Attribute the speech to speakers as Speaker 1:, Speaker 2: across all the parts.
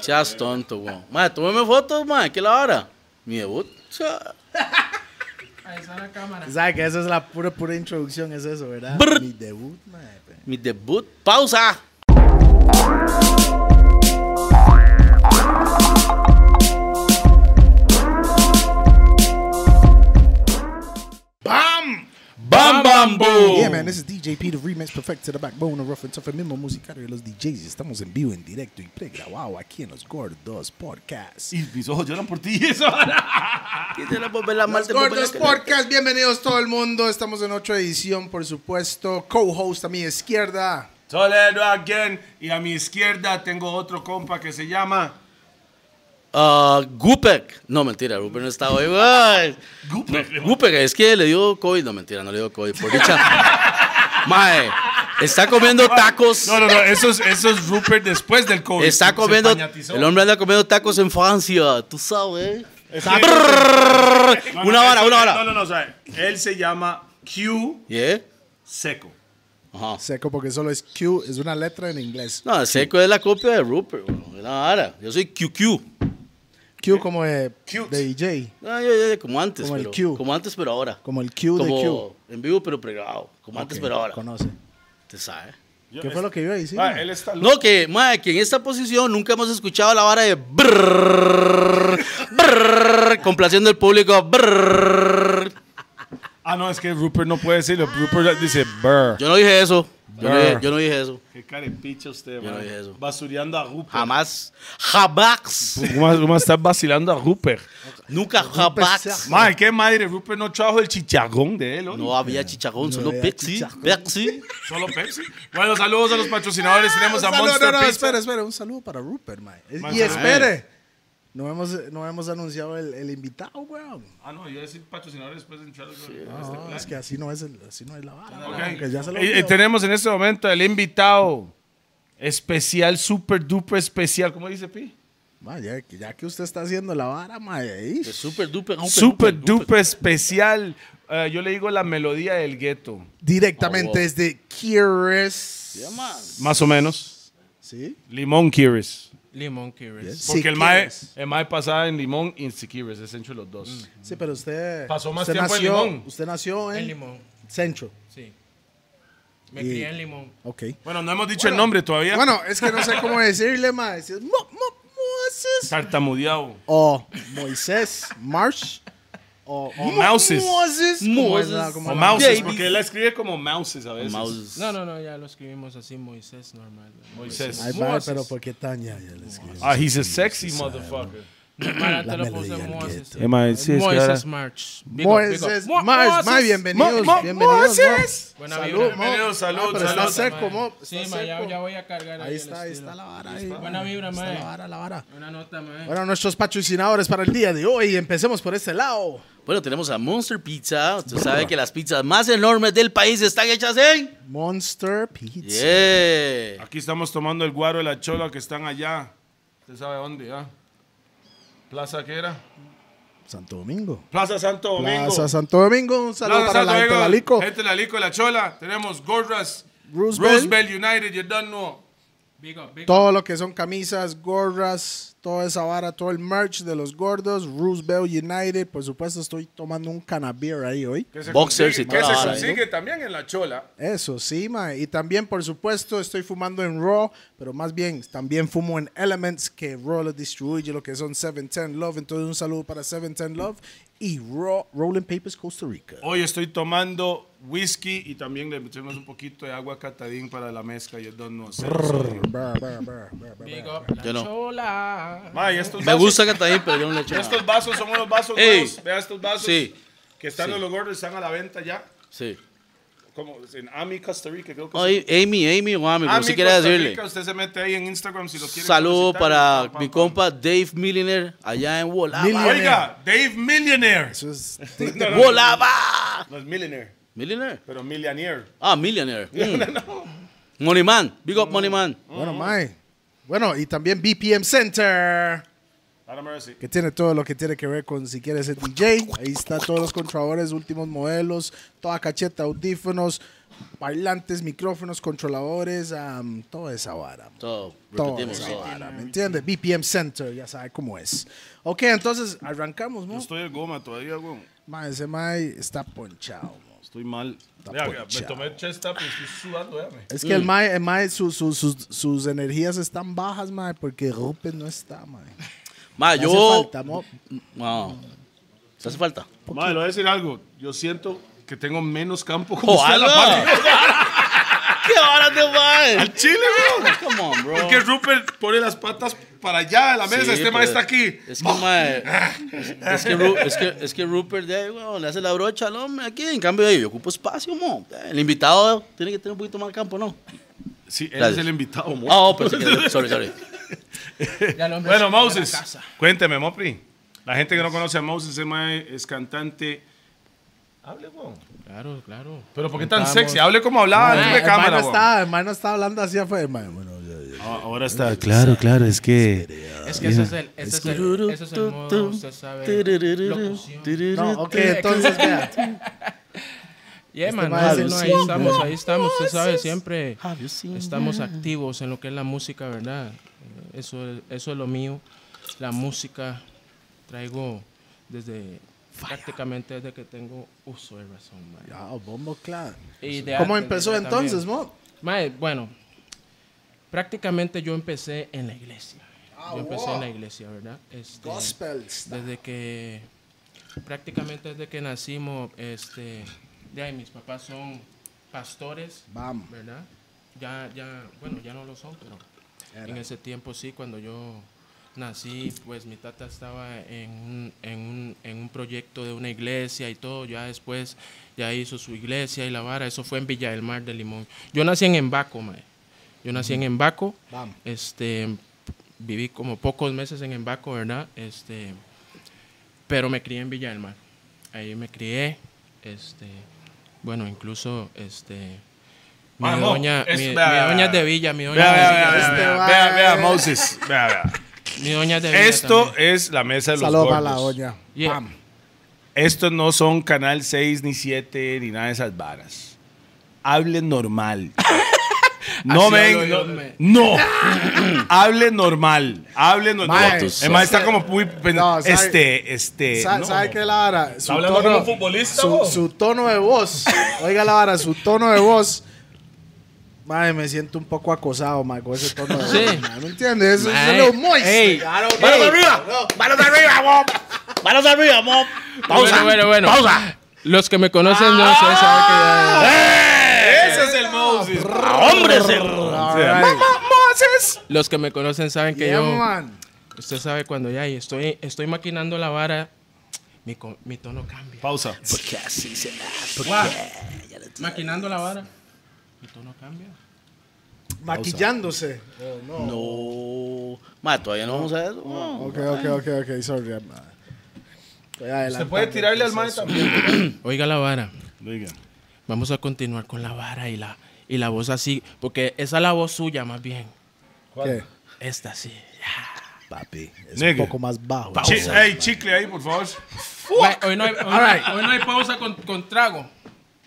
Speaker 1: Seas tonto, weón. Madre, tómeme fotos, madre, que la hora. Mi debut. cha.
Speaker 2: Ahí está la cámara.
Speaker 3: ¿Sabes que esa es la pura, pura introducción? Es eso, ¿verdad?
Speaker 1: Brr.
Speaker 3: Mi debut, mae. pe.
Speaker 1: Mi debut. Pausa. Bam, bam, boom.
Speaker 3: Yeah, man, this is DJP, the remix perfect to the backbone, the rough and tough, el mismo musicario de los DJs. Estamos en vivo, en directo y pregrabado aquí en los Gordos Podcast.
Speaker 4: Y mis ojos lloran por ti. Eso.
Speaker 1: Quítela, popela, mal,
Speaker 3: Los
Speaker 1: te popela,
Speaker 3: Gordos
Speaker 1: que-
Speaker 3: Podcast, bienvenidos todo el mundo. Estamos en otra edición, por supuesto. Co-host a mi izquierda.
Speaker 4: Toledo again. Y a mi izquierda tengo otro compa que se llama.
Speaker 1: Ah, Gupek. No, mentira, Gupek no está hoy. güey. Gupek, es que le dio COVID. No, mentira, no le dio COVID. Por dicha. Mae, está comiendo tacos.
Speaker 4: No, no, no. Eso es, eso es Rupert después del COVID.
Speaker 1: Está
Speaker 4: Se
Speaker 1: comiendo.
Speaker 4: pañatizó.
Speaker 1: El hombre anda comiendo tacos en Francia. Tú sabes.
Speaker 4: Es que- No, no,
Speaker 1: Una
Speaker 4: eso-
Speaker 1: hora, una
Speaker 4: No,
Speaker 1: hora.
Speaker 4: no, no. o sea, él se llama Q
Speaker 1: Yeah.
Speaker 4: Seco.
Speaker 1: eh? Ajá.
Speaker 3: Seco porque solo es Q, es una letra en inglés.
Speaker 1: No, seco es la copia de Rupert. güey. Es la vara. Yo soy QQ.
Speaker 3: Q como de,
Speaker 4: Cute.
Speaker 3: de DJ,
Speaker 1: No, yo- yo- yo, como antes.
Speaker 3: Como el
Speaker 1: pero,
Speaker 3: Q.
Speaker 1: como antes, pero ahora.
Speaker 3: como el Q de Q.
Speaker 1: Como en vivo, pero pegado. Como antes,
Speaker 3: Ok,
Speaker 1: pero ahora.
Speaker 3: Conoce.
Speaker 1: Te sabes.
Speaker 3: ¿Qué fue lo que iba a decir?
Speaker 4: Ah,
Speaker 3: mae?
Speaker 4: él está loco.
Speaker 1: No, que, mae, que en esta posición nunca hemos escuchado la vara de brrrr, brrrr, complaciendo al público. brrrr.
Speaker 4: Ah, no, es que Rupert no puede decirlo. Rupert dice brr.
Speaker 1: Yo no dije eso. Yo no
Speaker 4: Brr.
Speaker 1: dije, yo no dije eso.
Speaker 4: Qué carepicha usted,
Speaker 1: Yo no
Speaker 4: man.
Speaker 1: dije eso.
Speaker 4: Basureando a Rupert.
Speaker 1: Jamás. Jamás.
Speaker 4: ¿Cómo, cómo estás vacilando a Rupert?
Speaker 1: Nunca jamás.
Speaker 4: Madre, qué madre. Rupert no trajo el chicharrón de él, hoy.
Speaker 1: No había chicharrón, solo
Speaker 3: había
Speaker 1: Pepsi.
Speaker 3: chicharrón.
Speaker 1: Pepsi.
Speaker 4: Solo Pepsi. Bueno, saludos a los patrocinadores. Tenemos
Speaker 3: Un
Speaker 4: a
Speaker 3: saludo,
Speaker 4: Monster
Speaker 3: Ah, no, no,
Speaker 4: Pizza.
Speaker 3: espera, espera, un saludo para Rupert, mae. Es-
Speaker 4: Man,
Speaker 3: Y
Speaker 4: ah,
Speaker 3: espere, no hemos, no hemos anunciado el, el invitado, weón.
Speaker 4: Ah, no, yo decir patrocinadores después de entrar. Este,
Speaker 3: No, es que así no es, el, así no es la vara.
Speaker 4: Ah, Ok.
Speaker 3: weón, que ya se lo
Speaker 4: Eh, eh,
Speaker 3: olvidó.
Speaker 4: tenemos en este momento el invitado especial, super duper especial. ¿Cómo dice Pi?
Speaker 3: Ma, ya, que- ya que usted está haciendo la vara, mae, ahí.
Speaker 1: Es Super duper. duper,
Speaker 4: Super duper especial. Eh, yo le digo la melodía del gueto.
Speaker 3: directamente
Speaker 1: Oh, wow.
Speaker 3: desde Curious.
Speaker 1: Ya, man.
Speaker 4: Más o menos.
Speaker 3: ¿Sí?
Speaker 4: Limón Kiris.
Speaker 2: Limón Kibers.
Speaker 3: Yes.
Speaker 4: Porque
Speaker 3: Sí,
Speaker 4: el, mae,
Speaker 3: Kiris.
Speaker 4: el mae pasaba en Limón y en Sikiris. Es entre los dos.
Speaker 3: Sí, pero usted.
Speaker 4: Pasó más
Speaker 3: usted
Speaker 4: tiempo en
Speaker 3: nació,
Speaker 4: Limón.
Speaker 3: Usted nació en,
Speaker 2: En limón,
Speaker 3: Centro.
Speaker 2: sí. Me
Speaker 3: Y-
Speaker 2: crié en limón.
Speaker 3: Ok.
Speaker 4: Bueno, no hemos dicho el nombre todavía.
Speaker 3: Bueno, es que no sé cómo decirle, mae. Si es Mo- Mo- Moses.
Speaker 4: Tartamudeado.
Speaker 3: o Moisés Marsh o, o
Speaker 4: Mouses.
Speaker 3: Moses, como es
Speaker 1: Moses.
Speaker 3: la- como
Speaker 4: O
Speaker 3: la-
Speaker 4: Mouses,
Speaker 1: Davis.
Speaker 4: porque él la escribe como Mouses a veces.
Speaker 1: Mouse.
Speaker 2: No, no, no, ya lo escribimos así, Moisés normal.
Speaker 4: Moisés.
Speaker 3: Ay, mae,
Speaker 2: Moses.
Speaker 3: pero porque Tania ya le escribió.
Speaker 4: Ah, he's a sexy motherfucker.
Speaker 2: Normal, te lo puse
Speaker 3: melodía del
Speaker 2: Moisés.
Speaker 3: gueto.
Speaker 4: Emma, Eh, sí, es que ahora-
Speaker 2: Moisés March. Big up, big up.
Speaker 3: Moisés
Speaker 2: Mo-
Speaker 3: Marsh, mae,
Speaker 2: Moisés.
Speaker 3: bienvenidos,
Speaker 4: Mo- Mo-
Speaker 3: bienvenidos.
Speaker 4: Moses.
Speaker 3: mae.
Speaker 2: Buena
Speaker 3: Salud,
Speaker 2: vibra.
Speaker 3: Mo.
Speaker 4: Bienvenidos, salud,
Speaker 3: Ah, pero está
Speaker 4: salud,
Speaker 3: seco,
Speaker 2: mae.
Speaker 3: Mo,
Speaker 2: Sí,
Speaker 3: está
Speaker 2: ma, ya,
Speaker 3: seco.
Speaker 2: ya voy a cargar
Speaker 3: Ahí
Speaker 2: el
Speaker 3: está, ahí
Speaker 2: estilo.
Speaker 3: está la vara. ahí, mae.
Speaker 2: Buena vibra,
Speaker 3: Está
Speaker 2: mae.
Speaker 3: la vara, la vara.
Speaker 2: Una nota, mae.
Speaker 3: Bueno, nuestros patrocinadores para el día de hoy. Empecemos por este lado.
Speaker 1: Bueno, tenemos a Monster Pizza. Usted sabe que las pizzas más enormes del país están hechas en.
Speaker 3: Monster Pizza.
Speaker 1: Yeah.
Speaker 4: Aquí estamos tomando el guaro de la chola que están allá. ¿Usted sabe dónde, ah? ¿Plaza qué era?
Speaker 3: Santo Domingo.
Speaker 4: Plaza Santo Domingo.
Speaker 3: Plaza Santo Domingo. Un saludo
Speaker 4: Plaza
Speaker 3: para la gente de la Lico.
Speaker 4: Gente de la Lico, la chola. Tenemos Gorras,
Speaker 3: Roosevelt.
Speaker 4: Roosevelt United, you don't know.
Speaker 2: Big up, big up.
Speaker 3: Todo lo que son camisas, gorras, toda esa vara, todo el merch de los gordos, Roosevelt United. Por supuesto, estoy tomando un canabier ahí hoy.
Speaker 4: Que se
Speaker 1: Boxers y
Speaker 4: consigue, que
Speaker 1: toda
Speaker 4: se
Speaker 1: la vara,
Speaker 4: consigue también en la chola.
Speaker 3: Eso sí, ma. Y también, por supuesto, estoy fumando en Raw, pero más bien también fumo en Elements, que Raw lo distribuye, lo que son 710 Love. Entonces, un saludo para 710 Love y Raw Rolling Papers Costa Rica.
Speaker 4: Hoy estoy tomando whisky y también le metemos un poquito de agua catadín para la mezcla, you don't know.
Speaker 3: Brr, brr, brr, brr, brr.
Speaker 2: Big up, la
Speaker 1: Yo no.
Speaker 2: chola.
Speaker 4: Ma, y estos
Speaker 1: Me
Speaker 4: vasos-
Speaker 1: gusta que también, pero yo no le eché nada.
Speaker 4: Estos vasos son unos vasos
Speaker 1: Ey.
Speaker 4: nuevos. Vea estos vasos.
Speaker 1: Sí.
Speaker 4: Que están
Speaker 1: Sí.
Speaker 4: en los gordos, están a la venta ya.
Speaker 1: Sí.
Speaker 4: Como en Ami, Costa Rica, creo que
Speaker 1: Ay, Amy, Amy o Amy,
Speaker 4: sí.
Speaker 1: como
Speaker 4: Ami,
Speaker 1: si quiera
Speaker 4: Costa
Speaker 1: decirle.
Speaker 4: Rica, usted se mete ahí en Instagram si lo quiere.
Speaker 1: Saludo
Speaker 4: solicitar.
Speaker 1: para
Speaker 4: Pam, pam,
Speaker 1: mi
Speaker 4: pam.
Speaker 1: compa Dave Milliner allá en Wolaba.
Speaker 3: Millionaire.
Speaker 4: Oiga, Dave Millionaire.
Speaker 3: Eso es-
Speaker 1: ¡Wolaba!
Speaker 4: No es Millionaire,
Speaker 1: ¿Millionaire?
Speaker 4: pero Millionaire.
Speaker 1: Ah, Millionaire. Mm. Money Man. Big up Money Man.
Speaker 3: Bueno, mae. Bueno, y también BPM Center.
Speaker 4: Ahora me voy
Speaker 3: que tiene todo lo que tiene que ver con si quieres ser DJ. Ahí está todos los controladores, últimos modelos, toda cacheta, audífonos, parlantes, micrófonos, controladores, am, toda esa vara.
Speaker 1: Todo,
Speaker 3: Toda
Speaker 1: repetimos
Speaker 3: esa
Speaker 1: todo.
Speaker 3: vara, ¿me entiendes? BPM Center, ya sabes cómo es. Ok, entonces arrancamos,
Speaker 4: Yo
Speaker 3: ¿no?
Speaker 4: estoy de goma todavía, weón.
Speaker 3: Ma, ese mae está ponchado, mo.
Speaker 4: Estoy mal.
Speaker 3: Está
Speaker 4: Vea, vea, me
Speaker 3: ponchado.
Speaker 4: tomé chest up y estoy sudando, véame.
Speaker 3: Es que el mae, el mae, su- su- sus, sus energías están bajas, mae, porque Rupert no está, mae.
Speaker 1: Ma,
Speaker 3: Le
Speaker 1: Ah, yo.
Speaker 3: hace falta, mo.
Speaker 1: Wow. ¿Te hace falta?
Speaker 4: Madre, le voy a decir algo. Yo siento que tengo menos campo como usted a la
Speaker 1: ¡Ojalá!
Speaker 4: par.
Speaker 1: ¡Qué hora de mal!
Speaker 4: Chile, weón.
Speaker 1: Come on, bro.
Speaker 4: Es que Rupert pone las patas para allá de la mesa.
Speaker 1: Sí,
Speaker 4: este
Speaker 1: pero
Speaker 4: man está aquí.
Speaker 1: Es que, mae, es, que Ru- es, que, es que Rupert de ahí, weón, le hace la brocha al hombre aquí. En cambio, yo ocupo espacio, mo. El invitado tiene que tener un poquito más campo, ¿no?
Speaker 4: Sí, él
Speaker 1: Gracias.
Speaker 4: es el invitado, mo.
Speaker 1: Ah, oh, pero sí que- sorry, sorry.
Speaker 2: Ya lo
Speaker 4: Bueno,
Speaker 2: Moses
Speaker 4: Moses, cuénteme, Mopri. La gente que no conoce a Moses, ese mae es cantante. Hable, weón.
Speaker 2: Claro, claro.
Speaker 4: Pero ¿por qué tan sexy? Hable como hablaba antes de
Speaker 3: El mae no
Speaker 4: Ah, cámara, weón.
Speaker 3: está, el mae no está hablando así afuera, mae. Bueno, ya, ya.
Speaker 4: Ah, Ahora está. Claro, claro, es que.
Speaker 2: Es que ese es el, ese es el, ese es el modo, usted sabe, locución.
Speaker 3: No,
Speaker 1: Este,
Speaker 3: ok, entonces vea.
Speaker 2: Yeah, man,
Speaker 3: mae
Speaker 2: no,
Speaker 3: es
Speaker 2: Este no,
Speaker 3: el
Speaker 2: ahí
Speaker 3: sí,
Speaker 2: estamos, ahí estamos, usted sabe, siempre
Speaker 1: Have you seen
Speaker 2: estamos activos en lo que es la música, ¿verdad? Eh, Eso, es- eso es lo mío, la música traigo desde prácticamente desde que tengo uso de razón, man.
Speaker 3: Ya, bombo claro.
Speaker 2: Y de
Speaker 3: ¿Cómo
Speaker 2: antes,
Speaker 3: empezó
Speaker 2: ¿verdad?
Speaker 3: entonces,
Speaker 2: También.
Speaker 3: mo?
Speaker 2: Mae, bueno, prácticamente yo empecé en la iglesia. Yo empecé en la iglesia, ¿verdad? Este,
Speaker 3: Gospels.
Speaker 2: desde que prácticamente desde que nacimos este de ahí mis papás son pastores
Speaker 3: Vamos.
Speaker 2: verdad ya ya bueno ya no lo son pero en ese tiempo sí cuando yo nací pues mi tata estaba en un, en un, en un proyecto de una iglesia y todo ya después ya hizo su iglesia y la vara eso fue en Villa del Mar de Limón yo nací en Embaco mae. yo nací en Embaco
Speaker 3: Vamos.
Speaker 2: este, viví como pocos meses en Embaco, ¿verdad? Este, pero me crié en Villa del Mar. Ahí me crié, este, bueno, incluso, este, mi
Speaker 4: Vamos,
Speaker 2: doña,
Speaker 4: es-
Speaker 2: mi,
Speaker 4: vea,
Speaker 2: mi
Speaker 4: vea,
Speaker 2: doña es
Speaker 4: vea.
Speaker 2: de Villa, mi doña,
Speaker 4: Vea,
Speaker 2: es de
Speaker 4: vea,
Speaker 2: Villa, este,
Speaker 4: vea, vea,
Speaker 3: Este
Speaker 4: vea,
Speaker 3: va-
Speaker 4: vea, vea, Moses. Vea, vea.
Speaker 2: mi doña es de Villa
Speaker 4: Esto
Speaker 2: también.
Speaker 4: es la mesa de los
Speaker 3: Saludos para la
Speaker 4: gordos.
Speaker 3: doña.
Speaker 2: Yeah.
Speaker 3: Bam.
Speaker 4: Estos no son Canal 6, ni 7, ni nada de esas varas. Hablen normal. No
Speaker 2: Así
Speaker 4: ven.
Speaker 2: hablo yo,
Speaker 4: no-
Speaker 2: me-
Speaker 4: No. Hable normal. Hable normal.
Speaker 3: Mae,
Speaker 4: No, El mae está como muy. pen-
Speaker 3: No, sabe-
Speaker 4: este,
Speaker 2: Eh,
Speaker 4: este.
Speaker 3: Sa-
Speaker 4: no.
Speaker 3: ¿Sabe qué la vara? Su
Speaker 4: hablando como futbolista,
Speaker 3: su,
Speaker 4: vos?
Speaker 3: su tono de voz. Oiga la vara, su tono de voz. Madre, me siento un poco acosado, mae, con ese tono de
Speaker 2: Sí.
Speaker 3: voz. mae, ¿Me entiendes? Es, es
Speaker 2: Mae.
Speaker 3: lo moist.
Speaker 2: Ey.
Speaker 3: Claro,
Speaker 2: Ey.
Speaker 3: claro, claro.
Speaker 1: ¡Manos arriba, mo! ¡Manos arriba, mo! ¡Pausa!
Speaker 2: Bueno, bueno, bueno.
Speaker 1: ¡Pausa!
Speaker 2: Los que me conocen no sé, saben que ya-
Speaker 4: Ah. Ese es el Moses.
Speaker 1: ¡A hombre, se-
Speaker 3: All
Speaker 4: Sea,
Speaker 3: right.
Speaker 4: Moses.
Speaker 2: los que me conocen saben que
Speaker 3: Yeah,
Speaker 2: yo,
Speaker 3: man.
Speaker 2: usted sabe cuando ya y estoy, estoy maquinando la vara, mi, co- mi tono cambia.
Speaker 4: Pausa.
Speaker 1: Porque así se da, porque-
Speaker 2: Maquinando la vara, mi tono cambia.
Speaker 3: Maquillándose. Oh, no.
Speaker 1: No. Ma, todavía no vamos a eso. mo.
Speaker 3: Ok, ok, ok, ok. Sorry, mae. Estoy
Speaker 4: Se
Speaker 3: adelantando.
Speaker 4: puede tirarle al mae también.
Speaker 2: Oiga la vara.
Speaker 4: Diga.
Speaker 2: Vamos a continuar con la vara y la, y la voz así, porque esa es la voz suya más bien.
Speaker 3: ¿Qué?
Speaker 2: Esta sí.
Speaker 3: Papi, es
Speaker 4: Nigga.
Speaker 3: un poco más bajo.
Speaker 4: Chi- Ey, chicle ahí, por favor.
Speaker 2: Mae, Hoy no hay, hoy no-
Speaker 3: Alright.
Speaker 2: hoy no hay pausa con, con trago.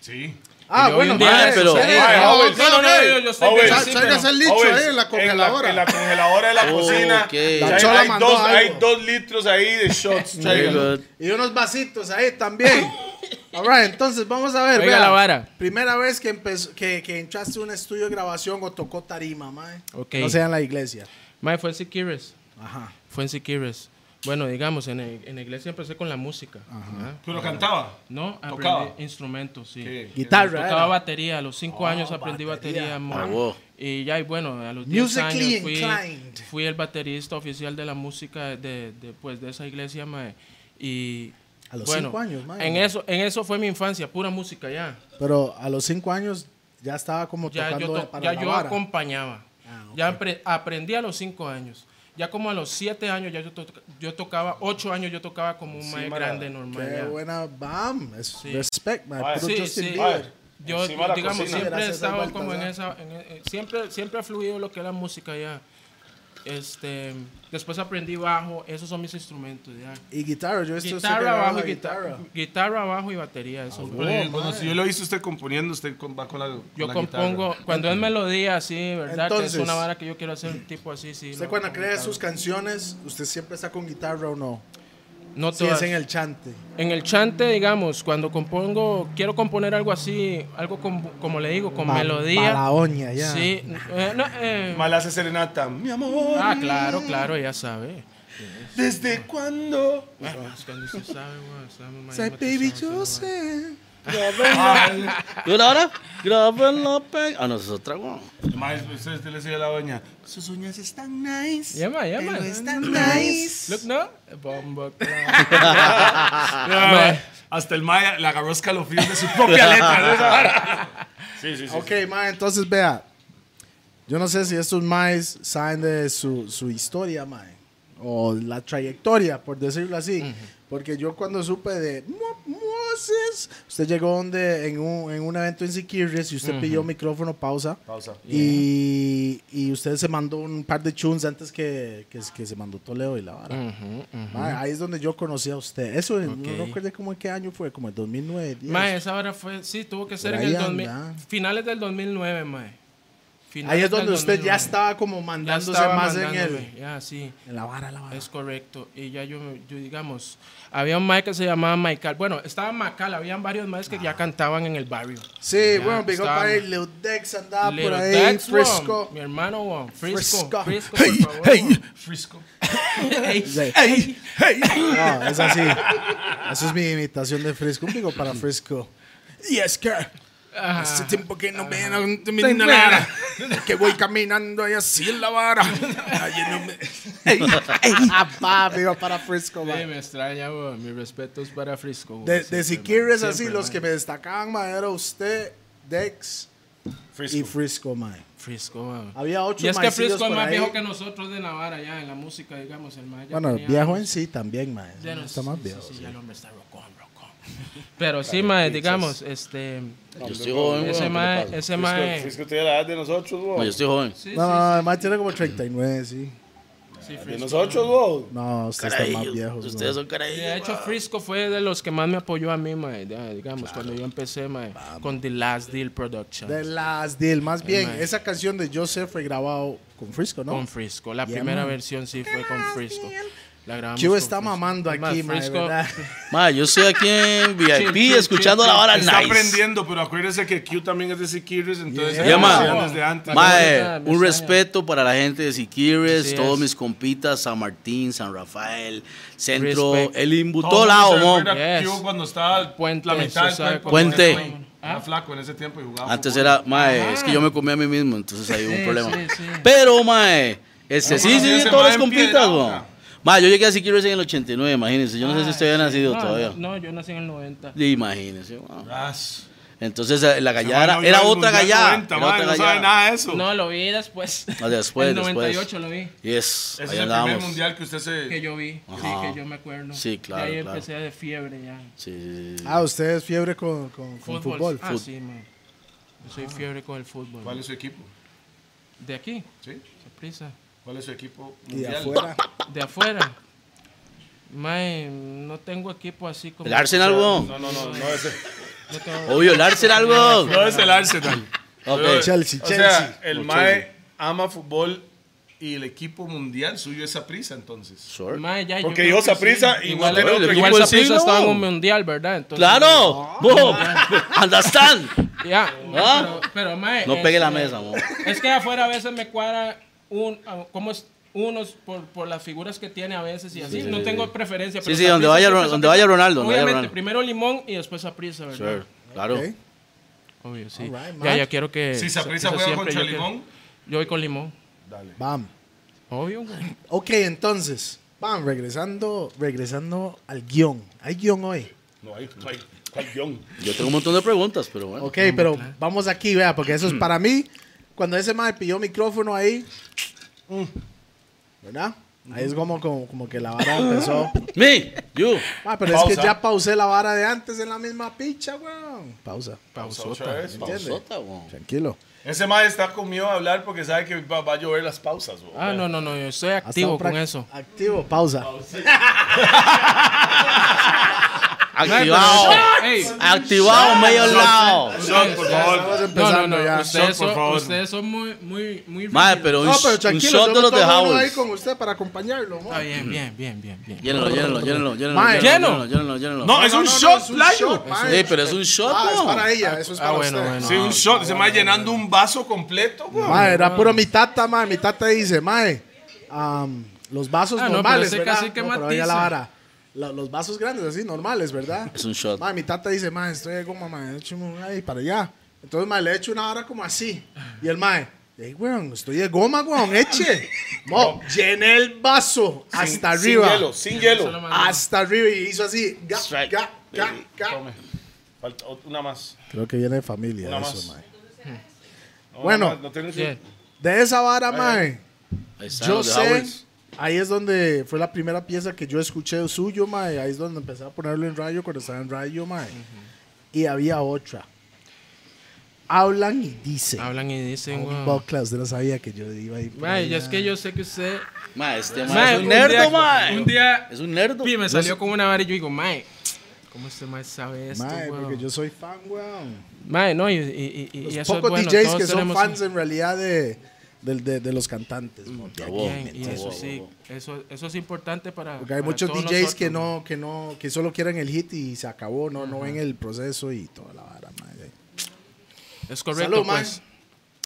Speaker 4: Sí.
Speaker 3: Ah,
Speaker 2: Yo
Speaker 3: bueno,
Speaker 2: hoy en día,
Speaker 3: mae,
Speaker 1: pero-
Speaker 3: sí,
Speaker 2: Ey,
Speaker 3: ah,
Speaker 2: Owen,
Speaker 3: ok,
Speaker 2: no, no, no,
Speaker 3: ok.
Speaker 2: yo- yo estoy
Speaker 4: Owen,
Speaker 2: pensando,
Speaker 4: Sa-
Speaker 2: pero-
Speaker 3: sáquense el licho
Speaker 4: Owen,
Speaker 3: ahí en la congeladora.
Speaker 4: En la, congeladora de la cocina.
Speaker 1: ok.
Speaker 4: Ya
Speaker 1: La
Speaker 4: hay-
Speaker 3: chola
Speaker 4: hay,
Speaker 3: mandó
Speaker 4: dos,
Speaker 3: algo.
Speaker 4: hay dos litros ahí de shots.
Speaker 1: Very
Speaker 4: traigan.
Speaker 1: good.
Speaker 3: Y unos vasitos ahí también. All right, entonces vamos a ver.
Speaker 2: Oiga
Speaker 3: vea.
Speaker 2: la vara.
Speaker 3: Primera vez que, empezó, que, que entraste a un estudio de grabación o tocó tarima, mae.
Speaker 2: Ok.
Speaker 3: No sea en la iglesia.
Speaker 2: Mae, fue en Siquires.
Speaker 3: Ajá.
Speaker 2: Fue en Siquires. Bueno, digamos, en, el- en la iglesia empecé con la música. ¿verdad?
Speaker 4: Pero cantaba.
Speaker 2: No, aprendí
Speaker 4: Tocaba.
Speaker 2: instrumentos, sí.
Speaker 4: Qué-
Speaker 3: Guitarra,
Speaker 2: Tocaba
Speaker 3: era.
Speaker 2: batería, a los cinco años aprendí batería. amor.
Speaker 1: Ah, wow.
Speaker 2: Y ya, y bueno, a los 10 años
Speaker 3: Musically
Speaker 2: fui,
Speaker 3: inclined.
Speaker 2: fui el baterista oficial de la música de, de, pues, de esa iglesia, mae. Y,
Speaker 3: A los
Speaker 2: bueno,
Speaker 3: cinco años, mae.
Speaker 2: En eso, en eso fue mi infancia, pura música ya.
Speaker 3: Pero a los cinco años ya estaba como
Speaker 2: Ya
Speaker 3: tocando
Speaker 2: yo, to-
Speaker 3: para
Speaker 2: ya
Speaker 3: la
Speaker 2: yo
Speaker 3: vara. Ah,
Speaker 2: acompañaba. Ya apre- aprendí a los cinco años. Ya como a los siete años ya yo, to- yo tocaba, ocho años yo tocaba como un mae
Speaker 4: Encima
Speaker 2: grande
Speaker 4: la-
Speaker 2: normal.
Speaker 3: Qué
Speaker 2: ya.
Speaker 3: buena bam. Es
Speaker 2: Sí.
Speaker 3: respect, mae.
Speaker 4: Ay.
Speaker 3: Puro
Speaker 2: Sí,
Speaker 3: Justin
Speaker 2: sí.
Speaker 3: Bieber.
Speaker 4: Ay.
Speaker 2: Yo,
Speaker 4: Encima de la
Speaker 2: digamos,
Speaker 4: cocina.
Speaker 2: siempre he
Speaker 3: Gracias al
Speaker 2: estado como en
Speaker 3: Baltasar.
Speaker 2: esa. en- eh, siempre, siempre ha fluido lo que es la música ya. Este, después aprendí bajo, esos son mis instrumentos. ya.
Speaker 3: Y guitarra, yo esto
Speaker 2: Guitarra, bajo, y guitarra. Guitarra, bajo y batería.
Speaker 3: Ah,
Speaker 2: Eso fue.
Speaker 4: Bueno, bueno, si yo lo hice usted componiendo, usted con- va con la con
Speaker 2: Yo
Speaker 4: la
Speaker 2: compongo,
Speaker 4: guitarra.
Speaker 2: cuando es melodía así, ¿verdad?
Speaker 3: Entonces-
Speaker 2: que es una vara que yo quiero hacer tipo así, sí.
Speaker 3: Usted
Speaker 2: lo-
Speaker 3: cuando
Speaker 2: con
Speaker 3: crea
Speaker 2: guitarra.
Speaker 3: sus canciones, ¿usted siempre está con guitarra o no?
Speaker 2: No
Speaker 3: Si
Speaker 2: todas.
Speaker 3: es en el chante.
Speaker 2: En el chante, digamos, cuando compongo, quiero componer algo así, algo com- como le digo, con
Speaker 3: Pa-
Speaker 2: melodía.
Speaker 3: palaoña, ya.
Speaker 2: Sí. eh, no, eh,
Speaker 4: Mal hace serenata, mi amor.
Speaker 2: ah, claro, claro, ya sabe.
Speaker 4: ¿Desde cuándo?
Speaker 2: Bueno, es cuando usted sabe, weón, estamos más
Speaker 3: Say, baby, yo sé.
Speaker 1: ¿Y ahora? Graben la pe- Ah, no, esa es otra, weón.
Speaker 4: Más, usted le decía a la doña, sus uñas están nice.
Speaker 2: Llama, llama.
Speaker 4: Pero están nice.
Speaker 2: Look, ¿no? Bombo,
Speaker 4: Ah, Hasta el Maya le agarró escalofríos de su propia letra. ¿no? Esa vara. Sí, sí, sí.
Speaker 3: Ok, ma, entonces vea. Yo no sé si estos maes saben de su, su historia, ma. O la trayectoria, por decirlo así. Porque yo cuando supe de Mo- Moses, usted llegó donde en un, en un evento en Siquirres y usted pidió micrófono pausa.
Speaker 4: Pausa.
Speaker 3: Y, y usted se mandó un par de tunes antes que, que, que se mandó Toledo y la vara. Ma, ahí es donde yo conocí a usted. Eso, no
Speaker 2: Ok.
Speaker 3: recuerdo cómo en qué año fue, como el 2009. 10.
Speaker 2: Mae, esa hora fue, sí, tuvo que ser
Speaker 3: Por
Speaker 2: en
Speaker 3: ahí
Speaker 2: el 2000,
Speaker 3: anda.
Speaker 2: finales del 2009, mae.
Speaker 3: Ahí
Speaker 2: Finales
Speaker 3: es donde
Speaker 2: del
Speaker 3: usted ya
Speaker 2: 2009.
Speaker 3: estaba como
Speaker 2: Ya
Speaker 3: mandándose
Speaker 2: estaba
Speaker 3: más en
Speaker 2: mandándome,
Speaker 3: el...
Speaker 2: Ya, sí.
Speaker 3: En la vara, la vara.
Speaker 2: Es correcto. Y ya yo, yo digamos, había un mae que se llamaba Michael. Bueno, estaba Macal, habían varios maes que
Speaker 3: Ah.
Speaker 2: ya cantaban en el barrio.
Speaker 3: sí,
Speaker 2: Ya
Speaker 3: bueno, Big Up
Speaker 2: estaba-
Speaker 3: ahí, Lil Dex andaba Ah, por
Speaker 2: Little
Speaker 3: ahí,
Speaker 2: Dex, weón,
Speaker 3: Frisco.
Speaker 2: Mi hermano, weón,
Speaker 3: Frisco.
Speaker 2: Frisco. Frisco,
Speaker 3: Hey,
Speaker 2: por favor. weón.
Speaker 4: Frisco.
Speaker 3: Sí. No, es así. Eso es mi imitación de Frisco. Un pico para Frisco. Y es que
Speaker 2: Ajá.
Speaker 3: hace tiempo que no
Speaker 2: Ah.
Speaker 3: me no te miro nada. Que voy caminando ahí así en la vara. Ay, no me... Ah, pa, pico para Frisco,
Speaker 2: Sí,
Speaker 3: man.
Speaker 2: me extraña, weón. Mis respetos para Frisco. weón.
Speaker 3: De, de
Speaker 2: Siempre,
Speaker 3: si
Speaker 2: mae,
Speaker 3: quieres así,
Speaker 2: siempre,
Speaker 3: los
Speaker 2: mae.
Speaker 3: que me destacaban, man, era usted, Dex y Frisco, man.
Speaker 2: Frisco, weón.
Speaker 3: Había ocho
Speaker 2: Y es que
Speaker 3: maecillos
Speaker 2: Frisco es
Speaker 3: por
Speaker 2: más
Speaker 3: ahí.
Speaker 2: viejo que nosotros de Navarra, ya en la música, digamos. El mae ya
Speaker 3: Bueno,
Speaker 2: tenía-
Speaker 3: viejo ¿eh? en sí también, mae.
Speaker 2: Ya no-
Speaker 3: Está más
Speaker 2: sí,
Speaker 3: viejo.
Speaker 2: Sí, sí, ya el hombre está rocón, rocón. Pero sí, mae, digamos, este.
Speaker 1: Yo estoy joven, weón. ¿qué
Speaker 2: Ese
Speaker 1: le
Speaker 2: mae,
Speaker 1: pasa?
Speaker 2: ese mae.
Speaker 4: Frisco tiene la edad de nosotros,
Speaker 1: No,
Speaker 4: vos.
Speaker 1: yo estoy joven.
Speaker 2: Sí,
Speaker 3: No, no, además tiene como 39, sí.
Speaker 2: sí, sí,
Speaker 4: De
Speaker 2: Frisco.
Speaker 4: nosotros, vos.
Speaker 3: No, usted está más
Speaker 1: Carajillos,
Speaker 3: viejo.
Speaker 1: Ustedes son
Speaker 2: De
Speaker 1: carajillos.
Speaker 2: hecho, Frisco fue de los que más me apoyó a mí, mae, ya, digamos, cuando yo empecé, mae, con The Last Deal Production.
Speaker 3: De las del más bien,
Speaker 2: mae.
Speaker 3: esa canción de Joseph fue grabado con Frisco, ¿no?
Speaker 2: Con Frisco. La
Speaker 3: Yeah,
Speaker 2: primera
Speaker 3: man.
Speaker 2: versión sí fue con Frisco. La grabamos.
Speaker 3: Q
Speaker 2: con
Speaker 3: está
Speaker 2: Frisco.
Speaker 3: mamando
Speaker 2: Es más,
Speaker 3: aquí, mae,
Speaker 2: Frisco-
Speaker 3: ¿verdad?
Speaker 1: Ma, yo estoy aquí en VIP
Speaker 2: chill,
Speaker 1: escuchando
Speaker 2: chill,
Speaker 1: la hora
Speaker 4: Está
Speaker 1: nice.
Speaker 4: aprendiendo, pero acuérdese que Q también es de Sikiris, entonces
Speaker 3: Yeah.
Speaker 4: ya
Speaker 1: Yeah, man.
Speaker 4: conocían desde antes.
Speaker 2: Ma-
Speaker 1: Mae,
Speaker 2: Me
Speaker 1: eh, un
Speaker 2: extraña.
Speaker 1: respeto para la gente de Siquires,
Speaker 2: Así
Speaker 1: todos
Speaker 2: es.
Speaker 1: mis compitas, San Martín, San Rafael, Centro,
Speaker 2: Respect.
Speaker 1: el
Speaker 4: Todo
Speaker 1: Imbu,
Speaker 4: mundo
Speaker 1: todo lado,
Speaker 4: se
Speaker 1: mo.
Speaker 4: recuerda a
Speaker 2: Yes. Ah.
Speaker 4: Q cuando estaba
Speaker 2: Puente,
Speaker 4: la mitad del
Speaker 2: usted sabe
Speaker 4: cuerpo.
Speaker 1: cuando- Puente.
Speaker 4: Era flaco en ese tiempo y jugaba.
Speaker 1: Antes
Speaker 4: fútbol.
Speaker 1: era, mae,
Speaker 2: Ajá.
Speaker 1: es que yo me comía a mí mismo, entonces ahí hubo un
Speaker 2: Sí,
Speaker 1: problema.
Speaker 2: sí, sí.
Speaker 1: Pero, mae, este, sí,
Speaker 4: bueno,
Speaker 1: sí,
Speaker 4: ese
Speaker 1: todos
Speaker 4: mae
Speaker 1: los
Speaker 4: en
Speaker 1: compitas,
Speaker 4: piedra,
Speaker 1: weón.
Speaker 4: oja.
Speaker 1: Mae, yo llegué a Siquires en el 89, imagínense, yo no sé si usted había nacido
Speaker 2: No,
Speaker 1: todavía.
Speaker 2: No, no, yo nací en el 90.
Speaker 1: Imagínense, weón.
Speaker 4: Ras.
Speaker 1: Entonces eh, la
Speaker 4: Ese man
Speaker 1: gallada
Speaker 4: no
Speaker 1: era, era
Speaker 4: vio el
Speaker 1: otra
Speaker 4: Mundial
Speaker 1: gallada.
Speaker 4: 90,
Speaker 1: era
Speaker 4: man,
Speaker 1: otra
Speaker 4: no sabe
Speaker 1: gallada.
Speaker 4: nada de eso.
Speaker 2: No, lo vi después.
Speaker 1: Ah, después,
Speaker 2: el
Speaker 1: después.
Speaker 2: 98 lo vi.
Speaker 1: Yes,
Speaker 4: Ese
Speaker 1: ahí
Speaker 4: es el primer
Speaker 1: andábamos.
Speaker 4: mundial que usted se.
Speaker 2: Que yo vi. Sí,
Speaker 1: Ajá.
Speaker 2: que yo me acuerdo.
Speaker 1: Sí, claro,
Speaker 2: Y ahí
Speaker 1: claro.
Speaker 2: empecé de fiebre ya.
Speaker 1: Sí, sí, sí.
Speaker 3: Ah, usted es fiebre con, con, con fútbol.
Speaker 2: Ah,
Speaker 1: Fut-
Speaker 2: sí, man. Yo soy fiebre con el fútbol.
Speaker 4: Ah. ¿Cuál es su equipo?
Speaker 2: De aquí,
Speaker 4: ¿Sí?
Speaker 2: sorpresa.
Speaker 4: ¿Cuál es su equipo
Speaker 3: Y
Speaker 4: mundial?
Speaker 3: afuera.
Speaker 2: De afuera. Mae, no tengo equipo así como.
Speaker 1: El Arsenal, weón.
Speaker 4: No, no, no, no es,
Speaker 2: No tengo-
Speaker 1: Obvio, el Arsenal, weón.
Speaker 4: no es el Arsenal.
Speaker 1: Ok.
Speaker 3: Chelsea,
Speaker 4: o
Speaker 3: Chelsea.
Speaker 4: sea, el
Speaker 1: O
Speaker 4: Mae ama fútbol y el equipo mundial suyo es prisa entonces.
Speaker 1: Sure.
Speaker 2: Mae, ya,
Speaker 4: Porque yo
Speaker 2: creo que
Speaker 4: Saprissa y no tiene
Speaker 1: otro
Speaker 2: igual
Speaker 1: equipo del
Speaker 2: Saprissa
Speaker 1: siglo,
Speaker 2: estaba en
Speaker 1: weón.
Speaker 2: un mundial, ¿verdad? Entonces,
Speaker 1: Claro. Boom. Understand.
Speaker 2: Ya,
Speaker 1: Ah.
Speaker 2: pero, pero, mae,
Speaker 1: No pegue la
Speaker 2: este,
Speaker 1: mesa, amor.
Speaker 2: Es que afuera a veces me cuadra un, ah, cómo es unos por, por las figuras que tiene a veces y así.
Speaker 1: sí,
Speaker 2: no
Speaker 1: sí,
Speaker 2: tengo
Speaker 1: sí.
Speaker 2: preferencia.
Speaker 1: Sí,
Speaker 2: pero
Speaker 1: sí,
Speaker 2: Saprissa
Speaker 1: donde vaya
Speaker 2: siempre
Speaker 1: Ron-
Speaker 2: es
Speaker 1: donde
Speaker 2: Saprissa.
Speaker 1: vaya Ronaldo, donde vaya
Speaker 2: Obviamente,
Speaker 1: Ronaldo.
Speaker 2: primero Limón y después Saprissa, ¿verdad?
Speaker 1: Sure. Claro.
Speaker 3: Ok.
Speaker 2: Obvio, sí.
Speaker 3: Alright,
Speaker 2: ya,
Speaker 3: man.
Speaker 2: ya quiero que.
Speaker 4: Si Saprissa
Speaker 2: Saprissa
Speaker 4: juega
Speaker 2: siempre,
Speaker 4: contra
Speaker 2: yo quiero-
Speaker 4: Limón,
Speaker 2: Yo voy con Limón.
Speaker 4: dale.
Speaker 3: Bam.
Speaker 2: Obvio, güey.
Speaker 3: Ok, entonces. Bam, regresando, regresando al guión. Hay guión hoy.
Speaker 4: No hay, no hay, ¿cuál guión?
Speaker 1: Yo tengo un montón de preguntas, pero bueno.
Speaker 3: Ok, pero vamos aquí, vea, porque eso es
Speaker 2: Mm.
Speaker 3: para mí. Cuando ese mae pilló micrófono ahí, mm, ¿verdad? Ahí es como, como, como que la vara empezó.
Speaker 1: Me, you.
Speaker 3: Ah, pero es
Speaker 4: Pausa.
Speaker 3: que ya pausé la vara de antes en la misma picha, weón. Pausa,
Speaker 4: Pausa Pues otra vez.
Speaker 3: ¿entiendes?
Speaker 1: Pausota, weón.
Speaker 3: Tranquilo.
Speaker 4: Ese mae está conmigo a hablar porque sabe que va, va a llover las pausas, güey.
Speaker 2: Ah, no, no, no, yo estoy
Speaker 5: Ha
Speaker 2: activo
Speaker 5: estado
Speaker 2: con
Speaker 5: prac-
Speaker 2: eso.
Speaker 5: Activo, pausa.
Speaker 1: Activado.
Speaker 2: Ey,
Speaker 1: Activado medio lado.
Speaker 4: Son, por favor.
Speaker 3: Estamos
Speaker 2: no, no,
Speaker 3: empezando
Speaker 2: no,
Speaker 3: ya.
Speaker 2: ustedes,
Speaker 4: Son, por
Speaker 2: son,
Speaker 4: favor.
Speaker 2: ustedes son muy, muy, muy...
Speaker 1: Mae,
Speaker 2: rígidos.
Speaker 1: pero un,
Speaker 3: No, pero
Speaker 1: un
Speaker 3: tranquilo,
Speaker 1: shot
Speaker 3: yo
Speaker 1: de
Speaker 3: me
Speaker 1: los de
Speaker 3: tomo uno
Speaker 1: Howells.
Speaker 3: ahí con usted para acompañarlo. ¿no?
Speaker 2: Está bien, bien, bien, bien, bien.
Speaker 1: Llénalo, llénalo, llénalo, llénalo.
Speaker 3: Mae.
Speaker 1: Llénalo, llénalo, llénalo.
Speaker 4: No, es un shot,
Speaker 3: es un
Speaker 4: playo.
Speaker 3: shot, mae.
Speaker 1: Sí, pero es un shot,
Speaker 3: Ah, es
Speaker 1: ¿no?
Speaker 3: para ella, eso es
Speaker 2: Ah,
Speaker 3: para
Speaker 2: bueno,
Speaker 3: usted.
Speaker 2: bueno.
Speaker 4: Sí, un shot. Se va llenando un vaso completo, güey.
Speaker 5: Mae,
Speaker 3: Era puro mi tata, mae. Mi tata dice, mae, am, los vasos
Speaker 2: Ah, no, pero
Speaker 3: normales,
Speaker 2: ese
Speaker 3: ¿verdad?
Speaker 2: cacique
Speaker 3: No, pero oiga la
Speaker 2: matiza.
Speaker 3: vara. La- los vasos grandes, así, normales, ¿verdad?
Speaker 1: Es un shot.
Speaker 3: Mae, mi tata dice, mae, estoy de goma, mae, écheme un ahí para allá. Entonces, mae, le echo una vara como así. Y el mae, hey, weón, estoy de goma, weón, eche. Mo, llené el vaso
Speaker 4: Sin-
Speaker 3: hasta arriba.
Speaker 4: Sin hielo, sin hielo.
Speaker 1: Ah,
Speaker 3: Hasta arriba y hizo así. Ga,
Speaker 1: Strike.
Speaker 3: ga, ga, ga.
Speaker 4: Tome. Falta ot- una más.
Speaker 3: Creo que viene de familia
Speaker 4: Una
Speaker 3: eso,
Speaker 4: más.
Speaker 3: mae.
Speaker 4: No,
Speaker 3: Bueno.
Speaker 4: una más, no tienes
Speaker 2: Bien.
Speaker 3: De esa vara, mae.
Speaker 1: Ahí están
Speaker 3: Yo
Speaker 1: los de
Speaker 3: sé,
Speaker 1: Howells.
Speaker 3: ahí es donde fue la primera pieza que yo escuché suyo, mae. Ahí es donde empecé a ponerlo en radio cuando estaba en radio, mae. Y había otra. Hablan y dicen.
Speaker 2: Hablan y dicen,
Speaker 3: Un
Speaker 2: wow.
Speaker 3: Buckla, usted no sabía que yo iba a ir. por
Speaker 2: Mae,
Speaker 3: ahí,
Speaker 2: ya es que yo sé que usted...
Speaker 1: Mae, este mae
Speaker 2: Mae,
Speaker 1: es un
Speaker 2: un día-
Speaker 1: nerdo, mae.
Speaker 2: un día-
Speaker 1: Es un nerdo.
Speaker 2: Pi, me salió con una vara y yo digo, mae, ¿cómo este mae sabe esto,
Speaker 3: Mae,
Speaker 2: weón?
Speaker 3: porque yo soy fan, weón.
Speaker 2: Mae, no, y, y, y, y
Speaker 3: Los
Speaker 2: eso es
Speaker 3: pocos
Speaker 2: bueno.
Speaker 3: DJs
Speaker 2: todos
Speaker 3: que son
Speaker 2: tenemos
Speaker 3: fans
Speaker 2: un-
Speaker 3: en realidad de, del- de- de los cantantes. ¿no? De aquí,
Speaker 2: Bien, y
Speaker 3: ¿me
Speaker 2: eso
Speaker 1: wow,
Speaker 2: sí,
Speaker 1: wow.
Speaker 2: Eso, eso es importante para
Speaker 3: Porque hay
Speaker 2: para
Speaker 3: muchos DJs
Speaker 2: todos
Speaker 3: que
Speaker 2: nosotros,
Speaker 3: no, que no, que solo quieren el hit y se acabó, no, no ven el proceso y toda la vara, mae.
Speaker 2: Es correcto,
Speaker 3: Salud, mae.
Speaker 2: pues.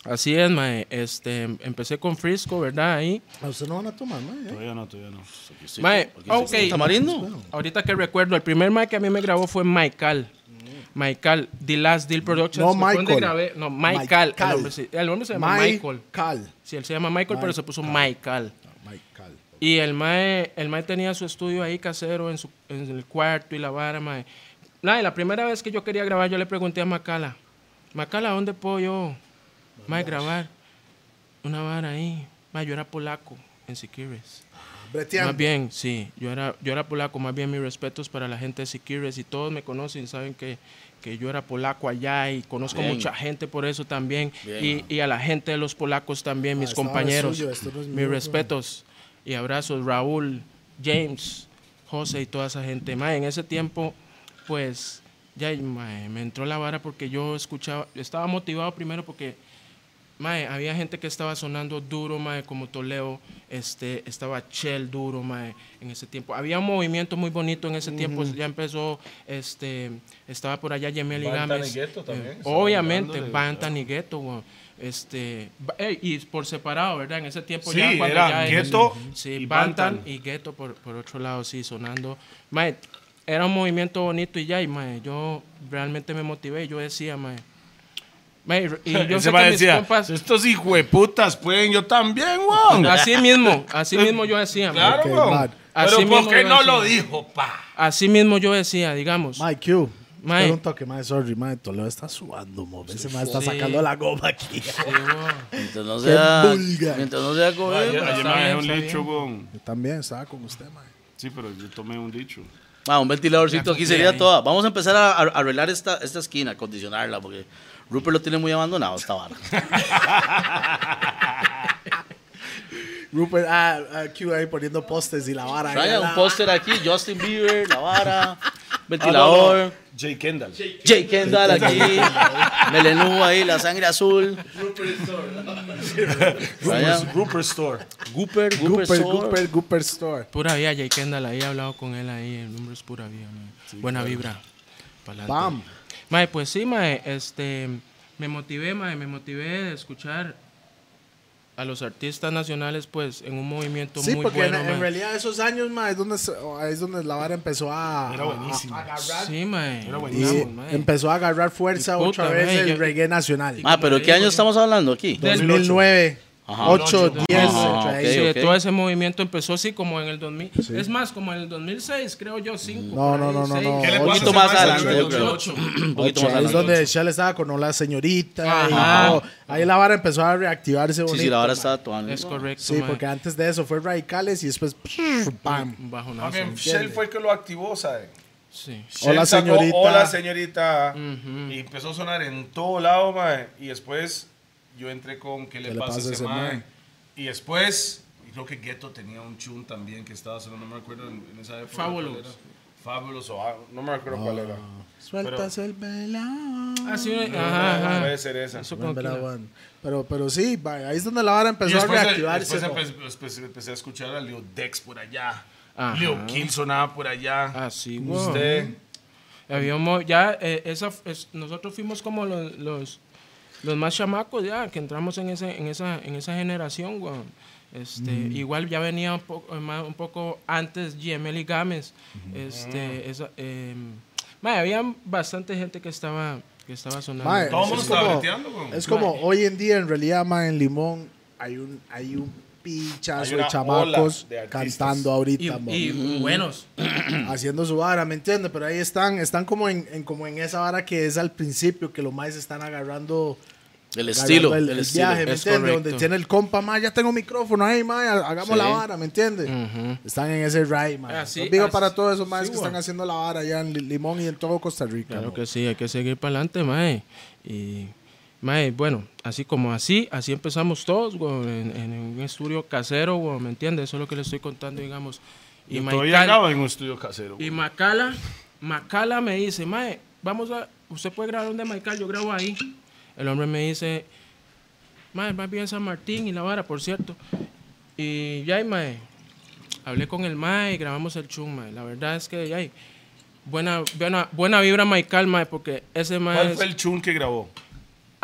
Speaker 2: Así es, mae. Este, empecé con Frisco, ¿verdad? Ahí.
Speaker 3: A usted no van a tomar, mae. eh?
Speaker 4: Todavía no, todavía no.
Speaker 1: Sí,
Speaker 2: Mae,
Speaker 1: porque sí,
Speaker 2: ok.
Speaker 1: Tamarindo.
Speaker 2: Ahorita que recuerdo, el primer mae que a mí me grabó fue Michael. Michael, The Last Deal Productions.
Speaker 3: No,
Speaker 2: que fue donde
Speaker 3: Michael.
Speaker 2: grabé- No, Michael. El
Speaker 3: Michael.
Speaker 2: hombre, sí, el hombre se llama
Speaker 3: Mike
Speaker 2: Michael.
Speaker 3: Cal.
Speaker 2: Sí, él se llama Michael, pero se puso Michael.
Speaker 3: Mike Cal.
Speaker 2: Y el mae, el mae tenía su estudio ahí casero en, su, en el cuarto y la vara, mae. Nah, y la primera vez que yo quería grabar, yo le pregunté a Macala, Macala, ¿dónde puedo yo mae, grabar? Una vara ahí. Mae, yo era polaco en Siquirres. Más
Speaker 3: Breteando.
Speaker 2: bien, sí, yo era, yo era polaco, más bien mis respetos para la gente de Siquirres y todos me conocen, saben que, que yo era polaco allá y conozco
Speaker 1: Bien.
Speaker 2: mucha gente por eso también
Speaker 1: Bien,
Speaker 2: y, y a la gente de los polacos también, mis
Speaker 3: esta vara es
Speaker 2: compañeros,
Speaker 3: suyo, esto no es mío,
Speaker 2: mis
Speaker 3: bro.
Speaker 2: respetos y abrazos, Raúl, James, José y toda esa gente. Mae, en ese tiempo, pues, ya y, mae, me entró la vara porque yo escuchaba, estaba motivado primero porque Mae, había gente que estaba sonando duro, mae, como Toledo, este, estaba Chell duro, mae, en ese tiempo. Había un movimiento muy bonito en ese tiempo, ya empezó, este, estaba por allá Yemel y
Speaker 4: Bantan y
Speaker 2: Gámez.
Speaker 4: Gueto también,
Speaker 2: Eh,
Speaker 4: estaban
Speaker 2: obviamente,
Speaker 4: dándole,
Speaker 2: Bantan y Gueto, weón. este, ba- eh, y por separado, ¿verdad? En ese tiempo
Speaker 4: Sí,
Speaker 2: ya cuando
Speaker 4: era
Speaker 2: ya
Speaker 4: Gueto
Speaker 2: sí,
Speaker 4: y
Speaker 2: Bantan
Speaker 4: Bantan.
Speaker 2: y Gueto por, por otro lado, sí, sonando. Mae, era un movimiento bonito y ya, y mae, yo realmente me motivé, yo decía, mae, mae, y yo
Speaker 4: Ese
Speaker 2: sé
Speaker 4: mae
Speaker 2: que mis
Speaker 4: decía,
Speaker 2: compas-
Speaker 4: estos hijueputas pueden yo también, weón.
Speaker 2: Así mismo, así mismo yo decía. man.
Speaker 4: Claro,
Speaker 3: Ok,
Speaker 4: weón.
Speaker 3: man.
Speaker 2: Así
Speaker 4: Pero ¿por
Speaker 2: mismo
Speaker 4: qué
Speaker 2: lo
Speaker 4: no
Speaker 2: hacía.
Speaker 4: lo dijo, pa?
Speaker 2: Así mismo yo decía, digamos.
Speaker 3: Mike Q.
Speaker 2: Mae.
Speaker 3: Espera un toque, mae, sorry, mae, Toledo está sudando, mo. Ese mae está
Speaker 2: Sí.
Speaker 3: sacando la goma aquí.
Speaker 2: "Oh,
Speaker 1: Mientras no sea.
Speaker 3: vulgar.
Speaker 1: Mientras no sea COVID,
Speaker 4: Ayer,
Speaker 1: mae.
Speaker 4: ayer me
Speaker 2: está
Speaker 4: bajé
Speaker 2: bien,
Speaker 4: un
Speaker 2: está
Speaker 4: licho, weón.
Speaker 3: Yo también estaba con usted, mae.
Speaker 4: Sí, pero yo tomé un licho.
Speaker 1: Ah, un ventiladorcito
Speaker 2: Ya
Speaker 1: aquí
Speaker 2: compré
Speaker 1: sería
Speaker 2: ahí.
Speaker 1: toda. Vamos a empezar a, a- a arreglar esta, esta esquina, a condicionarla, porque Rupert lo tiene muy abandonado esta vara.
Speaker 3: Rupert, ah, ah, Q ahí poniendo postes y la vara. ahí
Speaker 1: Traiga
Speaker 3: al
Speaker 1: un
Speaker 3: lado.
Speaker 1: póster aquí, Justin Bieber, la vara,
Speaker 4: Ah, no,
Speaker 1: ventilador,
Speaker 4: no. Jay Kendall.
Speaker 1: Jake Kendall aquí, Melenú ahí, la sangre azul. Traiga
Speaker 4: Rupert, Rupert Store.
Speaker 1: Gooper, Gooper,
Speaker 3: Gooper,
Speaker 1: Sword.
Speaker 3: Gooper, Gooper Store.
Speaker 2: Pura vida, Jay Kendall, ahí he hablado con él ahí, el nombre es pura vida, man. Buena vibra. Pa'lante.
Speaker 3: Bam.
Speaker 2: Mae, pues sí, mae, este, me motivé, mae, me motivé de escuchar a los artistas nacionales, pues, en un movimiento
Speaker 3: Sí,
Speaker 2: muy
Speaker 3: porque
Speaker 2: bueno,
Speaker 3: en, en
Speaker 2: mae.
Speaker 3: realidad esos años, ma, es donde, se- oh, ahí es donde la vara empezó a,
Speaker 4: Era
Speaker 3: a-
Speaker 4: buenísimo.
Speaker 3: a- a agarrar.
Speaker 2: Sí, mae.
Speaker 3: y
Speaker 2: digamos, mae.
Speaker 3: empezó a agarrar fuerza
Speaker 2: Y
Speaker 3: otra
Speaker 2: puta,
Speaker 3: vez
Speaker 2: mae,
Speaker 3: el
Speaker 2: yo-
Speaker 3: reggae nacional.
Speaker 1: Ah, pero ¿qué año estamos hablando aquí?
Speaker 3: 2009,
Speaker 1: Ajá.
Speaker 3: 8, 10,
Speaker 1: Ajá,
Speaker 3: otra
Speaker 1: ok,
Speaker 3: vez.
Speaker 2: Sí,
Speaker 1: ok.
Speaker 2: de todo ese movimiento empezó así como en el 2000. Es más, como en el 2006, creo yo, 5.
Speaker 3: No, no, no, no, no.
Speaker 4: ¿Qué le
Speaker 1: Un
Speaker 4: pasa
Speaker 3: Ocho,
Speaker 1: poquito
Speaker 4: a
Speaker 1: más
Speaker 4: ese mae?
Speaker 1: adelante, yo creo.
Speaker 2: 2008.
Speaker 1: Un poquito
Speaker 3: ocho,
Speaker 1: más
Speaker 3: ahí es
Speaker 1: adelante.
Speaker 3: donde Shell estaba con la señorita. y
Speaker 2: Ajá.
Speaker 3: todo. Ahí la vara empezó a reactivarse bonito.
Speaker 1: Sí, sí, la vara
Speaker 3: ma.
Speaker 1: está actuando.
Speaker 2: Es correcto.
Speaker 3: Sí,
Speaker 2: mae.
Speaker 3: porque antes de eso fue radicales y después ¡pam!
Speaker 2: Un bajonazo.
Speaker 4: Más bien, Shell fue el que lo activó, ¿sabes?
Speaker 2: Sí.
Speaker 3: Hola, señorita.
Speaker 4: Hola, señorita. Y empezó a sonar en todo lado, mae. Y después yo entré con ¿Qué le,
Speaker 3: ¿Qué le
Speaker 4: pasa, a ese
Speaker 3: mae?
Speaker 4: mae? Y después, y creo que Ghetto tenía un chun también que estaba sonando, no me acuerdo en, en esa época. cuál
Speaker 2: Fabulous.
Speaker 4: era. Fabulous o algo, no me acuerdo cuál era.
Speaker 3: Sueltas el velado.
Speaker 2: Ah, sí,
Speaker 4: Pero
Speaker 2: ajá, ajá.
Speaker 4: Puede ser esa.
Speaker 2: Eso
Speaker 3: Buen
Speaker 2: como que la-
Speaker 3: velado, man. Pero, pero sí, mae, ahí es donde la
Speaker 4: Y
Speaker 3: vara empezó a
Speaker 4: después,
Speaker 3: reactivarse.
Speaker 4: después
Speaker 3: ¿no?
Speaker 4: empe- después empecé a escuchar a Leo Dex por allá.
Speaker 2: Ajá.
Speaker 4: Leo Kill sonaba por allá.
Speaker 2: Ah, sí, güey.
Speaker 4: Usted.
Speaker 2: Habíamos, ya, eh, esa, es- nosotros fuimos como los, los, los más chamacos, ya, que entramos en, ese, en, esa, en esa generación, weón. Este, Igual ya venía un poco, eh, más, un poco antes GML y Gámez. Este, esa, em, mae, había bastante gente que estaba, que estaba sonando.
Speaker 3: Mae,
Speaker 4: Todo el
Speaker 3: es
Speaker 4: mundo
Speaker 3: como-
Speaker 4: estaba breteando, güey.
Speaker 3: Es como hoy en día, en realidad, mae, en Limón hay un, hay un
Speaker 4: Hay
Speaker 3: pinchazo
Speaker 4: una
Speaker 3: de chamacos
Speaker 4: ola de artistas.
Speaker 3: cantando
Speaker 2: y,
Speaker 3: ahorita, mo.
Speaker 2: y buenos.
Speaker 3: haciendo su vara, ¿me entiendes? Pero ahí están, están como en, en- como en esa vara que es al principio, que los maes están agarrando
Speaker 1: El
Speaker 3: agarrando
Speaker 1: estilo, el,
Speaker 3: el, el
Speaker 1: estilo.
Speaker 3: viaje, ¿me
Speaker 2: es
Speaker 3: entiendes?
Speaker 2: correcto.
Speaker 3: Donde tiene el compa, ma, ya tengo micrófono ahí, ma, ha- hagamos
Speaker 1: Sí.
Speaker 3: la vara, ¿me entiendes? Están en ese ride, ma.
Speaker 2: Ah, sí,
Speaker 3: Los digo
Speaker 2: ah,
Speaker 3: para
Speaker 2: sí,
Speaker 3: todos esos maes
Speaker 2: sí,
Speaker 3: que
Speaker 2: bueno.
Speaker 3: están haciendo la vara allá en Li- Limón y en todo Costa Rica.
Speaker 2: Claro
Speaker 3: ¿no?
Speaker 2: que sí, hay que seguir para adelante, mae. Y, mae, bueno, así como así, así empezamos todos, weón, en, en un estudio casero, weón, ¿me entiendes? Eso es lo que le estoy contando, digamos. Y,
Speaker 4: Yo
Speaker 2: Maikal-
Speaker 4: todavía grabo en un estudio casero.
Speaker 2: y
Speaker 4: güey.
Speaker 2: Macala, Macala me dice, mae, vamos a, usted puede grabar donde Maikal, yo grabo ahí. El hombre me dice, mae, más bien San Martín y La Vara, por cierto. Y ya, y, mae, hablé con el mae y grabamos el chum, mae. La verdad es que, ya, y buena, buena, buena vibra Maikal, mae, porque ese mae
Speaker 1: pues
Speaker 4: ¿Cuál
Speaker 2: es-
Speaker 4: fue el chun que grabó?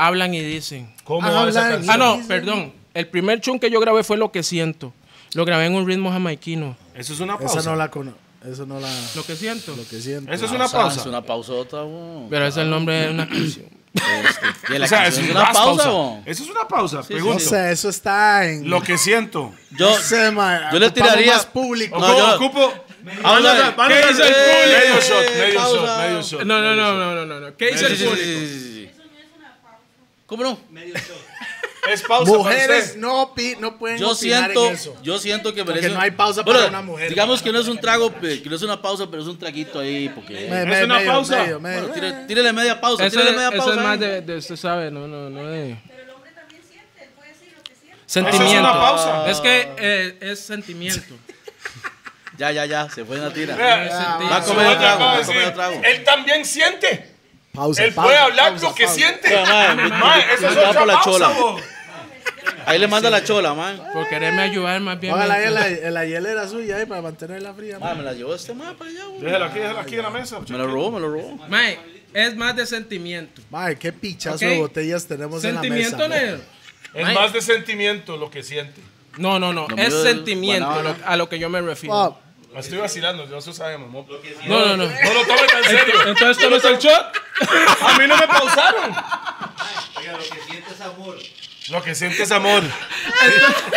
Speaker 2: hablan y dicen.
Speaker 4: ¿Cómo
Speaker 3: Ah,
Speaker 4: va esa
Speaker 3: hablan-
Speaker 4: canción?
Speaker 2: Ah, no,
Speaker 3: dicen.
Speaker 2: perdón. El primer chum que yo grabé fue Lo que siento. Lo grabé en un ritmo jamaiquino.
Speaker 4: Eso es una pausa.
Speaker 3: Esa no la conozco. Eso no la.
Speaker 2: Lo que siento.
Speaker 3: Lo que siento.
Speaker 4: Eso es una
Speaker 1: Es
Speaker 4: pausa.
Speaker 1: una pausota, weón.
Speaker 2: Pero ese es el nombre de una canción.
Speaker 1: Este, y la
Speaker 4: O sea,
Speaker 1: canción
Speaker 4: es
Speaker 1: es
Speaker 4: una
Speaker 1: una pausa,
Speaker 4: pausa.
Speaker 1: weón.
Speaker 4: Eso es una pausa.
Speaker 3: No
Speaker 4: Pregunto.
Speaker 3: sé, eso está en.
Speaker 4: Lo que siento.
Speaker 1: Yo,
Speaker 3: no sé, ma,
Speaker 1: yo le
Speaker 3: ocupamos
Speaker 1: tiraría-
Speaker 3: Más público.
Speaker 1: No,
Speaker 4: Ocupo-
Speaker 1: yo-
Speaker 4: ocupo.
Speaker 1: Vamos a ver,
Speaker 4: ¿Qué
Speaker 1: vamos a
Speaker 4: dice
Speaker 1: ver.
Speaker 4: el
Speaker 1: Eh,
Speaker 4: público? Medio shot, medio
Speaker 1: pausa.
Speaker 4: shot, medio shot.
Speaker 2: No, no, no, no, no, no, no. ¿Qué dice
Speaker 1: Sí,
Speaker 2: el
Speaker 1: sí, sí,
Speaker 2: público?
Speaker 1: sí, sí, sí. ¿Cómo no?
Speaker 4: Es pausa. para
Speaker 3: Mujeres
Speaker 4: usted.
Speaker 3: no, pi- no pueden
Speaker 1: Yo
Speaker 3: opinar
Speaker 1: siento,
Speaker 3: en eso.
Speaker 1: yo siento que merece.
Speaker 3: no hay pausa para una mujer.
Speaker 1: Digamos que no es un trago, pe- que no es una pausa, pero es un traguito ahí, porque.
Speaker 3: Me-
Speaker 4: Es
Speaker 3: me-
Speaker 4: una
Speaker 3: medio,
Speaker 4: pausa.
Speaker 3: medio, medio.
Speaker 1: Bueno, tire- tírele media pausa,
Speaker 2: Eso,
Speaker 1: tírele media
Speaker 2: eso
Speaker 1: pausa.
Speaker 2: es
Speaker 1: ahí.
Speaker 2: más de, de usted sabe, no, no, no de
Speaker 5: Pero el hombre también siente, él puede decir lo que siente.
Speaker 4: Eso es
Speaker 2: sentimiento.
Speaker 4: una pausa.
Speaker 2: Es que eh, es sentimiento.
Speaker 1: Ya, ya, ya, se fue una tira.
Speaker 4: Vea,
Speaker 2: Es
Speaker 1: Ah, Va a
Speaker 2: sentimiento.
Speaker 1: comer
Speaker 4: Yo
Speaker 1: el trago,
Speaker 4: acabo
Speaker 1: va
Speaker 4: de
Speaker 1: a comer el
Speaker 4: decir,
Speaker 1: trago.
Speaker 4: Él también siente.
Speaker 3: Pausa,
Speaker 4: Él
Speaker 3: pausa,
Speaker 4: puede hablar
Speaker 3: pausa,
Speaker 4: lo que
Speaker 3: pausa.
Speaker 4: siente.
Speaker 1: Mae,
Speaker 4: Mae, eso es
Speaker 1: va
Speaker 4: otra
Speaker 1: por la
Speaker 4: pausa.
Speaker 1: chola.
Speaker 4: bo.
Speaker 1: Ahí le manda la chola, man.
Speaker 2: Por quererme ayudar más bien.
Speaker 3: Póngala ahí en la, en la hielera suya ahí para mantenerla fría. ma.
Speaker 1: Ah, me la llevó este mapa allá, güey.
Speaker 4: Déjalo aquí, déjalo aquí en la mesa.
Speaker 1: Me la robó, me la robó.
Speaker 2: Mae, es más de sentimiento.
Speaker 3: Mae, qué pichazo
Speaker 2: Ok.
Speaker 3: de botellas tenemos en la mesa.
Speaker 2: Sentimiento,
Speaker 3: ma.
Speaker 2: negro.
Speaker 4: Es más de sentimiento lo que siente.
Speaker 2: No, no, no.
Speaker 1: Lo
Speaker 2: Es
Speaker 1: mío es
Speaker 2: sentimiento
Speaker 1: guanábana.
Speaker 2: lo- a lo que yo me refiero.
Speaker 3: Wow.
Speaker 4: La estoy vacilando, yo eso sabemos. mo.
Speaker 2: No, no, no.
Speaker 4: No lo tomen tan serio.
Speaker 2: Entonces, ¿esto no es el shot?
Speaker 4: A mí no me pausaron. lo que siente es amor. Lo que siente es amor.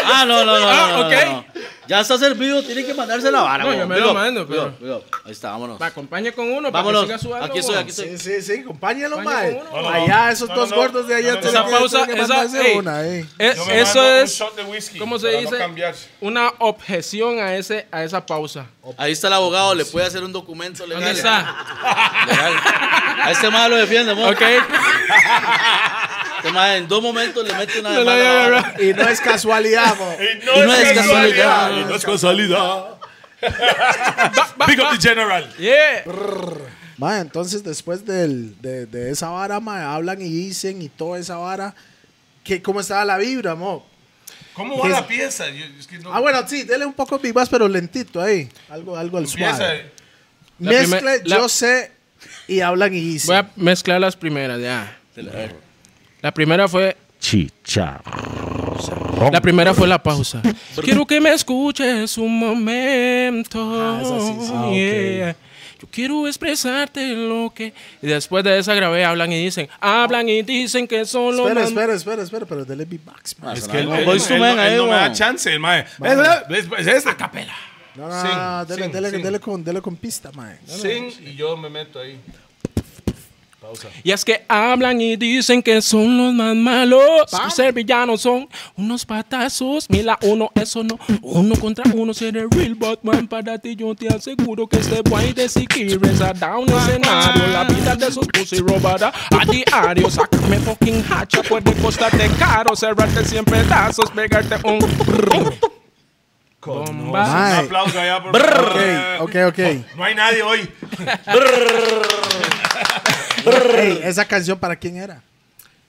Speaker 1: Ah, no, no, no.
Speaker 2: Ah,
Speaker 1: no, no,
Speaker 2: ok.
Speaker 1: no. Ya está servido, tiene que mandarse la vara,
Speaker 2: No,
Speaker 1: güey.
Speaker 2: yo me
Speaker 1: Cuidado,
Speaker 2: lo mando,
Speaker 1: cuidado, cuidado. Ahí está, vámonos.
Speaker 2: Me acompaña con uno
Speaker 1: Vámonos.
Speaker 2: para que siga sudando.
Speaker 1: Aquí estoy,
Speaker 2: bo.
Speaker 1: aquí estoy.
Speaker 3: Sí, sí, sí, acompáñalo,
Speaker 2: Acompáñalo
Speaker 3: mae.
Speaker 2: con uno,
Speaker 4: no.
Speaker 3: Allá, esos
Speaker 4: No,
Speaker 3: dos
Speaker 4: no,
Speaker 3: gordos de allá
Speaker 4: no, no.
Speaker 3: tienen
Speaker 2: Esa
Speaker 3: que-
Speaker 2: pausa,
Speaker 3: tienen que mandarse
Speaker 2: esa, ey,
Speaker 3: una ahí.
Speaker 2: es-
Speaker 4: Yo me
Speaker 2: Eh, eso
Speaker 4: mando un
Speaker 2: es,
Speaker 4: shot de whisky
Speaker 2: ¿cómo se
Speaker 4: para no
Speaker 2: dice?
Speaker 4: cambiar.
Speaker 2: una objeción a, ese, a esa pausa.
Speaker 1: Ahí está el abogado, le puede hacer un documento legal.
Speaker 2: ¿Dónde está?
Speaker 1: Legal. A este madre lo defiende, mo.
Speaker 2: Ok.
Speaker 1: Este madre en dos momentos le mete una
Speaker 2: No lo
Speaker 1: demanda a la
Speaker 2: había
Speaker 1: vara.
Speaker 2: agarrado.
Speaker 3: Y no es casualidad, mo.
Speaker 4: Y
Speaker 1: Y no es casualidad.
Speaker 4: Y no es casualidad. Big up the general.
Speaker 2: Yeah.
Speaker 3: Mae, entonces después del, de, de esa vara, mae, hablan y dicen y toda esa vara. ¿Qué, ¿Cómo estaba la vibra, mo?
Speaker 4: ¿Cómo va la pieza? Yo- es que no-
Speaker 3: Ah, bueno, sí, dele un poco vivas, pero lentito ahí. Algo, algo al
Speaker 4: Pieza,
Speaker 3: suave.
Speaker 2: La
Speaker 3: Mezcle,
Speaker 2: primer- la-
Speaker 3: yo sé, y hablan y dicen.
Speaker 2: Voy a mezclar las primeras, ya. La primera fue. Chicharrón. La primera fue la pausa. Quiero que me escuches un momento.
Speaker 3: esa sí, sí. Ah, ok.
Speaker 2: yeah. Yo quiero expresarte lo que. Y después de esa grabé, hablan y dicen. Hablan y dicen que solo.
Speaker 3: Espera,
Speaker 2: man-
Speaker 3: espera, espera, espera, pero dele beatbox, man.
Speaker 4: Ah, Es que él,
Speaker 1: No,
Speaker 4: él-
Speaker 1: voy
Speaker 4: él-
Speaker 1: sumen
Speaker 4: él
Speaker 1: ahí,
Speaker 4: no me da
Speaker 1: weón.
Speaker 4: chance, el mae. Es, la- es, es esta capela.
Speaker 3: No, no,
Speaker 4: Sing,
Speaker 3: no, dele,
Speaker 4: sing,
Speaker 3: dele,
Speaker 4: sing.
Speaker 3: dele con, dele con pista, man.
Speaker 4: Sing y yo me meto ahí.
Speaker 2: Y es que hablan y dicen que son los más malos. Los Ser villanos son unos patazos. Mil a uno, eso no. Uno contra uno, ser el real Batman. Para ti, yo te aseguro que este guay de Sikiris a down escenario. La vida de esos pussy robada a diario. Sácame fucking hacha, puede costarte caro. Cerrarte 100 pedazos, pegarte un. Bomba.
Speaker 3: Mae.
Speaker 4: Un aplauso allá por
Speaker 3: Ok, ok, ok.
Speaker 4: No hay nadie hoy.
Speaker 3: Ey, ¿Esa canción para quién era?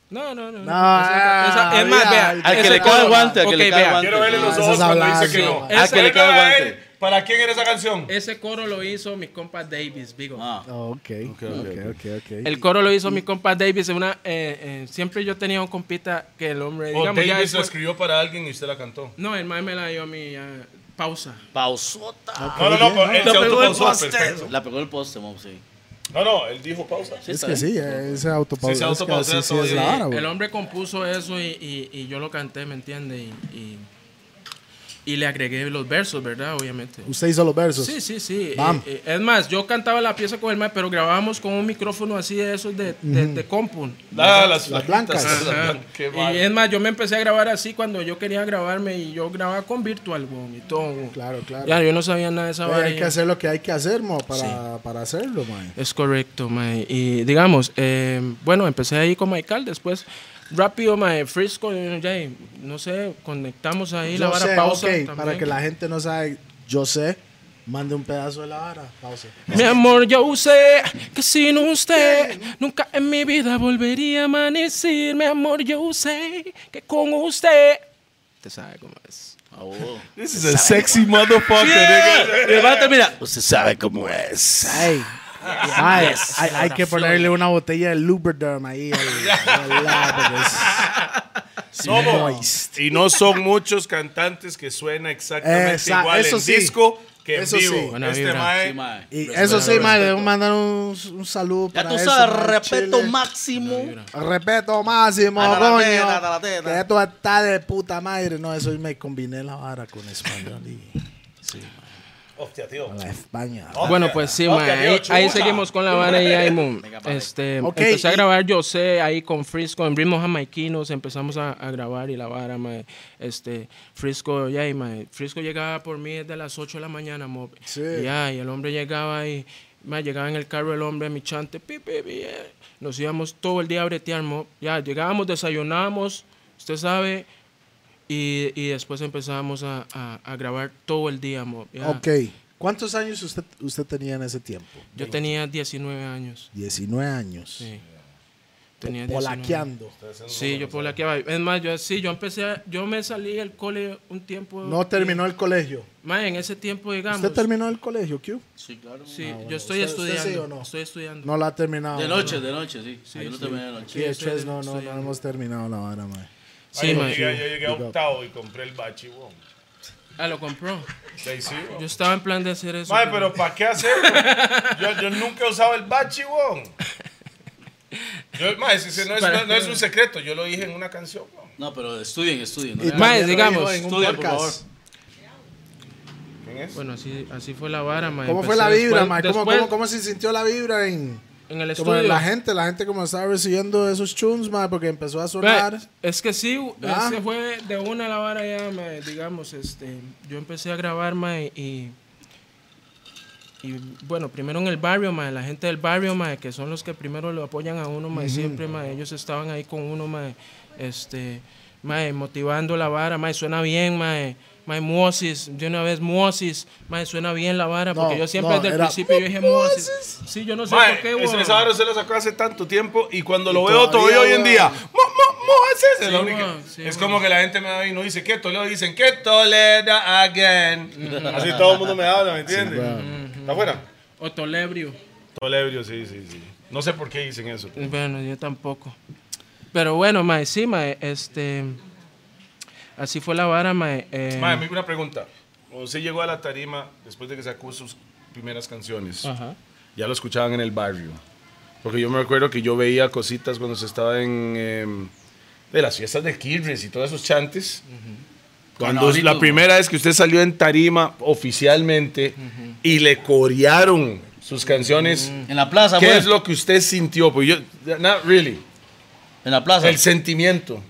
Speaker 2: No, no, no. no.
Speaker 3: No,
Speaker 2: Esa- es más,
Speaker 3: ya,
Speaker 2: vea.
Speaker 3: ya.
Speaker 1: Al que
Speaker 2: ese
Speaker 1: le cae el
Speaker 2: coro-
Speaker 1: guante, al que
Speaker 2: Ok,
Speaker 1: le cae el
Speaker 2: vea.
Speaker 1: guante.
Speaker 4: Quiero verle los
Speaker 3: esas
Speaker 4: ojos cuando dice que
Speaker 3: habladas,
Speaker 4: no.
Speaker 2: sí.
Speaker 4: Ah,
Speaker 2: Ese-
Speaker 4: que le cae el
Speaker 2: Venga,
Speaker 4: guante.
Speaker 2: él.
Speaker 4: ¿Para quién era esa canción?
Speaker 2: Ese coro lo hizo mi compa Davis, Vigo.
Speaker 1: Ah,
Speaker 3: Oh, ok, ok, ok, ok.
Speaker 2: El coro lo hizo mi compa Davis. en Una, eh, eh, siempre yo tenía un compita que el hombre.
Speaker 4: O
Speaker 2: Digamos, ya
Speaker 4: Oh, Davis lo
Speaker 2: después-
Speaker 4: escribió para alguien y usted la cantó.
Speaker 2: no, el mae me la dio a mí. ya, pausa.
Speaker 1: pausota.
Speaker 4: No, pues, no, no, pero él
Speaker 1: La
Speaker 4: se
Speaker 1: pegó el
Speaker 4: autopausó.
Speaker 1: poste.
Speaker 4: perfecto.
Speaker 1: La pegó el poste, mo, sí.
Speaker 4: No, no, él dijo pausa.
Speaker 1: Sí,
Speaker 3: Es
Speaker 1: está
Speaker 3: que
Speaker 1: bien.
Speaker 3: sí, eh, ese autopausó.
Speaker 4: Sí, se
Speaker 3: es que
Speaker 4: autopausea
Speaker 3: así sí es
Speaker 4: todo
Speaker 3: la
Speaker 4: bien.
Speaker 3: hora, güey.
Speaker 2: El hombre compuso eso y, y- y yo lo canté, ¿me entiende? Y, y, y le agregué los versos, ¿verdad? Obviamente.
Speaker 3: Usted hizo los versos.
Speaker 2: Sí, sí, sí.
Speaker 3: Bam.
Speaker 2: Eh, eh, es más, yo cantaba la pieza con el mae, pero grabábamos con un micrófono así de esos de, de, de compu.
Speaker 4: Ah, las,
Speaker 3: Las
Speaker 4: flaquitas,
Speaker 3: blancas.
Speaker 4: las
Speaker 2: Ajá.
Speaker 4: blancas, qué
Speaker 2: Y
Speaker 4: mal.
Speaker 2: es más, yo me empecé a grabar así cuando yo quería grabarme y yo grababa con virtual, weón, y todo. weón.
Speaker 3: Claro, claro.
Speaker 2: Ya, yo no sabía nada de esa
Speaker 3: Pero
Speaker 2: vaina.
Speaker 3: hay que hacer lo que hay que hacer, mo, para, para hacerlo, man.
Speaker 2: Es correcto, mae. Y digamos, eh, bueno, empecé ahí con Michael, después rápido, mae, Frisco, eh, ya, no sé, conectamos ahí la
Speaker 3: Yo
Speaker 2: vara
Speaker 3: sé,
Speaker 2: pausa.
Speaker 3: ok,
Speaker 2: también.
Speaker 3: para que la gente no sabe, yo sé, mande un pedazo de la vara, pausa.
Speaker 2: Mi amor, yo sé que sin usted nunca en mi vida volvería a amanecer. Mi amor, yo sé que con usted. Te sabe cómo es.
Speaker 1: Ah, wow.
Speaker 4: This is a sexy motherfucker. nigga.
Speaker 1: Y el vato, mira, usted sabe cómo es.
Speaker 3: Ay, ay, hay, hay que ponerle una botella de Lubriderm ahí al, al lado, pues. porque es- es moist.
Speaker 4: Y no son muchos cantantes que suena exactamente
Speaker 3: Esa-
Speaker 4: igual
Speaker 3: eso
Speaker 4: en
Speaker 3: sí.
Speaker 4: disco que
Speaker 3: Eso
Speaker 4: en
Speaker 3: sí.
Speaker 4: vivo.
Speaker 2: Buena
Speaker 4: Este
Speaker 2: vibra.
Speaker 1: Sí,
Speaker 4: mae,
Speaker 1: mae.
Speaker 3: Y eso sí, man, le debemos mandar un, un saludo
Speaker 1: Ya
Speaker 3: para
Speaker 1: tú
Speaker 3: eso,
Speaker 1: sabes,
Speaker 3: mae,
Speaker 1: respeto
Speaker 3: Chile.
Speaker 1: máximo.
Speaker 3: Respeto máximo,
Speaker 1: A la
Speaker 3: coño.
Speaker 1: tela, a la tela.
Speaker 3: Que esto está de puta madre. No, eso me combiné la vara con español y
Speaker 4: hostia, tío.
Speaker 3: con la España.
Speaker 1: Oh.
Speaker 2: Bueno, pues sí,
Speaker 4: Ok,
Speaker 2: mae, ahí,
Speaker 4: ocho,
Speaker 2: ahí
Speaker 4: puta.
Speaker 2: seguimos con la vara y ahí, mo, este,
Speaker 3: Ok,
Speaker 2: empecé a
Speaker 3: y-
Speaker 2: grabar yo sé ahí con Frisco, en ritmos jamaiquinos empezamos a, a grabar y la vara, mae, este, Frisco, ya, y, mae, Frisco llegaba por mí desde las 8 de la mañana, mo,
Speaker 3: Sí.
Speaker 2: y ya, y el hombre llegaba y, mae, llegaba en el carro el hombre, mi chante, pi, pi, pi, eh. nos íbamos todo el día a bretear, mo, ya, llegábamos, desayunábamos, usted sabe... Y, y después empezamos a, a- a grabar todo el día, mo, ya.
Speaker 3: Ok. ¿Cuántos años usted, usted tenía en ese tiempo?
Speaker 2: Yo tenía 19 años.
Speaker 3: 19 años.
Speaker 2: Sí. Tenía 19.
Speaker 3: Polaqueando.
Speaker 2: Sí, yo polaqueaba. Es más, yo sí, yo empecé, a- yo me salí del cole un tiempo.
Speaker 3: No terminó el colegio.
Speaker 2: Más en ese tiempo, digamos.
Speaker 3: ¿Usted terminó el colegio, Q?
Speaker 1: Sí, claro.
Speaker 2: Sí, yo estoy
Speaker 3: ¿Usted- usted sí
Speaker 2: estudiando.
Speaker 3: o no?
Speaker 2: Estoy estudiando.
Speaker 3: No la ha terminado.
Speaker 1: De
Speaker 3: ¿no?
Speaker 1: noche, de noche, sí. Ah, Yo no terminé de noche.
Speaker 3: Sí,
Speaker 2: estoy
Speaker 3: tres,
Speaker 2: de-
Speaker 3: no, no,
Speaker 2: estoy
Speaker 3: no
Speaker 2: de-
Speaker 3: hemos terminado la vara, man.
Speaker 2: Sí,
Speaker 4: yo,
Speaker 2: mae.
Speaker 4: llegué, yo llegué a octavo y compré el bachi, weón.
Speaker 2: Ah, lo compró.
Speaker 4: Sí, sí, weón.
Speaker 2: Yo estaba en plan de hacer eso.
Speaker 4: Mae,
Speaker 2: pero-
Speaker 4: pero ¿para qué hacerlo? yo, yo nunca he usado el bachi, weón. Yo, mae, si se- no, es, no- no es un secreto, yo lo dije en una canción, weón.
Speaker 1: No, pero estudien, estudien. ¿no?
Speaker 3: Y
Speaker 1: Ya,
Speaker 2: Mae,
Speaker 3: también lo
Speaker 2: digamos,
Speaker 3: dijo en un
Speaker 1: estudien, por favor.
Speaker 3: podcast.
Speaker 4: ¿Quién es?
Speaker 2: Bueno, así, así fue la vara, mae.
Speaker 3: ¿Cómo
Speaker 2: Empecé
Speaker 3: fue la vibra,
Speaker 2: después-
Speaker 3: man? ¿Cómo,
Speaker 2: después
Speaker 3: cómo, ¿Cómo se sintió la vibra en,
Speaker 2: En el
Speaker 3: como
Speaker 2: estudio.
Speaker 3: en la gente? La gente como estaba recibiendo esos tunes, man, porque empezó a sonar.
Speaker 2: Mae, es que sí,
Speaker 3: Ah.
Speaker 2: ese fue de una la vara ya, mae, digamos, este, yo empecé a grabar, mae, y, y bueno, primero en el barrio, mae, la gente del barrio, mae, que son los que primero lo apoyan a uno, mae, siempre, mae, ellos estaban ahí con uno, mae, este, mae, motivando la vara, mae, suena bien, mae, mae, Moses, de una vez Moses, mae, suena bien la vara, porque
Speaker 3: No,
Speaker 2: yo siempre
Speaker 3: no,
Speaker 2: desde el
Speaker 3: era-
Speaker 2: principio yo dije Moses. Sí, yo no sé
Speaker 4: Mae,
Speaker 2: por qué,
Speaker 4: esa-
Speaker 2: weón.
Speaker 4: esa vara se la sacó hace tanto tiempo y cuando lo veo
Speaker 3: todavía,
Speaker 4: todavía hoy en
Speaker 3: weón.
Speaker 4: día, mo, mo, mo, es esa,
Speaker 2: Sí,
Speaker 4: la única.
Speaker 2: weón, sí,
Speaker 4: es
Speaker 2: weón.
Speaker 4: como que la gente me va y no dice que Toledo, dicen que Toleda again. Así todo el mundo me habla, ¿me entiendes? ¿Está afuera?
Speaker 2: O Tolebrio.
Speaker 4: Tolebrio, sí, sí, sí. No sé por qué dicen eso.
Speaker 2: Bueno, yo tampoco. Pero bueno, mae, sí, mae, este... Así fue la vara, mae. eh,
Speaker 4: Mae, me una pregunta. Cuando usted llegó a la tarima después de que sacó sus primeras canciones,
Speaker 2: Ajá.
Speaker 4: ya lo escuchaban en el barrio. Porque yo me recuerdo que yo veía cositas cuando se estaba en em, de las fiestas de Kirres y todos esos chantes. Cuando
Speaker 1: Carnavalitos,
Speaker 4: la
Speaker 1: ¿no?
Speaker 4: primera vez que usted salió en tarima oficialmente y le corearon su sus canciones.
Speaker 1: En la plaza, pues.
Speaker 4: ¿Qué
Speaker 1: fue.
Speaker 4: es lo que usted sintió? Pues yo, not really.
Speaker 1: En la plaza.
Speaker 4: El sentimiento.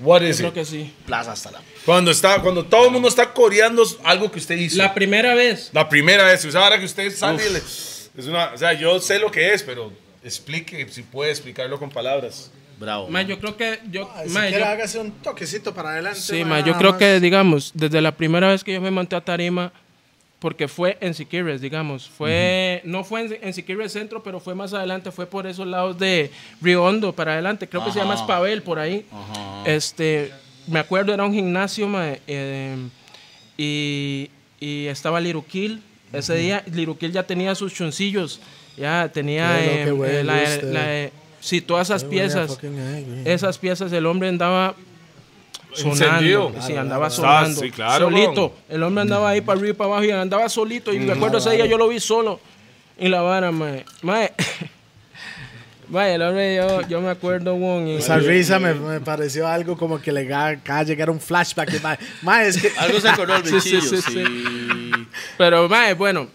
Speaker 4: What is
Speaker 2: Creo
Speaker 4: it?
Speaker 2: que sí.
Speaker 1: plaza hasta la.
Speaker 4: Cuando, está, cuando todo el mundo está coreando algo que usted hizo.
Speaker 2: La
Speaker 4: La,
Speaker 2: primera vez.
Speaker 4: primera vez. O sea, ahora que usted sale. y le- es una, o sea, yo sé lo que es, pero explique, si puede explicarlo con palabras.
Speaker 1: Bravo.
Speaker 2: Ma, yo creo que. Yo,
Speaker 3: Ah,
Speaker 2: ma,
Speaker 3: siquiera
Speaker 2: yo-
Speaker 3: hágase un toquecito para adelante.
Speaker 2: sí,
Speaker 3: ma,
Speaker 2: ma, yo
Speaker 3: nada
Speaker 2: creo
Speaker 3: más.
Speaker 2: que, digamos, desde la primera vez que yo me monté a Tarima, porque fue en Siquirres, digamos. Fue, No fue en, en Siquirres Centro, pero fue más adelante, fue por esos lados de Río Hondo para adelante. Creo que se llama Spavel por ahí. Este, me acuerdo, era un gimnasio mae, eh, y, y estaba Liruquil. Ese día Liruquil ya tenía sus choncillos, ya tenía
Speaker 3: Qué loco,
Speaker 2: eh,
Speaker 3: qué bueno,
Speaker 2: eh, la-
Speaker 3: usted.
Speaker 2: la- eh, sí, todas esas
Speaker 3: Qué buena
Speaker 2: piezas.
Speaker 3: fucking idea.
Speaker 2: Esas piezas el hombre andaba
Speaker 4: Encendido.
Speaker 2: sonando. Sí, andaba
Speaker 4: Estaba-
Speaker 2: sonando.
Speaker 4: sí, claro,
Speaker 2: solito.
Speaker 4: weón.
Speaker 2: El hombre andaba ahí para arriba y para abajo y andaba solito. Y me acuerdo ese día yo lo vi solo en la vara, mae. Mae. Mae, el hombre yo, yo me acuerdo, weón. y-
Speaker 3: Esa risa me, me pareció algo como que le ga- acaba de llegar un flashback. y, ma, ma, es que
Speaker 1: Algo se acordó el
Speaker 2: Sí, sí,
Speaker 1: bichillo.
Speaker 2: sí,
Speaker 1: Sí,
Speaker 2: sí. Pero, mae, bueno.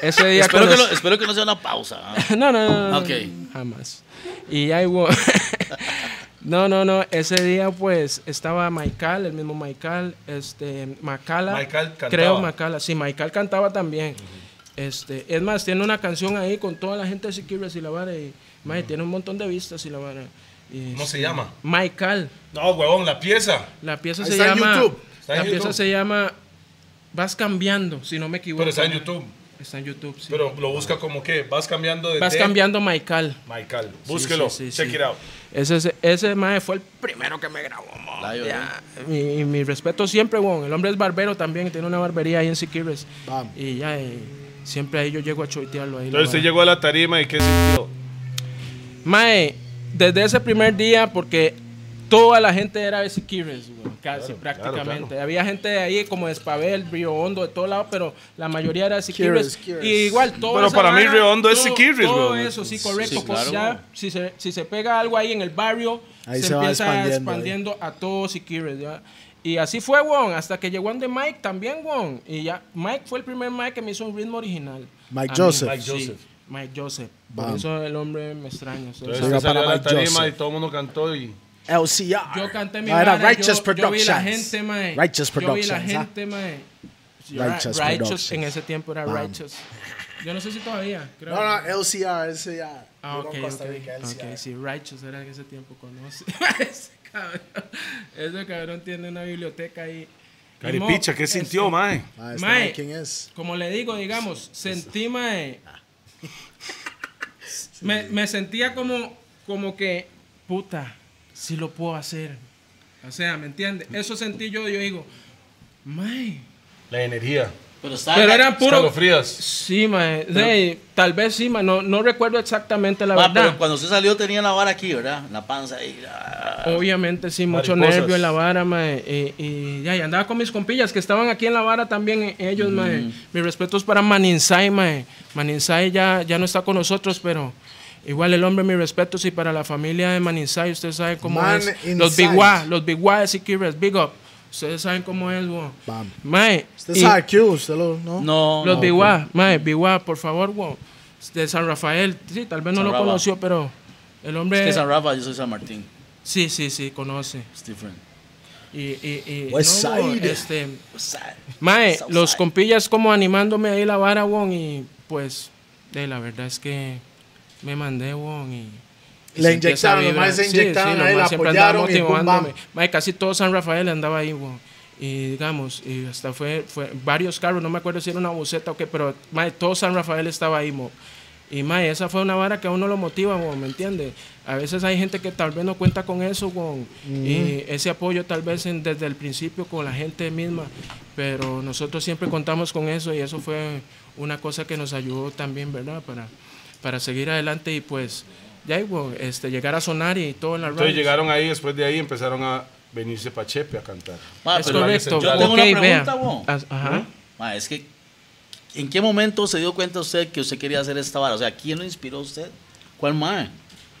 Speaker 2: Ese día
Speaker 1: Espero, que
Speaker 2: cuando-
Speaker 1: lo- espero que no sea una pausa. ¿ah?
Speaker 2: No, no, no, no.
Speaker 1: Ok.
Speaker 2: no, Jamás. Y ahí hubo- No, no, no. Ese día, pues, estaba Michael, el mismo Michael, este, Macala.
Speaker 4: Michael cantaba.
Speaker 2: Creo Macala. Sí, Michael cantaba también. Este, es más, tiene una canción ahí con toda la gente de Siquibres y la vara. Y, mae, tiene un montón de vistas y la vara. Y,
Speaker 4: ¿Cómo se llama?
Speaker 2: Michael.
Speaker 4: No, huevón, la pieza.
Speaker 2: La pieza
Speaker 3: Ahí
Speaker 2: se
Speaker 3: está en
Speaker 2: llama...
Speaker 3: YouTube.
Speaker 4: Está en
Speaker 2: La pieza
Speaker 4: YouTube.
Speaker 2: se llama... Vas cambiando, si no me equivoco.
Speaker 4: Pero está en YouTube.
Speaker 2: Está en YouTube, sí.
Speaker 4: Pero lo busca como que vas cambiando de.
Speaker 2: Vas
Speaker 4: té.
Speaker 2: cambiando Michael.
Speaker 4: Michael, búsquelo.
Speaker 2: sí, sí,
Speaker 4: Check
Speaker 2: sí.
Speaker 4: it out.
Speaker 2: Ese, ese, ese mae fue el primero que me grabó. mo.
Speaker 1: Layo,
Speaker 2: Ya, mi- Y mi respeto siempre, weón. El hombre es barbero también, tiene una barbería ahí en Siquibres.
Speaker 3: Bam.
Speaker 2: Y ya, y siempre ahí yo llego a choitearlo ahí. la
Speaker 4: Entonces usted
Speaker 2: vara.
Speaker 4: llegó a la tarima y qué sintió.
Speaker 2: Mae, desde ese primer día, porque toda la gente era de Siquibres, weón, casi prácticamente. Había gente de ahí como de Espavel, Río Hondo, de todo lado, pero la mayoría era de Siquibres.
Speaker 3: Siquirres.
Speaker 2: Y igual todo
Speaker 4: Pero para mí Río Hondo es Siquirres,
Speaker 2: Siquibres, Todo
Speaker 4: weón.
Speaker 2: eso, sí, correcto.
Speaker 1: Sí,
Speaker 2: pues
Speaker 1: claro,
Speaker 2: ya,
Speaker 1: weón.
Speaker 2: si se, si se pega algo ahí en el barrio,
Speaker 3: Ahí
Speaker 2: se,
Speaker 3: se va
Speaker 2: empieza
Speaker 3: expandiendo, eh.
Speaker 2: expandiendo, a todo Siquibres, ya. Y así fue, weón, hasta que llegó donde Mike también, weón. Y ya, Mike fue el primer Mike que me hizo un ritmo original.
Speaker 3: Mike
Speaker 2: A
Speaker 3: Joseph.
Speaker 4: Mike
Speaker 2: sí,
Speaker 4: Joseph.
Speaker 2: Mike Joseph.
Speaker 3: Bam.
Speaker 2: Por eso el hombre me extraña. ¿sí?
Speaker 4: Entonces
Speaker 3: Sí,
Speaker 4: usted
Speaker 3: va
Speaker 4: salió
Speaker 3: para
Speaker 4: a la
Speaker 3: Mike
Speaker 4: tarima
Speaker 3: Johnson.
Speaker 4: y todo el mundo cantó y.
Speaker 3: LCR.
Speaker 2: Yo canté mi
Speaker 3: No, Ah, era
Speaker 2: vara,
Speaker 3: Righteous
Speaker 2: yo, yo vi la
Speaker 3: Productions.
Speaker 2: gente, mae.
Speaker 3: Righteous
Speaker 2: Yo vi la
Speaker 3: Productions, ah.
Speaker 2: gente, mae. Yo era
Speaker 3: Righteous Productions.
Speaker 2: En ese tiempo era
Speaker 3: Bam.
Speaker 2: Righteous. Yo no sé si todavía. Creo.
Speaker 3: No, no, LCR, LCR.
Speaker 2: Ah, ok,
Speaker 3: Durón, Costa
Speaker 2: ok.
Speaker 3: Rica, LCR.
Speaker 2: Ok, sí, Righteous era en ese tiempo. Conoce. ese, cabrón, ese cabrón tiene una biblioteca ahí.
Speaker 4: Caripicha, ¿qué sintió,
Speaker 2: mae?
Speaker 4: mae?
Speaker 3: Ma, este
Speaker 2: Mae.
Speaker 3: mae, ¿Quién es?
Speaker 2: Como le digo, digamos, sentí, mae. Me, me sentía como, como que, puta, si lo puedo hacer. O sea, ¿me entiendes? Eso sentí yo, yo digo, mae.
Speaker 4: La energía.
Speaker 1: Pero está.
Speaker 2: Pero eran puro.
Speaker 4: Escalofrías.
Speaker 2: Sí, mae. sí, tal vez sí, mae. No, no recuerdo exactamente la
Speaker 1: Ma,
Speaker 2: verdad.
Speaker 1: pero cuando usted salió tenía la vara aquí, ¿verdad? La panza ahí. ah.
Speaker 2: Obviamente sí, mucho
Speaker 4: Mariposas.
Speaker 2: nervio en la vara, mae. Y, y ya, y andaba con mis compillas que estaban aquí en la vara también, eh, ellos, mae. Mis respetos para Maninsay, mae. Maninsay ya, ya no está con nosotros, pero igual el hombre, mis respetos. Y para la familia de Maninsay, ustedes saben cómo
Speaker 3: Man
Speaker 2: es.
Speaker 3: Inside.
Speaker 2: Los Biguá, los Biguá de Siquibres, Big Up. Ustedes saben cómo es, weón.
Speaker 3: Bam.
Speaker 2: Mae.
Speaker 3: Usted
Speaker 2: y-
Speaker 3: sabe Q, usted lo, ¿no?
Speaker 1: No.
Speaker 2: los
Speaker 1: no.
Speaker 2: Biguá, mae, Biguá, por favor, weón. De San Rafael, sí, tal vez no
Speaker 1: San
Speaker 2: lo
Speaker 1: Rafa.
Speaker 2: conoció, pero el hombre.
Speaker 1: Es que San Rafa, yo soy San Martín.
Speaker 2: Sí, sí, sí, conoce.
Speaker 1: It's different.
Speaker 2: Y, y, y
Speaker 3: West
Speaker 2: no, weón,
Speaker 3: Side.
Speaker 2: este,
Speaker 1: O sea,
Speaker 2: mae,
Speaker 1: South
Speaker 2: los
Speaker 1: Side.
Speaker 2: compillas como animándome ahí la vara, weón, y pues, de la verdad es que me mandé, weón, y... y
Speaker 3: Le
Speaker 2: sentí esa
Speaker 3: inyectaron, los
Speaker 2: vibra.
Speaker 3: maes se
Speaker 2: Sí, sí,
Speaker 3: inyectaron
Speaker 2: los
Speaker 3: ahí, la
Speaker 2: maes siempre andaban
Speaker 3: apoyaron y pum,
Speaker 2: motivándome.
Speaker 3: bam.
Speaker 2: Mae, casi todo San Rafael andaba ahí, weón. Y digamos, y hasta fue, fue varios carros, no me acuerdo si era una buceta o qué, pero mae, todo San Rafael estaba ahí, mo. Y mae, esa fue una vara que a uno lo motiva, weón, ¿me entiendes? A veces hay gente que tal vez no cuenta con eso, weón. Y ese apoyo tal vez en- desde el principio con la gente misma. Pero nosotros siempre contamos con eso y eso fue una cosa que nos ayudó también, ¿verdad? Para, para seguir adelante y pues, ya, ahí, weón, este, llegar a sonar y todo en la
Speaker 4: Entonces
Speaker 2: radio.
Speaker 4: llegaron ahí, después de ahí empezaron a venirse para Chepe a cantar.
Speaker 1: ma,
Speaker 2: Es
Speaker 1: Ah, pero
Speaker 2: correcto.
Speaker 1: Yo tengo
Speaker 2: ok,
Speaker 1: una
Speaker 2: vea. Ah.
Speaker 1: pregunta, weón.
Speaker 2: As- Ajá.
Speaker 1: Ma, es que, ¿en qué momento se dio cuenta usted que usted quería hacer esta vara? O sea, ¿quién lo inspiró a usted? ¿Cuál mae?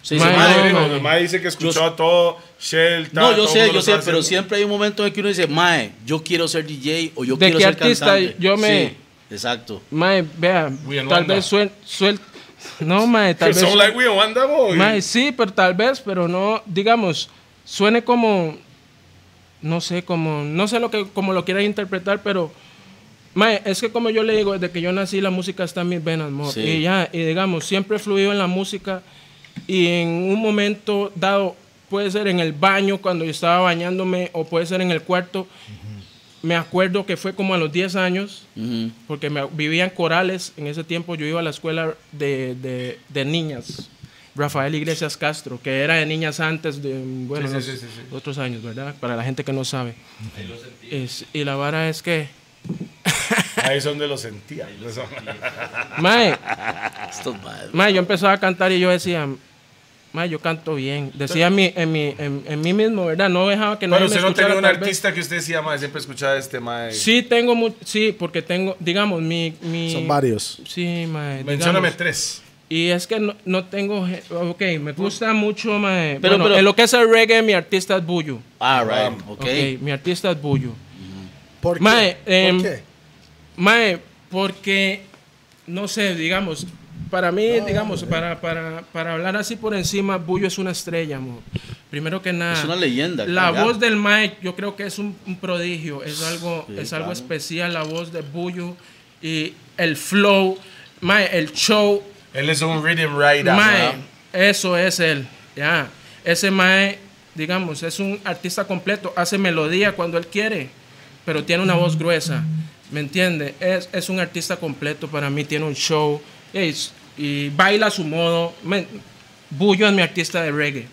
Speaker 1: Usted dice,
Speaker 2: Mae,
Speaker 1: "Mae,
Speaker 2: no,
Speaker 4: Madre,
Speaker 2: mae.
Speaker 4: no, mae dice que escuchó todo, Shell, tal,
Speaker 1: No, yo
Speaker 4: todo
Speaker 1: sé,
Speaker 4: mundo lo
Speaker 1: yo sé,
Speaker 4: estaba
Speaker 1: pero
Speaker 4: haciendo.
Speaker 1: siempre hay un momento en el que uno dice, mae, yo quiero ser DJ o yo
Speaker 2: ¿De
Speaker 1: quiero
Speaker 2: qué
Speaker 1: ser
Speaker 2: artista
Speaker 1: cantante.
Speaker 2: yo me,
Speaker 1: Sí. Exacto.
Speaker 2: Mae, vea,
Speaker 4: We are
Speaker 2: tal
Speaker 4: Wanda.
Speaker 2: vez suel, suel- no, mae, tal
Speaker 4: Tal
Speaker 2: vez
Speaker 4: Sound like we are Wanda, boy.
Speaker 2: Mae, sí, pero tal vez, pero no, digamos, suene como, no sé, como, no sé lo que, como lo quieran interpretar, pero, mae, es que como yo le digo, desde que yo nací la música está en mis venas, mo,
Speaker 1: Sí.
Speaker 2: y ya, y digamos, siempre he fluido en la música y en un momento dado, puede ser en el baño cuando yo estaba bañándome o puede ser en el cuarto, me acuerdo que fue como a los 10 años,
Speaker 1: Ujú.
Speaker 2: porque me, vivía en Corales. En ese tiempo yo iba a la escuela de, de- de niñas. Rafael Iglesias Castro, que era de niñas antes de bueno,
Speaker 4: Sí, sí,
Speaker 2: los-
Speaker 4: sí, sí, sí.
Speaker 2: otros años, ¿verdad? Para la gente que no sabe. Es- y la vara es que,
Speaker 4: Ahí es donde lo sentía.
Speaker 2: mae,
Speaker 4: Ah.
Speaker 1: Estos madres.
Speaker 2: mae, yo empezaba a cantar y yo decía, mae, yo canto bien. Decía en mí, en, mí, en, en mí mismo, ¿verdad? No dejaba que
Speaker 4: Pero
Speaker 2: nadie
Speaker 4: usted
Speaker 2: me
Speaker 4: no
Speaker 2: escuchara.
Speaker 4: tenía un
Speaker 2: tal vez.
Speaker 4: artista que usted decía, mae, siempre escuchaba este, mae.
Speaker 2: Sí, tengo, mu- sí, porque tengo, digamos, mi... mi
Speaker 3: Son varios.
Speaker 2: Sí, mae.
Speaker 4: Mencióname
Speaker 2: digamos.
Speaker 4: tres.
Speaker 2: Y es que no, no tengo. ge- Ok, me gusta mucho. mae,
Speaker 1: Pero-
Speaker 2: bueno,
Speaker 1: pero-
Speaker 2: en lo que es el reggae, mi artista es Buyu.
Speaker 1: Ah, right.
Speaker 4: Um,
Speaker 1: Ok.
Speaker 2: ok, mi artista es Buyu.
Speaker 3: ¿Por qué?
Speaker 2: Mae, em,
Speaker 3: ¿Por qué?
Speaker 2: Mae, porque. No sé, digamos. Para mí, digamos, para, para, para hablar así por encima, Buyu es una estrella, mo. Primero que nada.
Speaker 1: Es una leyenda,
Speaker 2: La
Speaker 1: claro.
Speaker 2: voz del Mae, yo creo que es un, un prodigio. Es algo,
Speaker 1: Sí,
Speaker 2: es algo
Speaker 1: claro.
Speaker 2: especial, la voz de Buyu. Y el flow, Mae, el show.
Speaker 4: Él es un rhythm writer.
Speaker 2: Mae,
Speaker 4: ¿verdad?
Speaker 2: eso es él. Ya. Ese Mae, digamos, es un artista completo. Hace melodía cuando él quiere, pero tiene una voz gruesa. ¿Me entiende? Es, es un artista completo para mí. Tiene un show es- y baila a su modo. Me- Bullo es mi artista de reggae.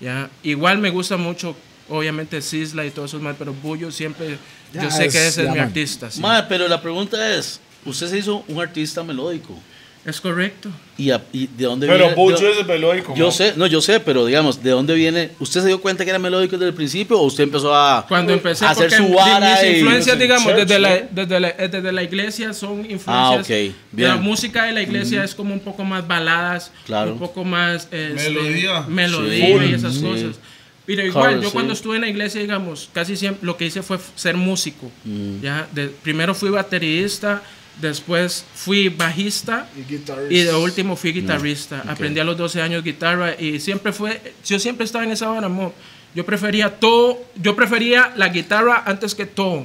Speaker 2: Ya. Igual me gusta mucho, obviamente, Sisla y todos esos más, pero Bullo siempre.
Speaker 3: Ya
Speaker 2: yo sé que
Speaker 3: es
Speaker 2: ese es
Speaker 3: la
Speaker 2: mi
Speaker 3: man.
Speaker 2: artista. sí.
Speaker 1: Madre, pero la pregunta es: Usted se hizo un artista melódico.
Speaker 2: Es correcto.
Speaker 1: ¿Y, a- y de dónde
Speaker 4: Pero
Speaker 1: viene?
Speaker 4: Pucho
Speaker 1: de-
Speaker 4: es melódico.
Speaker 1: Yo
Speaker 4: ¿no?
Speaker 1: sé, no, yo sé, pero digamos, ¿de dónde viene? ¿Usted se dio cuenta que era melódico desde el principio o usted empezó a
Speaker 2: Cuando empecé
Speaker 1: a hacer
Speaker 2: porque
Speaker 1: su
Speaker 2: mi-
Speaker 1: vara
Speaker 2: mis
Speaker 1: y-
Speaker 2: influencias,
Speaker 4: no sé,
Speaker 2: digamos,
Speaker 4: church,
Speaker 2: desde, la,
Speaker 4: ¿no?
Speaker 2: desde, la, eh, desde la iglesia son influencias.
Speaker 1: Ah, ok, bien.
Speaker 2: La música de la iglesia es como un poco más baladas,
Speaker 1: Claro.
Speaker 2: un poco más este,
Speaker 4: Melodía.
Speaker 2: melodía
Speaker 1: Sí,
Speaker 2: y esas
Speaker 1: sí.
Speaker 2: cosas. Pero igual,
Speaker 1: Cover,
Speaker 2: yo
Speaker 1: sí.
Speaker 2: cuando estuve en la iglesia, digamos, casi siempre lo que hice fue f- ser músico.
Speaker 1: Mm.
Speaker 2: Ya, de- primero fui baterista, después fui bajista
Speaker 3: Y guitarrista.
Speaker 2: y de último fui
Speaker 4: Mm,
Speaker 2: guitarrista. Aprendí a los 12 años guitarra y siempre fue, yo siempre estaba en esa vara, mo. Yo prefería todo, yo prefería la guitarra antes que todo.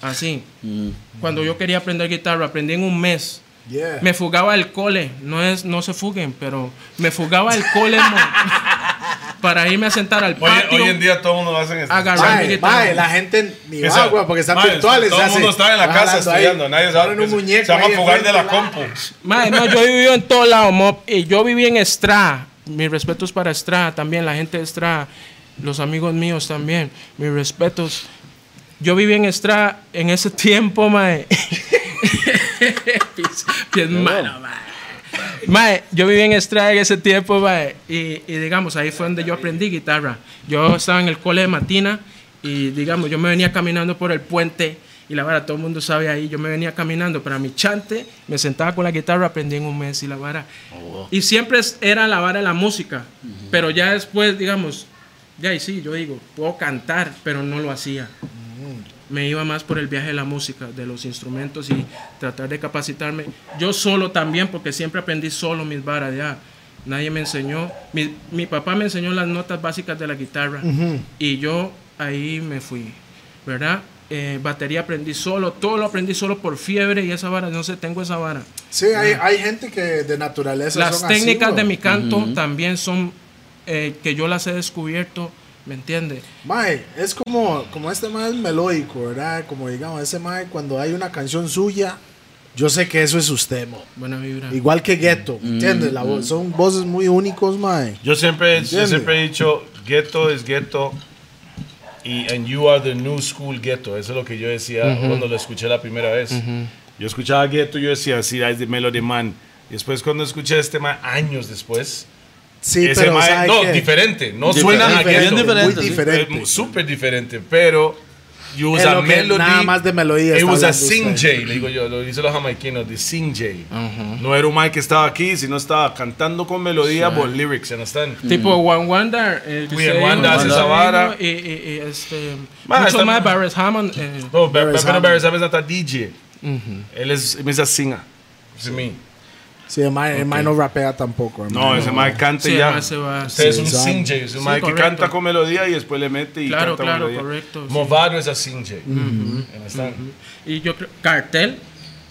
Speaker 2: Así.
Speaker 1: Mm.
Speaker 2: Cuando yo quería aprender guitarra, aprendí en un mes.
Speaker 3: Yeah.
Speaker 2: Me fugaba del cole, no es no se fuguen, pero me fugaba del cole mo, para irme a sentar al
Speaker 4: Hoy,
Speaker 2: patio.
Speaker 4: hoy en día todo el mundo hace esto.
Speaker 2: Agarra-
Speaker 3: Mae,
Speaker 2: Arranque
Speaker 3: mae,
Speaker 2: guitarra.
Speaker 3: la gente ni
Speaker 4: Eso,
Speaker 3: va, güey, porque están
Speaker 4: mae,
Speaker 3: virtuales.
Speaker 4: Todo el
Speaker 3: hace-
Speaker 4: mundo está en la
Speaker 3: jalando
Speaker 4: casa
Speaker 3: ahí,
Speaker 4: estudiando. Nadie sabe.
Speaker 3: ponen un muñeco
Speaker 4: se llama
Speaker 3: ahí
Speaker 4: fugar de la
Speaker 3: enfrente,
Speaker 4: compu.
Speaker 2: Mae, no, yo he vivido en todos lados, mo, y yo viví en Estrada. Mis respetos para Estrada también, la gente de Estrada, los amigos míos también, mis respetos. Yo viví en Estrada en ese tiempo, mae. Pies- pies malo, mae. Mae, yo viví en Estrada en ese tiempo, mae, y, y digamos, ahí fue donde yo aprendí guitarra. Yo estaba en el cole de Matina y digamos, yo me venía caminando por el puente y la vara, todo el mundo sabe ahí, yo me venía caminando para mi chante, me sentaba con la guitarra, aprendí en un mes y la vara. Y siempre es- era la vara de la música, pero ya después, digamos, ya y sí, yo digo, puedo cantar, pero no lo hacía me iba más por el viaje de la música, de los instrumentos y tratar de capacitarme. Yo solo también, porque siempre aprendí solo mis varas ya. Nadie me enseñó. Mi, mi papá me enseñó las notas básicas de la guitarra y yo ahí me fui, ¿verdad? Eh, batería aprendí solo, todo lo aprendí solo por fiebre y esa vara, no sé, tengo esa vara.
Speaker 3: Sí, hay, hay gente que de naturaleza
Speaker 2: Las
Speaker 3: son así,
Speaker 2: técnicas
Speaker 3: güey.
Speaker 2: de mi canto también son eh, que yo las he descubierto, ¿me entiendes?
Speaker 3: Mae, es como, como este mae es melódico, ¿verdad? Como digamos, ese mae cuando hay una canción suya, yo sé que eso es usted, mo.
Speaker 2: Buena vibra.
Speaker 3: Igual que Ghetto,
Speaker 2: Mm,
Speaker 3: ¿me ¿entiendes? La voz, son voces muy únicos, mae.
Speaker 4: Yo siempre, yo
Speaker 3: ¿Entiende?
Speaker 4: siempre he dicho, ghetto es ghetto. Y and you are the new school ghetto. Eso es lo que yo decía cuando lo escuché la primera vez. Yo escuchaba ghetto, yo decía, sí, es de Melody Man. Y después cuando escuché este man, años después,
Speaker 3: Sí,
Speaker 4: ese
Speaker 3: pero
Speaker 4: mae-
Speaker 3: ¿sabe
Speaker 4: no,
Speaker 3: qué?
Speaker 4: diferente, no
Speaker 1: Diferente,
Speaker 4: suena a
Speaker 1: bien
Speaker 4: ghetto.
Speaker 1: diferente,
Speaker 3: muy
Speaker 1: sí.
Speaker 3: diferente.
Speaker 4: Es Súper diferente, pero yo
Speaker 3: Es
Speaker 4: usa
Speaker 3: lo que
Speaker 4: melody.
Speaker 3: nada más de melodía
Speaker 4: Yo usa
Speaker 3: está hablando
Speaker 4: sing
Speaker 3: usted.
Speaker 4: J, le digo yo, lo dice los jamaiquinos, de sing J. No era un Mike que estaba aquí, sino estaba cantando con melodía por lyrics, ¿understand?
Speaker 2: Tipo One Wonder. eh, que
Speaker 4: Juan
Speaker 2: se
Speaker 4: Wanda
Speaker 2: llama,
Speaker 1: hace
Speaker 2: ¿no?
Speaker 4: esa vara.
Speaker 2: Y, y- y, este,
Speaker 4: Ma,
Speaker 2: mucho
Speaker 4: está-
Speaker 2: más Barrett Hammond. eh,
Speaker 4: No, pero
Speaker 3: Barry's
Speaker 4: pero
Speaker 3: Hammond.
Speaker 4: Barry's Hammond hasta DJ. Él es, me dice Singa. Es mí.
Speaker 3: Sí, el mae el mae no rapea tampoco. hermano.
Speaker 4: No, ese mae canta
Speaker 2: Sí,
Speaker 4: y ya.
Speaker 2: además se va-
Speaker 4: Usted es
Speaker 3: Sí,
Speaker 4: un
Speaker 3: sabe.
Speaker 4: singer, es un
Speaker 2: Sí,
Speaker 4: mae que
Speaker 2: correcto.
Speaker 4: canta con melodía y después le mete y
Speaker 2: Claro,
Speaker 4: canta
Speaker 2: claro,
Speaker 4: melodía.
Speaker 2: correcto, sí.
Speaker 4: Movado es a singer. ¿Understand?
Speaker 2: Y yo creo, cartel.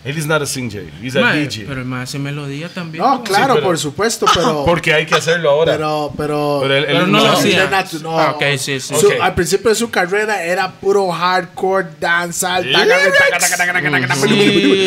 Speaker 4: Él is not a singer, he's a
Speaker 2: mae,
Speaker 4: DJ.
Speaker 2: pero el mae hace melodía también.
Speaker 3: No,
Speaker 2: ¿no?
Speaker 3: claro,
Speaker 4: Sí, pero-
Speaker 3: por supuesto, pero.
Speaker 4: Porque hay que hacerlo ahora.
Speaker 3: Pero, pero.
Speaker 4: Pero él- él
Speaker 2: Pero no lo
Speaker 4: no.
Speaker 2: hacía.
Speaker 3: Natu- no.
Speaker 2: Ah, ok, sí, sí.
Speaker 3: Su-
Speaker 4: Ok.
Speaker 3: Al principio de su carrera era puro hardcore, danza,
Speaker 1: Sí,
Speaker 3: No,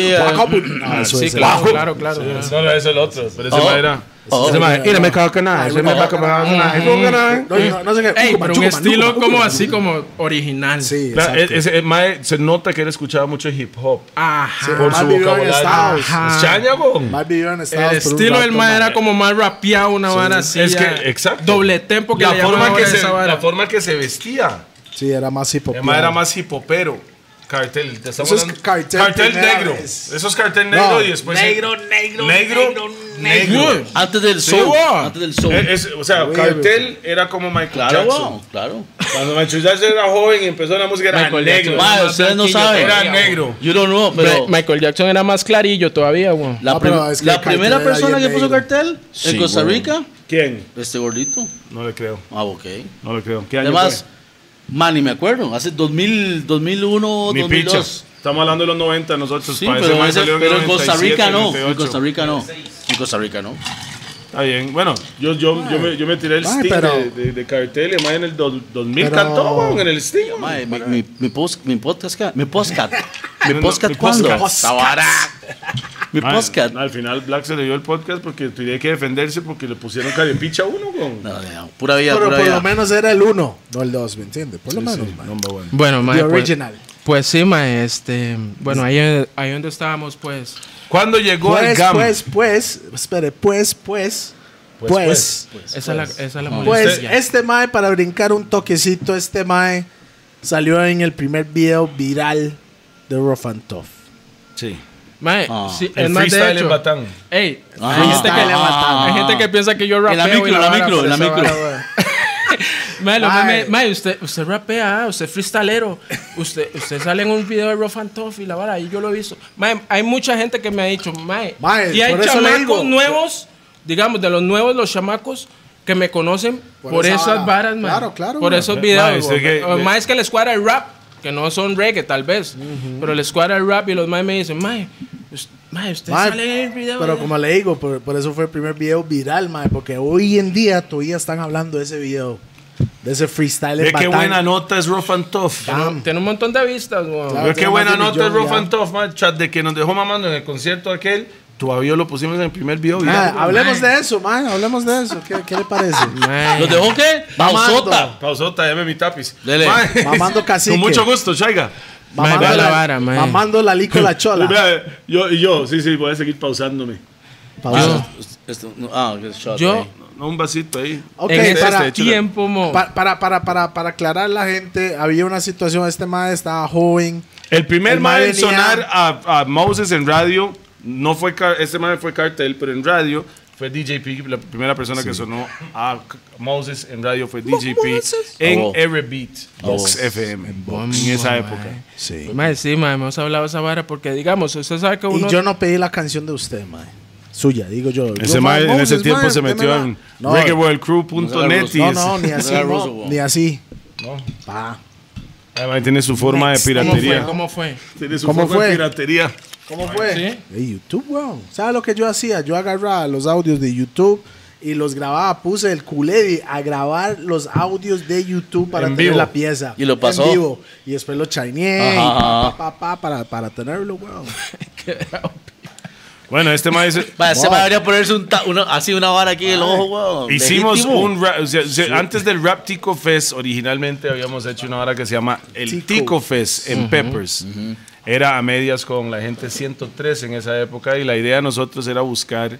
Speaker 3: eso
Speaker 2: ah. Sí,
Speaker 3: es-
Speaker 2: claro, claro, claro. claro.
Speaker 4: No, no, eso es el otro. Pero ese
Speaker 1: Oh.
Speaker 4: mae era.
Speaker 1: Oh.
Speaker 4: Ese mae, "Ira, me cago que nada, ese me va a cagar que nada, ese me va a cagar que nada".
Speaker 3: No, no, no sé qué.
Speaker 2: Ey,
Speaker 3: Ucuba,
Speaker 2: pero un
Speaker 3: chucuba,
Speaker 2: estilo
Speaker 3: nucuba,
Speaker 2: como
Speaker 3: ucuba.
Speaker 2: así, como original.
Speaker 3: Sí,
Speaker 4: Claro, e,
Speaker 3: exacto.
Speaker 4: ese mae se nota que él escuchaba mucho hip hop.
Speaker 3: Sí,
Speaker 2: Ajá.
Speaker 4: Por
Speaker 3: más
Speaker 4: su
Speaker 3: vivió en
Speaker 4: vocabulario.
Speaker 3: Estados.
Speaker 2: Ah.
Speaker 4: Es chaña, weón.
Speaker 3: Más vivió en Estados.
Speaker 2: El
Speaker 3: por un
Speaker 2: estilo del
Speaker 3: rato,
Speaker 2: mae era
Speaker 3: mae.
Speaker 2: como más rapeado, una vara así.
Speaker 4: Es que,
Speaker 2: ya.
Speaker 4: exacto.
Speaker 2: Doble tempo que
Speaker 4: la
Speaker 2: le llaman
Speaker 4: forma que
Speaker 2: ahora
Speaker 4: se,
Speaker 2: esa vara.
Speaker 4: la forma que se vestía.
Speaker 3: Sí, era más hip hop.
Speaker 4: El mae era más hipopero. Cartel, te estamos
Speaker 3: Eso es
Speaker 4: hablando-
Speaker 3: cartel primera
Speaker 4: negro.
Speaker 3: vez.
Speaker 4: Eso es cartel negro
Speaker 3: No,
Speaker 4: y después. Negro, negro, negro, negro.
Speaker 2: Good.
Speaker 1: Antes del
Speaker 4: Sí,
Speaker 1: show.
Speaker 4: wow.
Speaker 1: Antes del show.
Speaker 4: Eh, es- o sea,
Speaker 3: Güey,
Speaker 4: cartel era como Michael
Speaker 1: Claro,
Speaker 4: Jackson.
Speaker 1: wow, claro.
Speaker 4: Cuando Michael Jackson era joven y empezó la música, era
Speaker 2: Michael
Speaker 4: negro.
Speaker 2: Jackson.
Speaker 1: Mae, ustedes no saben.
Speaker 4: Era negro.
Speaker 1: Yo lo no, pero.
Speaker 2: Ma- Michael Jackson era más clarillo todavía, weón.
Speaker 1: La,
Speaker 3: No,
Speaker 1: prim-
Speaker 3: pero es que
Speaker 1: la
Speaker 3: el cartel
Speaker 1: primera
Speaker 3: era
Speaker 1: persona que
Speaker 3: bien
Speaker 1: puso
Speaker 3: negro.
Speaker 1: cartel en
Speaker 6: Sí,
Speaker 1: Costa
Speaker 6: güey.
Speaker 1: Rica,
Speaker 4: ¿Quién?
Speaker 1: este gordito.
Speaker 4: No le creo.
Speaker 1: Ah, ok.
Speaker 4: No le creo. ¿Qué año
Speaker 1: Además, man, ni me acuerdo. Hace 2000, 2001,
Speaker 4: fue? Mi picha.
Speaker 1: 2002.
Speaker 4: Estamos hablando de los 90 nosotros.
Speaker 1: Sí,
Speaker 4: pa' Pues ese
Speaker 1: pero,
Speaker 4: man
Speaker 1: ese-
Speaker 4: salió
Speaker 1: pero en Costa
Speaker 4: 97,
Speaker 1: Rica no. En
Speaker 4: 98.
Speaker 1: Costa Rica no. En Costa Rica no.
Speaker 4: Está bien. Bueno, yo, yo, yo, me, yo me tiré el
Speaker 3: Ay,
Speaker 4: sting
Speaker 3: pero-
Speaker 4: de, de, de cartel. Y más en el do- 2000
Speaker 3: Pero-
Speaker 4: cantó, weón, en el sting. weón.
Speaker 1: Mae, mi, mi, mi, post, mi podcast. ca- Mi podcast. mi
Speaker 4: No, no,
Speaker 1: podcast
Speaker 4: mi
Speaker 1: cuándo?
Speaker 4: podcast.
Speaker 1: Tabara. Mi
Speaker 4: Mae,
Speaker 1: podcast.
Speaker 4: Al final Black se le dio el podcast porque tenía que defenderse porque le pusieron carepicha a uno, weón.
Speaker 1: No, no, pura vida,
Speaker 3: Pero
Speaker 1: pura
Speaker 3: por lo
Speaker 1: vida.
Speaker 3: menos era el uno, no el dos, ¿me entiendes? Por lo
Speaker 4: Sí,
Speaker 3: menos, mae.
Speaker 4: number one.
Speaker 2: Bueno, mae.
Speaker 3: The
Speaker 2: pues-
Speaker 3: original.
Speaker 2: Pues sí, mae, este, bueno, ahí, ahí donde estábamos, pues,
Speaker 4: ¿Cuándo llegó el
Speaker 3: Pues,
Speaker 4: GAM?
Speaker 3: pues, pues, espere, pues, pues, pues,
Speaker 2: esa es la, esa es la
Speaker 3: pues,
Speaker 2: molestia.
Speaker 3: este mae, para brincar un toquecito, este mae salió en el primer video viral de Rough and Tough.
Speaker 4: sí.
Speaker 2: Mae,
Speaker 1: Ah,
Speaker 2: sí,
Speaker 4: El
Speaker 2: es más de
Speaker 4: freestyle en
Speaker 2: hecho,
Speaker 4: Batán.
Speaker 2: ey,
Speaker 1: Ah,
Speaker 2: hay, gente que,
Speaker 1: freestyle en Batán.
Speaker 2: hay gente que piensa que yo
Speaker 1: En
Speaker 2: rapeo
Speaker 1: la micro,
Speaker 2: y
Speaker 1: en la
Speaker 2: vara
Speaker 1: micro,
Speaker 2: por
Speaker 1: en la
Speaker 2: esa
Speaker 1: micro.
Speaker 2: vara, weón. Mae, lo
Speaker 3: Mae.
Speaker 2: meme- mae, usted, usted rapea, ah, usted es freestalero, usted, usted sale en un video de Rough and Tough y la vara, y yo lo he visto. Mae, hay mucha gente que me ha dicho, mae,
Speaker 3: Mae,
Speaker 2: y hay
Speaker 3: por eso le digo.
Speaker 2: chamacos nuevos, digamos, de los nuevos, los chamacos que me conocen
Speaker 3: Por
Speaker 2: por,
Speaker 3: esa
Speaker 2: esas
Speaker 3: vara.
Speaker 2: varas, mae.
Speaker 3: Claro, claro,
Speaker 2: Por
Speaker 3: mae.
Speaker 2: esos
Speaker 4: Mae,
Speaker 2: videos,
Speaker 4: usted que-
Speaker 2: weón. mae, es que la escuadra de rap, que no son reggae tal vez, pero la escuadra de rap y los mae me dicen, mae, us- mae, usted
Speaker 3: Mae,
Speaker 2: sale en el video.
Speaker 3: pero
Speaker 2: de-
Speaker 3: como le digo, por, por eso fue el primer video viral, mae, porque hoy en día todavía están hablando de ese video, de ese freestyle. en
Speaker 4: Ve qué
Speaker 3: Batán.
Speaker 4: buena nota es Rough and Tough.
Speaker 3: Bam.
Speaker 2: Tiene un montón de vistas, weón.
Speaker 3: Claro.
Speaker 4: Ve qué
Speaker 3: ya
Speaker 4: buena
Speaker 3: más de
Speaker 4: nota es
Speaker 3: millón
Speaker 4: Rough
Speaker 3: ya.
Speaker 4: and Tough, man. Chat de que nos dejó mamando en el concierto aquel. Todavía lo pusimos en el primer video.
Speaker 3: Mae,
Speaker 4: viral, weón.
Speaker 3: hablemos de eso, mae, hablemos de eso. ¿Qué, qué le parece?
Speaker 2: Mae.
Speaker 1: ¿Los dejó qué?
Speaker 3: Mamando.
Speaker 1: Pausota.
Speaker 4: Pausota, deme mi tapiz.
Speaker 1: Dele.
Speaker 4: Mae,
Speaker 3: Mamando cacique.
Speaker 4: Con mucho gusto, Chaiga.
Speaker 3: Mamando
Speaker 2: vea la vara, mae.
Speaker 3: mamando la lico la
Speaker 4: Y
Speaker 3: chola.
Speaker 4: vea, Yo, y yo, sí, sí, voy a seguir pausándome.
Speaker 3: Pausa.
Speaker 1: Esto- no, Ah, qué shot
Speaker 2: Yo-
Speaker 1: ahí.
Speaker 4: No, No, un vasito ahí.
Speaker 3: Ok,
Speaker 2: en este
Speaker 3: para,
Speaker 2: tiempo, mo.
Speaker 3: pa- para, para, para, para aclarar la gente, había una situación, este mae estaba joven.
Speaker 4: El primer
Speaker 3: El
Speaker 4: mae
Speaker 3: mae
Speaker 4: en
Speaker 3: venía-
Speaker 4: sonar a, a Moses en radio, no fue car- este mae fue cartel, pero en radio fue DJP, la primera persona que sonó a C- Moses en radio fue DJP en
Speaker 1: Oh.
Speaker 4: Everbeat Box
Speaker 1: Oh.
Speaker 4: FM
Speaker 2: Bomba,
Speaker 4: en esa
Speaker 2: mae.
Speaker 4: época.
Speaker 3: Sí.
Speaker 2: Mae, sí, mae, hemos hablado de esa vara porque, digamos, usted sabe que uno...
Speaker 3: Y yo no pedí la canción de usted, mae. Suya, digo yo.
Speaker 4: Ese
Speaker 3: Yo,
Speaker 4: mae en
Speaker 3: Moses,
Speaker 4: ese tiempo
Speaker 3: mae,
Speaker 4: se metió
Speaker 3: démela.
Speaker 4: en
Speaker 3: No, eh.
Speaker 4: reggaeworldcrew.net y
Speaker 3: No,
Speaker 4: es-
Speaker 3: no, ni así,
Speaker 1: Era
Speaker 3: no,
Speaker 1: ruso, bo.
Speaker 3: ni así. Pa.
Speaker 4: Además, tiene su forma de
Speaker 3: Next.
Speaker 4: piratería.
Speaker 2: ¿Cómo fue? ¿Cómo fue?
Speaker 4: Tiene su
Speaker 3: ¿Cómo
Speaker 4: forma de
Speaker 3: fue?
Speaker 4: piratería.
Speaker 3: ¿Cómo fue?
Speaker 2: ¿Sí?
Speaker 3: De YouTube, weón. ¿Sabes lo que yo hacía? Yo agarraba los audios de YouTube y los grababa. Puse el culedi a grabar los audios de YouTube para
Speaker 4: En
Speaker 3: tener
Speaker 4: vivo.
Speaker 3: la pieza.
Speaker 1: Y lo
Speaker 3: En
Speaker 1: pasó.
Speaker 3: vivo. Y después lo chaineé. y
Speaker 1: Ajá.
Speaker 3: pa, pa, pa, para, para tenerlo, weón.
Speaker 4: Bueno, este mae dice.
Speaker 1: Mae, ese
Speaker 3: Wow.
Speaker 1: mae debería ponerse un ta- una- así una vara aquí en el ojo, weón.
Speaker 4: Hicimos
Speaker 1: Legítimo.
Speaker 4: un ra- o sea, o sea, antes del Rap Tico Fest, originalmente habíamos hecho una hora que se llama el Tico,
Speaker 3: Tico.
Speaker 4: Fest en Peppers. Era a medias con la gente 103 en esa época y la idea de nosotros era buscar,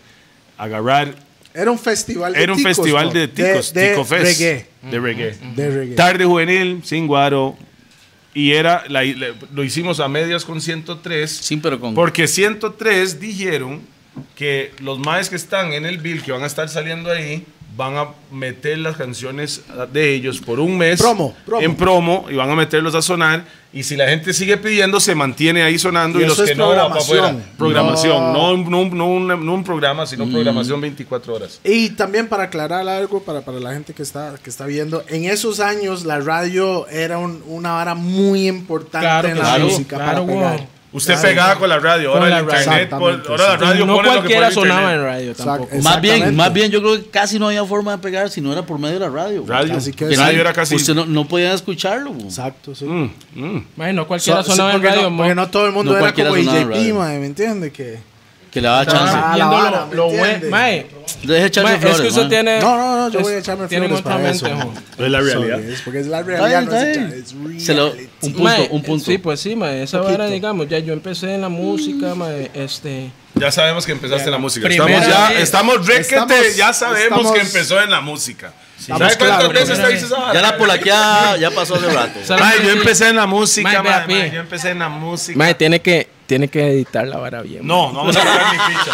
Speaker 4: agarrar,
Speaker 3: Era un festival de
Speaker 4: era un
Speaker 3: ticos,
Speaker 4: festival
Speaker 3: ¿no?
Speaker 4: de ticos,
Speaker 3: de
Speaker 4: Tico Fest.
Speaker 3: reggae.
Speaker 4: De reggae.
Speaker 3: De reggae.
Speaker 4: Tarde Juvenil, sin guaro. Y era, la- la- lo hicimos a medias con 103.
Speaker 1: Sí, pero con.
Speaker 4: Porque 103 dijeron que los maes que están en el bill que van a estar saliendo ahí van a meter las canciones de ellos por un mes
Speaker 3: Promo, promo.
Speaker 4: en promo y van a meterlos a sonar y si la gente sigue pidiendo se mantiene ahí sonando
Speaker 3: Y
Speaker 4: y,
Speaker 3: eso
Speaker 4: los
Speaker 3: es
Speaker 4: que no va para
Speaker 3: programación. Mm.
Speaker 4: afuera. programación no un- no, un- no un- no un programa sino programación 24 horas
Speaker 3: Y también para aclarar algo para, para la gente que está, que está viendo, en esos años la radio era un- una vara muy importante
Speaker 2: Claro
Speaker 3: en
Speaker 2: que
Speaker 3: la
Speaker 2: sí,
Speaker 3: música para
Speaker 2: claro,
Speaker 3: pegar.
Speaker 2: wow.
Speaker 4: usted
Speaker 3: Ah,
Speaker 4: pegaba con la radio ahora
Speaker 2: Con
Speaker 4: el
Speaker 2: la radio.
Speaker 4: internet pon-
Speaker 3: Exactamente,
Speaker 4: ahora la
Speaker 3: sí.
Speaker 4: radio
Speaker 2: no
Speaker 4: pone lo que
Speaker 2: cualquiera
Speaker 4: pone el internet.
Speaker 2: sonaba en radio tampoco.
Speaker 3: Exact-
Speaker 1: Más bien,
Speaker 3: exactamente.
Speaker 1: más bien, yo creo que casi no había forma de pegar si no era por medio de la radio. güey.
Speaker 4: radio
Speaker 3: Así que
Speaker 1: Que
Speaker 3: sí.
Speaker 1: nadie-
Speaker 4: radio era casi
Speaker 1: Usted no, no podía escucharlo. güey.
Speaker 3: Exacto, sí.
Speaker 4: Mm, mm.
Speaker 2: Mae, no
Speaker 3: Eh, So-
Speaker 2: cualquiera
Speaker 3: sí,
Speaker 2: sonaba en
Speaker 3: porque,
Speaker 2: radio.
Speaker 3: no,
Speaker 2: mo-
Speaker 3: porque no todo el mundo
Speaker 1: No
Speaker 3: era como
Speaker 1: cualquiera sonaba en
Speaker 3: DJP,
Speaker 1: radio.
Speaker 3: mae, ¿me entiende? Que...
Speaker 1: Que le daba chance.
Speaker 3: Ah, la
Speaker 2: Viendo
Speaker 3: vara,
Speaker 2: lo-
Speaker 3: ¿me
Speaker 2: lo buen-
Speaker 3: entiende?
Speaker 2: Mae,
Speaker 1: Deje echarle
Speaker 2: mae, es
Speaker 1: flores,
Speaker 2: que usted
Speaker 1: mae.
Speaker 2: tiene.
Speaker 3: No, no, no, yo
Speaker 2: es-
Speaker 3: voy a echarme
Speaker 2: tiene
Speaker 3: flores para
Speaker 2: otra
Speaker 3: eso.
Speaker 2: mente, jo.
Speaker 4: es la realidad
Speaker 3: Sorry, es porque es la
Speaker 1: Está
Speaker 3: realidad,
Speaker 1: bien,
Speaker 3: no es
Speaker 1: está
Speaker 3: echar-
Speaker 1: bien.
Speaker 3: es
Speaker 1: Se lo-
Speaker 3: reality.
Speaker 1: un punto,
Speaker 2: Mae,
Speaker 1: un punto.
Speaker 2: Sí, pues sí, mae, esa
Speaker 3: Poquito. Mm.
Speaker 2: vara, digamos, ya yo empecé en la música, mae, este,
Speaker 4: Ya sabemos que empezaste en la música.
Speaker 2: Primera
Speaker 4: Estamos ya,
Speaker 2: vez.
Speaker 4: estamos requete,
Speaker 3: Estamos-
Speaker 4: ya sabemos
Speaker 3: estamos-
Speaker 4: que empezó en la música.
Speaker 3: Estamos
Speaker 4: ¿Sabes cuántas
Speaker 3: claros,
Speaker 4: veces
Speaker 2: primera
Speaker 4: te dices "Ah,
Speaker 1: Ya la polaqueada ya pasó hace rato. güey.
Speaker 2: Sal- Mae, yo empecé
Speaker 4: en la
Speaker 2: Mae,
Speaker 4: música,
Speaker 2: mae, vea, mae, pi. yo
Speaker 4: empecé en la música.
Speaker 2: mae, tiene que, tiene que editar la vara bien.
Speaker 4: No, no vamos a pagar mi ficha.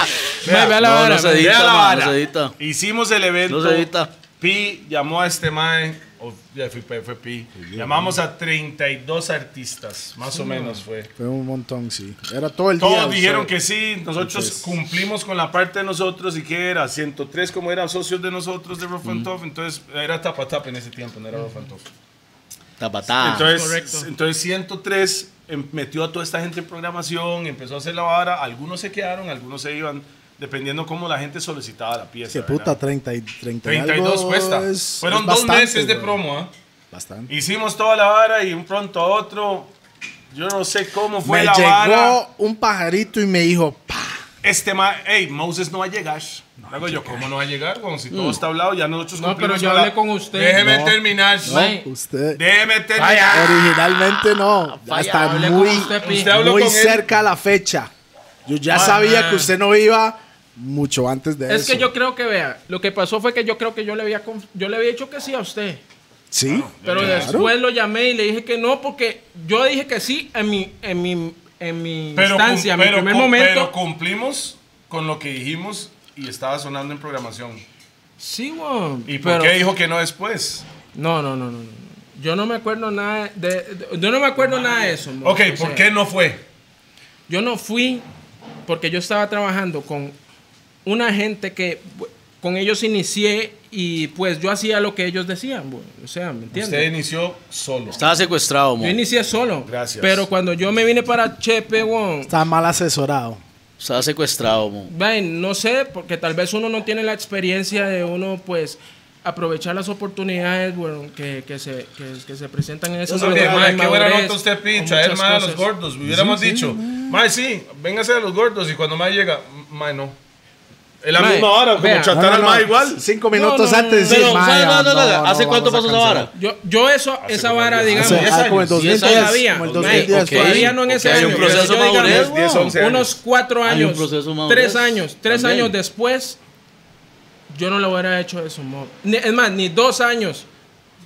Speaker 2: Mae, vea la
Speaker 1: no,
Speaker 2: vara,
Speaker 1: no se
Speaker 2: mae.
Speaker 1: edita.
Speaker 4: Vea la
Speaker 1: ma,
Speaker 4: vara.
Speaker 1: no se edita.
Speaker 4: Hicimos el evento.
Speaker 1: No se edita.
Speaker 4: Pi llamó a este mae. o ya fui- fue, fue Pi. Llamamos a 32 artistas, más o menos fue.
Speaker 3: Fue un montón, sí. Era todo el día.
Speaker 4: Todos
Speaker 3: o sea,
Speaker 4: dijeron que sí, nosotros cumplimos con la parte de nosotros y que era 103 como eran socios de nosotros de Rough and Tough, entonces era tapa tapa en ese tiempo, no era Rough and Tough.
Speaker 3: Ah,
Speaker 1: Tapatá.
Speaker 4: entonces, entonces 103 em- metió a toda esta gente en programación, empezó a hacer la vara, algunos se quedaron, algunos se iban, dependiendo cómo la gente solicitaba la pieza.
Speaker 3: Que
Speaker 4: ¿verdad?
Speaker 3: puta, 30 y 30 y algo
Speaker 4: 32 cuesta.
Speaker 3: es-
Speaker 4: Fueron
Speaker 3: es
Speaker 4: dos
Speaker 3: bastante,
Speaker 4: meses de
Speaker 3: bro.
Speaker 4: promo, ¿ah?
Speaker 3: Bastante.
Speaker 4: Hicimos toda la vara y un pronto a otro, yo no sé cómo fue
Speaker 3: me
Speaker 4: la
Speaker 3: llegó
Speaker 4: vara.
Speaker 3: un pajarito y me dijo, pa.
Speaker 4: Este ma, hey, Moses no va a llegar. Luego yo, ¿cómo no va a llegar? Bueno, si todo está hablado, ya nosotros
Speaker 2: Mm. No,
Speaker 4: cumplimos
Speaker 2: pero yo
Speaker 4: la-
Speaker 2: hablé con usted.
Speaker 4: Déjeme
Speaker 3: No,
Speaker 4: terminar.
Speaker 2: no. Ey.
Speaker 3: Usted.
Speaker 4: Déjeme terminar.
Speaker 3: Originalmente no. Ya está
Speaker 2: hablé Ah, con
Speaker 3: muy,
Speaker 2: usted, pi.
Speaker 4: Usted habló
Speaker 3: muy
Speaker 4: con él.
Speaker 3: cerca a la fecha. Yo ya
Speaker 2: Ajá.
Speaker 3: sabía que usted no iba mucho antes de
Speaker 2: Es
Speaker 3: eso.
Speaker 2: que yo creo que, vea, lo que pasó fue que yo creo que yo le había, conf- yo le había dicho que sí a usted.
Speaker 3: Sí.
Speaker 2: Pero después lo llamé y le dije que no, porque yo dije que sí en mi, en mi, en mi
Speaker 4: Pero, cum-
Speaker 2: instancia, en mi
Speaker 4: pero
Speaker 2: primer
Speaker 4: cum-
Speaker 2: momento.
Speaker 4: pero cumplimos con lo que dijimos y estaba sonando en programación.
Speaker 2: sí, weón.
Speaker 4: ¿Y por
Speaker 2: pero-
Speaker 4: qué dijo que no después?
Speaker 2: No, no, no, no. no. Yo no me acuerdo nada de, de- yo no me acuerdo nada de eso. mo.
Speaker 4: Ok,
Speaker 2: O
Speaker 4: ¿por
Speaker 2: sea,
Speaker 4: qué no fue?
Speaker 2: Yo no fui porque yo estaba trabajando con una gente que bu- con ellos inicié y pues yo hacía lo que ellos decían, bu- o sea, ¿me
Speaker 4: Usted
Speaker 2: entiendes?
Speaker 4: inició solo.
Speaker 1: Estaba secuestrado, mo.
Speaker 2: Yo inicié solo.
Speaker 4: Gracias.
Speaker 2: Pero cuando yo me vine para Chepe, weón,
Speaker 3: Está mal asesorado.
Speaker 1: Estaba secuestrado, mo.
Speaker 2: Ven, no sé, porque tal vez uno no tiene la experiencia de uno, pues, aprovechar las oportunidades bueno, que, que, se, que, que se presentan en esos
Speaker 4: Eso que, mae, qué buena
Speaker 2: madurez,
Speaker 4: nota usted
Speaker 2: con
Speaker 4: pincha, él
Speaker 2: muchas
Speaker 4: más a los
Speaker 2: cosas.
Speaker 4: gordos, hubiéramos dicho, mae sí, véngase a los gordos y cuando mae llega, mae no. Es la
Speaker 2: Mae,
Speaker 4: misma hora, como
Speaker 2: vea.
Speaker 4: chatar al mae igual.
Speaker 3: Cinco
Speaker 2: No,
Speaker 3: minutos
Speaker 2: no,
Speaker 3: antes. de
Speaker 1: Pero,
Speaker 3: decir,
Speaker 1: ¿sabe,
Speaker 3: "Maya,
Speaker 1: no, no, no,
Speaker 3: no,
Speaker 1: ¿Hace
Speaker 3: no,
Speaker 1: cuánto
Speaker 3: vamos
Speaker 1: pasó
Speaker 3: a
Speaker 1: esa
Speaker 3: cancelar".
Speaker 1: vara?
Speaker 2: Yo, yo eso, esa vara, digamos,
Speaker 3: Hace-
Speaker 4: diez
Speaker 3: ah, como el
Speaker 4: años,
Speaker 3: 2010.
Speaker 1: diez años.
Speaker 3: Como el
Speaker 2: Todavía,
Speaker 3: 2010
Speaker 1: ok.
Speaker 3: fue.
Speaker 2: Todavía no en ese
Speaker 4: Ok, hay
Speaker 2: año.
Speaker 4: un proceso
Speaker 2: pero
Speaker 4: de
Speaker 2: yo,
Speaker 4: madurez,
Speaker 2: digamos,
Speaker 4: 10, 11 años.
Speaker 2: Unos cuatro
Speaker 1: Hay un
Speaker 2: años.
Speaker 1: proceso de madurez
Speaker 2: tres años. Tres
Speaker 1: también.
Speaker 2: años después, yo no lo hubiera hecho eso, mo. Ni- es más, ni dos años.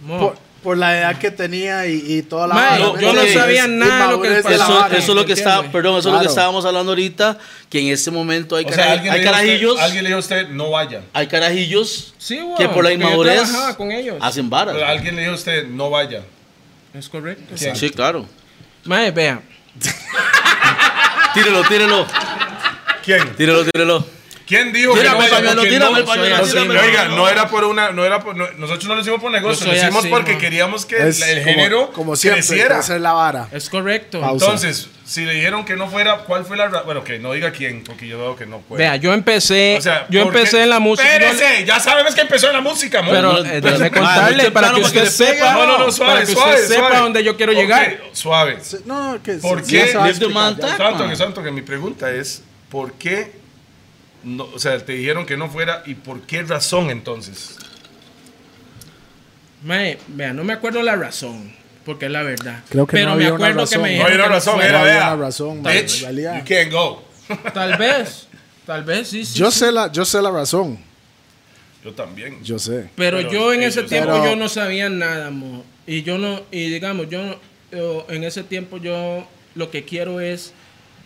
Speaker 2: mo.
Speaker 3: Por, por la edad que tenía y, y toda la
Speaker 2: Mae,
Speaker 3: vara,
Speaker 1: yo-
Speaker 3: ¿me
Speaker 1: yo no
Speaker 3: entiendes?
Speaker 2: sabía
Speaker 3: Es
Speaker 2: nada de lo que
Speaker 3: inmadurez
Speaker 2: les
Speaker 3: de la
Speaker 1: Eso,
Speaker 3: vara.
Speaker 2: vara,
Speaker 1: eso es lo que
Speaker 2: ¿entiende?
Speaker 1: está, perdón, eso es lo que
Speaker 3: Claro.
Speaker 1: estábamos hablando ahorita, que en este momento hay,
Speaker 4: O
Speaker 1: cara-
Speaker 4: sea, alguien,
Speaker 1: hay
Speaker 4: le dijo a usted-
Speaker 1: carajillos,
Speaker 4: alguien le dijo a usted, no vaya.
Speaker 1: hay carajillos
Speaker 2: Sí, weón,
Speaker 1: que por la
Speaker 2: porque yo
Speaker 1: inmadurez
Speaker 2: trabajaba con ellos.
Speaker 1: hacen varas.
Speaker 4: Pero alguien le dijo a usted, no vaya.
Speaker 2: Es correcto.
Speaker 4: ¿Quién?
Speaker 1: Sí, claro.
Speaker 2: Mae, vea.
Speaker 1: Tírelo, tírelo,
Speaker 4: ¿Quién?
Speaker 1: tírelo, tírelo.
Speaker 4: ¿Quién dijo
Speaker 1: Tírame el
Speaker 4: que no vaya?
Speaker 1: pañuelo,
Speaker 4: Porque
Speaker 1: tírame
Speaker 4: no-
Speaker 1: el pañuelo,
Speaker 4: no sé,
Speaker 1: tírame el
Speaker 4: Oiga,
Speaker 1: pañuelo.
Speaker 4: no era por una, no era por- no- nosotros no lo hicimos por negocio,
Speaker 2: Yo
Speaker 4: lo
Speaker 2: soy
Speaker 4: hicimos
Speaker 2: así,
Speaker 4: porque
Speaker 2: man.
Speaker 4: queríamos que
Speaker 3: Es
Speaker 4: el
Speaker 3: como-
Speaker 4: género
Speaker 3: como siempre,
Speaker 4: creciera.
Speaker 3: esa es la vara.
Speaker 2: Es correcto.
Speaker 3: Pausa.
Speaker 4: Entonces, si le dijeron que no fuera, ¿cuál fue la ra- Bueno, que no diga quién, porque yo veo que no puede.
Speaker 2: Vea, yo empecé,
Speaker 4: O sea,
Speaker 2: yo
Speaker 4: ¿por qué?
Speaker 2: empecé en la música. yo-
Speaker 4: Espérese, ya sabemos que empezó en la música, mo.
Speaker 2: pero
Speaker 1: No,
Speaker 2: eh,
Speaker 1: pero-
Speaker 2: déjeme
Speaker 1: Ah,
Speaker 2: contarle
Speaker 1: muy
Speaker 2: para que
Speaker 1: temprano para
Speaker 2: usted
Speaker 1: que le
Speaker 2: sepa,
Speaker 1: sepa.
Speaker 4: no, no, no,
Speaker 2: para
Speaker 4: suave,
Speaker 2: que
Speaker 4: suave,
Speaker 2: usted sepa
Speaker 4: suave.
Speaker 2: dónde yo quiero
Speaker 4: Ok,
Speaker 2: llegar.
Speaker 4: Suave.
Speaker 3: Sí, No, no, que
Speaker 4: ¿Por
Speaker 3: sí,
Speaker 4: qué?
Speaker 3: ya se va a
Speaker 1: Live the
Speaker 3: explicar,
Speaker 1: man
Speaker 3: ya.
Speaker 1: time.
Speaker 4: Santo, que santo, que mi pregunta es, ¿por qué? No, o sea, te dijeron que no fuera y por qué razón entonces.
Speaker 2: Mae, vea, no me acuerdo la razón, porque es la verdad.
Speaker 3: Creo que
Speaker 2: pero
Speaker 3: no
Speaker 2: me
Speaker 3: había una
Speaker 2: acuerdo que
Speaker 3: razón.
Speaker 2: me
Speaker 3: No
Speaker 4: No
Speaker 2: dijeron
Speaker 4: hay una
Speaker 2: que no
Speaker 4: razón,
Speaker 2: fuera.
Speaker 4: era
Speaker 3: había
Speaker 4: vea.
Speaker 3: una razón, man,
Speaker 4: Bitch,
Speaker 3: en realidad.
Speaker 4: you can't go.
Speaker 2: Tal vez, tal vez sí, sí.
Speaker 3: Yo
Speaker 2: sí.
Speaker 3: sé la, yo sé la razón.
Speaker 4: Yo también.
Speaker 3: Yo sé.
Speaker 2: Pero,
Speaker 4: Pero
Speaker 2: yo en ese
Speaker 4: ellos-
Speaker 2: tiempo
Speaker 3: Pero-
Speaker 2: yo no sabía nada, mo. Y yo no, y digamos, yo, no- yo en ese tiempo yo lo que quiero es,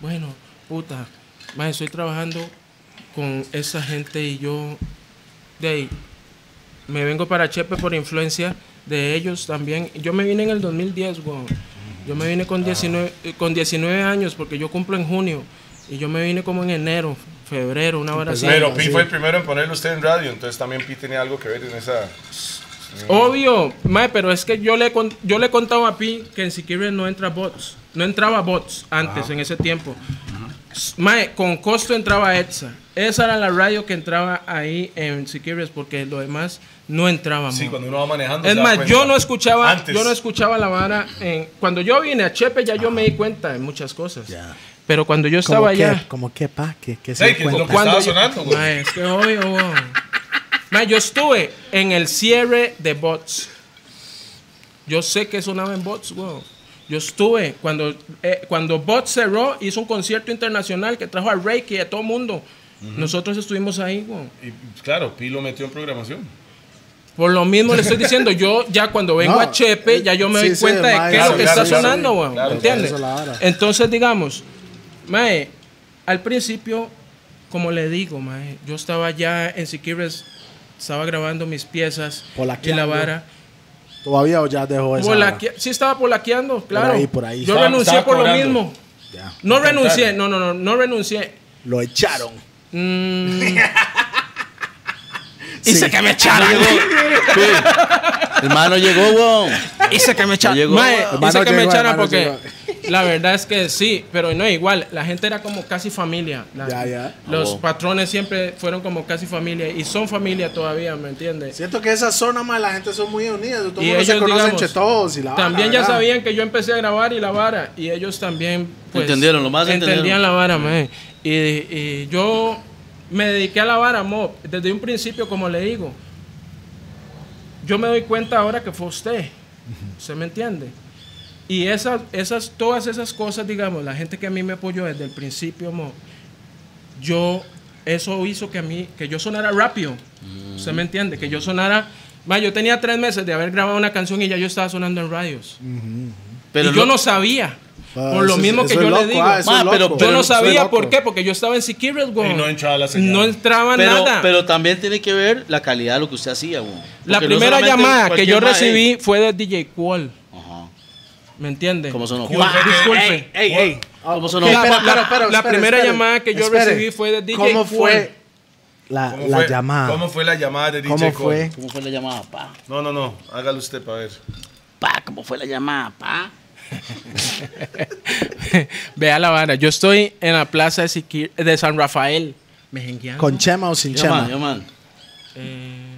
Speaker 2: bueno, puta, mae, estoy trabajando con esa gente y yo, de ahí, me vengo para Chepe por influencia de ellos también. Yo me vine en el 2010, weón. Yo me vine con 19, eh, con 19 años porque yo cumplo en junio. Y yo me vine como en enero, febrero, una hora así.
Speaker 4: Pero Pi fue el primero en ponerlo usted en radio, entonces también Pi tenía algo que ver en esa.
Speaker 2: Obvio, mae, pero es que yo le con- yo le contaba a Pi que en Siquirres no entra bots, no entraba bots antes en ese tiempo. S- Mae, con costo entraba ETSA. Esa era la radio que entraba ahí en Siquirres porque lo demás Ah, no entrábamos.
Speaker 4: Sí, cuando uno va manejando.
Speaker 2: Es
Speaker 4: se da
Speaker 2: más,
Speaker 4: cuenta.
Speaker 2: yo no escuchaba,
Speaker 4: Antes.
Speaker 2: yo no escuchaba la vara en- cuando yo vine a Chepe ya yo me di cuenta de muchas cosas. Pero cuando yo
Speaker 6: Como
Speaker 2: estaba allá
Speaker 6: que, como que, pa, que, que
Speaker 4: Sí,
Speaker 6: se
Speaker 4: que
Speaker 6: cuenta.
Speaker 4: lo que
Speaker 2: cuando
Speaker 4: estaba
Speaker 2: yo-
Speaker 4: sonando, güey.
Speaker 2: Mae, es que obvio, weón. Mae, yo estuve en el cierre de bots. Yo sé que sonaba en bots, weón. Yo estuve cuando, eh, cuando bots cerró, hizo un concierto internacional que trajo a Reiki y a todo mundo. Nosotros estuvimos ahí, weón.
Speaker 4: Y claro, Pi lo metió en programación.
Speaker 2: Por lo mismo le estoy diciendo, yo ya cuando vengo
Speaker 3: No,
Speaker 2: a Chepe,
Speaker 3: eh,
Speaker 2: ya yo me
Speaker 3: sí,
Speaker 2: doy
Speaker 3: sí,
Speaker 2: cuenta de
Speaker 3: mae,
Speaker 2: qué es lo
Speaker 4: claro,
Speaker 2: que
Speaker 4: claro,
Speaker 2: está
Speaker 4: claro,
Speaker 2: sonando,
Speaker 4: sí,
Speaker 2: weón.
Speaker 4: claro,
Speaker 2: ¿Entiendes?
Speaker 6: eso es la vara.
Speaker 2: Entonces, digamos, mae, al principio, como le digo, mae, yo estaba ya en Siquibres, estaba grabando mis piezas y la
Speaker 6: Polaqueando.
Speaker 2: vara.
Speaker 6: Todavía o ya dejó
Speaker 3: Pues, ah.
Speaker 6: esa. vara?
Speaker 2: Polaque- sí estaba polaqueando, claro.
Speaker 6: ahí, por ahí.
Speaker 2: Yo
Speaker 4: Estaba-
Speaker 2: renuncié
Speaker 4: estaba
Speaker 2: por lo
Speaker 4: cobrando.
Speaker 2: mismo.
Speaker 6: Ya.
Speaker 2: No renuncié, no, no, no, no renuncié.
Speaker 6: Lo echaron.
Speaker 2: Mm,
Speaker 6: Hice
Speaker 1: que me echaron. El mano llegó, weón.
Speaker 2: Hice que me
Speaker 1: No
Speaker 2: echaran.
Speaker 1: llegó.
Speaker 2: Mae,
Speaker 1: Hermano,
Speaker 2: hice que me
Speaker 6: llegó,
Speaker 2: echaran
Speaker 6: hermano,
Speaker 2: porque la verdad es que sí, pero no igual. La gente era como casi familia. La-
Speaker 6: Ya, ya.
Speaker 2: Los
Speaker 1: Oh.
Speaker 2: patrones siempre fueron como casi familia y son familia todavía, ¿me entiendes?
Speaker 6: Siento que esa zona, más la gente son muy unidas. Todo
Speaker 2: Y
Speaker 6: mundo se
Speaker 2: ellos,
Speaker 6: conoce
Speaker 2: digamos,
Speaker 6: entre todos. Y la vara,
Speaker 2: También ya
Speaker 6: ¿verdad?
Speaker 2: sabían que yo empecé a grabar y la vara y ellos también pues,
Speaker 1: Entendieron, lo más
Speaker 2: entendían
Speaker 1: entendieron.
Speaker 2: la vara, mae. Y, y yo me dediqué a la vara, mo, desde un principio, como le digo. Yo me doy cuenta ahora que fue usted. ¿Se me entiende? Y esas, esas, todas esas cosas, digamos, la gente que a mí me apoyó desde el principio, mo, yo, eso hizo que a mí, que yo sonara rápido. ¿Se
Speaker 6: Mm.
Speaker 2: me entiende? Que yo sonara. Ma, yo tenía tres meses de haber grabado una canción y ya yo estaba sonando en radios.
Speaker 1: Pero
Speaker 2: y yo
Speaker 1: lo-
Speaker 2: no sabía.
Speaker 6: Ah,
Speaker 2: por lo
Speaker 6: eso es-
Speaker 2: mismo que
Speaker 6: eso
Speaker 2: yo
Speaker 6: es
Speaker 2: le
Speaker 6: loco,
Speaker 2: digo.
Speaker 6: ah, eso
Speaker 1: Ma,
Speaker 6: es
Speaker 1: pero-
Speaker 6: loco.
Speaker 2: yo no
Speaker 6: Eso es
Speaker 2: sabía
Speaker 6: loco.
Speaker 2: por qué, porque yo estaba en Siquirres, güey.
Speaker 4: Y no entraba la señal.
Speaker 2: No entraba
Speaker 1: Pero,
Speaker 2: nada.
Speaker 1: pero también tiene que ver la calidad de lo que usted hacía, weón.
Speaker 2: la
Speaker 1: Porque no
Speaker 2: primera
Speaker 1: solamente
Speaker 2: llamada que
Speaker 1: cualquier
Speaker 2: yo
Speaker 1: mae-
Speaker 2: recibí fue de DJ Qual.
Speaker 1: Ajá.
Speaker 2: ¿Me entiende?
Speaker 1: ¿Cómo sonó?
Speaker 2: Yo- Disculpe.
Speaker 6: Ey, ey.
Speaker 1: Ah, ¿Cómo sonó?
Speaker 6: No,
Speaker 2: La-
Speaker 6: espera,
Speaker 2: la-
Speaker 6: espera,
Speaker 2: la
Speaker 6: espera, espera,
Speaker 2: primera
Speaker 6: espera.
Speaker 2: llamada que yo
Speaker 6: Espere.
Speaker 2: recibí fue de DJ
Speaker 6: ¿Cómo
Speaker 2: Fuel?
Speaker 6: fue la,
Speaker 4: ¿Cómo
Speaker 6: la
Speaker 4: fue-
Speaker 6: llamada?
Speaker 4: ¿Cómo fue la llamada de DJ
Speaker 6: ¿Cómo
Speaker 4: Cole?
Speaker 6: fue?
Speaker 1: ¿Cómo fue la llamada, pa?
Speaker 4: No, no, no. Hágalo usted para ver.
Speaker 1: Pa, ¿cómo fue la llamada, pa?
Speaker 2: Vea la vara. Yo estoy en la plaza de, Siquir- de San Rafael. Me jengueando.
Speaker 6: ¿Con chema o sin
Speaker 1: Yo, man, yo,
Speaker 6: chema?
Speaker 1: man.
Speaker 2: Eh,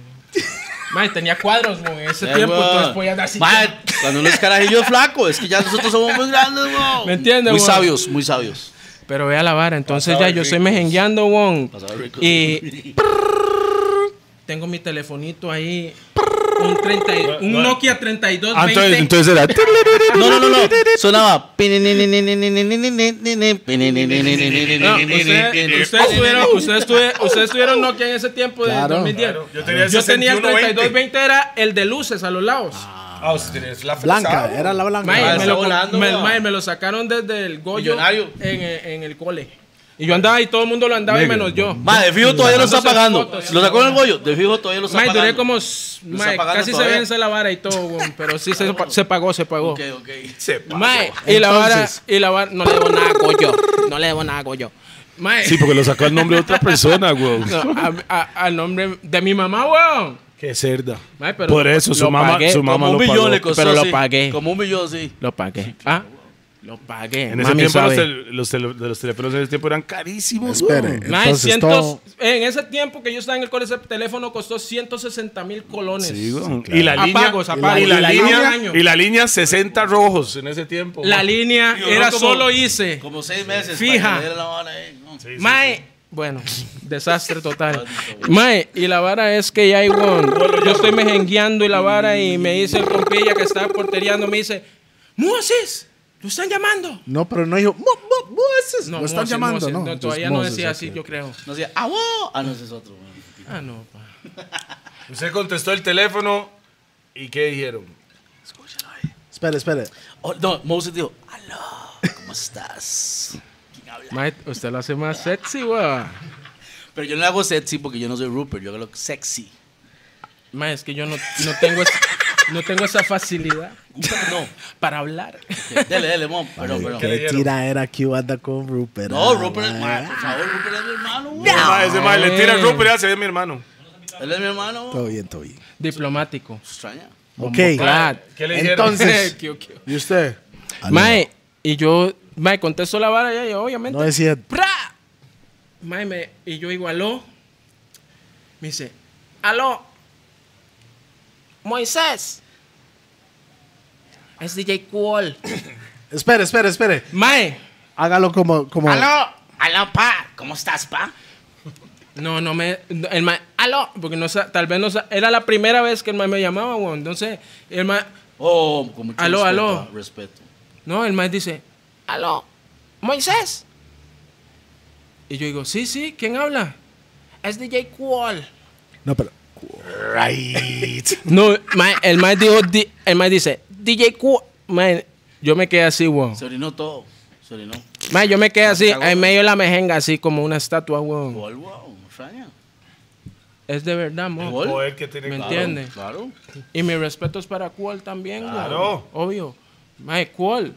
Speaker 2: mae, tenía cuadros güey, en ese
Speaker 1: Eh,
Speaker 2: tiempo,
Speaker 1: weón.
Speaker 2: entonces podía dar así.
Speaker 1: Mae, cuando uno es carajillo es flaco, es que ya nosotros somos muy grandes, weón.
Speaker 2: ¿Me entiende,
Speaker 1: Muy
Speaker 2: weón?
Speaker 1: sabios, muy sabios.
Speaker 2: Pero vea la vara, entonces
Speaker 4: Pasaba
Speaker 2: ya yo estoy
Speaker 4: ricos.
Speaker 2: mejengueando, weón.
Speaker 1: Pasaba ricos.
Speaker 2: Y prrrr, tengo mi telefonito ahí. Un, 30 y- un
Speaker 4: No, no.
Speaker 2: Nokia 3220.
Speaker 4: era.
Speaker 1: No, no, no, no. Sonaba.
Speaker 2: No, usted- ustedes tuvieron, ustedes tuve- ustedes tuvieron Nokia en ese tiempo de
Speaker 6: Claro.
Speaker 2: 2010.
Speaker 4: Claro, yo tenía
Speaker 2: Yo tenía el
Speaker 4: 6120.
Speaker 2: 3220, era el de luces a los lados.
Speaker 4: Ah, usted tenía la
Speaker 6: Blanca,
Speaker 4: fresada.
Speaker 6: era la
Speaker 2: Mae,
Speaker 1: Ah,
Speaker 6: blanca.
Speaker 2: me,
Speaker 1: está
Speaker 2: lo,
Speaker 1: volando,
Speaker 2: me-
Speaker 1: weón.
Speaker 2: mae, me lo sacaron desde el Goyo
Speaker 1: Millonario.
Speaker 2: en, eh, en el cole. Y yo andaba y todo el mundo lo andaba y
Speaker 4: Negro.
Speaker 2: menos yo.
Speaker 1: Mae, de fijo todavía lo está
Speaker 2: Mandándose
Speaker 1: pagando.
Speaker 2: fotos,
Speaker 1: ¿Lo sacó en el bollo? De fijo todavía lo está
Speaker 2: Mae,
Speaker 1: pagando.
Speaker 2: duré como. s-
Speaker 1: Lo
Speaker 2: mae,
Speaker 1: está pagando
Speaker 2: casi se
Speaker 1: todavía.
Speaker 2: vence la vara y todo, weón, pero sí se, se pagó, se pagó.
Speaker 1: Ok, ok.
Speaker 2: Mae, y la vara.
Speaker 6: Entonces.
Speaker 2: Y la vara. No le debo nada a Goyo. No le debo nada a Goyo. Mae,
Speaker 4: porque lo sacó el nombre de otra persona, güey.
Speaker 2: no, a- a- al nombre de mi mamá, weón.
Speaker 4: Qué cerda.
Speaker 2: Mae, pero
Speaker 4: Por eso su
Speaker 2: lo
Speaker 4: mamá,
Speaker 2: pagué.
Speaker 4: su mamá
Speaker 1: Como un
Speaker 4: lo pagó.
Speaker 1: millón le costó.
Speaker 2: pero lo
Speaker 1: sí.
Speaker 2: pagué.
Speaker 1: Como un millón, sí.
Speaker 2: Lo pagué. Ah, lo pagué.
Speaker 4: En ese
Speaker 2: Mami
Speaker 4: tiempo los,
Speaker 2: sabe.
Speaker 4: tel- los, tel- de los teléfonos en ese tiempo eran carísimos. güey.
Speaker 6: Espere.
Speaker 2: Mae,
Speaker 6: Entonces,
Speaker 2: cientos-
Speaker 6: todo-
Speaker 2: en ese tiempo que yo estaba en el colegio, ese teléfono costó 160 mil colones.
Speaker 4: Sí, güey. Mm. Y la línea,
Speaker 2: Apagos, apagos.
Speaker 4: Y la,
Speaker 2: Y la
Speaker 4: línea,
Speaker 2: línea-
Speaker 4: y la línea 60 rojos en ese tiempo.
Speaker 2: La
Speaker 4: güey.
Speaker 2: línea
Speaker 1: Yo
Speaker 2: era
Speaker 1: como-
Speaker 2: solo hice.
Speaker 1: Como seis meses.
Speaker 2: Fija.
Speaker 1: para que le diera la vara ahí, ¿no?
Speaker 2: Mae, bueno, desastre total. Mae, y la vara es que ya hay weón, Yo estoy mejengueando y la vara y me dice el compilla que estaba porteriando, me dice, Moses, lo están llamando.
Speaker 6: No, pero no dijo. "Mu- mu- mu- ese". Lo están
Speaker 2: Moses,
Speaker 6: llamando,
Speaker 2: Moses.
Speaker 6: ¿no?
Speaker 2: todavía no
Speaker 6: Entonces, Moses,
Speaker 2: decía
Speaker 6: ok.
Speaker 2: así, yo creo.
Speaker 1: No sé, ah, wow. Ah, no, ese es otro. güey.
Speaker 2: Ah, no, pa.
Speaker 4: Usted contestó el teléfono y ¿qué dijeron?
Speaker 6: Espere, espere.
Speaker 1: Oh, no, Moses dijo, aló, ¿cómo estás? ¿Quién habla?
Speaker 2: Mae, usted lo hace más sexy, weón.
Speaker 1: Pero yo no le hago sexy porque yo no soy Rupert, yo hago lo sexy.
Speaker 2: Ma, es que yo no, no tengo, esa, no tengo esa facilidad no, para hablar.
Speaker 1: Dele, dele, mom. Perdón,
Speaker 6: Ay,
Speaker 1: perdón.
Speaker 6: Qué
Speaker 4: leyeron?
Speaker 6: tira era que yo anda con Rupert.
Speaker 1: No,
Speaker 6: ah,
Speaker 1: Rupert es,
Speaker 6: mae.
Speaker 1: mae, por favor, Rupert es mi hermano, güey.
Speaker 4: Ma, Ah, ese ma, le tira el Rupert y hace "Es mi hermano.
Speaker 1: Él es mi hermano, güey.
Speaker 6: Todo bien, todo bien.
Speaker 2: Diplomático.
Speaker 1: Extraña.
Speaker 6: Ok.
Speaker 2: Claro.
Speaker 4: ¿Qué le dijeron?
Speaker 6: Entonces,
Speaker 2: Qué- qué-
Speaker 6: ¿y usted?
Speaker 2: Mae, y yo, mae, contesto la vara ya, y obviamente.
Speaker 6: No decía.
Speaker 2: ¡Pra! Mae, me- y yo digo, aló. Me dice, aló. Moisés. Es DJ Cool.
Speaker 6: Espere, espere, espere.
Speaker 2: Mae.
Speaker 6: Hágalo como. como
Speaker 2: Aló. Aló, pa. ¿Cómo estás, pa? No, no me. no, El mae, aló. Porque no sa- tal vez no sa- Era la primera vez que el mae me llamaba, weón. Entonces, el mae.
Speaker 1: Oh, con mucho
Speaker 2: Aló,
Speaker 1: respeto.
Speaker 2: aló.
Speaker 1: Respeto.
Speaker 2: No, el mae dice, aló, Moisés. Y yo digo, sí, sí, ¿quién habla? Es DJ Qual.
Speaker 6: No, pero.
Speaker 2: No, mae, el mae dijo, di- el mae dice, DJ Qual. Mae, yo me quedé así, weón.
Speaker 1: Se orinó todo. Se orinó.
Speaker 2: Mae, yo me quedé así, en medio de la mejenga, así como una estatua, weón.
Speaker 1: Gol, wow. Extraña.
Speaker 2: Es de verdad, mo.
Speaker 1: Gol.
Speaker 4: O el que
Speaker 2: ¿Me
Speaker 4: tiene
Speaker 1: Claro,
Speaker 2: entiende?
Speaker 1: Claro.
Speaker 2: Y mis respetos para Qual también, weón.
Speaker 4: Claro.
Speaker 2: Obvio. Mae, Qual.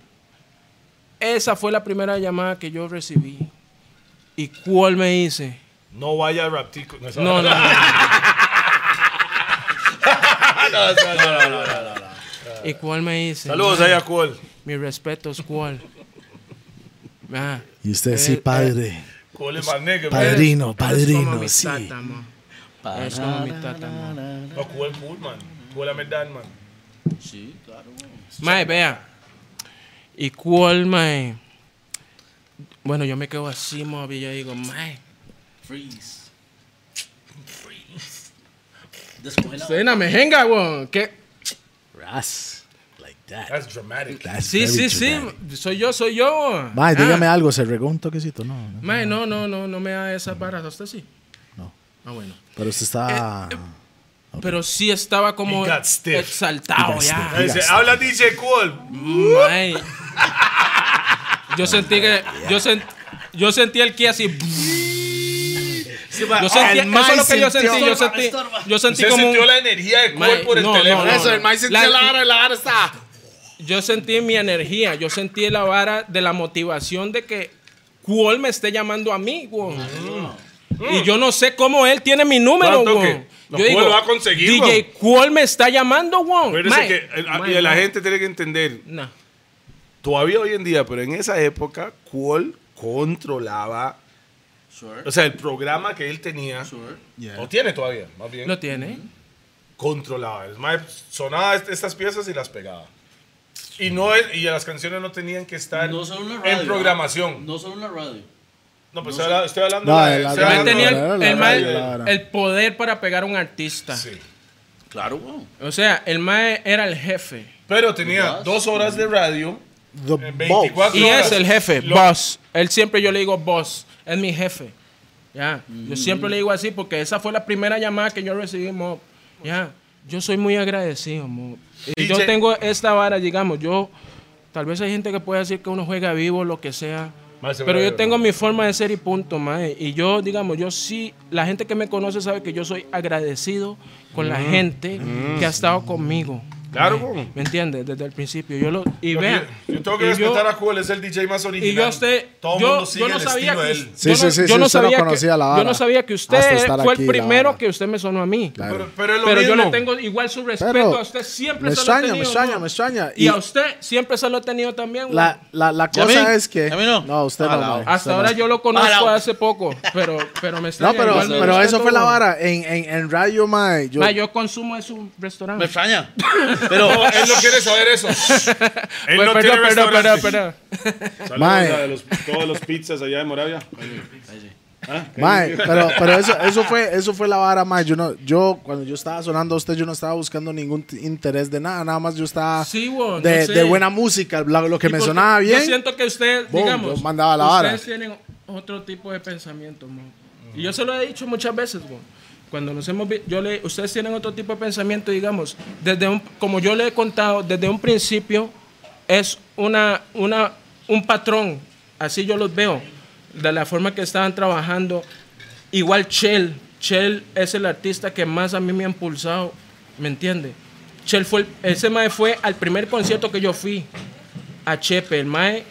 Speaker 2: Esa fue la primera llamada que yo recibí. Y Qual me dice,
Speaker 4: No vaya a raptico. No,
Speaker 2: no, no, no.
Speaker 4: no, no, no.
Speaker 2: ¿Y cuál me dice?
Speaker 4: Saludos
Speaker 2: Ma,
Speaker 4: ahí a Cuol.
Speaker 2: Mi respeto es cuál. Ma,
Speaker 6: Y usted
Speaker 2: Eh,
Speaker 6: sí,
Speaker 2: eh,
Speaker 6: padre.
Speaker 4: Cuol es más negro.
Speaker 6: Padre.
Speaker 4: man.
Speaker 6: Padrino,
Speaker 2: Eres como
Speaker 6: padrino,
Speaker 2: mi
Speaker 6: sí.
Speaker 2: tata, ma. Eres como mi tata, ma.
Speaker 4: No, Cuol cool, man. Cuol a medad, man.
Speaker 1: Sí, claro, güey.
Speaker 2: Mae, vea. ¿Y cuál, mae? Bueno, yo me quedo así, ma, y yo digo, mae.
Speaker 1: Freeze. Freeze. Descongelado.
Speaker 2: Soy una mejenga, weón. ¿Qué?
Speaker 6: Ras. Like that.
Speaker 4: That's dramatic.
Speaker 6: That's
Speaker 2: Eh, Sí, sí,
Speaker 6: very
Speaker 2: sí.
Speaker 6: dramatic.
Speaker 2: Soy yo, soy yo, weón.
Speaker 6: Mae, dígame
Speaker 2: Ah, Eh,
Speaker 6: algo. Se regó un toquecito, no. no.
Speaker 2: Mae, no, no, no, no me da esas barras. ¿A usted sí?
Speaker 6: No.
Speaker 2: Ah, bueno.
Speaker 6: Pero usted
Speaker 2: eh,
Speaker 6: está.
Speaker 2: Pero sí estaba como
Speaker 4: He got stiff.
Speaker 2: exaltado ya.
Speaker 4: Ahí Dice, habla DJ Cuol.
Speaker 2: Mae. Yo sentí que. Yo, sen- yo sentí el ki así. Yo sentí, eso es lo que yo sentí. Yo sentí, yo sentí
Speaker 4: Se
Speaker 2: como. un-
Speaker 4: sintió la energía de
Speaker 2: Mae,
Speaker 4: Cuol por el
Speaker 2: no, no,
Speaker 4: teléfono.
Speaker 2: no, no. La-
Speaker 6: la vara está.
Speaker 2: Yo sentí mi energía. Yo sentí la vara de la motivación de que Cuol me esté llamando a mí, weón. Y yo no sé cómo él tiene mi número,
Speaker 4: ¿Cuánto
Speaker 2: weón.
Speaker 4: que? Cuol lo va a conseguir,
Speaker 2: DJ Cuol me está llamando, weón.
Speaker 4: Acuérdese
Speaker 2: Oh, Mae,
Speaker 4: que el-
Speaker 2: mae,
Speaker 4: y la
Speaker 2: mae.
Speaker 4: gente tiene que entender,
Speaker 2: No.
Speaker 4: todavía hoy en día, pero en esa época, Cuol controlaba,
Speaker 1: Sure.
Speaker 4: o sea, el programa que él tenía,
Speaker 1: Sure.
Speaker 4: o tiene todavía, más bien,
Speaker 2: Lo tiene.
Speaker 4: controlaba. El mae sonaba est- estas piezas y las pegaba. Y, no, es- y las canciones no tenían que estar
Speaker 1: No solo en la radio.
Speaker 4: en programación. No,
Speaker 1: No solo en la radio.
Speaker 4: pues estoy habla- estoy hablando
Speaker 6: No,
Speaker 4: de-
Speaker 6: el-
Speaker 4: estoy
Speaker 2: El mae
Speaker 6: no,
Speaker 4: hablando
Speaker 2: tenía
Speaker 4: de-
Speaker 6: no,
Speaker 2: el,
Speaker 6: no,
Speaker 2: el
Speaker 6: no,
Speaker 2: mae-
Speaker 6: no, no.
Speaker 2: el poder para pegar a un artista.
Speaker 4: Sí.
Speaker 1: Claro, güey.
Speaker 2: O sea, el mae era el jefe.
Speaker 4: Pero tenía
Speaker 1: Boss.
Speaker 4: dos horas de radio,
Speaker 6: The
Speaker 4: eh,
Speaker 6: Boss.
Speaker 4: 24
Speaker 2: Y
Speaker 4: horas.
Speaker 2: es el jefe,
Speaker 4: Lo-
Speaker 2: boss. Él siempre yo le digo boss, es mi jefe. Ya,
Speaker 4: Mm.
Speaker 2: yo siempre le digo así porque esa fue la primera llamada que yo recibí, mo. Ya, yo soy muy agradecido, mo. Y yo
Speaker 4: DJ.
Speaker 2: tengo esta vara, digamos, yo tal vez hay gente que puede decir que uno juega vivo lo que sea.
Speaker 4: Mae, se
Speaker 2: Pero
Speaker 4: va a
Speaker 2: yo
Speaker 4: ver,
Speaker 2: tengo
Speaker 4: ¿no?
Speaker 2: mi forma de ser y punto, mae. Y yo, digamos, yo sí, la gente que me conoce sabe que yo soy agradecido con
Speaker 4: Mm.
Speaker 2: la gente que ha estado conmigo.
Speaker 4: Claro,
Speaker 2: mae.
Speaker 4: güey.
Speaker 2: ¿Me entiendes? Desde el principio. Yo lo, y
Speaker 4: Yo-
Speaker 2: vean.
Speaker 4: yo, yo tengo que
Speaker 2: y yo-
Speaker 4: respetar a Cuel, es el DJ más original.
Speaker 2: y yo a usted,
Speaker 4: Todo el
Speaker 2: yo,
Speaker 4: mundo sigue
Speaker 2: yo no
Speaker 4: el
Speaker 2: sabía
Speaker 4: estilo de
Speaker 2: que
Speaker 4: él.
Speaker 6: Sí,
Speaker 2: yo
Speaker 6: sí,
Speaker 2: no-
Speaker 6: sí,
Speaker 2: yo
Speaker 6: sí,
Speaker 2: no
Speaker 6: usted no
Speaker 2: sabía que
Speaker 6: conocía la
Speaker 2: yo
Speaker 6: vara.
Speaker 2: no sabía que
Speaker 6: Hasta
Speaker 2: usted
Speaker 6: estar
Speaker 2: fue
Speaker 6: aquí,
Speaker 2: el
Speaker 6: la
Speaker 2: primero
Speaker 6: vara.
Speaker 2: que usted me sonó a mí.
Speaker 6: Claro.
Speaker 4: Pero, pero es lo
Speaker 2: Pero yo
Speaker 4: mismo.
Speaker 2: le tengo igual su respeto
Speaker 6: Pero
Speaker 2: a usted siempre
Speaker 6: me
Speaker 2: se
Speaker 6: extraña,
Speaker 2: lo he
Speaker 6: me
Speaker 2: tenido,
Speaker 6: extraña,
Speaker 2: ¿no?
Speaker 6: me extraña.
Speaker 2: Y,
Speaker 6: Y-
Speaker 2: a usted siempre se lo he tenido también.
Speaker 6: La,
Speaker 2: güey.
Speaker 6: la, la
Speaker 1: ¿Y a
Speaker 6: cosa
Speaker 1: mí?
Speaker 6: es que.
Speaker 1: ¿A mí no?
Speaker 6: No, usted
Speaker 1: Ah,
Speaker 6: no.
Speaker 1: la-
Speaker 6: mae,
Speaker 2: Hasta
Speaker 6: usted
Speaker 2: ahora
Speaker 6: no.
Speaker 2: yo lo conozco
Speaker 1: Alao.
Speaker 2: hace poco, pero, pero me
Speaker 6: No,
Speaker 2: extraña.
Speaker 6: pero,
Speaker 2: igual mi
Speaker 6: pero eso
Speaker 2: respeto,
Speaker 6: fue la
Speaker 2: güey.
Speaker 6: vara. En, en, en Radio, mae. Yo,
Speaker 2: Ma, yo consumo de su
Speaker 1: Me
Speaker 2: restaurante.
Speaker 1: extraña. Pero
Speaker 4: No, él no quiere saber eso. él
Speaker 2: Güey,
Speaker 4: no
Speaker 2: perdón,
Speaker 4: tiene
Speaker 2: perdón,
Speaker 4: restaurante.
Speaker 2: perdón,
Speaker 4: Saludos
Speaker 6: Mae.
Speaker 4: a los- todos los pizzas allá de Moravia.
Speaker 6: Mae, pero, pero eso, eso, fue, eso fue la vara, mae. Yo, no, yo, cuando yo estaba sonando a usted, yo no estaba buscando ningún t- interés de nada. Nada más yo estaba
Speaker 2: Sí, weón,
Speaker 6: Ah, de,
Speaker 2: yo sé.
Speaker 6: de buena música, lo, lo que
Speaker 2: Y
Speaker 6: me
Speaker 2: porque
Speaker 6: sonaba bien.
Speaker 2: Yo siento que ustedes,
Speaker 6: Boom,
Speaker 2: digamos,
Speaker 6: yo mandaba la vara.
Speaker 2: ustedes tienen otro tipo de pensamiento, mo. Y yo se lo he dicho muchas veces, mo. Cuando nos hemos vi- yo le, ustedes tienen otro tipo de pensamiento, digamos, desde un, como yo le he contado, desde un principio es una, una, un patrón, así yo los veo, de la forma que estaban trabajando. Igual Chell, Chell es el artista que más a mí me ha impulsado ¿me entiende? Che fue, el- ese mae fue al primer concierto que yo fui a Chepe, el mae,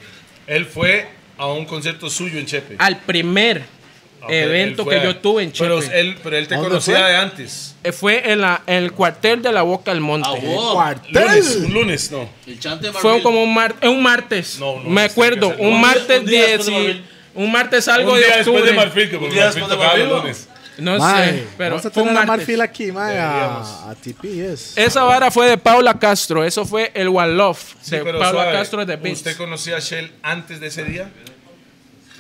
Speaker 4: Él fue a un concierto suyo en Chepe.
Speaker 2: al primer
Speaker 4: Ok,
Speaker 2: evento
Speaker 4: él fue
Speaker 2: que
Speaker 4: a-
Speaker 2: yo tuve en Chepe.
Speaker 4: Pero él, pero él te
Speaker 6: ¿Dónde
Speaker 4: conocía
Speaker 6: fue?
Speaker 4: de antes.
Speaker 2: Eh, Fue en, la, en el cuartel de la Boca del Monte.
Speaker 1: Ah, wow.
Speaker 4: Lunes, un lunes, no.
Speaker 1: El chante de
Speaker 2: Fue
Speaker 1: Marfil.
Speaker 2: como un, mar- eh, un martes.
Speaker 4: No, no,
Speaker 2: me
Speaker 4: es que
Speaker 2: acuerdo,
Speaker 4: es el-
Speaker 2: un
Speaker 1: un día-
Speaker 2: martes
Speaker 1: un día después de
Speaker 2: 10.
Speaker 1: Marfil.
Speaker 2: Un martes algo
Speaker 4: un
Speaker 2: de
Speaker 4: día
Speaker 2: octubre.
Speaker 4: después de Marfil, que
Speaker 1: Un
Speaker 4: porque
Speaker 1: día
Speaker 4: Marfil
Speaker 1: después de
Speaker 4: tocaba los
Speaker 1: Marfil, ¿no?
Speaker 4: lunes.
Speaker 2: No
Speaker 6: Mae,
Speaker 2: sé, pero
Speaker 6: vamos a
Speaker 2: fue un
Speaker 6: tener a
Speaker 2: martes.
Speaker 6: Marfil aquí, mae,
Speaker 4: Deberíamos.
Speaker 6: a, a TP, es.
Speaker 2: Esa vara fue de Paula Castro. Eso fue el One Love de
Speaker 4: pero
Speaker 2: Paula
Speaker 4: suave,
Speaker 2: Castro de Beats.
Speaker 4: ¿Usted conocía a Shell antes de ese día?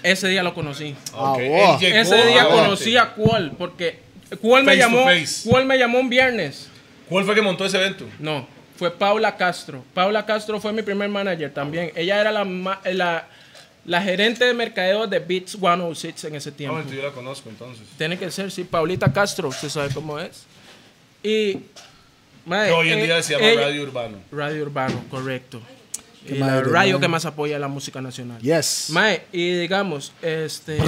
Speaker 2: Ese día lo conocí.
Speaker 6: Ah,
Speaker 4: Ok, él
Speaker 6: wow.
Speaker 4: llegó
Speaker 2: Ese día
Speaker 4: antes.
Speaker 2: conocí a Cual, porque Cual me
Speaker 4: Face to
Speaker 2: llamó,
Speaker 4: face.
Speaker 2: Cual me llamó un viernes.
Speaker 4: ¿Cuál fue que montó ese evento?
Speaker 2: No, fue Paula Castro. Paula Castro fue mi primer manager también. Ella era la ma- la, la gerente de mercadeo de Beats 106 en ese
Speaker 4: Ah,
Speaker 2: tiempo.
Speaker 4: bueno, entonces yo la conozco entonces.
Speaker 2: Tiene que ser, sí, Paulita Castro, usted sabe cómo es. Y mae,
Speaker 4: Que hoy en
Speaker 2: eh,
Speaker 4: día se llama
Speaker 2: ella-
Speaker 4: Radio Urbano.
Speaker 2: Radio Urbano, correcto. Y
Speaker 6: Qué
Speaker 2: la
Speaker 6: madre,
Speaker 2: radio
Speaker 6: mae.
Speaker 2: que más apoya la música nacional.
Speaker 6: Yes.
Speaker 2: Mae, y digamos, este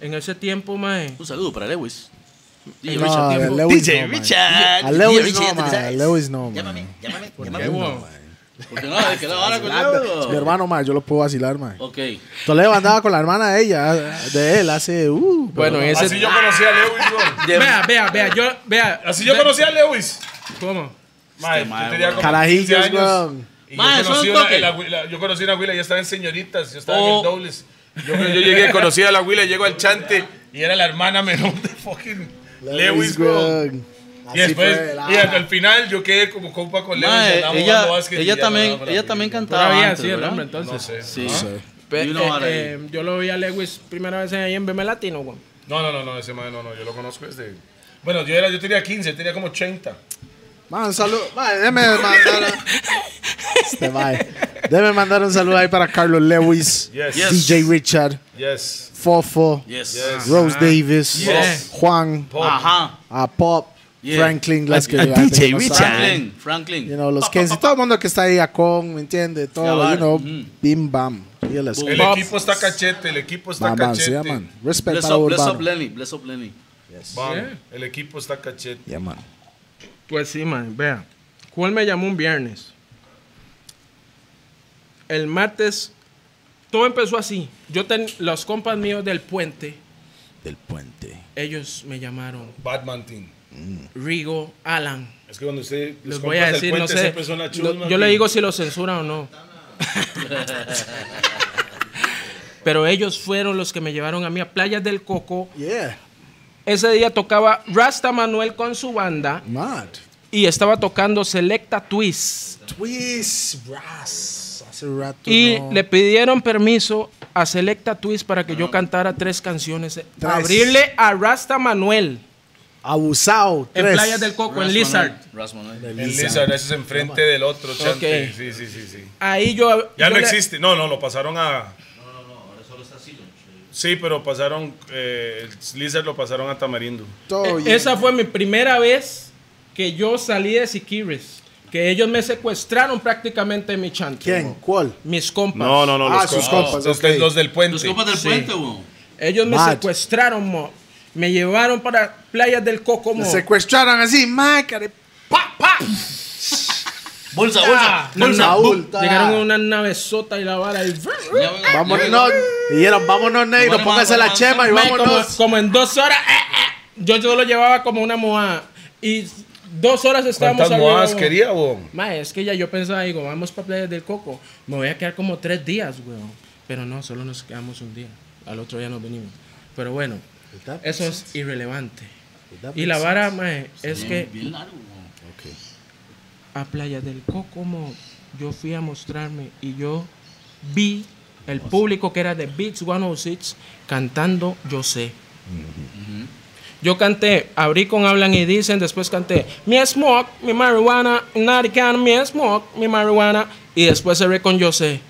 Speaker 2: en ese tiempo, mae,
Speaker 1: Un saludo para Lewis. DJ
Speaker 6: No, a
Speaker 1: Richard.
Speaker 6: ver,
Speaker 1: tiempo.
Speaker 6: Lewis
Speaker 1: DJ
Speaker 6: no, man.
Speaker 1: Richard.
Speaker 6: A Lewis
Speaker 1: DJ
Speaker 6: no,
Speaker 1: Richard,
Speaker 6: man,
Speaker 1: ¿sabes?
Speaker 6: a Lewis no, man.
Speaker 1: Llámame, llámame, llámame.
Speaker 6: no,
Speaker 1: Porque no, de que la vara con algo.
Speaker 6: Mi hermano, mae, yo lo puedo vacilar, mae.
Speaker 1: Ok.
Speaker 6: Toledo andaba con la hermana de ella, de él, hace. Uh,
Speaker 2: bueno, en
Speaker 4: Así
Speaker 2: ese Ah,
Speaker 4: yo conocí a Lewis, bro.
Speaker 1: De-
Speaker 2: Vea, vea, vea, yo vea.
Speaker 4: Así yo
Speaker 2: vea-
Speaker 4: conocí a Lewis.
Speaker 2: ¿Cómo?
Speaker 4: Mae,
Speaker 1: mae,
Speaker 4: yo tenía como
Speaker 6: Carajillos,
Speaker 4: 15 años,
Speaker 6: weón.
Speaker 4: y
Speaker 1: Mae,
Speaker 4: yo,
Speaker 1: son
Speaker 4: conocí una,
Speaker 1: toque.
Speaker 4: el abuela- yo conocí una abuela, yo estaba en señoritas, yo estaba en
Speaker 1: Oh.
Speaker 4: el dobles. Yo, yo llegué, conocí a la abuela, llego al chante y era la hermana menor de fucking Lewis, bro.
Speaker 6: weón.
Speaker 4: Y
Speaker 6: Así
Speaker 4: después,
Speaker 6: fue la-
Speaker 4: y al, al final yo quedé como compa con Lewis.
Speaker 1: Mae,
Speaker 4: andamos
Speaker 1: ella,
Speaker 4: jugando básquet y
Speaker 1: ella
Speaker 4: ya
Speaker 1: también,
Speaker 4: ganaba la
Speaker 1: ella
Speaker 4: liga.
Speaker 1: también cantaba.
Speaker 2: Todavía
Speaker 1: antes,
Speaker 2: sí el
Speaker 1: ¿verdad?
Speaker 2: hombre entonces.
Speaker 4: No sé.
Speaker 1: Sí.
Speaker 2: Ve-
Speaker 1: Y una
Speaker 2: eh,
Speaker 1: vara ahí.
Speaker 2: eh, yo lo vi a Lewis primera vez ahí en BM Latino, güey.
Speaker 4: No, no, no, no, ese mae no, no, yo lo conozco desde. Bueno, yo, era, yo tenía 15, tenía como 80.
Speaker 6: Man, un saludo. Man, déjeme mandar. a- Este, mae. Déjeme mandar un saludo ahí para Carlos Lewis,
Speaker 4: Yes.
Speaker 6: DJ Richard,
Speaker 4: Yes.
Speaker 6: Fofo,
Speaker 1: Yes.
Speaker 4: Yes.
Speaker 6: Rose Davis,
Speaker 4: Yes.
Speaker 6: Juan,
Speaker 4: Pop.
Speaker 1: Ajá.
Speaker 6: a Pop,
Speaker 1: Yeah.
Speaker 6: Franklin, las
Speaker 1: A-
Speaker 6: que
Speaker 1: a
Speaker 6: la gente
Speaker 1: DJ
Speaker 6: que no
Speaker 1: Richard.
Speaker 6: sabe.
Speaker 1: Franklin. Franklin.
Speaker 6: You know, los Kenzie, todo el mundo que está ahí a con, ¿me entiende?
Speaker 1: Ya
Speaker 6: Todo, lo, you
Speaker 1: vale.
Speaker 6: know,
Speaker 1: Mm.
Speaker 6: bim bam. Y el
Speaker 4: El
Speaker 1: Pop.
Speaker 4: equipo está cachete, el equipo está
Speaker 6: Man, man, sí,
Speaker 4: cachete.
Speaker 6: yeah, man. Respect
Speaker 1: Bless
Speaker 6: para
Speaker 1: up, bless up
Speaker 6: Urbano.
Speaker 1: Lenny. Bless up Lenny.
Speaker 4: Vamos, el equipo está cachete.
Speaker 6: Yeah, man.
Speaker 2: Pues sí, man, vea. ¿Cuál me llamó un viernes? El martes, todo empezó así. Yo ten, los compas míos del puente,
Speaker 6: Del puente.
Speaker 2: ellos me llamaron
Speaker 4: Batman Team.
Speaker 2: Rigo, Alan.
Speaker 4: Es que cuando usted
Speaker 2: Les voy a decir, no sé. lo- yo le digo si lo censura o no. Pero ellos fueron los que me llevaron a mí a Playas del Coco.
Speaker 6: Yeah.
Speaker 2: Ese día tocaba Rasta Manuel con su banda
Speaker 6: Mad.
Speaker 2: y estaba tocando Selecta Twist.
Speaker 6: Twist, Ras. Hace rato.
Speaker 2: Y
Speaker 6: no. Ah.
Speaker 2: le pidieron permiso a Selecta Twist para que yo cantara tres canciones. Abrirle a Rasta Manuel
Speaker 6: Abusado.
Speaker 2: en
Speaker 6: tres.
Speaker 2: Playas del Coco, en
Speaker 1: Ras
Speaker 2: Lizard.
Speaker 1: Manuel, Ras Manuel.
Speaker 6: De
Speaker 4: El
Speaker 6: Lisa.
Speaker 4: Lizard, eh. ese es enfrente del otro, chante.
Speaker 2: Ok.
Speaker 4: Sí, sí, sí, sí.
Speaker 2: Ahí yo.
Speaker 4: Ya
Speaker 2: yo
Speaker 4: no
Speaker 2: le-
Speaker 4: existe. No, no, lo pasaron a. Sí, pero pasaron, eh, el Lizard lo pasaron a Tamarindo.
Speaker 6: Todo,
Speaker 2: Eh,
Speaker 6: Oh, yeah.
Speaker 2: Esa fue mi primera vez que yo salí de Siquiris. Que ellos me secuestraron prácticamente mi chante.
Speaker 6: ¿Quién? ¿Cuál?
Speaker 2: Mis compas.
Speaker 4: No, no, no, los
Speaker 6: Ah, sus
Speaker 4: compas.
Speaker 6: compas,
Speaker 4: los,
Speaker 6: ok.
Speaker 4: los del puente.
Speaker 1: Los copas del
Speaker 2: Sí.
Speaker 1: puente, weón.
Speaker 2: Ellos me
Speaker 6: Mad.
Speaker 2: secuestraron, mo. Me llevaron para Playas del Coco, mo.
Speaker 6: Le secuestraron así, mae, care-
Speaker 1: Bolsa, bolsa.
Speaker 2: Ah, No, no,
Speaker 1: bolsa.
Speaker 6: Saúl,
Speaker 2: bu-
Speaker 6: ta-
Speaker 2: Llegaron una navezota y la vara. Y...
Speaker 1: Ya, weón.
Speaker 6: Vámonos. Dijeron, vámonos, negro,
Speaker 1: Vámonos,
Speaker 6: póngase la
Speaker 1: vámonos.
Speaker 6: chema y
Speaker 2: Mae, como,
Speaker 6: vámonos.
Speaker 2: como en dos horas, eh, eh, yo, yo lo llevaba como una moa. Y dos horas estábamos
Speaker 4: ¿Cuántas
Speaker 2: arriba,
Speaker 4: modas
Speaker 2: weón.
Speaker 4: quería, weón?
Speaker 2: Mae, es que ya yo pensaba, digo, vamos para Playas del Coco. Me voy a quedar como tres días, weón. Pero no, solo nos quedamos un día. Al otro día nos venimos. Pero bueno, eso es irrelevante. Y la vara, mae, es
Speaker 1: Bien,
Speaker 2: que
Speaker 1: Bien largo, weón.
Speaker 2: a Playa del Coco, mo, yo fui a mostrarme y yo vi el público que era de Beats 106 cantando Yo sé. Yo canté, abrí con Hablan y Dicen, después canté Mi Smoke, Mi Marihuana, Narcan, Mi Smoke, Mi Marihuana, y después cerré con Yo sé.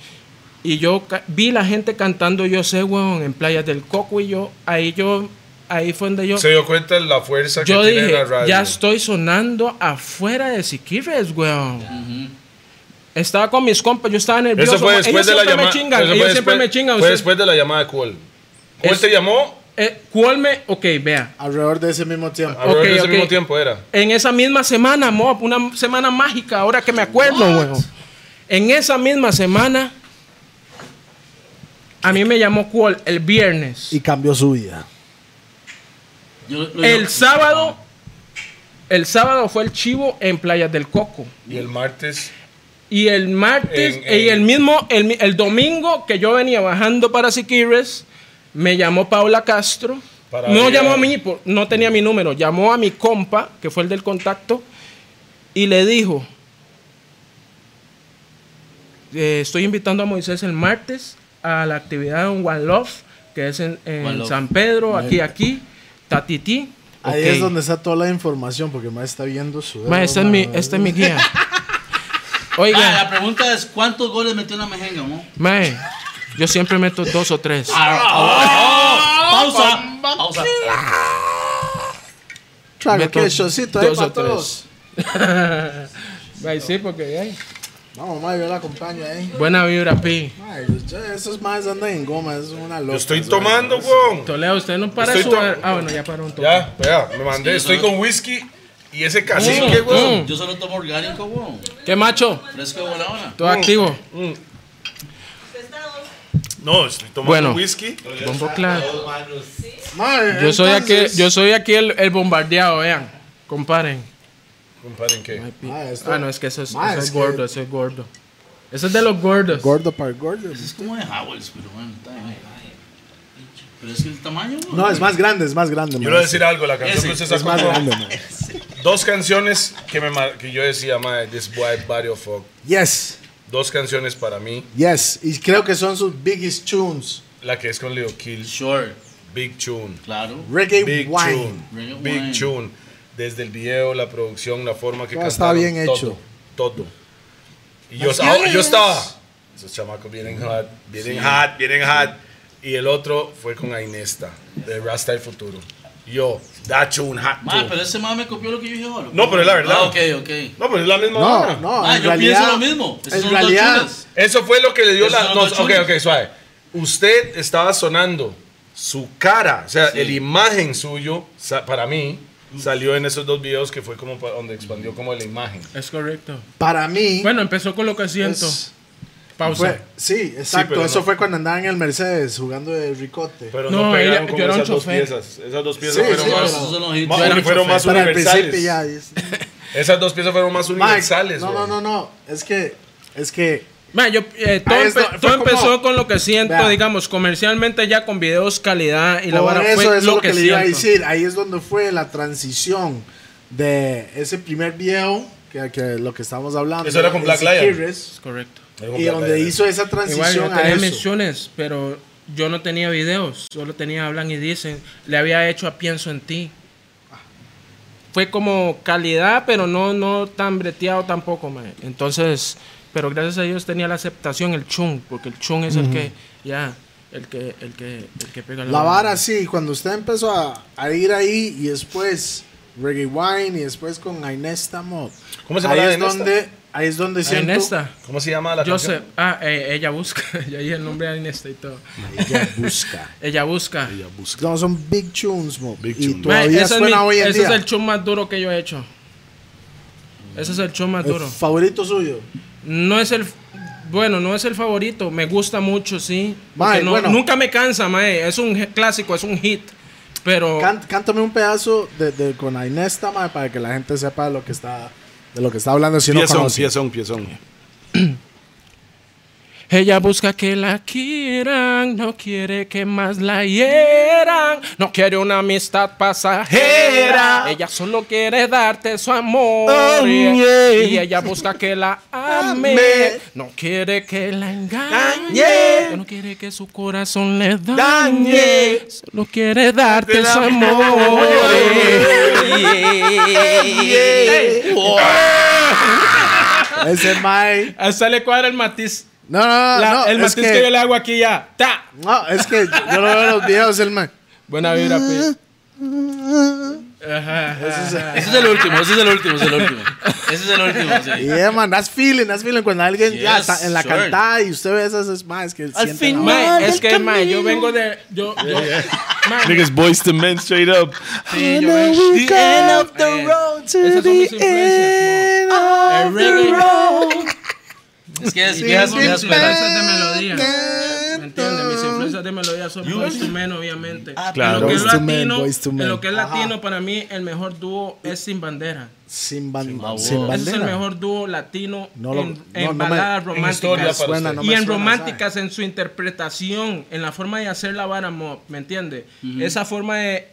Speaker 2: Y yo ca- vi la gente cantando Yo sé, weón, en Playa del Coco y yo, ahí yo, ahí fue donde yo...
Speaker 4: Se dio cuenta de la fuerza
Speaker 2: Yo
Speaker 4: que tiene
Speaker 2: dije,
Speaker 4: la radio.
Speaker 2: ya estoy sonando afuera de Siquirres, weón. Estaba con mis compas, yo estaba nervioso.
Speaker 4: Eso fue después
Speaker 2: ellos
Speaker 4: de la
Speaker 2: siempre
Speaker 4: llamada.
Speaker 2: me chingan,
Speaker 4: eso fue
Speaker 2: ellos siempre
Speaker 4: después-
Speaker 2: me chingan.
Speaker 4: Fue
Speaker 2: usted-
Speaker 4: después de la llamada de Cole. Cole
Speaker 2: Es-
Speaker 4: te llamó
Speaker 2: eh, ¿Cuál me.? Ok, vea.
Speaker 3: Alrededor de ese mismo tiempo.
Speaker 4: Alrededor de ese
Speaker 2: ok.
Speaker 4: mismo tiempo era.
Speaker 2: En esa misma semana, Mop, una semana mágica, ahora que me acuerdo, huevón. En esa misma semana, a mí me llamó Cuál el viernes.
Speaker 3: Y cambió su vida.
Speaker 1: Yo- yo-
Speaker 2: El sábado, el sábado fue el chivo en Playas del Coco.
Speaker 4: Y el martes.
Speaker 2: Y el martes,
Speaker 4: En- en-
Speaker 2: y el mismo, el, mi- el domingo que yo venía bajando para Siquirres, me llamó Paula Castro.
Speaker 4: Para
Speaker 2: no
Speaker 4: ver-
Speaker 2: llamó a mí, por- no tenía mi número. Llamó a mi compa, que fue el del contacto, y le dijo, "Eh, estoy invitando a Moisés el martes a la actividad en One Love, que es en, en
Speaker 1: One Love.
Speaker 2: San Pedro, aquí, aquí, Tatiti.
Speaker 3: Ahí
Speaker 2: Ok.
Speaker 3: es donde está toda la información, porque más está viendo su. dedo,
Speaker 2: Ma, esta es
Speaker 3: ma.
Speaker 2: mi, esta es mi guía.
Speaker 1: Ah,
Speaker 2: Oiga.
Speaker 1: la pregunta es: ¿cuántos goles metió la mejenga, mo?
Speaker 2: Mae, yo siempre meto dos o tres.
Speaker 1: pausa. Pausa.
Speaker 3: Traga,
Speaker 2: Meto
Speaker 3: que shotcito ahí
Speaker 2: dos
Speaker 3: para
Speaker 2: o tres.
Speaker 3: todos.
Speaker 2: Mae, sí, porque ay,
Speaker 3: Vamos, ma, yo la acompaño ahí.
Speaker 2: Buena vibra, Pi.
Speaker 3: Ma, yo- esos más andan en goma, es una loca.
Speaker 4: Yo estoy tomando, weón.
Speaker 2: Toledo, usted no para de
Speaker 4: Estoy to-
Speaker 2: sudar. Ah, bueno, ya paró un toque.
Speaker 4: Ya, vea, me mandé.
Speaker 1: Sí,
Speaker 4: estoy
Speaker 1: solo-
Speaker 4: con whisky y ese cacique,
Speaker 2: Mm,
Speaker 4: weón.
Speaker 2: mm.
Speaker 1: Yo solo tomo orgánico, weón.
Speaker 2: ¿Qué macho?
Speaker 1: Fresco de Bolabona.
Speaker 3: Mm.
Speaker 2: Todo activo.
Speaker 4: No, estoy tomando
Speaker 2: Bueno.
Speaker 4: whisky.
Speaker 2: Bombo claro.
Speaker 3: Ma,
Speaker 2: Yo soy aquí,
Speaker 3: entonces-
Speaker 2: yo soy aquí el, el bombardeado, vean. Comparen.
Speaker 4: Comparen qué.
Speaker 3: Ma, esto-
Speaker 2: Ah, no, es que eso es,
Speaker 3: Ma,
Speaker 2: eso es
Speaker 3: es que-
Speaker 2: gordo, eso es gordo. Eso es de los gordos.
Speaker 3: Gordo para gordo.
Speaker 1: Es como de Howells, pero bueno, está bien. Pero es que el tamaño, weón.
Speaker 3: No, es más grande, es más grande.
Speaker 4: Yo
Speaker 3: ma.
Speaker 4: le voy a decir algo, la canción
Speaker 1: Ese,
Speaker 4: que usted
Speaker 3: Es
Speaker 4: sacó.
Speaker 3: más
Speaker 4: como-
Speaker 3: grande, ma.
Speaker 4: Dos canciones que, me, mar- que yo decía, mae, this boy body of fuck.
Speaker 3: Yes,
Speaker 4: Dos canciones para mí.
Speaker 3: yes. Y creo que son sus biggest tunes.
Speaker 4: La que es con Leo Kill,
Speaker 1: Sure,
Speaker 4: Big Tune.
Speaker 1: claro.
Speaker 3: Reggae
Speaker 4: Big
Speaker 3: Wine.
Speaker 1: Reggae
Speaker 4: Tune. Big
Speaker 1: Wine.
Speaker 4: Tune. Desde el video, la producción, la forma que
Speaker 3: Todo
Speaker 4: cantaron.
Speaker 3: Ah, está bien hecho.
Speaker 4: Todo. todo. Y yo, ah, yo estaba. Esos chamacos vienen hot, vienen hot, vienen hot. Y el otro fue con Ainesta, de Rasta y Futuro. Yo, that tune, hot
Speaker 1: Ma,
Speaker 4: tune.
Speaker 1: pero ese más me copió lo que yo dije, ahora.
Speaker 4: No, pero es la verdad.
Speaker 1: Ah, ok, ok.
Speaker 4: No, pero es la misma
Speaker 3: No,
Speaker 4: vara.
Speaker 3: no,
Speaker 1: Ma,
Speaker 3: en
Speaker 1: Ah, yo
Speaker 3: realidad.
Speaker 1: pienso lo mismo. Esos
Speaker 3: En
Speaker 1: son dos
Speaker 3: realidad,
Speaker 1: chulas.
Speaker 4: Eso fue lo que le dio
Speaker 1: Eso
Speaker 4: la.
Speaker 1: no
Speaker 4: No,
Speaker 1: lo
Speaker 4: ok,
Speaker 1: chulo.
Speaker 4: ok, suave. Usted estaba sonando. Su cara, o sea, el imagen suyo, sa- para mí, salió en esos dos videos que fue como pa- donde expandió como la imagen.
Speaker 2: Es correcto.
Speaker 3: para mí.
Speaker 2: Bueno, empezó con lo que siento.
Speaker 3: es-
Speaker 2: Pausa.
Speaker 3: fue- sí, exacto.
Speaker 4: pero
Speaker 3: eso
Speaker 4: no.
Speaker 3: fue cuando andaba en el Mercedes jugando de ricote.
Speaker 4: Pero
Speaker 2: No,
Speaker 4: no, pegaron
Speaker 2: ella- yo
Speaker 4: como
Speaker 2: era un
Speaker 4: esas dos
Speaker 2: chofer.
Speaker 4: piezas. Esas dos piezas
Speaker 3: Sí,
Speaker 4: fueron
Speaker 3: sí,
Speaker 4: más.
Speaker 1: Esos son los hits.
Speaker 4: más-
Speaker 1: Yo era un
Speaker 4: fueron
Speaker 1: chofer.
Speaker 4: más
Speaker 3: Para el principio
Speaker 4: universales.
Speaker 3: ya. es-
Speaker 4: Esas dos piezas fueron más
Speaker 3: Mike,
Speaker 4: universales.
Speaker 3: no,
Speaker 4: bro.
Speaker 3: no, no, no. Es que. Es que.
Speaker 2: Ma, yo, eh, todo
Speaker 3: Ahí es
Speaker 2: empe-
Speaker 3: do- fue
Speaker 2: todo
Speaker 3: como-
Speaker 2: empezó con lo que siento,
Speaker 3: Vea.
Speaker 2: digamos, comercialmente ya con videos calidad y la
Speaker 3: por
Speaker 2: vara
Speaker 3: eso
Speaker 2: fue
Speaker 3: eso es
Speaker 2: lo,
Speaker 3: lo que, le iba a
Speaker 2: siento.
Speaker 3: decir. Ahí es donde fue la transición de ese primer video. Que, que lo que estábamos hablando.
Speaker 4: Eso era con
Speaker 3: en
Speaker 4: Black Lion.
Speaker 3: Siquirres,
Speaker 2: Es correcto.
Speaker 3: Y donde hizo esa
Speaker 2: Igual yo
Speaker 3: transición a
Speaker 2: tenía
Speaker 3: eso.
Speaker 2: menciones, pero yo no tenía videos, solo tenía hablan y dicen. Le había hecho a Pienso en ti. Fue como calidad, pero no, no tan breteado tampoco, mae. Entonces, pero gracias a Dios tenía la aceptación, el chung, porque el chung es el que, ya, el que, el que, el que pega la,
Speaker 3: La
Speaker 2: vara.
Speaker 3: vara sí, cuando usted empezó a, a ir ahí y después Reggae Wine y después con Ainesta Mob.
Speaker 4: ¿Cómo se
Speaker 3: ahí
Speaker 4: llama la
Speaker 3: es
Speaker 4: de Ainesta?
Speaker 3: donde Ahí es donde
Speaker 2: Ahí en
Speaker 3: siento.
Speaker 2: esta.
Speaker 4: ¿Cómo se llama la
Speaker 2: Yo
Speaker 4: canción?
Speaker 2: sé, ah, eh, ella busca, ya dije el nombre de Inesta y todo.
Speaker 3: Ella busca.
Speaker 2: Ella busca.
Speaker 3: No, son big tunes, Mob.
Speaker 4: Big
Speaker 3: y
Speaker 4: tunes.
Speaker 2: Mae,
Speaker 3: todavía
Speaker 2: ese es
Speaker 3: suena
Speaker 2: mi-
Speaker 3: hoy en
Speaker 2: ese
Speaker 3: día.
Speaker 2: es el show más duro que yo he hecho. Ese es el show más
Speaker 3: El
Speaker 2: duro.
Speaker 3: favorito suyo.
Speaker 2: No es el. Bueno, no es el favorito. Me gusta mucho, sí. Porque
Speaker 3: Mae,
Speaker 2: no-
Speaker 3: bueno.
Speaker 2: Nunca me cansa, mae. Es un he- clásico, es un hit. Pero.
Speaker 3: Cán- cántame un pedazo de, de- con Ainesta, ma, para que la gente sepa de lo que está, de lo que está hablando. Si no conoce.
Speaker 4: piezón, piezón.
Speaker 2: Ella busca que la quieran, no quiere que más la hieran, no quiere una amistad pasajera. Ella solo quiere darte su amor.
Speaker 4: Oh, yeah.
Speaker 2: Y ella busca que la ame,
Speaker 4: Ame.
Speaker 2: no quiere que la engañe.
Speaker 4: Dañe.
Speaker 2: No quiere que su corazón le dañe.
Speaker 4: Dañe.
Speaker 2: Solo quiere darte
Speaker 4: Del
Speaker 2: su amor.
Speaker 4: amor.
Speaker 3: Ese Mike.
Speaker 2: Hasta le cuadra el matiz.
Speaker 3: No, no, no.
Speaker 2: la-
Speaker 3: no,
Speaker 2: el
Speaker 3: es
Speaker 2: matiz que... yo le hago aquí ya. ¡Ta!
Speaker 3: no, es que yo lo veo en los videos, el Mike.
Speaker 2: Buena vibra, pe.
Speaker 1: Ese es el último, ese es el último, ese es el último. Ese es el último, sí.
Speaker 6: Yeah, eh, man, that's feeling, that's feeling. Cuando alguien ya
Speaker 1: Yes,
Speaker 6: está en la
Speaker 1: sure.
Speaker 6: cantada y usted ve esas, es más, que siente la
Speaker 1: fin-
Speaker 6: vara.
Speaker 2: Mae, es que, mae, yo vengo de. Yo, yo, mae,
Speaker 4: Niggas boys to men straight up.
Speaker 2: sí, yo vengo-
Speaker 1: The end of the
Speaker 2: Eh,
Speaker 1: road to
Speaker 2: esas son mis influencias.
Speaker 6: End of
Speaker 2: mae. El reggae.
Speaker 1: Es que es viejas, viejas
Speaker 2: Mis
Speaker 1: pelas.
Speaker 2: influencias de melodía. ¿Me entiendes? Mis influencias de melodía son Boyz II Men, obviamente.
Speaker 4: Claro.
Speaker 2: En lo que es
Speaker 6: Ah, Boyz II Men,
Speaker 2: latino,
Speaker 6: Boyz II
Speaker 2: en
Speaker 6: Men.
Speaker 2: lo que es latino, para mí, el mejor dúo es Sin Bandera.
Speaker 6: Sin, ban- sin,
Speaker 1: huevo.
Speaker 2: Ese es el
Speaker 6: bandera.
Speaker 2: mejor dúo latino
Speaker 6: No lo-
Speaker 2: en,
Speaker 6: no,
Speaker 2: en
Speaker 6: no me-
Speaker 2: baladas
Speaker 4: en historia
Speaker 2: románticas.
Speaker 4: para
Speaker 6: Suena,
Speaker 4: usted.
Speaker 6: no me
Speaker 2: y en
Speaker 6: suena,
Speaker 2: románticas, en su interpretación, en la forma de hacer la vara, mo, ¿me entiendes? Esa forma de...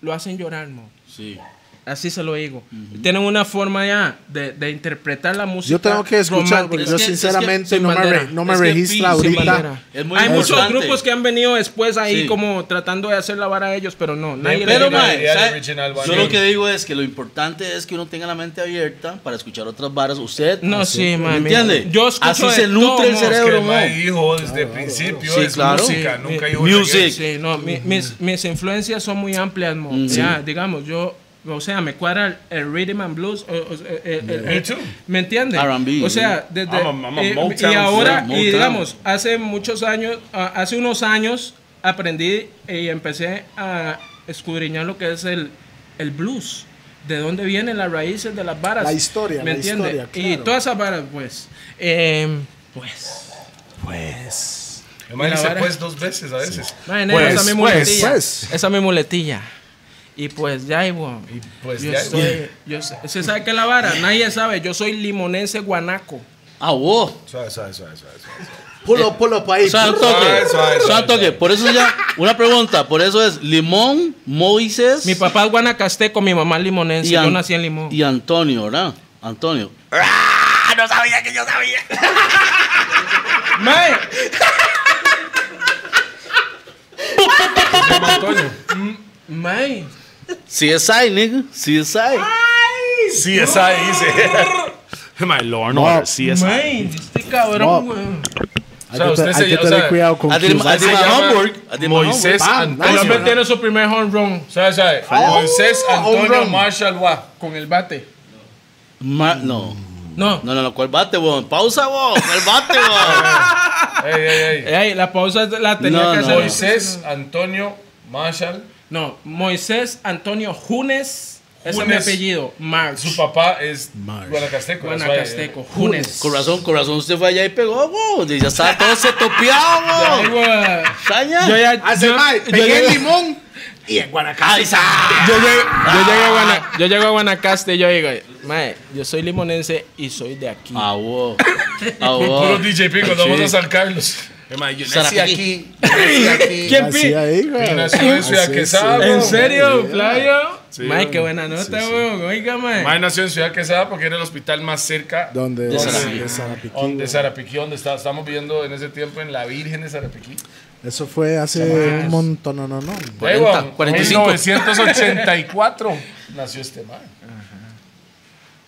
Speaker 2: Lo hacen llorar, mo.
Speaker 1: Sí.
Speaker 2: Así se lo digo. Tienen una forma ya de, de interpretar la música
Speaker 6: Yo tengo que escuchar porque
Speaker 2: romántica.
Speaker 6: yo
Speaker 1: Es que- es que
Speaker 6: sinceramente
Speaker 1: sin
Speaker 6: no, me
Speaker 1: bandera.
Speaker 6: re- no me
Speaker 1: Es que
Speaker 6: registra
Speaker 1: sin
Speaker 6: ahorita.
Speaker 1: bandera. Es muy
Speaker 2: Hay muchos
Speaker 1: importante.
Speaker 2: grupos que han venido después ahí
Speaker 1: Sí.
Speaker 2: como tratando de hacer la vara a ellos, pero no. Nadie le
Speaker 1: Pero,
Speaker 2: llega.
Speaker 1: mae,
Speaker 4: era
Speaker 1: ¿sabe?
Speaker 4: original
Speaker 1: yo
Speaker 4: Vanilla.
Speaker 1: lo que digo es que lo importante es que uno tenga la mente abierta para escuchar otras varas. Usted,
Speaker 2: No, sí,
Speaker 1: ¿me
Speaker 2: mami.
Speaker 1: entiende?
Speaker 2: Yo escucho
Speaker 1: Así
Speaker 2: de
Speaker 1: se nutre el
Speaker 4: Es
Speaker 2: todo,
Speaker 4: que
Speaker 1: cerebro,
Speaker 4: el mae
Speaker 1: mae.
Speaker 4: dijo
Speaker 3: Ah,
Speaker 4: desde el principio
Speaker 1: Sí,
Speaker 4: es
Speaker 1: claro.
Speaker 4: música,
Speaker 2: Sí,
Speaker 4: nunca
Speaker 2: mi-
Speaker 4: dijo
Speaker 1: music.
Speaker 4: reggae.
Speaker 2: Sí, no, mi- mis, mis influencias son muy amplias, mo. Ya, digamos, yo, o sea, me cuadra el, el rhythm and blues. o- eh, o- el- el-
Speaker 4: Me too.
Speaker 2: ¿Me entiendes?
Speaker 1: R&B,
Speaker 2: O sea, desde.
Speaker 4: I'm a- I'm a
Speaker 2: y-
Speaker 4: Motown
Speaker 2: y ahora,
Speaker 1: fan.
Speaker 2: y
Speaker 1: Motown.
Speaker 2: digamos, hace muchos años, a- hace unos años aprendí y empecé a escudriñar lo que es el, el blues. De dónde vienen las raíces de las varas.
Speaker 6: La historia,
Speaker 2: ¿Me
Speaker 6: la
Speaker 2: entiendes?
Speaker 6: historia,
Speaker 2: Y
Speaker 6: claro.
Speaker 2: todas esas varas, pues. em, pues.
Speaker 4: El mae
Speaker 2: La
Speaker 4: dice
Speaker 2: vara.
Speaker 4: pues dos veces a veces.
Speaker 2: Mae, nena, esa es mi
Speaker 4: pues,
Speaker 2: muletilla.
Speaker 6: pues.
Speaker 2: Esa es mi muletilla. Y pues ya, Ivo.
Speaker 4: Y pues
Speaker 2: yo
Speaker 4: ya,
Speaker 2: soy- yo sé- ¿Se sabe qué es la vara? Nadie sabe. Yo soy limonense guanaco.
Speaker 1: Ah, wow.
Speaker 4: Suave, suave, suave, suave, suave.
Speaker 6: Pulo, pulo para ahí.
Speaker 1: O sea, un
Speaker 4: Suave,
Speaker 1: toque.
Speaker 4: suave,
Speaker 1: O sea,
Speaker 4: suave,
Speaker 1: un toque. Por eso ya, una pregunta. Por eso es Limón, Moisés
Speaker 2: Mi papá es guanacasteco, mi mamá es limonense.
Speaker 1: An-
Speaker 2: Yo nací en Limón.
Speaker 1: y Antonio, ¿verdad? Antonio.
Speaker 2: Mae. Mm, Mae.
Speaker 1: CSI, nigga. CSI.
Speaker 4: CSI dice. My Lord, no,
Speaker 6: No,
Speaker 4: CSI.
Speaker 2: Mae. Este cabrón, weón.
Speaker 6: Hay
Speaker 4: O sea,
Speaker 6: que,
Speaker 4: usted
Speaker 6: te-
Speaker 4: se-
Speaker 6: hay que
Speaker 4: o
Speaker 6: tener
Speaker 4: sea,
Speaker 6: cuidado con
Speaker 1: I did,
Speaker 6: cues.
Speaker 1: my- I did
Speaker 4: Se
Speaker 1: my
Speaker 4: llama Ah,
Speaker 1: homework. I did my
Speaker 4: Moisés
Speaker 1: homework.
Speaker 2: Él
Speaker 4: Antonio.
Speaker 2: tiene su primer home run
Speaker 4: Suave, suave. Moisés
Speaker 2: home
Speaker 4: Antonio
Speaker 2: run.
Speaker 4: Marshall Wa.
Speaker 2: con el bate.
Speaker 1: Ma- no.
Speaker 2: No.
Speaker 1: No, no, no. ¿Cuál bate, weón? Pausa, weón. ¿Cuál bate, weón?
Speaker 4: Ey, ey, ey.
Speaker 2: Ey, la pausa la tenía
Speaker 1: No,
Speaker 2: que
Speaker 1: no.
Speaker 2: hacer.
Speaker 4: Moisés Antonio Marshall.
Speaker 2: No, Moisés Antonio Junes, ese es mi
Speaker 4: Junes.
Speaker 2: apellido, March.
Speaker 4: Su papá es guanacasteco. that's why, eh,
Speaker 2: Guanacasteco, Junes.
Speaker 1: Corazón, corazón. Usted fue allá y pegó, weón. Y ya estaba todo se topeado,
Speaker 2: Ay,
Speaker 1: weón.
Speaker 2: güey.
Speaker 1: Saña.
Speaker 2: Yo ya
Speaker 4: Ah,
Speaker 6: Hace
Speaker 2: yo-
Speaker 6: mal,
Speaker 2: yo
Speaker 6: pegué
Speaker 2: llegué-
Speaker 6: el limón.
Speaker 1: Caiza.
Speaker 2: yo llegué- yo llegué a Guana- yo llego a Guanacaste y yo digo, mae, yo soy limonense y soy de aquí.
Speaker 1: Ah, wow. Ah,
Speaker 4: Puro
Speaker 1: wow.
Speaker 4: DJ Pico, nos vamos a San Carlos. Eh, mae, Yo nací aquí.
Speaker 2: ¿Quién
Speaker 6: Así
Speaker 2: pi?
Speaker 6: ahí, güey.
Speaker 4: Yo nací en Ciudad
Speaker 6: Así es,
Speaker 4: Quesada.
Speaker 2: ¿En
Speaker 4: bro.
Speaker 2: serio, Flavio?
Speaker 4: Sí,
Speaker 2: mae, qué
Speaker 4: güey.
Speaker 2: buena nota, weón. Oiga, mae.
Speaker 4: Mae nació en Ciudad Quesada porque era el hospital más cerca
Speaker 6: Donde
Speaker 1: De
Speaker 6: es
Speaker 1: Sarapiquí.
Speaker 6: de Sarapiquí, güey.
Speaker 4: de Sarapiquí, donde está, estamos viviendo en ese tiempo en la Virgen de Sarapiquí.
Speaker 6: Eso fue hace un montón, no, no, no.
Speaker 4: Ahí
Speaker 1: 40,
Speaker 4: va,
Speaker 1: 45.
Speaker 4: 1984 nació este man.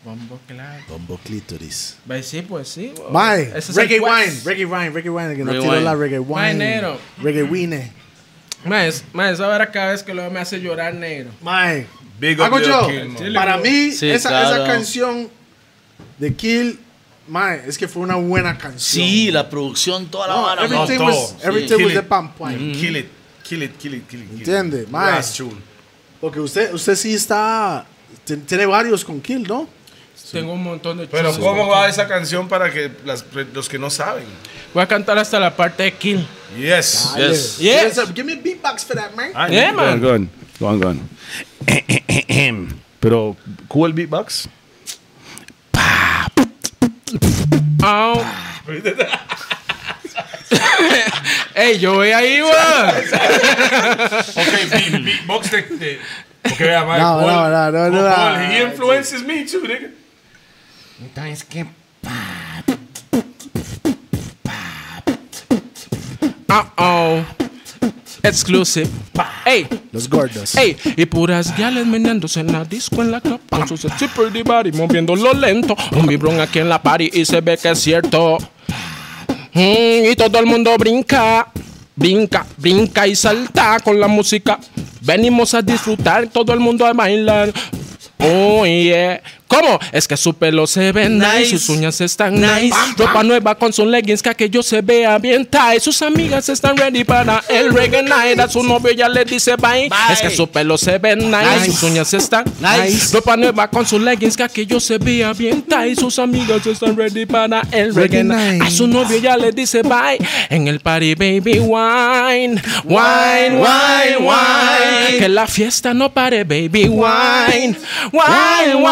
Speaker 2: Bombo claro.
Speaker 6: Bombo clítoris.
Speaker 2: Mae, sí, pues sí, weón.
Speaker 6: Mae,
Speaker 2: Ese es
Speaker 6: Reggae
Speaker 2: el pues.
Speaker 6: Wine, Reggae Wine, Reggae Wine, que no
Speaker 1: Reggae
Speaker 6: tiró
Speaker 1: Wine.
Speaker 6: la Reggae
Speaker 2: Mae,
Speaker 6: Wine.
Speaker 2: negro.
Speaker 6: Reggae Wine.
Speaker 2: Mae, es- mae, esa vara cada vez que lo veo me hace llorar, negro.
Speaker 6: Mae,
Speaker 4: Big
Speaker 6: hago
Speaker 4: Lil'
Speaker 6: yo.
Speaker 4: Kim, man.
Speaker 6: Para mí,
Speaker 1: Sí,
Speaker 6: esa,
Speaker 1: claro.
Speaker 6: esa canción de Kill, mae, es que fue una buena canción.
Speaker 1: Sí, la producción, toda la
Speaker 6: No,
Speaker 1: vara,
Speaker 6: everything
Speaker 1: weón.
Speaker 4: todo.
Speaker 6: was,
Speaker 4: Sí.
Speaker 6: everything
Speaker 4: Kill
Speaker 6: was
Speaker 4: it.
Speaker 6: the pump wine.
Speaker 4: Kill it, kill it, kill it, kill it. kill it.
Speaker 6: Entiende, mae.
Speaker 4: Last tune.
Speaker 6: Porque usted, usted sí está. ten- Tiene varios con Kill, ¿no?
Speaker 2: Tengo un montón de
Speaker 4: Pero
Speaker 2: chistes.
Speaker 4: ¿cómo va esa canción para que las- los que no saben?
Speaker 2: Voy a cantar hasta la parte de Kill.
Speaker 4: Yes.
Speaker 1: Yes.
Speaker 2: Yes.
Speaker 6: Yes, Give me beatbox for that, man.
Speaker 4: Ah,
Speaker 2: Yeah, man.
Speaker 4: Go on, go on, go on. Pero, ¿cuál el beatbox?
Speaker 2: Au. Ey, yo voy ahí, weón.
Speaker 4: Ok, beat- beatbox de... de- Ok, vea, mae,
Speaker 6: No,
Speaker 4: Paul-
Speaker 6: no, no, no, no,
Speaker 4: Paul,
Speaker 6: no.
Speaker 4: He influences me too, nigga.
Speaker 2: Entonces, ¿qué? Uh oh. Exclusive. Ey,
Speaker 6: Los gordos.
Speaker 2: ey. Y puras gales meneándose en la disco en la club. Con sus tipper de body moviéndolo lento. Un vibrón aquí en la party y se ve que es cierto. Mm, y todo el mundo brinca. Brinca, brinca y salta con la música. Venimos a disfrutar, todo el mundo a bailar. Oh, yeah. ¿Cómo? Es que su pelo se ve nice,
Speaker 7: Nice.
Speaker 2: sus uñas están nice,
Speaker 7: Nice.
Speaker 2: ropa nueva con sus leggings que aquello se vea bien tight, sus amigas están ready para el reggae night, a su novio ya le dice bye,
Speaker 7: Bye.
Speaker 2: es que su pelo se ve nice,
Speaker 7: Nice.
Speaker 2: sus uñas están
Speaker 7: Nice.
Speaker 2: ropa nueva con sus leggings que aquello se vea bien tight, sus amigas están ready para el reggae,
Speaker 3: Reggae
Speaker 2: night,
Speaker 3: night.
Speaker 2: a su novio ya le dice bye, en el party baby wine, wine, wine, wine, que la fiesta no pare baby wine, wine, wine,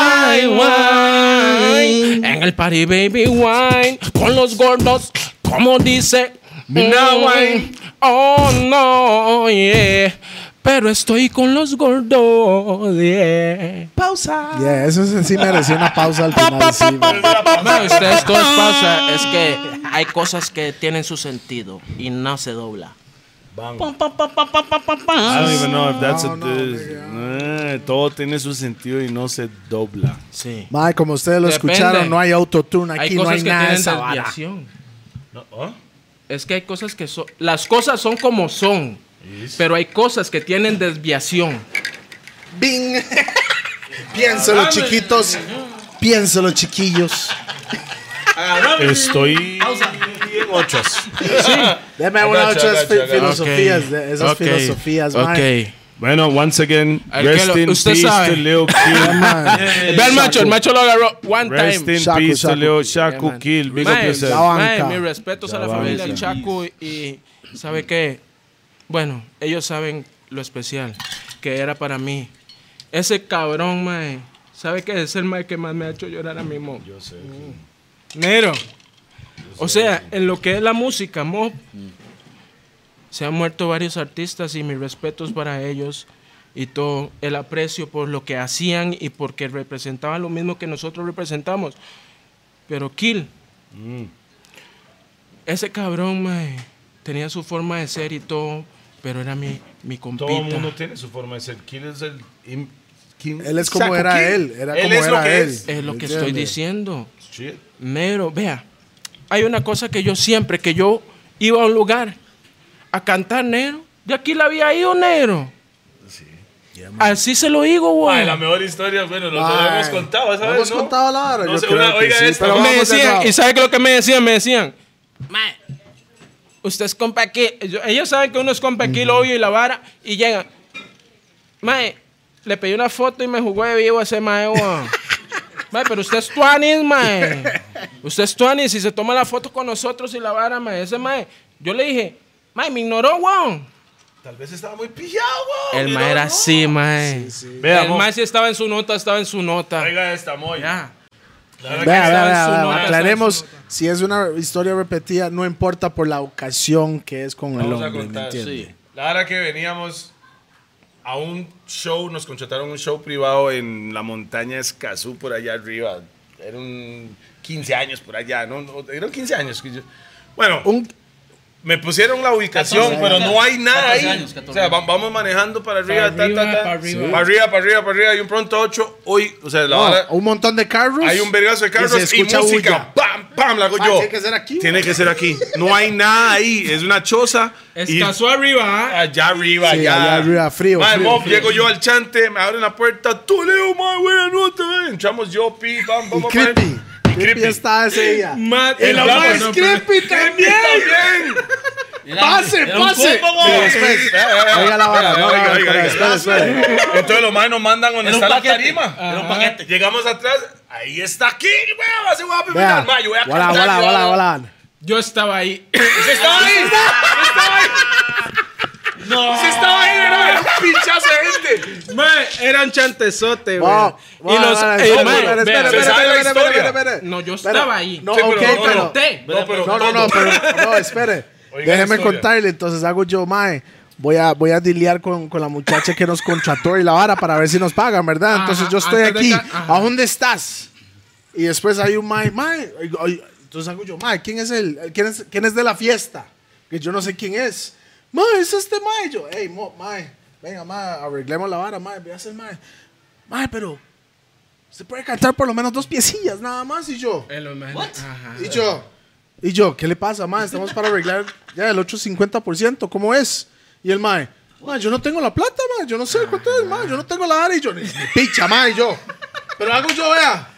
Speaker 2: wine. En el party, baby, wine. Con los gordos, como dice.
Speaker 3: Mm.
Speaker 4: Mina wine.
Speaker 2: Oh, no, yeah. Pero estoy con los gordos, yeah. Pausa.
Speaker 3: Yeah, eso sí sí merecía una pausa al final. sí, man.
Speaker 1: No, ustedes cosas pasa es que hay cosas que tienen su sentido y no se dobla.
Speaker 4: I don't even know if that's a- Eh, todo tiene su sentido y no se dobla.
Speaker 1: Sí.
Speaker 3: Mae, como ustedes lo
Speaker 2: Depende.
Speaker 3: escucharon, no hay autotune
Speaker 2: Hay
Speaker 3: aquí, no
Speaker 2: cosas
Speaker 3: hay
Speaker 2: que
Speaker 3: nada de
Speaker 2: tienen
Speaker 3: esa vara.
Speaker 2: desviación.
Speaker 4: ¿ah?
Speaker 2: Es que hay cosas que son. Las cosas son como son. Pero hay cosas que tienen desviación.
Speaker 3: Bing. Piénselo, chiquitos. Piénselo, chiquillos.
Speaker 4: Eh, Estoy en ochas.
Speaker 3: Deme
Speaker 4: I
Speaker 3: una
Speaker 4: gotcha, I
Speaker 3: ocho
Speaker 4: gotcha, I gotcha.
Speaker 3: filosofías, de esas
Speaker 2: Ok,
Speaker 3: filosofías, mae.
Speaker 2: Ok.
Speaker 4: Bueno, once again,
Speaker 2: Al que
Speaker 4: rest
Speaker 2: lo-
Speaker 4: in
Speaker 2: usted
Speaker 4: peace
Speaker 2: sabe.
Speaker 4: to Lil Kill.
Speaker 3: Mae.
Speaker 2: Ve al macho, el macho lo agarró. One
Speaker 4: Rest
Speaker 2: time.
Speaker 4: in
Speaker 3: Shaku,
Speaker 4: peace to
Speaker 3: Shaku.
Speaker 4: Lil Shaku
Speaker 2: man.
Speaker 4: Kill. Big up
Speaker 2: Mae,
Speaker 3: La
Speaker 4: yourself.
Speaker 2: mae,
Speaker 3: banca.
Speaker 2: mis respetos a la
Speaker 4: La
Speaker 2: familia del
Speaker 4: banca.
Speaker 2: Chaco y sabe que, bueno, ellos saben lo especial que era para mí. Ese cabrón, mae, sabe que es el mae que más me ha hecho llorar a mí mismo. Yo sé. Mero. O sea, en lo que es la música, mo, se han muerto varios artistas y mis respetos para ellos y todo el aprecio por lo que hacían y porque representaban lo mismo que nosotros representamos. Pero Kill,
Speaker 4: Mm.
Speaker 2: ese cabrón, mae, tenía su forma de ser y todo, pero era mi, mi compita.
Speaker 4: Todo el mundo tiene su forma de ser. Kill es el. im- Kim-
Speaker 3: Él es como
Speaker 4: Shaku
Speaker 3: era
Speaker 4: Kill.
Speaker 3: él, era
Speaker 4: Él
Speaker 3: como
Speaker 4: es lo
Speaker 3: era
Speaker 4: que
Speaker 3: él.
Speaker 4: es.
Speaker 2: es lo que
Speaker 3: ¿Entiende?
Speaker 2: estoy diciendo.
Speaker 4: Shit.
Speaker 2: Mero, vea, hay una cosa que yo siempre, que yo iba a un lugar a cantar negro, de aquí la había ido negro. Así se lo digo,
Speaker 4: Ay,
Speaker 2: güey.
Speaker 4: la mejor historia, bueno, lo, lo
Speaker 3: Ay,
Speaker 4: hemos contado, ¿sabes?
Speaker 3: ¿lo hemos
Speaker 4: no?
Speaker 3: contado la hora?
Speaker 4: No
Speaker 3: Yo
Speaker 4: sé,
Speaker 3: creo
Speaker 4: una-
Speaker 3: que
Speaker 4: oiga
Speaker 3: sí,
Speaker 4: esta,
Speaker 3: pero
Speaker 4: ¿no?
Speaker 2: me
Speaker 3: vamos de
Speaker 2: decían,
Speaker 3: nuevo.
Speaker 2: ¿y sabe qué es lo que me decían? Me decían, "Mae, usted es compa aquí. Yo- ellos saben que uno es compa aquí, lo obvio y la vara, y llegan. Mae, le pedí una foto y me jugó de vivo ese mae, weón. Mae, pero usted es tuanis, mae. Usted es tuanis y se toma la foto con nosotros y la vara, mae. Ese mae, yo le dije, mae, me ignoró, weón.
Speaker 4: Tal vez estaba muy pillado, güey.
Speaker 2: El mae era así, mae.
Speaker 4: Vea,
Speaker 2: El
Speaker 4: mo-
Speaker 2: mae sí estaba en su nota, estaba en su nota.
Speaker 4: Oiga esta, Moy.
Speaker 2: Ya.
Speaker 4: La verdad
Speaker 3: Vea,
Speaker 4: que
Speaker 3: vea,
Speaker 2: en
Speaker 3: vea,
Speaker 2: su
Speaker 3: vea,
Speaker 2: nota,
Speaker 3: aclaremos
Speaker 2: está
Speaker 3: si es una historia repetida, no importa por la ocasión que es con el
Speaker 4: Vamos a
Speaker 3: hombre, ¿me
Speaker 4: contar.
Speaker 3: entiende?
Speaker 4: sí. La hora que veníamos a un show, nos contrataron un show privado en la montaña Escazú, por allá arriba. Era un 15 años por allá, ¿no? No, Eran 15 años. que yo- Bueno,
Speaker 3: Un-
Speaker 4: me pusieron la ubicación,
Speaker 1: 14
Speaker 4: pero no hay nada
Speaker 1: 14
Speaker 4: ahí.
Speaker 1: años, 14
Speaker 4: o sea, va- vamos manejando para arriba,
Speaker 2: Para
Speaker 4: ta,
Speaker 2: arriba,
Speaker 4: ta, ta.
Speaker 2: para
Speaker 4: para
Speaker 2: arriba.
Speaker 4: arriba, para arriba, para arriba, Y un pronto 8, hoy, o sea, la
Speaker 3: No,
Speaker 4: hora...
Speaker 3: un montón de carros.
Speaker 4: Hay un vergazo de
Speaker 3: se
Speaker 4: carros y,
Speaker 3: escucha
Speaker 4: música.
Speaker 3: bulla.
Speaker 4: ¡Pam, pam! La hago
Speaker 3: Ah,
Speaker 4: yo.
Speaker 3: tiene que ser aquí,
Speaker 4: Tiene que ser aquí. No hay nada ahí. Es una choza. y
Speaker 2: Escazú arriba, ¿ah?
Speaker 4: Allá arriba,
Speaker 3: Sí,
Speaker 4: allá.
Speaker 3: allá arriba, frío,
Speaker 4: Mae,
Speaker 3: frío,
Speaker 4: mof,
Speaker 3: frío.
Speaker 4: llego yo al chante, me abren la puerta. Toledo, mae, buena nota. mae. Entramos yo, pi, pam, pam,
Speaker 3: Y
Speaker 4: pam,
Speaker 3: creepy.
Speaker 4: pam. Y
Speaker 3: Creepy está ese día.
Speaker 2: Mat-
Speaker 4: El
Speaker 2: la
Speaker 4: Bravo
Speaker 2: madre-
Speaker 4: es
Speaker 2: no, pero-
Speaker 3: creepy también.
Speaker 4: ¡Bien!
Speaker 3: Pase, pase.
Speaker 4: Después.
Speaker 3: Oiga la vara, no,
Speaker 4: eh. Oiga,
Speaker 3: no,
Speaker 4: oiga,
Speaker 3: espera,
Speaker 4: oiga.
Speaker 3: espera, espera.
Speaker 4: Entonces los maes nos mandan donde
Speaker 1: Era un
Speaker 4: está la
Speaker 1: paquete,
Speaker 4: tarima.
Speaker 1: era un paquete.
Speaker 4: Llegamos atrás. Ahí está King, weón. Así voy a
Speaker 3: Vea.
Speaker 4: pimentar, mae, yo voy a
Speaker 3: Hola,
Speaker 4: cantar,
Speaker 3: hola,
Speaker 4: yo-
Speaker 3: hola, hola.
Speaker 2: Yo estaba ahí.
Speaker 4: ¡Se estaba ahí! ¡Se estaba ahí!
Speaker 1: No.
Speaker 4: ¡Se estaba ahí! ¡Era era un pinchazo de gente!
Speaker 2: Mae, eran chantesote, güey.
Speaker 3: Wow, wow,
Speaker 2: y los.
Speaker 3: wow,
Speaker 2: eh,
Speaker 3: espera,
Speaker 2: mae,
Speaker 3: espera,
Speaker 2: vea,
Speaker 3: espera,
Speaker 4: se
Speaker 3: espera,
Speaker 4: sabe la
Speaker 3: espera, espera,
Speaker 4: historia.
Speaker 3: espera, espera.
Speaker 2: No, yo
Speaker 3: Espera.
Speaker 2: estaba ahí.
Speaker 3: No,
Speaker 4: Sí,
Speaker 3: ok,
Speaker 4: pero no,
Speaker 3: pero.
Speaker 2: Canté.
Speaker 4: No, pero
Speaker 3: No, no, no, pero no, espere.
Speaker 4: Oiga la
Speaker 3: Déjeme
Speaker 4: historia.
Speaker 3: contarle, entonces hago yo, mae. Voy a, voy a diliar con, con la muchacha que nos contrató y la vara para ver si nos pagan, ¿verdad? Entonces
Speaker 2: Ajá,
Speaker 3: yo estoy
Speaker 2: antes de
Speaker 3: aquí.
Speaker 2: ca- ajá.
Speaker 3: ¿A dónde estás? Y después hay un mae, mae. ay, ay, Entonces hago yo, mae, ¿quién es el, el- quién es, quién es de la fiesta? Que yo no sé quién es. Mae, es este mae. Yo, hey, mo, mae, venga, mae, arreglemos la vara, mae, veas el mae. Mae, pero se puede cantar por lo menos dos piecillas nada más y yo.
Speaker 2: Eh, los manes- Ajá.
Speaker 3: Y yo, y yo, ¿qué le pasa, mae? Estamos para arreglar ya el 850%, ¿cómo es? Y el mae, Ma, yo no tengo la plata, ma. Yo no sé cuánto es, ma. Yo no tengo la área. Y yo, ni picha, ma. Y yo, pero hago yo, vea.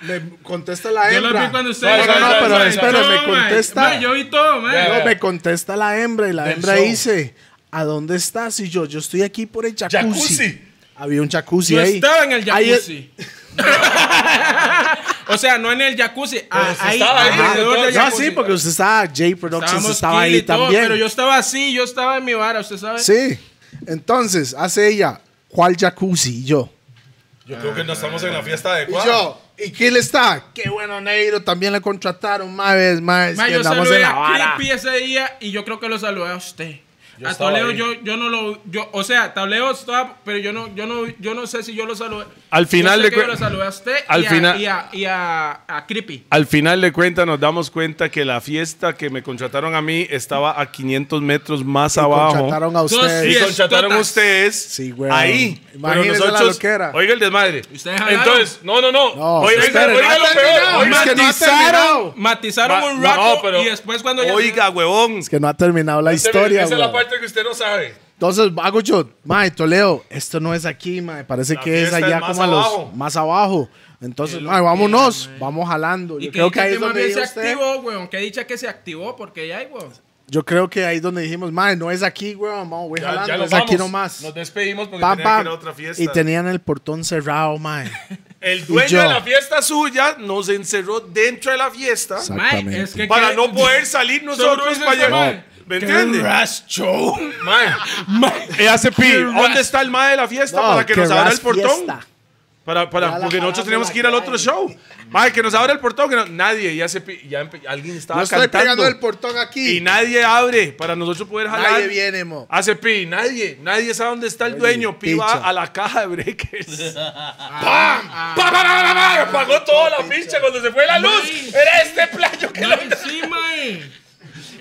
Speaker 3: Me contesta la
Speaker 2: Yo
Speaker 3: hembra.
Speaker 2: lo vi cuando usted.
Speaker 3: No, no, no,
Speaker 4: Suave,
Speaker 3: pero
Speaker 4: suave,
Speaker 3: espera,
Speaker 4: suave.
Speaker 3: me contesta.
Speaker 2: yo vi todo, man.
Speaker 4: Ya,
Speaker 3: No, me contesta la hembra y la
Speaker 4: Del
Speaker 3: hembra
Speaker 4: show.
Speaker 3: dice, ¿a dónde estás? Y yo, yo estoy aquí por el jacuzzi.
Speaker 4: Jacuzzi.
Speaker 3: Había un jacuzzi
Speaker 2: Yo
Speaker 3: ahí.
Speaker 2: estaba en el
Speaker 3: Ahí es-
Speaker 2: jacuzzi. o sea, no en el jacuzzi. ah,
Speaker 4: usted
Speaker 2: ahí,
Speaker 4: estaba ahí,
Speaker 2: alrededor
Speaker 4: entonces.
Speaker 2: del
Speaker 3: No,
Speaker 2: jacuzzi.
Speaker 3: Ah, sí, porque usted estaba, Jay Productions
Speaker 2: Estábamos
Speaker 3: estaba
Speaker 2: kill y
Speaker 3: ahí
Speaker 2: todo,
Speaker 3: también.
Speaker 2: Pero yo estaba así, yo estaba en mi vara, usted sabe.
Speaker 3: Sí. Entonces, hace ella, ¿cuál jacuzzi? Y yo.
Speaker 4: Yo creo que no estamos en la fiesta
Speaker 3: Y
Speaker 4: adecuada.
Speaker 3: yo, ¿y quién le está? Qué bueno, Neiro, también le contrataron, más vez, más.
Speaker 2: Ma,
Speaker 3: que
Speaker 2: yo
Speaker 3: andamos en
Speaker 2: saludé
Speaker 3: la
Speaker 2: a
Speaker 3: vara.
Speaker 2: Creepy ese día y yo creo que lo saludé a usted. a
Speaker 4: estaba
Speaker 2: Toledo
Speaker 4: ahí.
Speaker 2: yo, yo no lo yo o sea Toledo estaba pero yo no yo no yo no sé si yo lo saludé
Speaker 4: Al
Speaker 2: Yo
Speaker 4: final
Speaker 2: sé
Speaker 4: de
Speaker 2: que
Speaker 4: cuen-
Speaker 2: yo lo saludé a usted
Speaker 4: al
Speaker 2: y, a-
Speaker 4: final-
Speaker 2: y a, y a- a Creepy
Speaker 4: Al final de cuentas nos damos cuenta que la fiesta que me contrataron a mí estaba a 500 metros más
Speaker 3: Y
Speaker 4: abajo.
Speaker 3: Contrataron a
Speaker 4: Y
Speaker 3: usted.
Speaker 2: Fiestotas.
Speaker 4: contrataron ustedes
Speaker 3: Sí, güey.
Speaker 4: ahí.
Speaker 3: Imagínese
Speaker 4: pero
Speaker 3: la
Speaker 4: nosotros,
Speaker 3: loquera.
Speaker 4: Oiga el desmadre.
Speaker 2: ¿Y ustedes jalaron?
Speaker 4: Entonces, no, no, no.
Speaker 3: No,
Speaker 4: oiga,
Speaker 3: espere,
Speaker 4: oiga
Speaker 3: no
Speaker 4: lo
Speaker 3: ha
Speaker 4: peor.
Speaker 3: terminado.
Speaker 4: Oiga,
Speaker 3: Es que no ha
Speaker 2: matizaron matizaron
Speaker 4: Ma-
Speaker 2: un
Speaker 4: no,
Speaker 2: rato
Speaker 4: pero-
Speaker 2: y después cuando ya-
Speaker 4: Oiga, huevón.
Speaker 3: Es que no ha terminado la historia,
Speaker 4: Esa es la
Speaker 3: güey.
Speaker 4: parte que usted no sabe.
Speaker 3: Entonces hago yo, mae, Toledo, esto no es aquí, mae, parece
Speaker 4: La
Speaker 3: que es
Speaker 4: fiesta
Speaker 3: allá
Speaker 4: es más
Speaker 3: como a los
Speaker 4: abajo.
Speaker 3: más abajo. Entonces, mae, vámonos, vamos jalando.
Speaker 2: y
Speaker 3: Yo
Speaker 2: que,
Speaker 3: creo que ahí es
Speaker 2: más
Speaker 3: donde
Speaker 2: bien
Speaker 3: dijo
Speaker 2: se
Speaker 3: usted,
Speaker 2: activó weón que dicha que se activó porque ya hay weón
Speaker 3: yo creo que ahí es donde dijimos, mae, no es aquí, weón, vamos, voy
Speaker 4: Ya,
Speaker 3: jalando,
Speaker 4: ya nos
Speaker 3: es aquí
Speaker 4: vamos.
Speaker 3: nomás.
Speaker 4: Nos despedimos porque
Speaker 3: Pam,
Speaker 4: tenían que
Speaker 3: pam.
Speaker 4: ir a otra fiesta.
Speaker 3: Y tenían el portón cerrado, mae.
Speaker 4: El dueño
Speaker 3: yo.
Speaker 4: de la fiesta suya nos encerró dentro de la fiesta
Speaker 2: Ma, es que
Speaker 4: para
Speaker 2: que-
Speaker 4: no poder salir nosotros
Speaker 2: Nosotros
Speaker 4: para
Speaker 2: ese-
Speaker 4: llegar. ¿Me entiendes?
Speaker 2: show
Speaker 4: Mae. Eh, hace pi, ¿Dónde está el mae de la fiesta para que nos abra el portón? Para, para-
Speaker 3: Ya la
Speaker 4: porque nosotros tenemos
Speaker 3: jalamos la
Speaker 4: que ir al otro
Speaker 3: calle.
Speaker 4: show. Mae, que nos abra el portón. Que no- nadie. Ya, se, pi- ya empe- alguien estaba
Speaker 3: Yo estoy
Speaker 4: cantando.
Speaker 3: pegando el portón
Speaker 4: y
Speaker 3: aquí.
Speaker 4: nadie abre para nosotros poder jalar.
Speaker 3: Nadie viene, mo.
Speaker 4: Hace pi, nadie, nadie sabe dónde está el dueño. Pi va
Speaker 3: picha.
Speaker 4: a la caja de breakers.
Speaker 2: Ah,
Speaker 4: ¡Pam! ¡Pam, pam, pam, pam, pam! Pagó toda la pincha cuando se fue la luz. Era este playo que lo-
Speaker 2: sí mae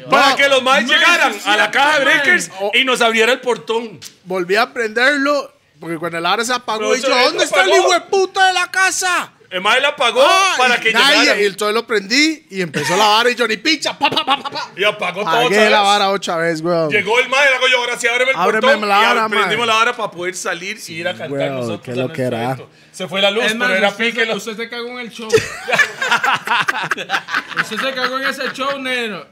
Speaker 4: Para que los más
Speaker 2: mae,
Speaker 4: llegaran
Speaker 2: sí,
Speaker 4: a la
Speaker 2: sí,
Speaker 4: caja de
Speaker 2: mae.
Speaker 4: breakers
Speaker 3: Oh.
Speaker 4: y nos abriera el portón.
Speaker 3: Volví a prenderlo porque cuando el aire se apagó,
Speaker 4: Pero
Speaker 3: y
Speaker 4: eso-
Speaker 3: yo,
Speaker 4: eso
Speaker 3: ¿dónde está el
Speaker 4: apagó.
Speaker 3: hijo de puta de la casa?
Speaker 4: El mae la pagó
Speaker 3: Ah,
Speaker 4: para
Speaker 3: y
Speaker 4: que
Speaker 3: nadie,
Speaker 4: llegaran.
Speaker 3: Y entonces lo prendí y empezó la vara y Johnny Picha. Pa, pa, pa, pa, pa.
Speaker 4: Y apagó todo otra
Speaker 3: Pagué
Speaker 4: vez.
Speaker 3: la vara ocho veces, weón.
Speaker 4: Llegó el mae, le hago yo, ahora sí, ábreme el
Speaker 3: Ábreme
Speaker 4: portón.
Speaker 3: la
Speaker 4: y
Speaker 3: vara,
Speaker 4: prendimos
Speaker 3: mae.
Speaker 4: la vara para poder salir y ir a cantar
Speaker 3: weón,
Speaker 4: nosotros.
Speaker 3: qué
Speaker 4: a
Speaker 3: lo que
Speaker 4: nuestro
Speaker 3: era.
Speaker 4: evento. Se fue la luz,
Speaker 2: Es más,
Speaker 4: pero era
Speaker 2: usted,
Speaker 4: pi
Speaker 2: se,
Speaker 4: que los...
Speaker 2: usted se cagó en el show. usted se cagó en ese show, negro.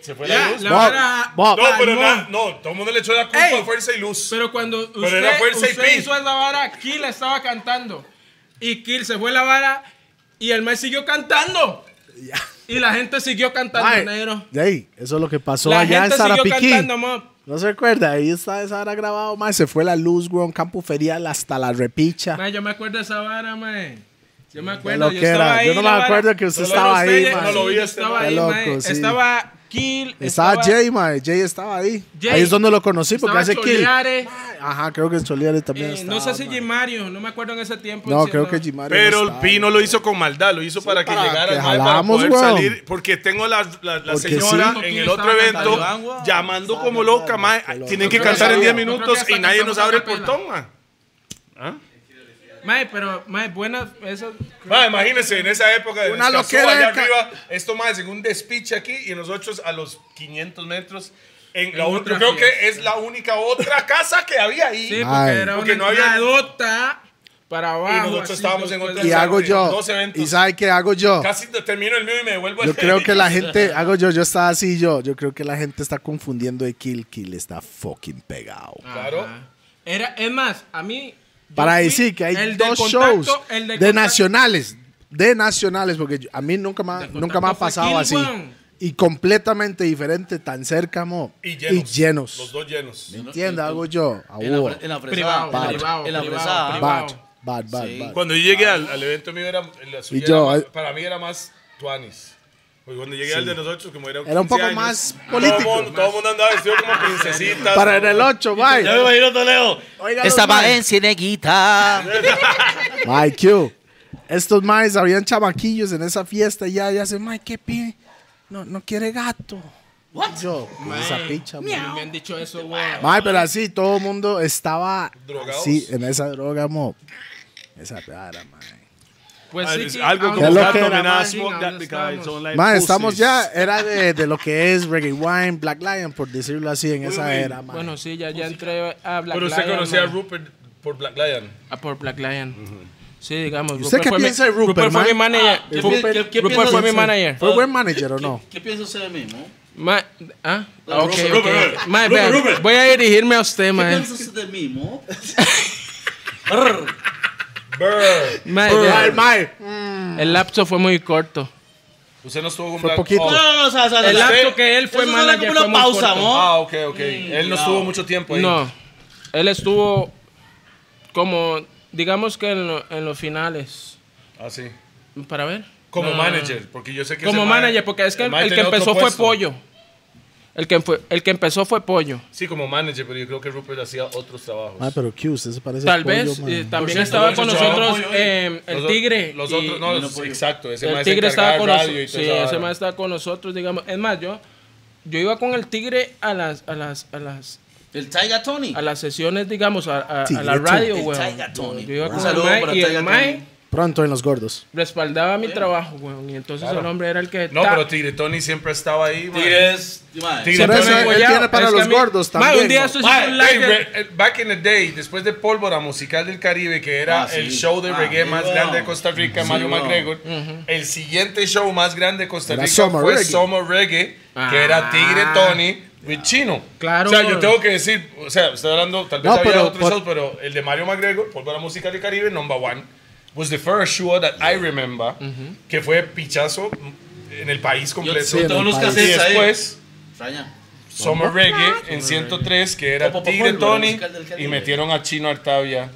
Speaker 4: Se fue la
Speaker 2: Ya,
Speaker 4: luz.
Speaker 2: la
Speaker 3: Bob,
Speaker 2: vara-
Speaker 3: Bob.
Speaker 4: No, pero
Speaker 2: Palmó.
Speaker 4: nada, no, todo el mundo le echó la culpa
Speaker 2: Ey.
Speaker 4: a Fuerza y Luz.
Speaker 2: Pero cuando usted,
Speaker 4: era fuerza y
Speaker 2: usted
Speaker 4: pin.
Speaker 2: hizo la vara, Kill estaba cantando. Y Kill se fue la vara y el man siguió cantando. Y la gente siguió cantando,
Speaker 3: Ay,
Speaker 2: negro.
Speaker 3: de ahí, eso es lo que pasó
Speaker 2: La
Speaker 3: allá en
Speaker 2: gente siguió
Speaker 3: Sarapiquí.
Speaker 2: cantando, mo.
Speaker 3: No se recuerda, ahí está esa hora grabado, mae. Se fue la luz, weón. Campo ferial hasta la repicha.
Speaker 2: Man, yo me acuerdo de esa vara, man. Yo me
Speaker 3: Qué
Speaker 2: acuerdo.
Speaker 3: lo
Speaker 2: yo
Speaker 3: que
Speaker 2: estaba
Speaker 3: era.
Speaker 2: ahí,
Speaker 3: Yo no me
Speaker 2: la vara.
Speaker 3: acuerdo que usted
Speaker 4: Solo
Speaker 3: estaba ahí,
Speaker 4: ustedes,
Speaker 3: mae.
Speaker 4: no lo vi
Speaker 2: yo
Speaker 4: este,
Speaker 2: estaba
Speaker 4: man.
Speaker 2: ahí,
Speaker 3: Qué
Speaker 2: man.
Speaker 3: loco, sí.
Speaker 2: Estaba Kill.
Speaker 3: Estaba Jay, mae. Jay estaba ahí.
Speaker 2: Jay.
Speaker 3: Ahí es donde lo conocí porque
Speaker 2: estaba
Speaker 3: hace kill.
Speaker 2: Choliare.
Speaker 3: Ajá, creo que Choliari también
Speaker 2: Eh,
Speaker 3: estaba.
Speaker 2: no sé si
Speaker 3: mae.
Speaker 2: Gimario, no me acuerdo en ese tiempo.
Speaker 3: No,
Speaker 2: si
Speaker 3: creo
Speaker 2: estaba-
Speaker 3: que Gimario.
Speaker 4: Pero
Speaker 3: no
Speaker 4: el
Speaker 3: estaba.
Speaker 4: Pi no lo hizo con maldad, lo hizo para que
Speaker 3: para
Speaker 4: llegara
Speaker 3: que
Speaker 4: el mae para
Speaker 3: jalamos,
Speaker 4: poder
Speaker 3: weón.
Speaker 4: salir. Porque tengo la, la- la
Speaker 3: Porque
Speaker 4: señora
Speaker 3: sí.
Speaker 4: en
Speaker 2: Porque
Speaker 4: el otro
Speaker 2: estaba
Speaker 4: evento
Speaker 2: cantando, weón.
Speaker 4: llamando como loca, mae. Tienen que
Speaker 2: Yo creo que
Speaker 4: cantar en 10
Speaker 2: sabía.
Speaker 4: minutos
Speaker 2: Yo creo que
Speaker 4: y
Speaker 2: hasta
Speaker 4: nadie nos abre el
Speaker 2: cantamos
Speaker 4: portón, mae.
Speaker 2: Mae, pero, mae, buena. Eso.
Speaker 4: Mae, imagínense, en esa época de
Speaker 3: Una
Speaker 4: Una
Speaker 3: loquera
Speaker 4: allá
Speaker 3: de ca-
Speaker 4: arriba, esto más en un despiche aquí y nosotros a los 500 metros en la
Speaker 2: En
Speaker 4: otra,
Speaker 2: otra
Speaker 4: creo que
Speaker 2: fiesta.
Speaker 4: es la única otra casa que había ahí.
Speaker 2: Sí,
Speaker 3: Ay.
Speaker 2: porque era
Speaker 4: Porque
Speaker 2: una
Speaker 4: no había-
Speaker 2: adota para abajo.
Speaker 4: nosotros
Speaker 2: así,
Speaker 4: estábamos en
Speaker 2: después
Speaker 4: otra
Speaker 2: de-
Speaker 3: Y hago yo.
Speaker 4: Dos eventos.
Speaker 3: ¿Y sabe qué hago yo?
Speaker 4: Casi te- termino el mío y me devuelvo
Speaker 3: Yo
Speaker 4: al-
Speaker 3: creo que la gente, hago yo, yo estaba así yo, yo creo que la gente está confundiendo de Kill Kill está fucking pegado.
Speaker 2: Ah,
Speaker 4: Claro.
Speaker 2: Era, es más, a mí. yo
Speaker 3: Para
Speaker 2: fui
Speaker 3: decir que hay
Speaker 2: el de
Speaker 3: dos
Speaker 2: contacto,
Speaker 3: shows
Speaker 2: el
Speaker 3: de,
Speaker 2: contacto-
Speaker 3: nacionales, de nacionales, porque yo- a mí nunca me, ha-
Speaker 2: contacto
Speaker 3: nunca me ha
Speaker 2: fue
Speaker 3: pasado
Speaker 2: Kill,
Speaker 3: así.
Speaker 2: weón.
Speaker 3: Y completamente diferente, tan cerca, mo.
Speaker 4: Y llenos.
Speaker 3: Y llenos.
Speaker 4: Los dos llenos.
Speaker 3: ¿Entiendes? Hago yo. A
Speaker 1: En la,
Speaker 3: huevo.
Speaker 1: fre- en la fresada.
Speaker 2: Privado,
Speaker 1: en la-
Speaker 2: privado,
Speaker 1: en la
Speaker 2: privado,
Speaker 1: fresada.
Speaker 2: privado.
Speaker 3: Bad, bad, bad,
Speaker 1: Sí.
Speaker 3: bad.
Speaker 4: Cuando yo llegué al, al evento mío, era, la suya
Speaker 3: Y yo,
Speaker 4: era más-
Speaker 3: eh.
Speaker 4: para mí era más Tuanis. Porque cuando llegué al de nosotros, como era,
Speaker 3: Era un poco
Speaker 4: 15 años,
Speaker 3: más
Speaker 4: todo
Speaker 3: político.
Speaker 4: mundo- Todo el mundo andaba vestido como princesita.
Speaker 3: Para en el 8,
Speaker 1: Ya me
Speaker 3: bye.
Speaker 1: imagino Toledo.
Speaker 3: Oiga, los
Speaker 1: Estaba
Speaker 3: man.
Speaker 1: en Cieneguita.
Speaker 3: Mike Q. Estos maes habían chamaquillos en esa fiesta y ya, ya se, Mike, qué pi. No, no quiere gato. Y Yo, con esa picha,
Speaker 2: A mí
Speaker 3: mo.
Speaker 2: Me han dicho eso,
Speaker 4: Este
Speaker 2: weón.
Speaker 3: Mae, pero así, todo el mundo estaba
Speaker 4: Drogados.
Speaker 3: así, en esa droga, mo. Esa rara, mae.
Speaker 2: Pues
Speaker 4: Ah,
Speaker 2: sí,
Speaker 4: es
Speaker 2: sí,
Speaker 4: algo
Speaker 2: ¿a
Speaker 4: como
Speaker 2: dónde
Speaker 3: lo
Speaker 4: that,
Speaker 3: que
Speaker 4: no
Speaker 2: era,
Speaker 4: me nada,
Speaker 2: man?
Speaker 4: smoke
Speaker 2: ¿A
Speaker 4: that
Speaker 2: dónde
Speaker 4: because it's
Speaker 2: estamos?
Speaker 4: online
Speaker 3: Mae,
Speaker 4: pussies.
Speaker 3: estamos ya, era de, de lo que es Reggae Wine, Black Lion, por decirlo así, en esa era, mae.
Speaker 2: Bueno, sí, ya, ya entré a Black
Speaker 4: Pero usted
Speaker 2: Lion,
Speaker 4: conocía a
Speaker 2: man.
Speaker 4: Rupert por Black Lion.
Speaker 2: Ah, por Black Lion. Sí, digamos.
Speaker 3: usted qué piensa de Rupert,
Speaker 2: fue
Speaker 3: man?
Speaker 2: mi manager.
Speaker 1: Ah, ¿qué pi-
Speaker 2: Rupert,
Speaker 1: qué- qué
Speaker 2: Rupert
Speaker 1: piensas
Speaker 2: fue
Speaker 1: de-
Speaker 2: mi manager.
Speaker 3: ¿Fue buen manager o
Speaker 1: ¿Qué-
Speaker 2: eh,
Speaker 3: no?
Speaker 1: ¿Qué piensa usted de mí, mo?
Speaker 2: Ma- ah,
Speaker 1: No,
Speaker 2: ok,
Speaker 1: Rupert,
Speaker 2: ok.
Speaker 1: Rupert,
Speaker 2: Ma,
Speaker 1: Rupert,
Speaker 2: vea,
Speaker 1: Rupert.
Speaker 2: Voy a dirigirme a usted,
Speaker 1: ¿Qué
Speaker 2: man.
Speaker 1: piensa usted de mí, mo?
Speaker 4: Brr.
Speaker 2: Ma, vea, El lapso fue muy corto.
Speaker 4: Usted no estuvo con
Speaker 3: Fue
Speaker 4: Black
Speaker 3: poquito.
Speaker 4: Oh.
Speaker 1: No, no, no, o sea, o sea,
Speaker 2: El
Speaker 1: o sea,
Speaker 2: acto que él fue
Speaker 1: eso suena
Speaker 2: manager
Speaker 1: como
Speaker 2: fue
Speaker 1: una
Speaker 2: muy
Speaker 1: pausa,
Speaker 2: corto. Pues,
Speaker 1: mo.
Speaker 4: Ah, ok, ok. Él no estuvo mucho tiempo ahí.
Speaker 2: No, él estuvo como, digamos que en, lo- en los finales.
Speaker 4: Ah, sí.
Speaker 2: Para ver.
Speaker 4: Como
Speaker 2: No, no, no.
Speaker 4: manager, porque yo sé que...
Speaker 2: Como
Speaker 4: ese
Speaker 2: manager,
Speaker 4: mae-
Speaker 2: porque es que el,
Speaker 4: mae
Speaker 2: el que
Speaker 4: tenía otro
Speaker 2: empezó fue
Speaker 4: puesto.
Speaker 2: Pollo. El que, fue, el que empezó fue Pollo.
Speaker 4: Sí, como manager, pero yo creo que Rupert hacía otros trabajos.
Speaker 3: Mae, pero Q, usted se parece
Speaker 2: Tal
Speaker 3: a Pollo,
Speaker 2: vez
Speaker 3: mae.
Speaker 2: eh, también
Speaker 4: cierto,
Speaker 2: estaba
Speaker 4: lo
Speaker 2: con
Speaker 4: hizo
Speaker 2: nosotros
Speaker 4: Chavo Pollo
Speaker 2: eh, el
Speaker 4: Los o-
Speaker 2: Tigre.
Speaker 4: Los
Speaker 2: y-
Speaker 4: otros, no, los- exacto. Ese
Speaker 2: el
Speaker 4: mae se
Speaker 2: Tigre estaba con
Speaker 4: encargaba de
Speaker 2: nosotros.
Speaker 4: radio y toda
Speaker 2: Sí,
Speaker 4: esa
Speaker 2: ese
Speaker 4: vara.
Speaker 2: mae estaba con nosotros, digamos. Es más, yo, yo iba con el Tigre a las, a las, a las,
Speaker 1: El Taiga Tony.
Speaker 2: a las sesiones, digamos, a, a- a la
Speaker 3: Tigre
Speaker 2: radio,
Speaker 1: El
Speaker 2: weón.
Speaker 1: Taiga Tony.
Speaker 3: eh.
Speaker 2: Yo iba
Speaker 1: Un
Speaker 2: con el
Speaker 1: saludo
Speaker 2: mae
Speaker 1: para
Speaker 2: y
Speaker 1: Taiga
Speaker 2: el mae
Speaker 1: Tony.
Speaker 3: Pronto en Los Gordos.
Speaker 2: respaldaba mi trabajo, weón. Y entonces el hombre era el que...
Speaker 4: No,
Speaker 2: ta-
Speaker 4: pero Tigre Tony siempre estaba ahí, mae.
Speaker 1: Tigres. mae.
Speaker 4: Tigre
Speaker 3: Por
Speaker 4: Tony...
Speaker 3: eso él
Speaker 2: apoyado.
Speaker 3: tiene para
Speaker 2: Es que
Speaker 3: los
Speaker 2: a mí-
Speaker 3: gordos
Speaker 2: Mae,
Speaker 3: también,
Speaker 2: un día
Speaker 3: ¿no?
Speaker 2: eso es
Speaker 4: Mae,
Speaker 2: un
Speaker 4: hey,
Speaker 2: live de-
Speaker 4: re- eh, back in the day, después de Pólvora Musical del Caribe, que era
Speaker 1: Ah, sí.
Speaker 4: el show de
Speaker 1: Ah,
Speaker 4: reggae
Speaker 1: sí,
Speaker 4: más
Speaker 1: wow.
Speaker 4: grande de Costa Rica, Mario
Speaker 1: wow.
Speaker 4: McGregor, el siguiente show más grande de Costa
Speaker 3: Era
Speaker 4: Rica
Speaker 3: Summer
Speaker 4: fue
Speaker 3: Reggae.
Speaker 4: Summer Reggae, que era Tigre Tony with Chino.
Speaker 2: Ah. Claro.
Speaker 4: O sea, yo tengo que decir, o sea, estoy hablando, tal vez
Speaker 3: No,
Speaker 4: había
Speaker 3: pero
Speaker 4: otros
Speaker 3: por-
Speaker 4: shows, pero el de Mario McGregor, Pólvora Musical del Caribe, number one, was the first show that I remember, que fue pichazo en el país completo.
Speaker 1: Yo tengo
Speaker 3: en el
Speaker 1: unos
Speaker 4: y
Speaker 3: país.
Speaker 1: cassettes ahí.
Speaker 4: después...
Speaker 1: Extraña.
Speaker 4: Summer
Speaker 1: Ah,
Speaker 4: Reggae en 103, que era
Speaker 1: Popopopol,
Speaker 4: Tigre
Speaker 1: la
Speaker 4: Tony,
Speaker 1: musical del Caribe.
Speaker 4: y metieron a Chino Artavia.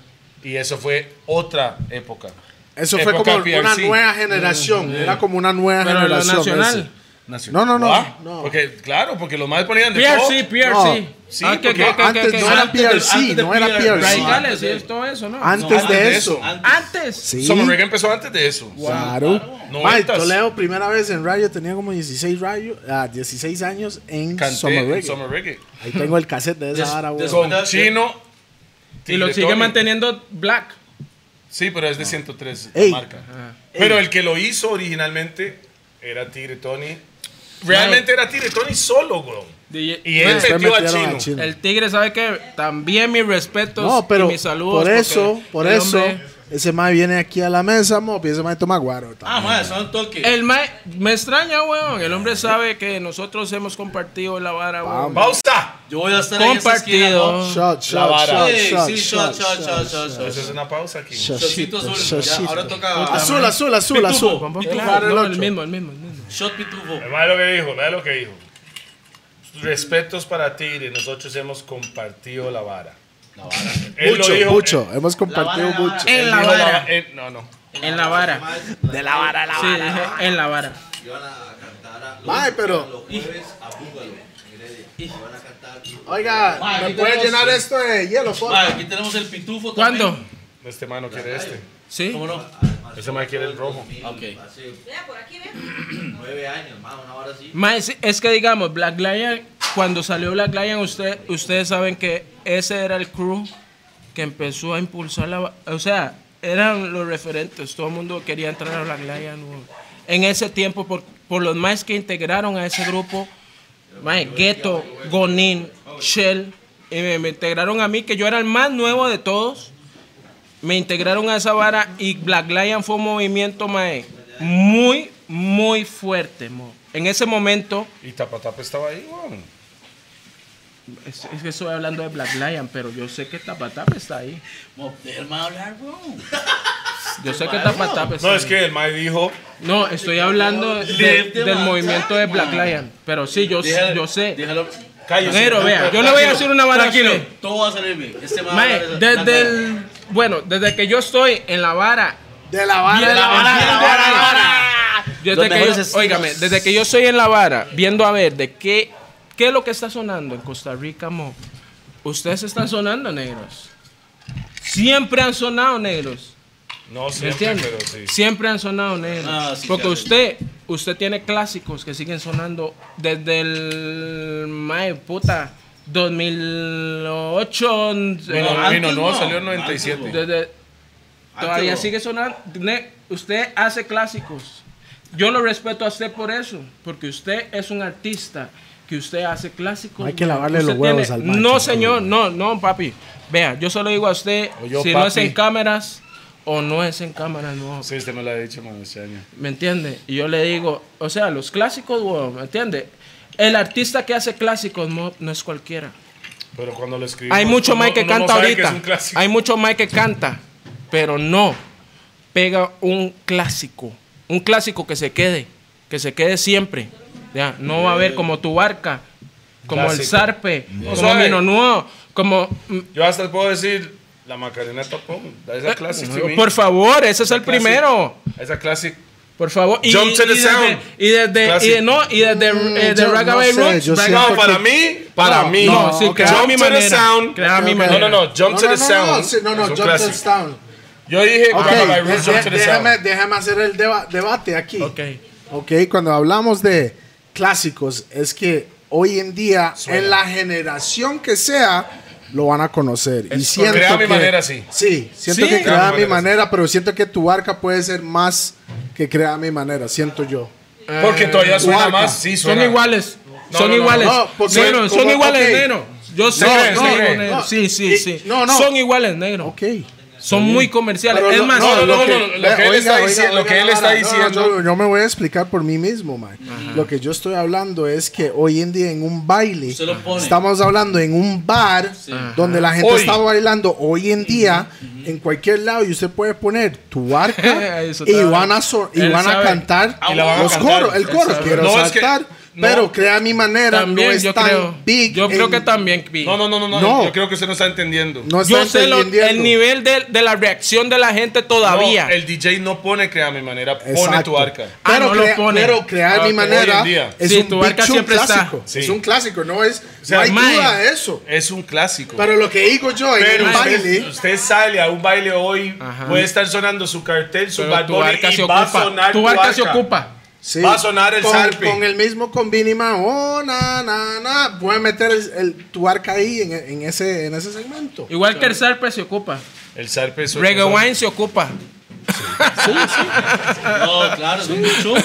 Speaker 4: Y eso fue otra época.
Speaker 3: Eso fue
Speaker 4: Época
Speaker 3: como
Speaker 4: PRC.
Speaker 3: una nueva generación. Era como una nueva
Speaker 2: Pero lo
Speaker 3: generación.
Speaker 2: nacional.
Speaker 3: ese. No, no, no,
Speaker 4: Ah,
Speaker 3: no.
Speaker 4: Porque, claro, porque los más ponían de
Speaker 2: PRC,
Speaker 4: todo.
Speaker 2: PRC.
Speaker 4: Sí,
Speaker 2: Ah, que-
Speaker 4: porque
Speaker 2: que- que-
Speaker 3: antes
Speaker 2: que-
Speaker 3: no
Speaker 2: que-
Speaker 3: era
Speaker 1: antes de-
Speaker 3: PRC,
Speaker 1: antes de
Speaker 3: no era
Speaker 1: PRC.
Speaker 3: PRC.
Speaker 2: Radicales y todo eso, ¿no?
Speaker 3: Antes
Speaker 1: No,
Speaker 3: de eso.
Speaker 1: Antes.
Speaker 2: Antes.
Speaker 3: Sí,
Speaker 4: Summer Reggae empezó antes de eso.
Speaker 3: claro. Mae,
Speaker 4: Noventas.
Speaker 3: Toledo, primera vez en radio, tenía como 16, radio, ah, 16 años en
Speaker 4: Canté
Speaker 3: Summer
Speaker 4: en
Speaker 3: Reggae.
Speaker 4: Summer Reggae.
Speaker 3: Ahí tengo el cassette de
Speaker 1: Des-
Speaker 3: esa vara, weón.
Speaker 1: des-
Speaker 4: Con
Speaker 1: Después de-
Speaker 4: Chino.
Speaker 2: Y lo
Speaker 4: Tigre
Speaker 2: sigue
Speaker 4: Tony.
Speaker 2: manteniendo Black.
Speaker 4: Sí, pero es de 103, la
Speaker 3: Ah. Ey.
Speaker 4: marca. Pero el que lo hizo originalmente era Tigre Tony. Realmente era Tigre Tony solo, güey. Y él
Speaker 3: Después
Speaker 4: metió a
Speaker 3: metieron
Speaker 4: Chino.
Speaker 2: pues, El Tigre, ¿sabe que También mis respetos
Speaker 3: No, pero
Speaker 2: y mis saludos.
Speaker 3: por
Speaker 2: porque
Speaker 3: eso, por
Speaker 2: el
Speaker 3: eso,
Speaker 2: hombre-
Speaker 3: ese mae viene aquí a la mesa, mop, y ese mae toma guaro.
Speaker 1: Ah, mae, son toque.
Speaker 2: el mae, me extraña, weón. El hombre sabe que nosotros hemos compartido la vara, weón.
Speaker 4: ¡Pausa!
Speaker 1: Yo voy a estar ahí en esa esquina, mo.
Speaker 2: Compartido.
Speaker 3: Shot,
Speaker 4: La
Speaker 3: shot,
Speaker 4: vara.
Speaker 3: shot,
Speaker 1: Sí,
Speaker 3: shot,
Speaker 1: sí,
Speaker 3: shot,
Speaker 1: shot, shot, shot, shot,
Speaker 4: Eso Pues es una pausa aquí.
Speaker 3: shot,
Speaker 1: Shotcito
Speaker 3: shotcito,
Speaker 1: azul. Ya,
Speaker 3: shotcito.
Speaker 1: ahora toca.
Speaker 3: Azul, azul, azul, azul.
Speaker 1: Pitufo.
Speaker 2: Claro,
Speaker 3: Pitufo.
Speaker 2: no,
Speaker 3: El
Speaker 2: el
Speaker 3: ocho.
Speaker 2: mismo, el mismo, el mismo.
Speaker 1: Shot pitufo.
Speaker 4: Vea lo que dijo, vea lo que dijo. Respetos para Tigre, nosotros hemos compartido la vara. Él lo
Speaker 3: Mucho,
Speaker 4: dijo,
Speaker 3: mucho. Hemos compartido
Speaker 1: vara, la
Speaker 3: mucho.
Speaker 2: En
Speaker 4: él
Speaker 2: la
Speaker 4: dijo
Speaker 2: vara.
Speaker 4: él- no, no.
Speaker 2: En la vara.
Speaker 1: De la vara, la
Speaker 2: Sí, dije, en la vara.
Speaker 3: Mae, pero, oiga,
Speaker 1: Mae,
Speaker 3: ¿me
Speaker 1: aquí
Speaker 3: puede
Speaker 1: tenemos-
Speaker 3: llenar esto de hielo, por favor?
Speaker 1: aquí tenemos el pitufo.
Speaker 2: ¿Cuándo?
Speaker 1: también.
Speaker 4: Este mano quiere este.
Speaker 2: Sí.
Speaker 1: ¿Cómo no?
Speaker 4: Ese man quiere el rojo.
Speaker 1: Ah, Ok.
Speaker 5: Vea, por aquí, vea.
Speaker 2: Mae, sí, es que digamos, Black Lion, cuando salió Black Lion, usted, ustedes saben que ese era el crew que empezó a impulsar la... ba- O sea, eran los referentes, todo el mundo quería entrar a Black Lion. weón. En ese tiempo, por, por los más que integraron a ese grupo, mae, Ghetto, Gonin, Shell, y me, me integraron a mí, que yo era el más nuevo de todos. Me integraron a esa vara y Black Lion fue un movimiento, mae, muy, muy fuerte, mo. En ese momento,
Speaker 4: Y Tapatapa estaba ahí, weón.
Speaker 2: es, es que estoy hablando de Black Lion, pero yo sé que Tapatap está ahí.
Speaker 1: Mo, déjame hablar, bro.
Speaker 2: Yo sé que Tapatap está
Speaker 4: No, es
Speaker 2: ahí.
Speaker 4: que el man dijo,
Speaker 2: No, estoy hablando de-
Speaker 1: Leave the
Speaker 2: del
Speaker 1: man
Speaker 2: movimiento de
Speaker 1: talk,
Speaker 2: Black
Speaker 1: man.
Speaker 2: Lion. Pero sí, yo,
Speaker 1: Déjalo-
Speaker 2: yo sé.
Speaker 1: Déjalo.
Speaker 4: cállese.
Speaker 2: Pero vea, yo le voy a decir una vara a
Speaker 1: Tranquilo,
Speaker 2: usted.
Speaker 1: todo va a salir bien. Este man va a
Speaker 2: Mae,
Speaker 1: hablar de-
Speaker 2: desde el... Bueno, desde que yo estoy en la vara...
Speaker 3: De la vara,
Speaker 2: viendo-
Speaker 3: de la vara, de la
Speaker 2: viendo a
Speaker 3: vara, de la
Speaker 2: Verde.
Speaker 3: vara.
Speaker 2: Desde
Speaker 1: Los
Speaker 2: que
Speaker 1: mejores
Speaker 2: yo-
Speaker 1: estilos.
Speaker 2: óigame, desde que yo estoy en la vara, viendo a ver de qué, qué es lo que está sonando en Costa Rica, mo. Ustedes están sonando, negros. Siempre han sonado, negros.
Speaker 4: No,
Speaker 2: ¿Me
Speaker 4: siempre,
Speaker 2: entiendes?
Speaker 4: pero sí.
Speaker 2: Siempre han sonado, negros.
Speaker 1: Ah, sí,
Speaker 2: Porque
Speaker 1: claro.
Speaker 2: usted, usted tiene clásicos que siguen sonando desde el. Mae, puta. 2008. eh,
Speaker 4: Bueno,
Speaker 1: antes
Speaker 4: vino, no,
Speaker 1: no.
Speaker 4: salió en
Speaker 1: Antes no.
Speaker 4: 97.
Speaker 2: desde- Todavía sigue sonando. Ne- Usted hace clásicos. Yo lo respeto a usted por eso, porque usted es un artista que usted hace clásicos.
Speaker 3: Hay que
Speaker 2: man.
Speaker 3: lavarle
Speaker 2: Usted
Speaker 3: los huevos al macho,
Speaker 2: No,
Speaker 3: man.
Speaker 2: señor, no, no, papi. Vea, yo solo digo a usted,
Speaker 4: O yo,
Speaker 2: si no es
Speaker 4: papi.
Speaker 2: en cámaras o no es en cámaras, no.
Speaker 4: Sí, usted me lo ha dicho, man, este año.
Speaker 2: ¿Me entiende? Y yo le digo, o sea, los clásicos, weón, ¿me entiende? El artista que hace clásicos no, no es cualquiera.
Speaker 4: Pero cuando lo escribí.
Speaker 2: Hay mucho
Speaker 4: más
Speaker 2: Mike que canta ahorita. Hay mucho Mike que canta, pero no pega un clásico. Un clásico que se quede, que se quede siempre. Ya, no va a haber como tu barca, como el
Speaker 4: Eh, Clásico.
Speaker 2: zarpe, como
Speaker 4: Suave.
Speaker 2: Mino Nuevo, como mm,
Speaker 4: Yo hasta puedo decir la Macarena Tapón. Esa classic. to me.
Speaker 2: Eh, por favor, ese es el
Speaker 4: Classic.
Speaker 2: primero.
Speaker 4: Esa classic.
Speaker 2: Por favor, y,
Speaker 4: Jump to the
Speaker 2: y
Speaker 4: sound.
Speaker 2: desde, y desde, y de-
Speaker 4: Clásico.
Speaker 2: no, y desde eh, de
Speaker 3: Mm, yo no
Speaker 2: Ragabay
Speaker 3: sé,
Speaker 2: Roots,
Speaker 3: yo
Speaker 2: Ragabay-
Speaker 3: siento
Speaker 4: No, para mí, para
Speaker 3: No,
Speaker 4: mí.
Speaker 2: no, sí,
Speaker 4: ok.
Speaker 2: creaba
Speaker 4: Jump
Speaker 2: mi
Speaker 4: to the
Speaker 2: manera.
Speaker 4: sound.
Speaker 2: Creaba
Speaker 4: Ok,
Speaker 2: mi
Speaker 4: ok.
Speaker 2: manera.
Speaker 4: No, no, no, jump
Speaker 3: No,
Speaker 4: to
Speaker 3: no,
Speaker 4: the
Speaker 3: no,
Speaker 4: sound.
Speaker 3: no, sí, no, no,
Speaker 4: Es un
Speaker 3: Jump to
Speaker 4: clásico.
Speaker 3: the Sound.
Speaker 4: Yo dije,
Speaker 3: Ok,
Speaker 4: Ragabay Roots,
Speaker 3: de-
Speaker 4: Jump to the
Speaker 3: déjame,
Speaker 4: sound.
Speaker 3: déjame hacer el deba- debate aquí.
Speaker 2: Ok.
Speaker 3: Ok, cuando hablamos de clásicos, es que hoy en día, en la generación que sea, lo van a conocer. y
Speaker 2: Es
Speaker 3: siento
Speaker 4: correcto. Crea mi
Speaker 3: que-
Speaker 4: manera, sí.
Speaker 3: Sí, siento
Speaker 2: Sí.
Speaker 3: que
Speaker 2: Crea
Speaker 3: crea
Speaker 4: mi manera, sí.
Speaker 3: mi manera, pero siento que tu arca puede ser más que crea mi manera, siento yo.
Speaker 4: Porque todavía suena
Speaker 3: Huarca.
Speaker 4: más. Sí,
Speaker 2: son
Speaker 4: suena.
Speaker 2: iguales.
Speaker 4: No,
Speaker 2: son
Speaker 4: no, no,
Speaker 2: iguales.
Speaker 3: no, porque-
Speaker 2: Negro,
Speaker 3: como-
Speaker 2: son iguales,
Speaker 3: ok.
Speaker 2: negro. Yo sé,
Speaker 4: No,
Speaker 2: que
Speaker 4: no,
Speaker 2: son
Speaker 4: no,
Speaker 2: iguales, negro.
Speaker 3: no.
Speaker 2: Sí, sí,
Speaker 3: Y-
Speaker 2: sí.
Speaker 3: no, no.
Speaker 2: Son iguales, negro.
Speaker 3: Ok.
Speaker 2: Son muy comerciales.
Speaker 3: Pero
Speaker 2: es
Speaker 3: lo-
Speaker 2: más,
Speaker 4: No, no, no, no,
Speaker 3: que-
Speaker 4: no, lo que él
Speaker 3: oiga,
Speaker 4: está
Speaker 3: oiga,
Speaker 4: diciendo- lo
Speaker 3: oiga,
Speaker 4: que él
Speaker 3: no,
Speaker 4: está
Speaker 3: no,
Speaker 4: diciendo-
Speaker 3: yo, yo me voy a explicar por mí mismo, man. Lo que yo estoy hablando es que hoy en día en un baile,
Speaker 1: Usted lo pone.
Speaker 3: estamos hablando en un bar donde la gente
Speaker 4: Hoy.
Speaker 3: está bailando hoy en día en cualquier lado y usted puede poner tu arca
Speaker 2: Eso
Speaker 3: y
Speaker 2: está
Speaker 3: van
Speaker 2: bien.
Speaker 3: a so- y
Speaker 2: Él
Speaker 3: van a
Speaker 2: sabe. Ah,
Speaker 3: cantar
Speaker 4: Y la van a
Speaker 3: los
Speaker 4: cantar.
Speaker 3: coros, el
Speaker 4: Él
Speaker 3: coro
Speaker 4: sabe.
Speaker 3: quiero
Speaker 4: No, es que-
Speaker 3: saltar,
Speaker 4: no.
Speaker 3: pero crea mi manera
Speaker 2: también,
Speaker 3: no es
Speaker 2: yo
Speaker 3: tan
Speaker 2: creo.
Speaker 3: big.
Speaker 2: yo creo
Speaker 3: en-
Speaker 2: que también, big.
Speaker 4: No, no, no, no, no.
Speaker 3: No.
Speaker 4: Yo creo que usted no está entendiendo.
Speaker 3: no está
Speaker 2: Yo sé lo- el
Speaker 3: entendiendo.
Speaker 2: nivel de, de la reacción de la gente todavía.
Speaker 4: No, el DJ no pone crea mi manera, pone
Speaker 3: Exacto.
Speaker 4: tu arca.
Speaker 2: Ah,
Speaker 3: Pero,
Speaker 2: no lo
Speaker 3: crea-
Speaker 2: pone.
Speaker 3: pero crear
Speaker 4: Ah,
Speaker 3: mi
Speaker 4: ok. Hoy
Speaker 3: manera
Speaker 4: en día.
Speaker 3: es
Speaker 2: Sí,
Speaker 3: un
Speaker 2: tu
Speaker 3: big
Speaker 2: arca
Speaker 3: tune
Speaker 2: siempre está.
Speaker 3: clásico.
Speaker 4: Sí.
Speaker 3: Es un clásico, no es.
Speaker 4: sea,
Speaker 3: no hay
Speaker 2: mae.
Speaker 3: duda de eso.
Speaker 4: Es un clásico.
Speaker 3: Pero lo que digo yo en
Speaker 4: Pero
Speaker 3: el
Speaker 4: usted,
Speaker 3: baile,
Speaker 4: usted sale a un baile hoy,
Speaker 2: Ajá.
Speaker 4: puede estar sonando su cartel, su
Speaker 2: Pero
Speaker 4: Bad
Speaker 2: tu
Speaker 4: Bunny,
Speaker 2: arca
Speaker 4: y
Speaker 2: se
Speaker 4: va a
Speaker 2: ocupa.
Speaker 4: sonar
Speaker 2: Tu arca se ocupa.
Speaker 3: sí,
Speaker 4: va a sonar el
Speaker 3: con,
Speaker 4: zarpe.
Speaker 3: con el mismo combinima, oh, na, na, na, voy a meter el, el- tu arca ahí en, en ese, en ese segmento.
Speaker 2: Igual que el Sarpe se ocupa.
Speaker 4: El zarpe es otra
Speaker 2: Reggae
Speaker 4: cosa.
Speaker 2: Wine se ocupa.
Speaker 1: No, claro, es un chungo.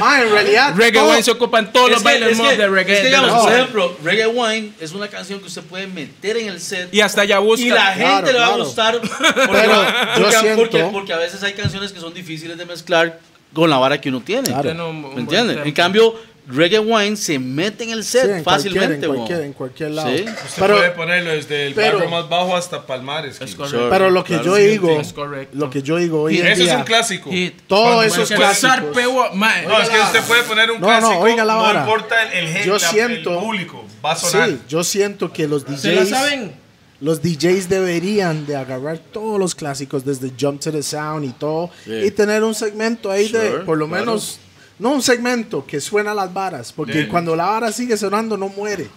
Speaker 3: Ah, en realidad,
Speaker 2: Reggae
Speaker 3: todo-
Speaker 2: Wine se ocupa en todos
Speaker 1: Es
Speaker 2: los
Speaker 1: que-
Speaker 2: bailes
Speaker 1: es
Speaker 2: mods
Speaker 1: que-
Speaker 2: de reggae.
Speaker 1: es que,
Speaker 2: de
Speaker 1: digamos,
Speaker 2: los-
Speaker 1: por ejemplo, Reggae Wine es una canción que usted puede meter en el set.
Speaker 2: y hasta ya busca.
Speaker 1: Y la gente le va
Speaker 3: Claro, claro.
Speaker 1: a gustar. Porque,
Speaker 3: Pero yo
Speaker 1: porque-
Speaker 3: siento-
Speaker 1: porque- porque a veces hay canciones que son difíciles de mezclar con la vara que uno tiene.
Speaker 2: Tiene un- un
Speaker 1: ¿Me
Speaker 2: buen
Speaker 1: entiendes? En
Speaker 2: tempo.
Speaker 1: cambio, Reggae Wine se mete en el
Speaker 3: sí,
Speaker 1: set
Speaker 3: en
Speaker 1: fácilmente.
Speaker 3: cualquier, en
Speaker 1: weón.
Speaker 3: cualquier, en cualquier lado.
Speaker 1: Sí.
Speaker 4: Usted
Speaker 3: Pero,
Speaker 4: puede ponerlo desde el
Speaker 3: pero-
Speaker 4: barrio más bajo hasta Palmares. Kiko.
Speaker 2: correcto.
Speaker 3: pero lo que
Speaker 2: Claro,
Speaker 3: yo
Speaker 2: sí,
Speaker 3: digo,
Speaker 2: es correcto.
Speaker 3: lo que yo digo hoy en
Speaker 4: Eso es
Speaker 3: día,
Speaker 4: un clásico.
Speaker 2: Hit.
Speaker 3: todo
Speaker 4: Cuando-
Speaker 3: eso es
Speaker 2: Porque el
Speaker 3: clásico.
Speaker 2: Sarpe, weón, mae.
Speaker 4: No, es que usted puede poner un
Speaker 3: No, no,
Speaker 4: clásico, no,
Speaker 3: oiga la vara.
Speaker 4: importa el, el, gen-
Speaker 3: Yo
Speaker 4: la- el
Speaker 3: siento-
Speaker 4: público, va a sonar.
Speaker 3: Sí, yo siento que los DJs
Speaker 2: ¿Se la saben?
Speaker 3: Los DJs deberían de agarrar todos los clásicos desde Jump to the Sound y todo
Speaker 8: Sí.
Speaker 3: y tener un segmento ahí de
Speaker 8: Sure,
Speaker 3: por lo
Speaker 8: claro.
Speaker 3: menos no un segmento que suena las varas porque
Speaker 4: Sí.
Speaker 3: cuando la vara sigue sonando no muere.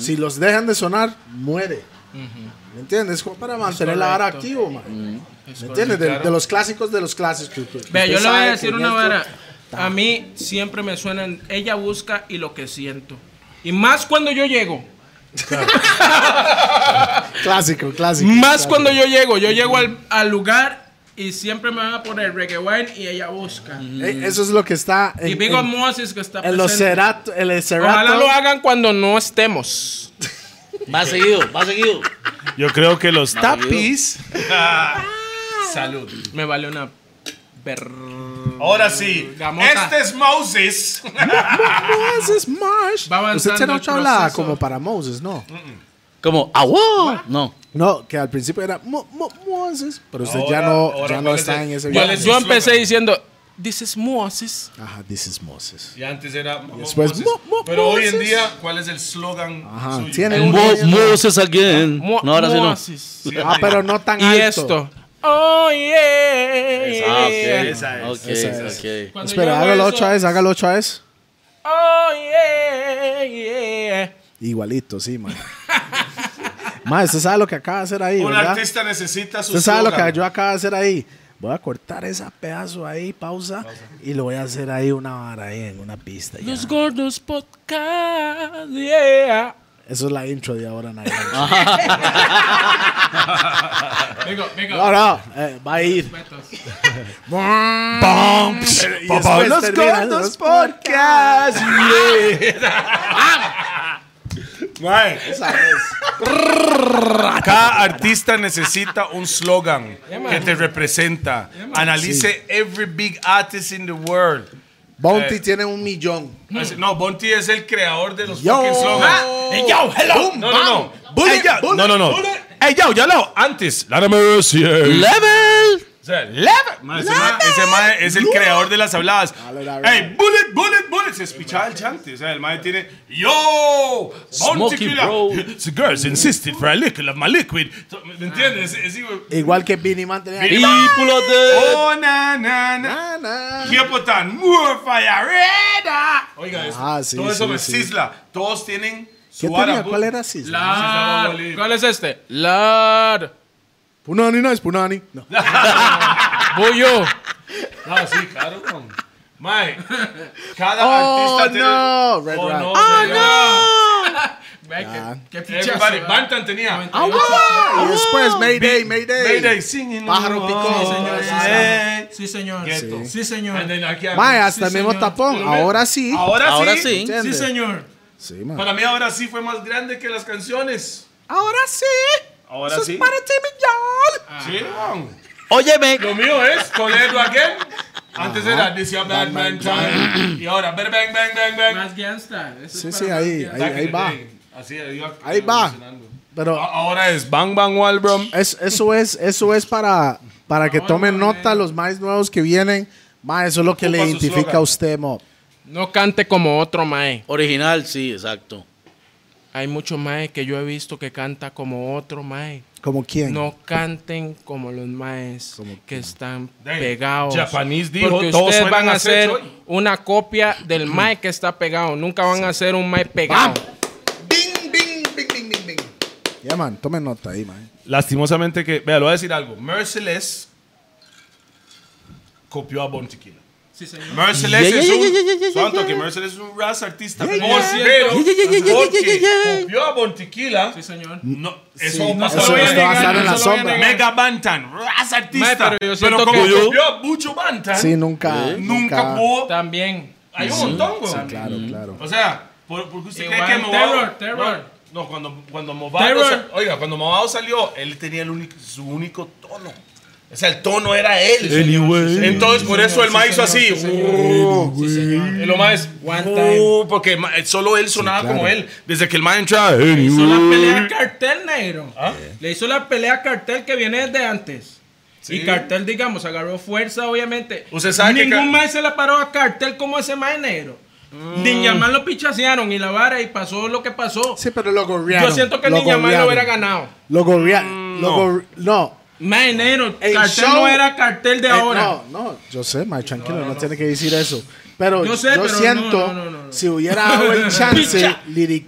Speaker 3: Si los dejan de sonar muere. ¿Me entiendes? Como para mantener la vara
Speaker 2: correcto.
Speaker 3: activo, man. ¿Me entiendes? De,
Speaker 4: claro.
Speaker 3: de los clásicos de los clásicos.
Speaker 2: Vea, yo
Speaker 3: Usted
Speaker 2: le voy
Speaker 3: sabe
Speaker 2: a decir
Speaker 3: que
Speaker 2: una
Speaker 3: esto-
Speaker 2: vara. A mí siempre me suenan. Ella busca y lo que siento. Y más cuando yo llego.
Speaker 3: Clásico, clásico.
Speaker 2: Más
Speaker 3: clásico.
Speaker 2: cuando yo llego. Yo llego al, al lugar y siempre me van a poner reggae wine y ella busca.
Speaker 3: Eh, Eso es lo que está
Speaker 2: Y
Speaker 3: en,
Speaker 2: Vigo
Speaker 3: en-
Speaker 2: Moses que está
Speaker 3: en los
Speaker 2: presente.
Speaker 3: Cerato, el
Speaker 2: Ojalá
Speaker 3: Cerato.
Speaker 2: lo hagan cuando no estemos.
Speaker 1: Va seguido, va seguido.
Speaker 4: Yo creo que los tapis. Salud.
Speaker 2: Me vale una per...
Speaker 4: Ahora sí.
Speaker 2: Gamota.
Speaker 4: Este es Moses.
Speaker 3: Moses Marsh.
Speaker 2: Va avanzando
Speaker 3: Usted tiene
Speaker 2: el
Speaker 3: otra hablada
Speaker 2: proceso.
Speaker 3: como para Moses, ¿no?
Speaker 8: Como,
Speaker 1: "Ah,
Speaker 8: ¡agua! No.
Speaker 3: No, que al principio era Mo- Mo- Moses, pero usted ya
Speaker 4: Ahora-
Speaker 3: no,
Speaker 4: ahora
Speaker 3: ya no
Speaker 4: ¿cuál es
Speaker 3: está
Speaker 4: el-
Speaker 3: en ese
Speaker 4: cuál
Speaker 3: viaje.
Speaker 4: es
Speaker 2: Yo
Speaker 4: el
Speaker 2: empecé
Speaker 4: slogan?
Speaker 2: diciendo, this is Moses.
Speaker 3: Ajá, this is Moses.
Speaker 4: Y antes era Mo-
Speaker 3: después,
Speaker 4: Moses.
Speaker 3: Mo- Mo-
Speaker 4: Pero hoy en
Speaker 3: Moses.
Speaker 4: día, ¿cuál es el slogan
Speaker 3: Ajá,
Speaker 4: suyo?
Speaker 3: tiene un-
Speaker 8: Mo- Moses again.
Speaker 2: Mo-
Speaker 8: No, ahora sí no.
Speaker 2: Moses.
Speaker 4: Sí,
Speaker 3: Ah,
Speaker 4: sí.
Speaker 3: pero no tan
Speaker 2: Y
Speaker 3: alto.
Speaker 2: esto. Oh, yeah.
Speaker 8: Ah, ok.
Speaker 4: Esa es.
Speaker 8: Ok,
Speaker 3: Esa es.
Speaker 8: ok.
Speaker 2: Cuando yo
Speaker 3: Espera,
Speaker 2: hago
Speaker 3: hágalo
Speaker 2: eso,
Speaker 3: otra vez, hágalo otra vez.
Speaker 2: Oh, yeah, yeah.
Speaker 3: Igualito, sí, man. man, usted sabe lo que acaba de hacer ahí,
Speaker 4: Un
Speaker 3: ¿verdad?
Speaker 4: artista necesita su
Speaker 3: Usted sabe lo
Speaker 4: slogan.
Speaker 3: que yo acabo de hacer ahí. Voy a cortar esa pedazo ahí, pausa, y lo voy a hacer ahí una vara ahí en una pista. ya.
Speaker 2: Los gordos podcast, yeah.
Speaker 3: Eso es la intro de ahora, Nayo.
Speaker 2: Venga, venga.
Speaker 3: No, no, eh, va a ir.
Speaker 2: Respetos.
Speaker 3: Y después
Speaker 4: Los
Speaker 3: termina,
Speaker 4: Gordos
Speaker 3: ¿no?
Speaker 4: Podcast. Mae, cada artista necesita un slogan que te representa. Analice every big artist in the world.
Speaker 3: Bounty
Speaker 4: Eh.
Speaker 3: tiene un millón.
Speaker 4: Así- No, Bonti es el creador de los
Speaker 3: Yo.
Speaker 4: fucking slogans.
Speaker 3: Ah.
Speaker 4: yo, hello. No, no, no. Ey, ya. no, no, no. Ey, yo, yo lo. Antes. La número 100.
Speaker 1: ¡Level!
Speaker 4: O sea, Level. Ma, Ese ma, ese ma es el creador de las habladas. Ey, bullet, bullet, bullet. Se escuchaba el chante. O sea, el mae tiene. Yo. Bounty
Speaker 1: Smokey
Speaker 4: killer.
Speaker 1: bro.
Speaker 4: The girls insisted for a liquid of my liquid. So, ¿Me entiendes? Es- es-
Speaker 3: Igual que Vinny Man tenía.
Speaker 4: Vinny-
Speaker 1: People of the-
Speaker 4: Oh, na, na, na.
Speaker 3: Na, na.
Speaker 4: Tiempo tan more fireada. Oiga, eso,
Speaker 3: Ah, sí,
Speaker 4: todo eso
Speaker 3: sí,
Speaker 4: me
Speaker 3: sí.
Speaker 4: sisla. Todos tienen
Speaker 3: ¿Qué
Speaker 4: su
Speaker 3: tenía?
Speaker 4: árabe.
Speaker 3: ¿Cuál era Cisne?
Speaker 2: Lard. ¿Cuál es este? Lard.
Speaker 3: Punani no es Punani. No.
Speaker 2: Bullo.
Speaker 4: No, Ah, sí, claro. no. Mae, cada
Speaker 3: Oh,
Speaker 4: artista
Speaker 3: no.
Speaker 4: tiene...
Speaker 3: Red
Speaker 4: Oh,
Speaker 3: Rock. Ah,
Speaker 4: no. Red Rock.
Speaker 2: Ve, qué- qué fichazo,
Speaker 4: Everybody,
Speaker 2: ¿verdad?
Speaker 4: Bantan tenía...
Speaker 3: Y después Mayday, Mayday.
Speaker 4: Mayday, singing.
Speaker 3: Pájaro picó.
Speaker 4: Sí,
Speaker 2: señor, sí,
Speaker 4: Eh,
Speaker 2: Sí, señor.
Speaker 4: Quieto.
Speaker 2: Sí,
Speaker 4: and
Speaker 2: señor.
Speaker 4: then aquí-
Speaker 3: Mae, hasta el
Speaker 2: Sí,
Speaker 3: mismo
Speaker 2: señor.
Speaker 3: tapón. Ahora sí.
Speaker 4: Ahora,
Speaker 1: Ahora
Speaker 4: sí.
Speaker 1: sí.
Speaker 3: ¿entiende?
Speaker 2: Sí, señor.
Speaker 3: Sí, mae.
Speaker 4: Para mí ahora sí fue más grande que las canciones.
Speaker 3: Ahora sí.
Speaker 4: Ahora
Speaker 3: Eso es
Speaker 4: sí.
Speaker 3: para ti, millón.
Speaker 4: Sí, man.
Speaker 1: Óyeme.
Speaker 4: Lo mío es con Edu Again. Antes era This Young Bad Man Time. Y ahora, bang, bang, bang, bang, bang.
Speaker 2: Más gangsta. Eso es
Speaker 3: Sí,
Speaker 2: para
Speaker 3: sí,
Speaker 2: más
Speaker 3: ahí,
Speaker 2: gangsta.
Speaker 3: ahí, ahí va.
Speaker 4: Así, iba
Speaker 3: Ahí va. Pero
Speaker 4: A- Ahora es Bang Bang Walbrum.
Speaker 3: es, eso es, eso es para, para que tomen nota los más nuevos que vienen. Mae, eso es lo que le
Speaker 4: Ocupa su
Speaker 3: identifica a
Speaker 4: slogan.
Speaker 3: usted, mo.
Speaker 2: No cante como otro mae.
Speaker 1: Original, sí, exacto.
Speaker 2: Hay mucho mae que yo he visto que canta como otro mae.
Speaker 3: ¿Como quién?
Speaker 2: No canten como los maes que están
Speaker 4: Damn.
Speaker 2: pegados.
Speaker 4: Japanese dijo,
Speaker 2: Porque
Speaker 4: todos
Speaker 2: ustedes
Speaker 4: suenan
Speaker 2: van a
Speaker 4: a
Speaker 2: hacer
Speaker 4: Sech hoy.
Speaker 2: una copia del mae que está pegado. Nunca van a hacer un mae pegado.
Speaker 4: ¡Ah!
Speaker 3: Bing, bing, bing, bing, bing, bing. Ya, man, tomen nota ahí, man.
Speaker 2: ¿Eh?
Speaker 4: Lastimosamente que, vea, le voy a decir algo. Merciless copió a Bon Tequila.
Speaker 2: Sí, señor.
Speaker 4: Merciless
Speaker 1: Yeah,
Speaker 4: es
Speaker 1: yeah,
Speaker 4: un...
Speaker 1: yeah, yeah, yeah, yeah,
Speaker 4: Santo
Speaker 1: yeah.
Speaker 4: que Merciless es un ras artista.
Speaker 3: Yeah,
Speaker 4: Por
Speaker 3: yeah.
Speaker 4: cierto,
Speaker 1: Yeah, yeah, yeah, yeah,
Speaker 4: porque
Speaker 1: yeah, yeah, yeah.
Speaker 4: copió a Bon Tequila.
Speaker 2: Sí, señor.
Speaker 4: No, eso
Speaker 3: Sí,
Speaker 4: va a
Speaker 3: eso
Speaker 4: pasar
Speaker 3: está basado en la sombra.
Speaker 4: Mega Bantan, ras artista.
Speaker 2: Mae, pero yo siento
Speaker 4: Pero como
Speaker 2: que-
Speaker 4: copió a mucho Bantan,
Speaker 3: Sí,
Speaker 4: ¿Eh?
Speaker 3: nunca.
Speaker 4: nunca pudo
Speaker 2: También.
Speaker 4: Hay un montón, güey.
Speaker 3: Claro, claro.
Speaker 4: O sea, por, porque usted
Speaker 2: Igual,
Speaker 4: cree que
Speaker 2: terror,
Speaker 4: Movado...
Speaker 2: terror.
Speaker 4: No, no, cuando, cuando Movado...
Speaker 2: Terror.
Speaker 4: sa- oiga, cuando Movado salió, él tenía el único, su único tono. O sea, el tono era él. Entonces, por eso el ma hizo así. Uh, y lo más...
Speaker 2: One time.
Speaker 4: porque ma- solo él sonaba como él. Desde que el ma entraba...
Speaker 2: Hizo
Speaker 4: anyway.
Speaker 3: Mm.
Speaker 2: la pelea a cartel, negro.
Speaker 4: Ah.
Speaker 2: Le hizo la pelea a cartel que viene desde antes. Y cartel, digamos, agarró fuerza, obviamente.
Speaker 4: Usted sabe que Car-
Speaker 2: Ningún mae se le paró a cartel como ese mae negro.
Speaker 4: Mm.
Speaker 2: Niña Man lo pichasearon y la vara y pasó lo que pasó.
Speaker 3: Sí, pero lo gorrearon.
Speaker 2: Yo siento que
Speaker 3: lo
Speaker 2: Niña Man
Speaker 3: gorrearon.
Speaker 2: lo hubiera ganado. Mm.
Speaker 3: Lo gorrearon. Lo gorre- No.
Speaker 2: Mae negro,
Speaker 3: El
Speaker 2: cartel
Speaker 3: show-
Speaker 2: no era cartel de
Speaker 3: Eh,
Speaker 2: ahora.
Speaker 3: No, no, yo sé, Mae, tranquilo, no, tiene que decir eso. Pero yo,
Speaker 2: Yo sé, pero
Speaker 3: siento,
Speaker 2: no, no, no, no.
Speaker 3: si hubiera dado el chance,
Speaker 2: Picha.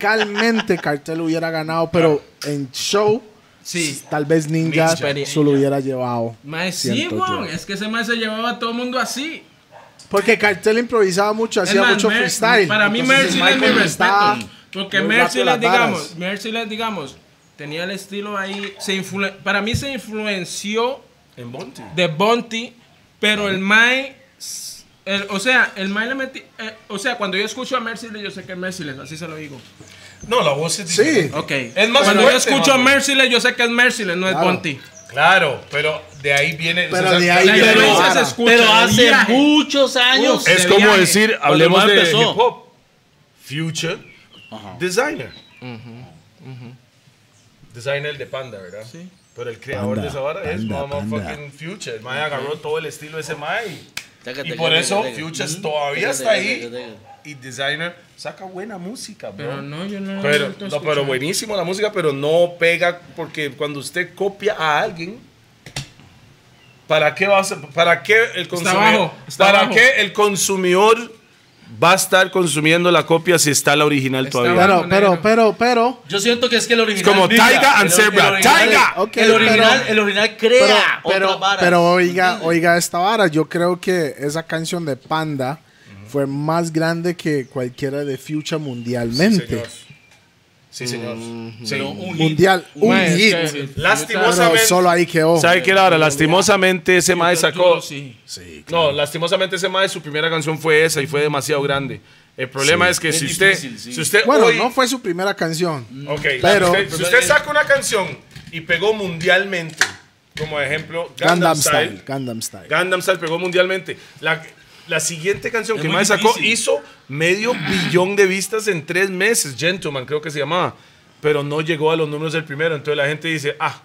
Speaker 3: liricalmente Cartel hubiera ganado, pero en show,
Speaker 2: Sí.
Speaker 3: tal vez Ninja,
Speaker 2: Ninja.
Speaker 3: solo hubiera llevado.
Speaker 2: Mae, sí,
Speaker 3: siento
Speaker 2: weón.
Speaker 3: yo.
Speaker 2: Es que ese mae se llevaba a todo el mundo así.
Speaker 3: Porque Cartel improvisaba mucho, hacía
Speaker 2: Es más,
Speaker 3: mucho
Speaker 2: Mer-
Speaker 3: freestyle.
Speaker 2: Para mí
Speaker 3: Entonces,
Speaker 2: Mercy es mi
Speaker 3: Michael estaba
Speaker 2: respeto. Porque
Speaker 3: muy
Speaker 2: Mercy
Speaker 3: rápido las
Speaker 2: les digamos,
Speaker 3: varas.
Speaker 2: Mercy les digamos, tenía el estilo ahí. Se influ- para mí se influenció
Speaker 4: En Bonte.
Speaker 2: de Bonti, pero el Mae. s- el- o sea, el Mae le metí. eh, o sea, cuando yo escucho a Merciless, yo sé que es Merciless, así se lo digo.
Speaker 4: No, la voz es
Speaker 3: Sí.
Speaker 4: diferente.
Speaker 2: Ok.
Speaker 4: Es más
Speaker 2: cuando
Speaker 4: fuerte,
Speaker 2: yo escucho
Speaker 4: mami.
Speaker 2: a Merciless, yo sé que es Merciless, no
Speaker 3: Claro.
Speaker 2: es Bonti.
Speaker 4: Claro, pero de ahí viene...
Speaker 3: Pero de ahí
Speaker 2: La
Speaker 3: viene
Speaker 4: pero-
Speaker 2: influencia
Speaker 3: vara.
Speaker 2: se escucha.
Speaker 1: Pero
Speaker 2: de
Speaker 1: hace
Speaker 2: viaje.
Speaker 1: muchos años.
Speaker 2: Uf,
Speaker 4: eh,
Speaker 2: Es como viaje. decir,
Speaker 1: Cuando hablemos el man de empezó. hip
Speaker 4: hop. Future Designer. Designer de Panda, ¿verdad? Sí. Pero el creador
Speaker 3: Panda,
Speaker 4: de esa vara es
Speaker 3: Panda,
Speaker 4: motherfucking Future. El mae agarró todo el estilo de ese mae.
Speaker 1: Taca,
Speaker 4: Y
Speaker 1: taca,
Speaker 4: por
Speaker 1: taca,
Speaker 4: eso
Speaker 1: taca.
Speaker 4: Future
Speaker 1: Ujú.
Speaker 4: todavía
Speaker 1: Taca,
Speaker 4: está
Speaker 1: taca,
Speaker 4: ahí.
Speaker 1: taca, taca.
Speaker 4: Y Designer saca buena música, bro.
Speaker 2: Pero no, yo no.
Speaker 4: Pero,
Speaker 2: no,
Speaker 4: no, pero buenísimo la música, pero no pega porque cuando usted copia a alguien, ¿para qué va a ser- para qué el consumidor,
Speaker 2: abajo, está
Speaker 4: para
Speaker 2: abajo.
Speaker 4: qué el consumidor va a estar consumiendo la copia si está la original
Speaker 2: Está
Speaker 4: todavía?
Speaker 2: abajo.
Speaker 3: Pero, pero, pero, pero.
Speaker 1: Yo siento que es que el original.
Speaker 4: como
Speaker 1: vibra.
Speaker 4: Taiga and
Speaker 1: El- el
Speaker 4: Zebra.
Speaker 1: original-
Speaker 4: Taiga.
Speaker 3: Ok,
Speaker 1: El original,
Speaker 3: pero-
Speaker 1: el original
Speaker 3: pero,
Speaker 1: crea
Speaker 3: pero,
Speaker 1: otras varas.
Speaker 3: pero oiga, oiga esta vara. Yo creo que esa canción de Panda fue más grande que cualquiera de Future mundialmente.
Speaker 4: señor. Sí, señor.
Speaker 2: Mm,
Speaker 4: Sí.
Speaker 3: Mundial. Un
Speaker 2: Mae,
Speaker 3: hit.
Speaker 2: es que-
Speaker 3: Pero
Speaker 4: Lastimosamente.
Speaker 3: solo ahí quedó.
Speaker 4: ¿Sabe qué era ahora? Lastimosamente ese mae sacó.
Speaker 2: Yo sí.
Speaker 4: No, lastimosamente ese mae su primera canción fue esa y fue demasiado grande. El problema es que si usted, si usted
Speaker 3: Bueno,
Speaker 4: hoy-
Speaker 3: no fue su primera canción.
Speaker 4: Ok,
Speaker 3: Pero-
Speaker 4: si usted, si usted saca una canción y pegó mundialmente, como ejemplo, Gundam,
Speaker 3: Gundam
Speaker 4: Style.
Speaker 3: Style. Gundam Style.
Speaker 4: Gundam Style pegó mundialmente. La, la siguiente canción
Speaker 2: Es
Speaker 4: que
Speaker 2: muy
Speaker 4: más sacó
Speaker 2: difícil.
Speaker 4: hizo medio billón de vistas en tres meses. Gentleman, creo que se llamaba. Pero no llegó a los números del primero. Entonces la gente dice, ah,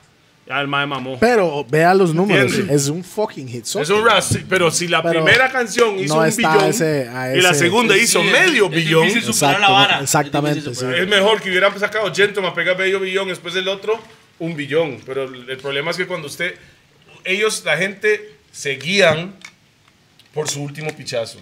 Speaker 4: ya el mae mamó.
Speaker 3: Pero vea los números.
Speaker 4: ¿Entiendes?
Speaker 3: Es un fucking hit.
Speaker 4: Es un rap, sí, pero si la
Speaker 3: Pero
Speaker 4: primera canción hizo
Speaker 3: no
Speaker 4: un
Speaker 3: está
Speaker 4: billón
Speaker 3: a ese- a
Speaker 4: y la
Speaker 3: ese-
Speaker 4: segunda
Speaker 3: Sí,
Speaker 4: hizo
Speaker 9: sí, es-
Speaker 4: medio
Speaker 9: es
Speaker 4: billón,
Speaker 9: difícil su-
Speaker 3: Exacto,
Speaker 9: Superar la vara. Es
Speaker 3: Exactamente.
Speaker 9: difícil
Speaker 3: sí.
Speaker 9: superar.
Speaker 4: es mejor que hubieran sacado Gentleman, pega medio billón, después del otro, un billón. Pero el el problema es que cuando usted, ellos, la gente, se guían por su último pichazo.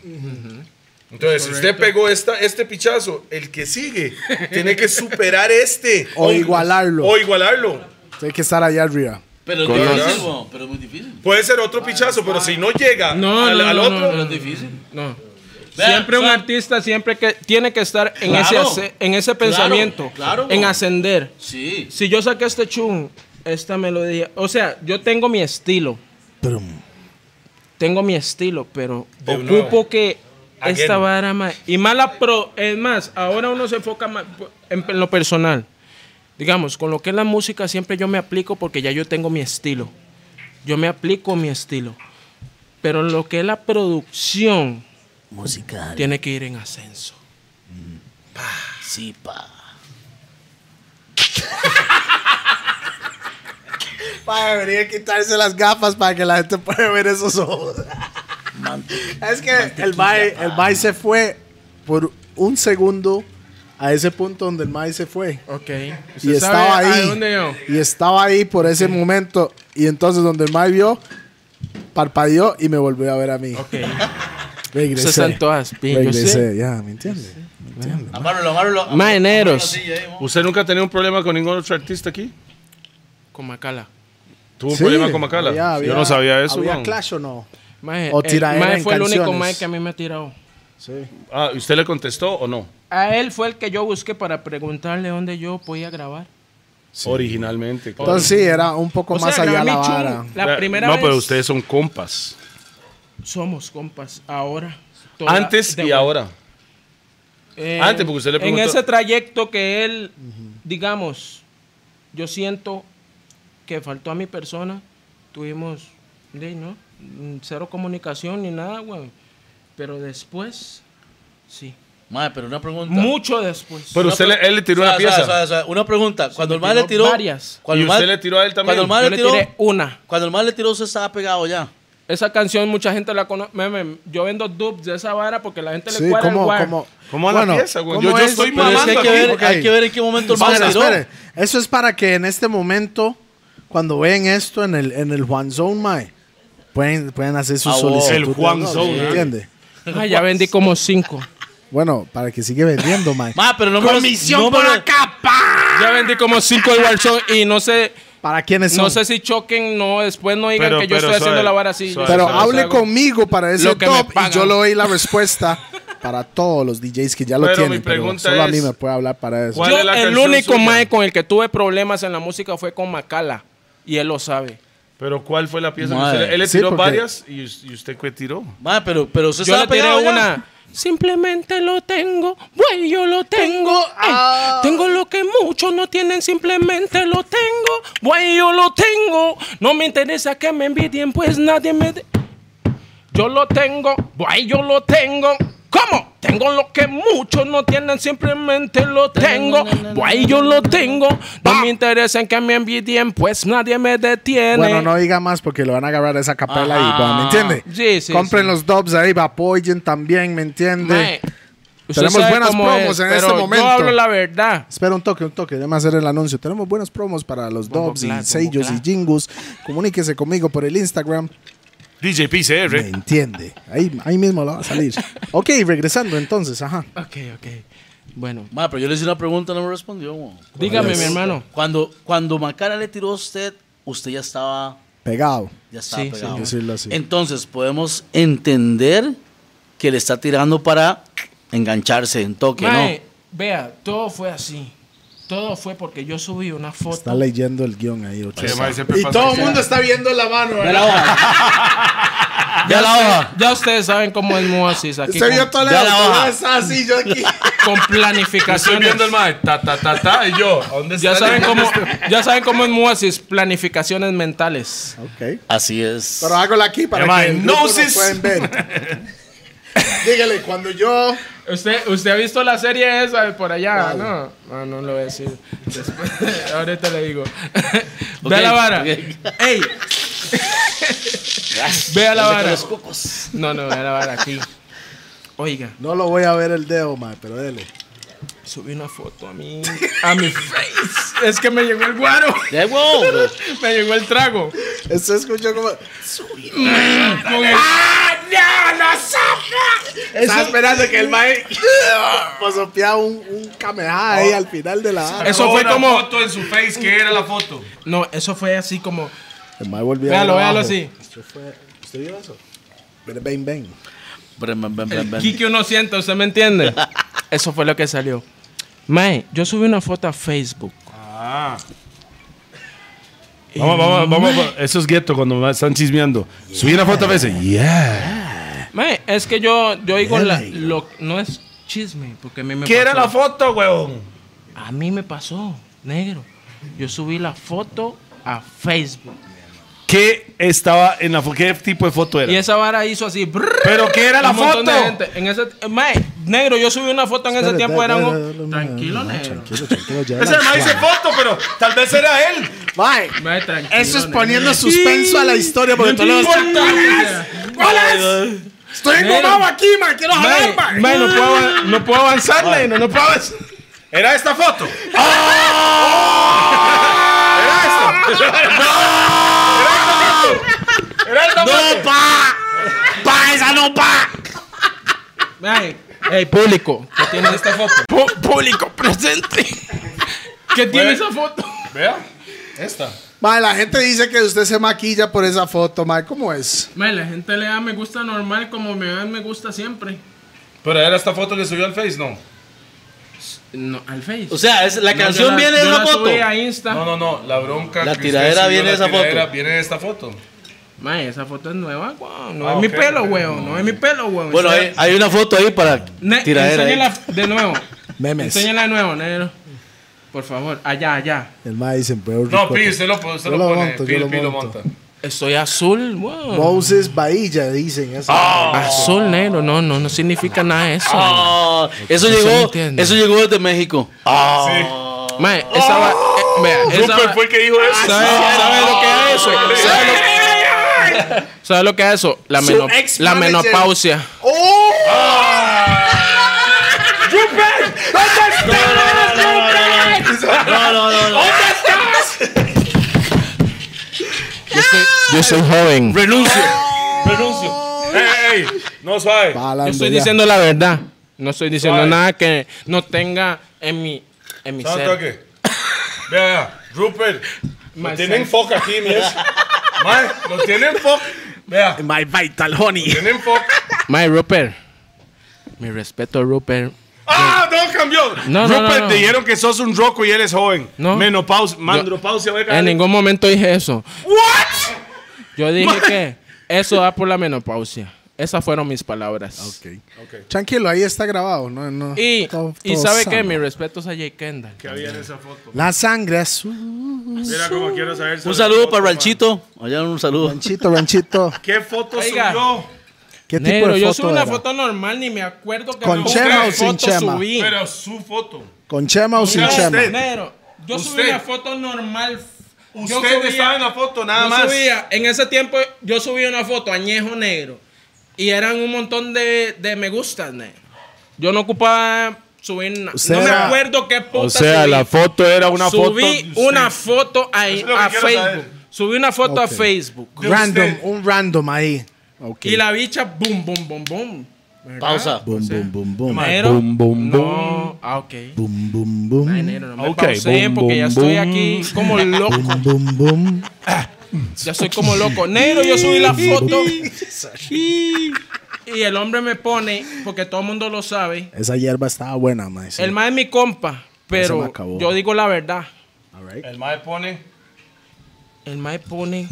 Speaker 4: Entonces, si usted pegó esta, este pichazo, el que sigue tiene que superar este.
Speaker 3: O igualarlo.
Speaker 4: O igualarlo.
Speaker 3: Hay que estar allá arriba.
Speaker 9: Pero es
Speaker 1: Con
Speaker 9: difícil,
Speaker 1: los-
Speaker 9: weón, pero es muy difícil.
Speaker 4: Puede ser otro pichazo, pero si no llega
Speaker 2: No,
Speaker 4: al,
Speaker 2: no,
Speaker 4: al
Speaker 2: no,
Speaker 4: otro,
Speaker 2: no,
Speaker 9: Pero es difícil.
Speaker 2: No.
Speaker 9: Vea,
Speaker 2: siempre un
Speaker 9: o sea-
Speaker 2: artista siempre que tiene que estar en
Speaker 9: Claro.
Speaker 2: ese ace- en ese pensamiento,
Speaker 9: claro,
Speaker 2: en
Speaker 9: bro.
Speaker 2: ascender.
Speaker 9: Sí.
Speaker 2: Si yo saqué este chun, esta melodía, o sea, yo tengo mi estilo.
Speaker 3: mm.
Speaker 2: Tengo mi estilo, pero
Speaker 4: De
Speaker 2: ocupo
Speaker 4: nuevo.
Speaker 2: que
Speaker 4: Again.
Speaker 2: esta vara más y más la pro, es más, ahora uno se enfoca más en, en lo personal. Digamos, con lo que es la música siempre yo me aplico porque ya yo tengo mi estilo. Yo me aplico mi estilo. Pero lo que es la producción musical tiene que ir en ascenso.
Speaker 9: Sí, pa.
Speaker 3: Para debería quitarse las gafas para que la gente pueda ver esos ojos. es que el Mai, el Mai se fue por un segundo a ese punto donde el Mai se fue.
Speaker 2: Ok.
Speaker 3: Y estaba ahí. Y estaba ahí por ese momento. Y entonces donde el Mai vio, parpadeó y me volvió a ver a mí.
Speaker 2: Ok.
Speaker 3: Regresé.
Speaker 2: Se están todas bien. Yo sé.
Speaker 3: Regresé. Ya, ¿me entiendes?
Speaker 9: Amárralo, amárralo.
Speaker 2: Maeneros.
Speaker 9: Amárralo, sí, ahí, mo.
Speaker 4: ¿usted nunca ha tenido un problema con ningún otro artista aquí?
Speaker 2: Con Macala.
Speaker 4: ¿Tuvo un
Speaker 3: Sí,
Speaker 4: problema con Macala?
Speaker 3: había- había-
Speaker 4: Yo no sabía eso.
Speaker 3: ¿Había
Speaker 4: man.
Speaker 3: clash o no?
Speaker 2: Mae,
Speaker 3: O
Speaker 2: el-
Speaker 3: tiraera
Speaker 2: mae
Speaker 3: en
Speaker 2: fue el único
Speaker 3: canciones.
Speaker 2: mae que a mí me ha tirado.
Speaker 3: Sí.
Speaker 4: Ah, ¿y ¿Usted le contestó o no?
Speaker 2: A él fue el que yo busqué para preguntarle dónde yo podía grabar.
Speaker 4: Originalmente. claro.
Speaker 3: Entonces sí, era un poco
Speaker 2: O
Speaker 3: más
Speaker 2: sea,
Speaker 3: allá
Speaker 2: grabé
Speaker 3: la
Speaker 2: mi chun.
Speaker 3: vara.
Speaker 2: La
Speaker 4: Claro,
Speaker 2: primera
Speaker 4: Eh, no,
Speaker 2: vez
Speaker 4: pero ustedes son compas.
Speaker 2: somos compas. Ahora. toda-
Speaker 4: Antes
Speaker 2: de-
Speaker 4: y ahora.
Speaker 2: Eh,
Speaker 4: Antes, porque usted le preguntó-
Speaker 2: En ese trayecto que él, digamos, yo siento que faltó a mi persona, tuvimos, de, ¿no? Mm, Cero comunicación ni nada, güey. Pero después, sí.
Speaker 9: Mae, pero una pregunta.
Speaker 2: Mucho después.
Speaker 4: Pero
Speaker 9: Una
Speaker 4: usted
Speaker 9: pre-
Speaker 4: le- él le tiró
Speaker 9: O sea, o
Speaker 4: una
Speaker 9: sea,
Speaker 4: pieza.
Speaker 9: o sea, o sea, una pregunta. Cuando el
Speaker 2: me
Speaker 9: mae le
Speaker 2: tiró
Speaker 9: tiró.
Speaker 2: varias.
Speaker 9: Cuando
Speaker 4: ¿Y
Speaker 9: el mae-
Speaker 4: usted le tiró a él también?
Speaker 9: Cuando el
Speaker 2: yo
Speaker 9: mae
Speaker 2: le
Speaker 9: le tiró.
Speaker 2: tiré una.
Speaker 9: Cuando el mae le tiró, se estaba pegado ya.
Speaker 2: Esa canción mucha gente la conoce. Meme, yo vendo dubs de esa vara porque la gente le
Speaker 3: Sí,
Speaker 2: cuadra el
Speaker 3: como,
Speaker 2: guar.
Speaker 3: como,
Speaker 4: ¿Cómo va la pieza, güey? Yo- yo estoy
Speaker 9: Pero es que hay que
Speaker 4: aquí,
Speaker 9: ver,
Speaker 4: porque
Speaker 9: hay que ver en qué momento el mae
Speaker 3: Espera,
Speaker 9: le tiró.
Speaker 3: espere. Eso es para que en este momento, cuando vean esto en el, en el Juan Zone, mae, pueden, pueden hacer su
Speaker 9: Ah, wow.
Speaker 3: solicitud.
Speaker 4: El
Speaker 3: de
Speaker 4: Juan
Speaker 3: dólar,
Speaker 4: Zone, ¿eh?
Speaker 3: ¿Entiende?
Speaker 2: Ay, ya vendí como cinco.
Speaker 3: Bueno, para que siga vendiendo, mae.
Speaker 9: Mae, pero no me Comisión no por acá.
Speaker 2: ya vendí como cinco el Warzone y no sé.
Speaker 3: ¿Para quiénes son?
Speaker 2: No sé si choquen, no, después no digan
Speaker 4: Pero-
Speaker 2: que yo
Speaker 4: pero
Speaker 2: estoy haciendo
Speaker 4: suave,
Speaker 2: la vara así.
Speaker 4: suave,
Speaker 3: Pero
Speaker 4: Eso, eso
Speaker 3: hable
Speaker 2: conmigo
Speaker 3: conmigo para ese
Speaker 2: Lo que me
Speaker 3: top
Speaker 2: pagan.
Speaker 3: y yo le doy la respuesta para todos los DJs que ya lo
Speaker 4: Pero mi
Speaker 3: tienen. Pero
Speaker 4: pregunta
Speaker 3: solo a mí
Speaker 4: es,
Speaker 3: me puede hablar para eso.
Speaker 4: ¿cuál-
Speaker 2: Yo,
Speaker 4: es la
Speaker 2: el
Speaker 4: canción
Speaker 2: único
Speaker 4: suya?
Speaker 2: mae con el que tuve problemas en la música fue con Macala. Y él lo sabe.
Speaker 4: Pero ¿cuál fue la pieza? que
Speaker 9: Madre.
Speaker 4: usted le- él le
Speaker 3: Sí,
Speaker 4: tiró
Speaker 3: porque-
Speaker 4: varias y, us- y usted qué tiró.
Speaker 9: Mae, pero, pero se
Speaker 2: Yo
Speaker 9: estaba
Speaker 2: le tiré
Speaker 9: pegado ya.
Speaker 2: una. Simplemente lo tengo, güey, yo lo tengo. ey. Tengo lo que muchos no tienen, simplemente lo tengo, güey, yo lo tengo. No me interesa que me envidien, pues nadie me. de- Yo lo tengo, güey, yo lo tengo. ¿Cómo? Tengo lo que muchos no tienen, simplemente lo tengo. Güey, yo lo tengo. No me interesa en que me envidien, pues nadie me detiene.
Speaker 3: Bueno, no diga más porque lo van a agarrar a esa capela y va, ¿me entiende?
Speaker 2: Sí, sí,
Speaker 3: Compren
Speaker 2: sí.
Speaker 3: los dubs ahí, apoyen también, ¿me entiende?
Speaker 2: Mae, usted
Speaker 3: Tenemos
Speaker 2: sabe
Speaker 3: buenas
Speaker 2: cómo
Speaker 3: promos en
Speaker 2: pero
Speaker 3: este momento.
Speaker 2: Yo hablo la verdad.
Speaker 3: Espera un toque, un toque. Déjame hacer el anuncio. Tenemos buenos promos para los
Speaker 2: Bombo
Speaker 3: Dobbs
Speaker 2: clap,
Speaker 3: y
Speaker 2: bombo
Speaker 3: sellos y
Speaker 2: clap.
Speaker 3: jingos. Comuníquese conmigo por el Instagram.
Speaker 4: DJ
Speaker 3: Me
Speaker 4: PCR.
Speaker 3: entiende. Ahí, ahí mismo la va a salir. Ok, regresando entonces. Ajá.
Speaker 2: Ok, ok. Bueno,
Speaker 1: Pues,
Speaker 9: Mae, pero yo le hice una pregunta, no me respondió. mo.
Speaker 2: dígame, mi hermano.
Speaker 9: Cuando, cuando Macara le tiró a usted, usted ya estaba,
Speaker 3: Pegado.
Speaker 9: ya estaba
Speaker 2: Sí,
Speaker 9: pegado.
Speaker 2: sí.
Speaker 3: Decirlo así.
Speaker 9: Entonces, podemos entender que le está tirando para engancharse en toque,
Speaker 2: Mae, vea, todo fue así. Todo fue porque yo subí una
Speaker 3: Está
Speaker 2: foto.
Speaker 3: leyendo el guión ahí, ocho.
Speaker 4: Sí, mae, siempre
Speaker 6: Y
Speaker 4: pasa
Speaker 6: todo el
Speaker 4: eso.
Speaker 6: mundo está viendo la mano, eh.
Speaker 1: Ya
Speaker 6: ¿verdad?
Speaker 1: la hoja. Ya la hoja.
Speaker 2: Ya ustedes saben cómo es Moasis aquí.
Speaker 6: Se vio
Speaker 2: Con,
Speaker 6: toda la,
Speaker 1: Ya la hoja.
Speaker 6: toda esa así, yo aquí.
Speaker 2: con
Speaker 4: Yo Estoy
Speaker 2: planificaciones.
Speaker 4: viendo el mae, ta, ta, ta, ta, y yo, ¿a dónde
Speaker 2: Ya
Speaker 4: está
Speaker 2: saben
Speaker 4: el-
Speaker 2: cómo, ya saben cómo es Moasis, planificaciones mentales.
Speaker 3: Ok.
Speaker 1: Así es.
Speaker 6: Pero
Speaker 3: ah.
Speaker 6: hágalo aquí para
Speaker 4: Llama
Speaker 6: que el grupo
Speaker 4: hipnosis.
Speaker 6: lo puedan ver. Dígale, cuando yo...
Speaker 2: Usted, usted ha visto la serie esa de por allá, ¿no? No, no lo voy a decir. Después, ahorita le digo. Ve a la
Speaker 1: Ok,
Speaker 2: vara.
Speaker 1: ok.
Speaker 2: ¡Ey! Ve a la
Speaker 1: Con
Speaker 2: vara.
Speaker 1: los cocos.
Speaker 2: No, no, ve a la vara aquí. Oiga,
Speaker 3: No lo voy a ver el dedo, mae, pero dele.
Speaker 2: subí una foto a mi, a mi face. Es que me llegó el guaro.
Speaker 1: Ya, wow, bro.
Speaker 2: Me llegó el trago.
Speaker 6: Se escuchó como...
Speaker 2: Con el-
Speaker 6: Estaba esperando que el mae... Oh. Posopeaba pues un, un kamehá ahí al final de la... vara.
Speaker 2: Eso fue
Speaker 4: Una
Speaker 2: como.
Speaker 4: foto en su face, que era la foto?
Speaker 2: No, eso fue así como.
Speaker 3: El mae volvió
Speaker 2: Véalo,
Speaker 3: abajo.
Speaker 2: véalo así.
Speaker 6: ¿Usted vio eso?
Speaker 3: Pero ven, ven.
Speaker 1: Ven, ven, ven, ven,
Speaker 2: El
Speaker 1: ven.
Speaker 2: Kiki 100, ¿usted me entiende? Eso fue lo que salió. Mae, yo subí una foto a Facebook.
Speaker 4: Vamos, vamos, vamos. vamos. Eso es gueto cuando están chismeando. Subí una foto a veces. Yeah.
Speaker 2: Mae, es que yo, yo digo, la- lo, no es chisme, porque a mí me
Speaker 4: ¿Qué era
Speaker 2: pasó.
Speaker 4: la foto, huevón?
Speaker 2: A mí me pasó, negro. Yo subí la foto a Facebook.
Speaker 4: ¿Qué estaba en la foto? ¿Qué tipo de foto era?
Speaker 2: Y esa vara hizo así. brrr,
Speaker 4: ¿Pero qué era la
Speaker 2: un montón
Speaker 4: foto?
Speaker 2: de gente. En ese, mae, negro, yo subí una foto en ese
Speaker 3: Dale,
Speaker 2: tiempo.
Speaker 3: dale,
Speaker 2: Era
Speaker 3: dale,
Speaker 2: un-
Speaker 3: dale, dale,
Speaker 2: Tranquilo,
Speaker 3: mae,
Speaker 2: negro.
Speaker 3: Tranquilo, tranquilo, ya.
Speaker 4: Ese
Speaker 3: la-
Speaker 4: mae dice foto, pero tal vez era él.
Speaker 6: Mae,
Speaker 2: Mae, tranquilo,
Speaker 6: eso es
Speaker 2: negro.
Speaker 6: poniendo suspenso a la historia porque todo lo Estoy engomado aquí, mae. Quiero
Speaker 2: Mae,
Speaker 6: jalar, mae.
Speaker 2: mae, no puedo, avan- no puedo avanzar, negro. No puedo avanzar. ¡Ah!
Speaker 4: ¿Era esta foto?
Speaker 2: ¡Ah!
Speaker 4: ¿Era esta? ¿Era esta foto? ¿Era esta foto?
Speaker 2: Ay, ey, público, ¿qué tiene esta foto? público presente. ¿Qué tiene esa foto?
Speaker 4: Vea, esta.
Speaker 6: Mae, la gente dice que usted se maquilla por esa foto, mae. ¿Cómo es?
Speaker 2: Man, la gente le da me gusta normal como me dan me gusta siempre.
Speaker 4: ¿Pero era esta foto que subió al Face? No.
Speaker 2: No, al Face.
Speaker 1: O sea, es- la
Speaker 2: No, yo
Speaker 1: canción viene de
Speaker 2: yo
Speaker 1: una
Speaker 2: subí
Speaker 1: foto.
Speaker 2: a Insta.
Speaker 4: No, no, no. La bronca.
Speaker 1: La
Speaker 4: que usted
Speaker 1: tiradera
Speaker 4: subió,
Speaker 1: viene
Speaker 4: la
Speaker 1: esa foto.
Speaker 4: tiradera Viene de esta foto.
Speaker 2: Man, esa foto es nueva, guau. No
Speaker 4: Ah,
Speaker 2: es
Speaker 4: ok,
Speaker 2: mi pelo,
Speaker 4: ok.
Speaker 2: weón. No es mi pelo, weón.
Speaker 1: Bueno,
Speaker 2: Esa-
Speaker 1: hay, hay una foto ahí para
Speaker 2: Ne-
Speaker 1: tiradera.
Speaker 2: enséñala
Speaker 1: ahí.
Speaker 2: de nuevo.
Speaker 3: Memes.
Speaker 2: Enséñala de nuevo, negro. Por favor, allá, allá.
Speaker 3: El mae dice, pero
Speaker 4: No,
Speaker 3: rico.
Speaker 4: Pi, usted lo, usted
Speaker 3: pues, Yo
Speaker 4: lo
Speaker 3: lo
Speaker 4: pone.
Speaker 3: monto, yo
Speaker 4: Pi,
Speaker 3: lo
Speaker 4: Pi lo
Speaker 3: monto.
Speaker 4: monta.
Speaker 2: Estoy azul, weón.
Speaker 3: Moses Bahía, dicen. Eso.
Speaker 2: Ah, Azul, negro. No, no, no significa nada eso.
Speaker 1: Ah, eso
Speaker 2: Eso no
Speaker 1: llegó,
Speaker 2: entiendo.
Speaker 1: eso llegó desde México.
Speaker 2: Man, esa va. eh, vea, esa va-
Speaker 4: Rupert fue el que dijo eso.
Speaker 1: Ah,
Speaker 2: ¿Sabe, sabe lo que es eso? ¿Sabe lo, sabe lo que es eso? La, meno-
Speaker 6: ex-manager.
Speaker 2: la menopausia.
Speaker 1: No, no, no, no.
Speaker 2: Yo soy, yo soy joven.
Speaker 1: Renuncio.
Speaker 4: Renuncio. Ey, ey, no sabe.
Speaker 2: Yo
Speaker 3: Palando
Speaker 2: estoy
Speaker 3: ya.
Speaker 2: diciendo la verdad. No estoy diciendo
Speaker 4: Suave.
Speaker 2: nada que no tenga en mi, en mi
Speaker 4: ¿Sabe un
Speaker 2: ser.
Speaker 4: toque? Vea, vea. Rupert. Lo
Speaker 2: Mae,
Speaker 4: tienen
Speaker 2: sí.
Speaker 4: foca aquí, mies. Mae, lo tienen foca. Vea, lo
Speaker 6: My vital honey.
Speaker 4: tienen foca.
Speaker 2: My Rupert. Mi respeto, Rupert.
Speaker 4: ¡Ah! No, cambió.
Speaker 2: No, no,
Speaker 4: Rupert,
Speaker 2: no, no.
Speaker 4: te dijeron que sos un roco y eres joven.
Speaker 2: No.
Speaker 4: Menopausia. Mandropausia. voy a
Speaker 2: En
Speaker 4: caer.
Speaker 2: ningún momento dije eso.
Speaker 4: ¿What?
Speaker 2: Yo dije que eso da por la menopausia. Esas fueron mis palabras.
Speaker 3: Tranquilo, ahí está grabado. No, no.
Speaker 2: Y,
Speaker 3: Todo-
Speaker 2: y
Speaker 3: todo
Speaker 2: sabe
Speaker 3: sano.
Speaker 2: que mi respeto es a Jay Kendall.
Speaker 4: ¿Qué había en esa foto?
Speaker 3: La sangre azul.
Speaker 4: Mira cómo quiero saber.
Speaker 1: Un
Speaker 4: sobre la
Speaker 1: saludo
Speaker 4: foto,
Speaker 1: para
Speaker 4: mae.
Speaker 1: Ranchito. Allá un saludo.
Speaker 3: Ranchito, ranchito.
Speaker 4: ¿Qué foto
Speaker 2: Oiga.
Speaker 4: subió?
Speaker 3: ¿Qué tipo
Speaker 2: Negro,
Speaker 3: de
Speaker 2: yo
Speaker 3: foto
Speaker 2: subí una
Speaker 3: era?
Speaker 2: foto normal, ni me acuerdo que
Speaker 3: ¿Con
Speaker 2: me-
Speaker 3: chema
Speaker 2: qué
Speaker 3: o sin
Speaker 2: foto
Speaker 3: chema?
Speaker 2: subí.
Speaker 4: Pero su foto.
Speaker 3: ¿Con chema o sin
Speaker 4: Mira
Speaker 3: chema?
Speaker 4: usted.
Speaker 2: Negro, yo subí
Speaker 4: Usted.
Speaker 2: una foto normal. Yo
Speaker 4: Usted
Speaker 2: subía-
Speaker 4: estaba en la foto, nada
Speaker 2: yo
Speaker 4: más.
Speaker 2: subía- en ese tiempo yo subí una foto añejo negro y eran un montón de, de me gustas, negro. Yo no ocupaba subir nada.
Speaker 3: Usted
Speaker 2: no me
Speaker 3: era-
Speaker 2: acuerdo qué puta subí.
Speaker 4: foto era una
Speaker 2: subí una foto a,
Speaker 4: Es lo que
Speaker 2: a
Speaker 4: quiero
Speaker 2: Facebook.
Speaker 4: saber.
Speaker 2: Subí una foto
Speaker 3: Ok.
Speaker 2: a Facebook.
Speaker 4: De
Speaker 3: Random,
Speaker 4: usted.
Speaker 3: un random ahí. Ok.
Speaker 2: Y la bicha, boom, boom, boom, boom. ¿Verdad?
Speaker 1: Pausa.
Speaker 3: Boom, boom, boom, boom.
Speaker 2: Negro,
Speaker 4: Boom, boom,
Speaker 2: no.
Speaker 4: boom.
Speaker 2: Ah, ok.
Speaker 3: Boom, boom, boom.
Speaker 2: Ay, negro, no me
Speaker 4: Ok,
Speaker 2: pausé
Speaker 4: boom,
Speaker 2: porque ya
Speaker 4: boom,
Speaker 2: estoy
Speaker 4: boom.
Speaker 2: aquí como loco.
Speaker 3: Boom, boom, boom.
Speaker 2: Ya estoy como loco. Negro, yo subí la foto. y, y el hombre me pone, porque todo el mundo lo sabe.
Speaker 3: Esa hierba estaba buena, maestro.
Speaker 2: El más es mi compa.
Speaker 3: me
Speaker 2: Pero
Speaker 3: acabó.
Speaker 2: yo digo la verdad.
Speaker 3: All right.
Speaker 4: El mae pone.
Speaker 2: El mae pone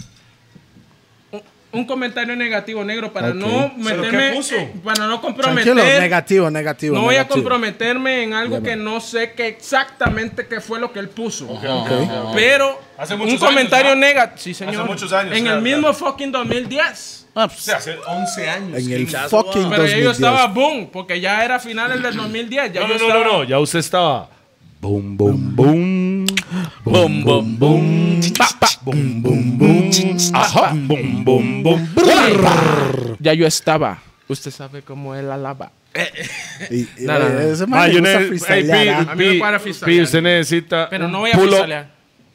Speaker 2: un, un comentario negativo negro para no
Speaker 4: ¿Pero qué
Speaker 2: meterme,
Speaker 4: puso?
Speaker 2: eh, para no comprometer.
Speaker 3: Tranquilo, negativo, negativo.
Speaker 2: no voy a
Speaker 3: negativo.
Speaker 2: comprometerme en algo
Speaker 3: Ya,
Speaker 2: que no sé qué exactamente qué fue lo que él puso.
Speaker 3: Ok.
Speaker 2: Pero
Speaker 4: Hace
Speaker 2: un
Speaker 4: muchos
Speaker 2: comentario
Speaker 4: años, ¿no?
Speaker 2: negativo, sí señor.
Speaker 4: Hace muchos años,
Speaker 2: En
Speaker 4: claro,
Speaker 2: el mismo
Speaker 4: claro.
Speaker 2: fucking 2010.
Speaker 1: Ah,
Speaker 4: O
Speaker 1: pues,
Speaker 4: sea, hace 11 años.
Speaker 3: En el
Speaker 1: Pinchazo,
Speaker 3: fucking
Speaker 2: Pero ya yo
Speaker 3: 2010.
Speaker 2: estaba boom, porque ya era finales del 2010. Ya
Speaker 4: No, no,
Speaker 2: yo
Speaker 4: no,
Speaker 2: estaba-
Speaker 4: no, no, ya usted estaba. Boom, boom, boom.
Speaker 1: Boom, boom, boom. Pa, pa.
Speaker 4: Boom, boom, boom. Ajá. Boom, boom, boom.
Speaker 2: Ya yo estaba. Usted sabe cómo es la lava.
Speaker 3: Y- y-
Speaker 2: No, no, no.
Speaker 3: Ese man
Speaker 4: Ah,
Speaker 3: le
Speaker 4: yo
Speaker 3: gusta
Speaker 4: ne- Ey,
Speaker 3: freestylear, ah.
Speaker 4: Pi,
Speaker 2: A mí me
Speaker 4: Pi,
Speaker 2: cuadra
Speaker 4: Pi,
Speaker 2: freestylear.
Speaker 4: usted necesita
Speaker 2: Pero
Speaker 4: un
Speaker 2: no voy a
Speaker 4: pull-up
Speaker 2: pisolear.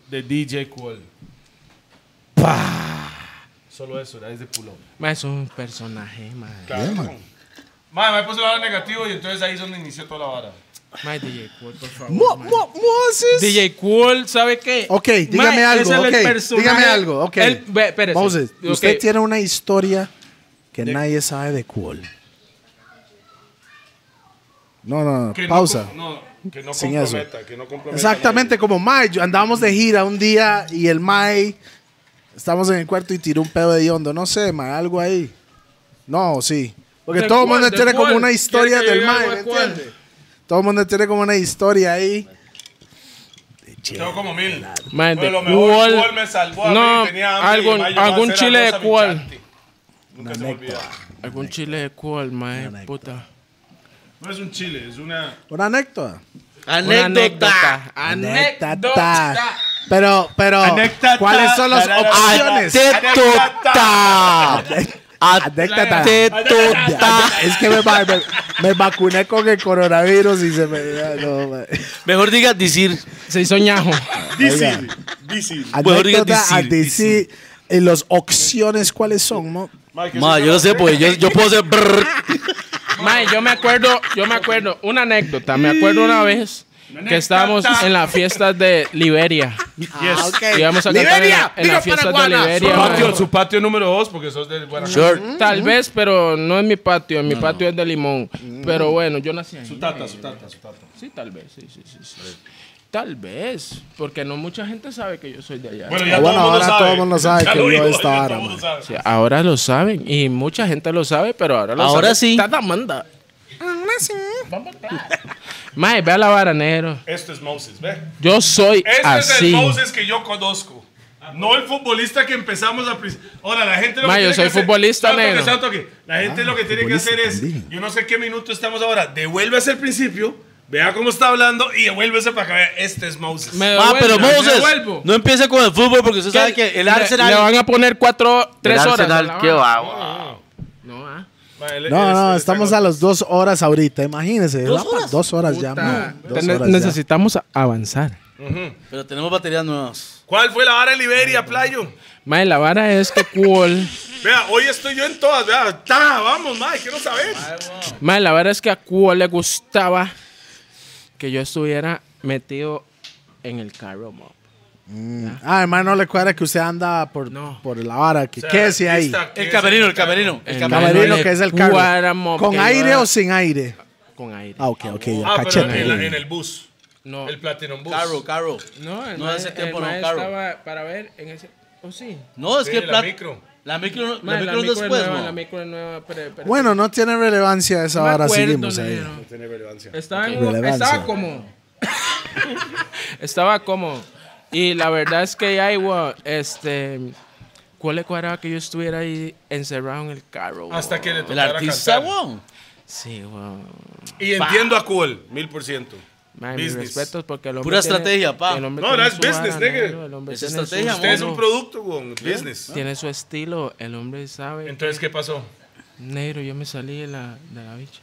Speaker 4: de DJ Cool. Solo eso, es de pull-up.
Speaker 2: Ma, es un personaje, ma.
Speaker 4: Mae, me puso lado negativo y entonces ahí es donde inició toda la vara.
Speaker 2: Ma, DJ Cool, por favor.
Speaker 3: Mo-
Speaker 2: ma.
Speaker 3: mo- Moses.
Speaker 2: DJ Cool, ¿sabe qué?
Speaker 3: Ok,
Speaker 2: Ma,
Speaker 3: dígame
Speaker 2: es
Speaker 3: algo.
Speaker 2: el
Speaker 3: ok,
Speaker 2: personaje-
Speaker 3: dígame algo. Ok.
Speaker 2: Él- ve, espérese.
Speaker 3: Moses,
Speaker 2: Ok,
Speaker 3: usted tiene una historia que nadie sabe de cuál. No, no, no,
Speaker 4: Que no
Speaker 3: pausa.
Speaker 4: com- no, que no
Speaker 3: Sin
Speaker 4: comprometa, que no comprometa.
Speaker 3: Exactamente, como Mai, yo- andábamos de gira un día y el Mai, estamos en el cuarto y tiró un pedo de hondo, no sé, Mai, algo ahí. No, sí. Porque
Speaker 2: ¿De
Speaker 3: todo el
Speaker 2: cuál?
Speaker 3: mundo
Speaker 2: ¿De
Speaker 3: tiene como
Speaker 2: cuál?
Speaker 3: una historia
Speaker 2: ¿Quiere que
Speaker 3: del
Speaker 2: yo diga
Speaker 3: Mai, ¿me
Speaker 2: algo de cuál?
Speaker 3: entiendes? Todo el mundo tiene como una historia ahí.
Speaker 4: Tengo como mil.
Speaker 2: Ma,
Speaker 4: Pero
Speaker 2: de
Speaker 4: lo mejor,
Speaker 2: Cool.
Speaker 4: Cool me salvó a
Speaker 2: No,
Speaker 4: mí, tenía hambre y
Speaker 2: algún-
Speaker 4: mae, yo voy a
Speaker 2: algún
Speaker 4: hacer
Speaker 2: chile de
Speaker 4: arroz a mi
Speaker 2: Cool.
Speaker 4: chante. Nunca se me olvida.
Speaker 2: Algún chile de Cool, ma, puta.
Speaker 4: No es un chile, es una...
Speaker 3: Una anécdota.
Speaker 2: Una
Speaker 1: Anécdota.
Speaker 2: Anécdota.
Speaker 3: Pero, pero,
Speaker 4: Anécdota.
Speaker 3: ¿cuáles son las
Speaker 4: Tarara.
Speaker 3: opciones?
Speaker 1: Anécdota.
Speaker 3: Anécdota.
Speaker 1: Anécdota.
Speaker 3: Es que me, va- me- me vacuné con el coronavirus y se me. no, ma.
Speaker 1: Mejor diga decir.
Speaker 2: Se hizo ñajo.
Speaker 4: Dicil, dicil.
Speaker 1: Bueno, diga
Speaker 3: Anécdota ah, a
Speaker 1: decir,
Speaker 3: decir. Y las opciones, ¿cuáles son? mo?
Speaker 4: Mae, que
Speaker 1: Ma,
Speaker 4: eso
Speaker 1: yo no
Speaker 4: es
Speaker 1: sé,
Speaker 4: una-
Speaker 1: pues yo, yo puedo ser.
Speaker 2: Ma, yo me acuerdo, yo me acuerdo, una anécdota. Me acuerdo una vez que estábamos en las fiestas de Liberia.
Speaker 3: Ah, ok.
Speaker 2: Íbamos a cantar en la- en
Speaker 3: digo
Speaker 2: las fiestas de
Speaker 3: paraguanas.
Speaker 4: Su
Speaker 2: Liberia. ma.
Speaker 4: patio, su patio número dos, porque sos de buena
Speaker 1: Short.
Speaker 2: Tal vez, pero no es mi patio, en mi patio es de limón. Pero bueno, yo nací ahí.
Speaker 4: Su tata, su tata, su tata.
Speaker 2: Sí, tal vez, sí, sí, sí. sí. Tal vez, porque no mucha gente sabe que yo soy de allá.
Speaker 4: ya
Speaker 3: Ah, bueno, ahora todo el mundo sabe
Speaker 4: Ya
Speaker 3: que
Speaker 4: lo
Speaker 3: yo
Speaker 4: digo,
Speaker 3: esta
Speaker 4: ya
Speaker 3: vara,
Speaker 4: todo el mundo sabe.
Speaker 2: Sí, ahora lo saben y mucha gente lo sabe, pero ahora lo
Speaker 1: Ahora
Speaker 2: sabe.
Speaker 1: sí.
Speaker 2: Tata manda. Ahora sí. Mae, ve a la vara, negro.
Speaker 4: Esto es Moses, ve.
Speaker 2: Yo soy
Speaker 4: Este es el
Speaker 2: así.
Speaker 4: Moses que yo conozco. No el futbolista que empezamos a... pris- Ahora, la gente lo
Speaker 2: Ma,
Speaker 4: que
Speaker 2: yo
Speaker 4: tiene
Speaker 2: soy
Speaker 4: que hacer-
Speaker 2: futbolista,
Speaker 4: Santo que,
Speaker 2: negro.
Speaker 4: santo que. La gente
Speaker 3: Ah,
Speaker 4: lo que tiene que hacer es... Yo no sé qué minuto estamos ahora. Devuélvese al principio, vea cómo está hablando y devuélvese para que vea. Este es Moses.
Speaker 2: Me
Speaker 1: Ah,
Speaker 2: devuelvo,
Speaker 1: pero
Speaker 2: me
Speaker 1: Moses,
Speaker 2: devuelvo.
Speaker 1: no empiece con el fútbol porque usted sabe que el
Speaker 2: Le- Le,
Speaker 1: Arsenal.
Speaker 2: van a poner cuatro, tres
Speaker 1: el
Speaker 2: horas. Ah. a
Speaker 1: Arsenal,
Speaker 2: la
Speaker 1: qué
Speaker 2: vara.
Speaker 1: va.
Speaker 2: No, ah.
Speaker 4: Ma, él- él
Speaker 3: No,
Speaker 4: está-
Speaker 3: no,
Speaker 4: está
Speaker 3: estamos
Speaker 4: con-
Speaker 3: a las dos horas ahorita, imagínense. ¿Dos horas? Dos horas ya,
Speaker 2: Puta.
Speaker 3: man. Dos
Speaker 2: Ne-
Speaker 3: horas ya.
Speaker 2: necesitamos a- avanzar.
Speaker 1: Pero tenemos baterías nuevas.
Speaker 4: ¿Cuál fue la vara en Liberia, Playo?
Speaker 2: Mae, la vara es que cool.
Speaker 4: Vea, hoy estoy yo en todas. Vea, Ta, vamos, Mike, quiero saber.
Speaker 1: Ah,
Speaker 2: Mae, la verdad es que a Cuba le gustaba que yo estuviera metido en el carro, mo.
Speaker 3: Ah, hermano, no le cuadra que usted anda por,
Speaker 2: No.
Speaker 3: por la vara. Que, ¿Qué es ahí?
Speaker 4: Artista, ¿qué
Speaker 1: El
Speaker 4: es?
Speaker 1: camerino, el camerino. El
Speaker 2: El
Speaker 1: camerino.
Speaker 3: Camerino
Speaker 2: le
Speaker 3: que es el carro.
Speaker 2: cuadra, mo,
Speaker 3: ¿Con
Speaker 2: que yo
Speaker 3: aire
Speaker 2: era-
Speaker 3: o sin aire?
Speaker 2: Con aire.
Speaker 3: Ah, ok, ok, ya
Speaker 4: Ah,
Speaker 3: caché.
Speaker 4: pero en, la- en el bus.
Speaker 2: No,
Speaker 4: El Platinum Bus.
Speaker 1: Carro, carro.
Speaker 2: no, el
Speaker 1: No,
Speaker 2: mae-
Speaker 1: hace tiempo
Speaker 2: el
Speaker 1: no,
Speaker 2: mae
Speaker 1: carro.
Speaker 2: estaba para ver en ese... Oh, sí.
Speaker 1: No, es
Speaker 4: Sí,
Speaker 1: que
Speaker 4: la
Speaker 1: plat-
Speaker 4: micro.
Speaker 1: La micro, la
Speaker 2: Mae,
Speaker 1: micro
Speaker 2: la
Speaker 1: es
Speaker 2: micro es
Speaker 1: después,
Speaker 2: nueva,
Speaker 1: ¿no?
Speaker 2: la micro es nueva, pero- pero-
Speaker 3: Bueno, no tiene relevancia esa
Speaker 2: me
Speaker 3: vara,
Speaker 2: acuerdo,
Speaker 3: seguimos ahí.
Speaker 2: negro. Estaba, en-
Speaker 3: Relevancia.
Speaker 2: estaba como. estaba como. Y la verdad es que ya igual, este. ¿Cuál le cuadraba que yo estuviera ahí encerrado en el carro?
Speaker 4: Hasta
Speaker 2: weón?
Speaker 4: que le
Speaker 1: El
Speaker 4: tocara
Speaker 1: artista,
Speaker 4: cantar.
Speaker 1: weón.
Speaker 2: Sí, weón.
Speaker 4: Y entiendo a Cool, mil por ciento.
Speaker 2: Man, mis
Speaker 4: Business.
Speaker 2: respetos porque el hombre
Speaker 1: Pura
Speaker 2: tiene-
Speaker 1: estrategia, pa.
Speaker 2: el hombre
Speaker 4: No,
Speaker 2: tiene
Speaker 4: that's
Speaker 2: su
Speaker 4: business,
Speaker 2: vara,
Speaker 4: nigga.
Speaker 2: negro, el hombre
Speaker 1: Es
Speaker 2: tiene su
Speaker 1: estrategia,
Speaker 2: estilo,
Speaker 4: Usted es
Speaker 1: Bueno.
Speaker 4: un producto, con business.
Speaker 2: Tiene su estilo, el hombre sabe.
Speaker 4: Entonces, ¿qué pasó?
Speaker 2: Negro, yo me salí de la, de la bicha.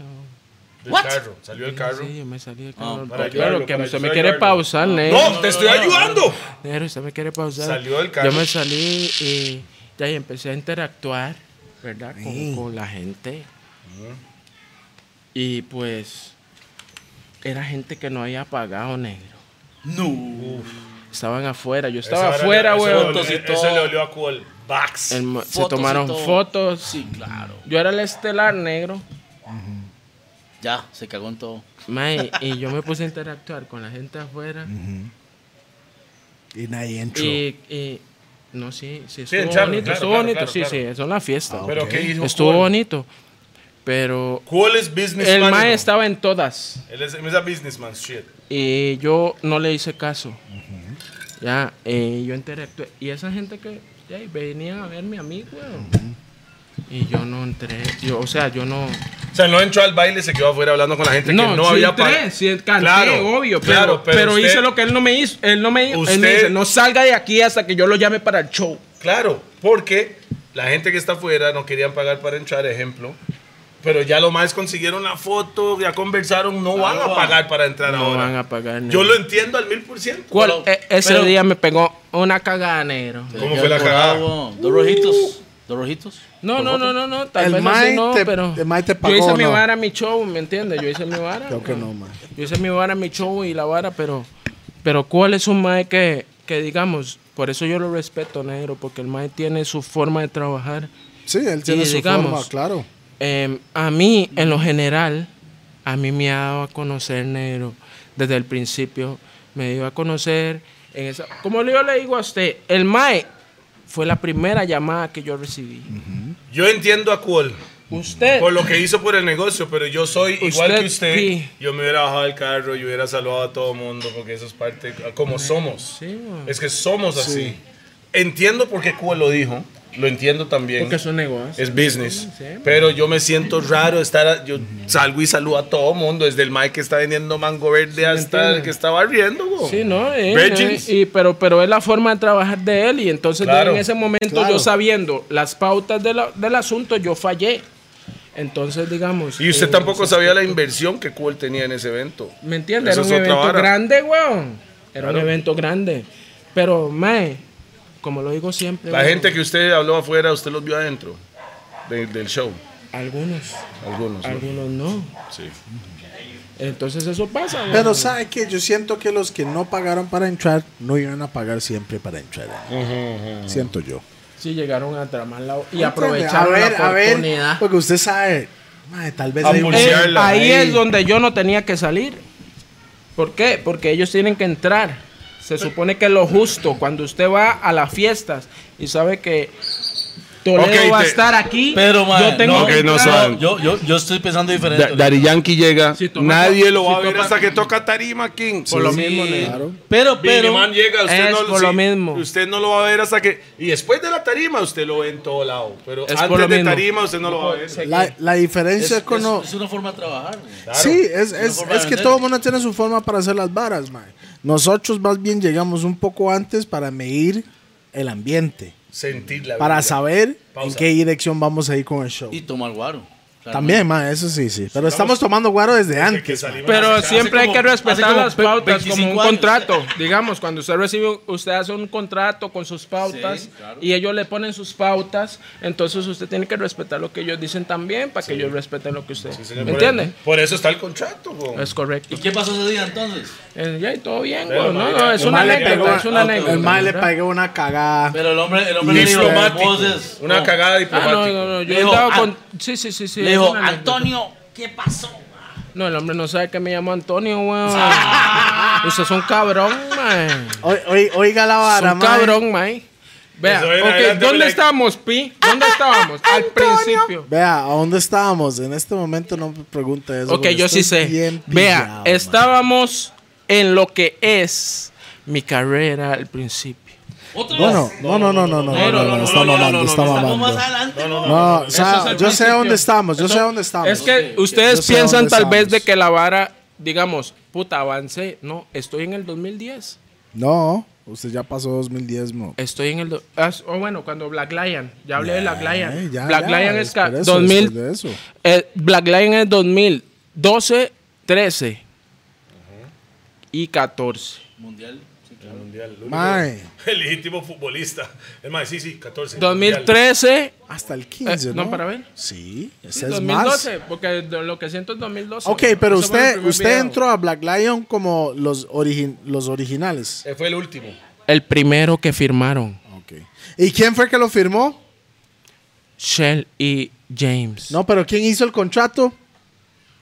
Speaker 2: weón.
Speaker 4: Del carro. Salió el carro.
Speaker 2: Sí, yo me salí del carro.
Speaker 4: para ayudarlo,
Speaker 2: claro, que
Speaker 4: para
Speaker 2: usted me
Speaker 4: ayudarlo.
Speaker 2: quiere pausar, negro.
Speaker 4: No, te estoy ayudando.
Speaker 2: Negro, usted me quiere pausar.
Speaker 4: Salió del carro.
Speaker 2: Yo me salí y de ahí empecé a interactuar, ¿verdad? Con, con la gente. Y pues era gente que no había pagado, negro.
Speaker 1: No.
Speaker 2: Estaban afuera, yo
Speaker 4: Esa
Speaker 2: estaba
Speaker 4: vara-
Speaker 2: afuera,
Speaker 4: eso
Speaker 2: weón.
Speaker 4: le-
Speaker 1: Fotos y
Speaker 4: Eso
Speaker 1: todo.
Speaker 4: le olió a Cool. Bax.
Speaker 2: El mo- Se
Speaker 1: Fotos y
Speaker 2: tomaron
Speaker 1: todo.
Speaker 2: fotos.
Speaker 1: Sí, claro.
Speaker 2: Yo era el estelar negro.
Speaker 1: Ya, se cagó en todo.
Speaker 2: Mae, y yo me puse a interactuar con la gente afuera.
Speaker 3: Y nadie entró.
Speaker 2: Y, y- no, sí, sí,
Speaker 4: Sí,
Speaker 2: estuvo
Speaker 4: claro,
Speaker 2: bonito,
Speaker 4: claro,
Speaker 2: estuvo
Speaker 4: claro,
Speaker 2: bonito,
Speaker 4: claro,
Speaker 2: sí,
Speaker 4: claro.
Speaker 2: sí, eso es una fiesta.
Speaker 4: Pero ¿qué hizo
Speaker 2: Estuvo
Speaker 4: Cole?
Speaker 2: bonito, pero
Speaker 4: Cole es businessman.
Speaker 2: el
Speaker 4: you know.
Speaker 2: mae estaba en todas
Speaker 4: Él es, él es a businessman, shit.
Speaker 2: y yo no le hice caso. Ya, eh, yo interactué. Y esa gente que de ahí, venían a verme a mí, weón. Y yo no entré, yo, o sea, yo no...
Speaker 4: O sea, no entró al baile, se quedó afuera hablando con la gente que no
Speaker 2: sí
Speaker 4: había
Speaker 2: entré,
Speaker 4: pa-
Speaker 2: sí canté,
Speaker 4: Claro,
Speaker 2: obvio, pero,
Speaker 4: claro, pero
Speaker 2: pero,
Speaker 4: usted-
Speaker 2: hice lo que él no me hizo. Él no me, él me
Speaker 4: Usted-
Speaker 2: dice, no salga de aquí hasta que yo lo llame para el show.
Speaker 4: Claro, porque la gente que está afuera no querían pagar para entrar, ejemplo. Pero ya lo más consiguieron la foto, ya conversaron, no van a pagar para entrar
Speaker 2: No
Speaker 4: ahora.
Speaker 2: van a pagar, no.
Speaker 4: Yo lo entiendo al mil por ciento.
Speaker 2: ¿Cuál?
Speaker 1: Pero-
Speaker 2: E- ese
Speaker 1: pero-
Speaker 2: día me pegó una cagada, negro.
Speaker 4: ¿Cómo fue la cagada?
Speaker 1: Dos rojitos.
Speaker 2: Uh.
Speaker 1: Dos rojitos.
Speaker 2: No, no, no, no, no, tal
Speaker 3: El
Speaker 2: vez
Speaker 3: Mike
Speaker 2: así no,
Speaker 3: te-
Speaker 2: pero
Speaker 3: el Mike te
Speaker 2: yo
Speaker 3: pagó,
Speaker 2: hice mi
Speaker 3: ¿no?
Speaker 2: vara, mi show, ¿me entiendes? Yo hice mi vara.
Speaker 3: Creo que no, mae.
Speaker 2: Yo hice mi vara, mi show y la vara, pero pero ¿cuál es un mae que, que digamos? Por eso yo lo respeto, negro, porque el mae tiene su forma de trabajar.
Speaker 3: Sí, él tiene
Speaker 2: Y
Speaker 3: su
Speaker 2: digamos-
Speaker 3: forma, claro.
Speaker 2: Em, a mí, en lo general, a mí me ha dado a conocer negro desde el principio. Me dio a conocer en esa. Como yo le digo a usted, el Mae fue la primera llamada que yo recibí.
Speaker 4: Yo entiendo a Cuol
Speaker 2: Usted.
Speaker 4: por lo que hizo por el negocio, pero yo soy igual
Speaker 2: Usted,
Speaker 4: que usted.
Speaker 2: sí.
Speaker 4: Yo me hubiera bajado del carro, yo hubiera saludado a todo el mundo, porque eso es parte, como somos.
Speaker 2: Sí, weón.
Speaker 4: Es que somos así. Entiendo por qué Cuol lo dijo, lo entiendo también.
Speaker 2: Porque es un negocio.
Speaker 4: Es business.
Speaker 2: Sí.
Speaker 4: Pero yo me siento raro estar. a- yo salgo y saludo a todo mundo, desde el Mike que está vendiendo mango verde hasta
Speaker 2: entiendo.
Speaker 4: el que está barriendo. güey.
Speaker 2: Sí, no, Eh,
Speaker 4: Virgins.
Speaker 2: eh, y- pero, pero es la forma de trabajar de él. Y entonces yo
Speaker 4: Claro,
Speaker 2: en ese momento,
Speaker 3: claro.
Speaker 2: yo sabiendo las pautas de la- del asunto, yo fallé. Entonces, digamos.
Speaker 4: Y usted
Speaker 2: eh,
Speaker 4: tampoco sabía la inversión que Cool tenía en ese evento.
Speaker 2: ¿Me entiendes?
Speaker 4: Eso
Speaker 2: Era un
Speaker 4: es otra
Speaker 2: evento
Speaker 4: vara.
Speaker 2: grande, weón. Era
Speaker 4: Claro.
Speaker 2: un evento grande. Pero, mae, como lo digo siempre.
Speaker 4: La
Speaker 2: weón,
Speaker 4: gente que usted habló afuera, usted los vio adentro de- del show.
Speaker 2: Algunos,
Speaker 4: Algunos. ¿no?
Speaker 2: algunos no.
Speaker 4: Sí.
Speaker 2: Entonces eso pasa, weón.
Speaker 3: Pero ¿sabe qué? Yo siento que los que no pagaron para entrar, no iban a pagar siempre para entrar. ¿eh? Siento yo.
Speaker 2: Sí, llegaron a tramar la. Y
Speaker 3: a
Speaker 2: aprovecharon
Speaker 3: ver,
Speaker 2: la
Speaker 3: a ver,
Speaker 2: oportunidad.
Speaker 3: porque usted sabe, mae, tal vez hay un-
Speaker 2: Eh,
Speaker 4: Pulsearla,
Speaker 2: ahí
Speaker 3: ahí.
Speaker 2: es donde yo no tenía que salir. ¿Por qué? Porque ellos tienen que entrar. Se supone que lo justo, cuando usted va a las fiestas y sabe que Toledo
Speaker 4: Ok,
Speaker 2: va a
Speaker 4: te-
Speaker 2: estar aquí,
Speaker 1: Pero, mae,
Speaker 2: yo tengo
Speaker 1: no,
Speaker 2: que
Speaker 4: Ok, no
Speaker 2: entrar.
Speaker 4: sabe.
Speaker 1: Yo, yo, yo estoy pensando diferente. ahorita.
Speaker 4: Dari Yankee llega.
Speaker 2: Si toca-
Speaker 4: Nadie lo
Speaker 2: si
Speaker 4: va a ver
Speaker 2: toca-
Speaker 4: hasta que toca Tarima King.
Speaker 2: Por lo mismo, negro.
Speaker 1: pero,
Speaker 4: Pero
Speaker 1: pero.
Speaker 4: llega, usted
Speaker 2: es
Speaker 4: no,
Speaker 2: por
Speaker 4: sí,
Speaker 2: lo mismo.
Speaker 4: Usted no lo va a ver hasta que. Y después de la tarima, usted lo ve en todo lado. Pero
Speaker 2: Es por
Speaker 4: antes
Speaker 2: lo
Speaker 4: de
Speaker 2: mismo.
Speaker 4: tarima, usted no lo va a ver.
Speaker 3: La, la
Speaker 1: Es,
Speaker 3: diferencia es,
Speaker 1: es-
Speaker 3: que uno-
Speaker 1: es una forma de trabajar. güey.
Speaker 3: Sí, es,
Speaker 1: una
Speaker 3: es,
Speaker 1: forma
Speaker 3: es
Speaker 1: de
Speaker 3: que
Speaker 1: vender.
Speaker 3: todo mundo tiene su forma para hacer las varas, mae. Nosotros más bien llegamos un poco antes para medir el ambiente,
Speaker 4: Sentir la
Speaker 3: para
Speaker 4: vibra.
Speaker 3: saber en
Speaker 4: Pausa.
Speaker 3: qué dirección vamos a ir con el show.
Speaker 1: Y tomar guaro. claramente.
Speaker 3: También, mae, eso sí, sí. Pero estamos tomando guaro desde
Speaker 4: Que
Speaker 3: antes.
Speaker 4: salimos
Speaker 2: Pero
Speaker 4: hace-
Speaker 1: hace
Speaker 2: siempre hay que
Speaker 1: como- hace
Speaker 2: respetar
Speaker 1: como
Speaker 2: las
Speaker 1: ve-
Speaker 2: pautas como
Speaker 1: 25
Speaker 2: un
Speaker 1: años.
Speaker 2: contrato. Digamos, cuando usted recibe, usted hace un contrato con sus pautas
Speaker 1: Sí, claro.
Speaker 2: y ellos le ponen sus pautas, entonces usted tiene que respetar lo que ellos dicen también para que ellos respeten lo que usted.
Speaker 4: Sí, señor, por
Speaker 2: ¿Entiende?
Speaker 4: eso- Por eso está el contrato, güey.
Speaker 2: Es correcto.
Speaker 1: ¿Y qué pasó ese día entonces?
Speaker 2: Eh, ya, y todo bien,
Speaker 4: Pero,
Speaker 2: güey. No,
Speaker 4: madre,
Speaker 2: no, es
Speaker 4: el
Speaker 2: una
Speaker 4: mal le
Speaker 2: anécdota,
Speaker 4: pegó-
Speaker 2: es una
Speaker 1: ok,
Speaker 2: anécdota.
Speaker 3: El mae le
Speaker 2: ¿verdad?
Speaker 3: pagué una cagada.
Speaker 1: Pero el hombre, el hombre le dijo,
Speaker 4: Diplomático.
Speaker 1: voces.
Speaker 4: Una
Speaker 1: No.
Speaker 4: cagada
Speaker 2: Ah,
Speaker 4: diplomática.
Speaker 2: no, no, no, yo
Speaker 1: Le
Speaker 2: he
Speaker 1: dijo,
Speaker 2: andado
Speaker 1: "Ah".
Speaker 2: con... Sí, sí, sí, sí.
Speaker 1: Le
Speaker 2: es
Speaker 1: dijo,
Speaker 2: una anécdota.
Speaker 1: Antonio, ¿qué pasó?
Speaker 2: No, el hombre no sabe que me llamo Antonio, weón. Usted es un cabrón, man.
Speaker 3: Oi- oi- Oiga la
Speaker 2: Es
Speaker 3: vara,
Speaker 2: un
Speaker 3: mae.
Speaker 2: cabrón, mae. Vea,
Speaker 4: Eso era
Speaker 2: ok,
Speaker 4: adelante,
Speaker 2: ¿dónde
Speaker 4: mira.
Speaker 2: estábamos, Pi? ¿Dónde estábamos? Al principio.
Speaker 3: Vea, ¿a dónde estábamos? En este momento no me pregunta eso.
Speaker 2: Ok,
Speaker 3: porque
Speaker 2: yo sí
Speaker 3: estoy
Speaker 2: sé.
Speaker 3: bien pillado,
Speaker 2: Vea,
Speaker 3: mae.
Speaker 2: estábamos en lo que es mi carrera al principio.
Speaker 1: ¿Otra
Speaker 3: Bueno,
Speaker 1: vez?
Speaker 3: no, no, no, no, no, no,
Speaker 1: no, no,
Speaker 3: no,
Speaker 1: no,
Speaker 3: está
Speaker 1: no, no,
Speaker 3: mamando,
Speaker 1: no,
Speaker 3: está
Speaker 1: no, estamos
Speaker 3: mamando.
Speaker 1: más adelante.
Speaker 3: No, o
Speaker 2: Eso es
Speaker 3: sea,
Speaker 2: al
Speaker 3: yo sé
Speaker 2: principio.
Speaker 3: dónde estamos, yo
Speaker 2: Eso-
Speaker 3: sé dónde estamos.
Speaker 2: Es que
Speaker 3: Yo
Speaker 2: ustedes
Speaker 3: sé
Speaker 2: piensan
Speaker 3: dónde
Speaker 2: tal vez de
Speaker 3: estamos.
Speaker 2: que la vara, digamos, puta, avancé. No, estoy en el 2010.
Speaker 3: No, usted ya pasó 2010, mo.
Speaker 2: Estoy en el. do- ah, s- oh, bueno, cuando Black Lion. Ya hablé de Black Lion.
Speaker 3: Eh, ya,
Speaker 2: Black
Speaker 3: ya,
Speaker 2: Lion
Speaker 3: es
Speaker 2: es. ca-
Speaker 3: por eso,
Speaker 2: 2000,
Speaker 3: después de eso.
Speaker 2: eh, Black Lion es 2012, 13 y 14.
Speaker 1: Mundial. sí, claro.
Speaker 4: Mundial, el único-
Speaker 3: Mae,
Speaker 4: El legítimo futbolista. Es más, sí, sí, 14. Mundial.
Speaker 2: 2013.
Speaker 3: hasta el
Speaker 2: eh,
Speaker 3: 15,
Speaker 2: no,
Speaker 3: ¿no?
Speaker 2: para ver.
Speaker 3: Sí, ese Pues
Speaker 2: Sí,
Speaker 3: es
Speaker 2: 2012, porque de lo que siento es 2012.
Speaker 3: más. Ok,
Speaker 2: weón.
Speaker 3: pero
Speaker 2: Ese fue el
Speaker 3: usted
Speaker 2: primer
Speaker 3: usted
Speaker 2: video.
Speaker 3: entró a Black Lion como los origi- los originales.
Speaker 4: Eh, Fue el último.
Speaker 2: El primero que firmaron,
Speaker 3: Ok. ¿Y quién fue que lo firmó?
Speaker 2: Shell y James.
Speaker 3: No, pero ¿quién hizo el contrato?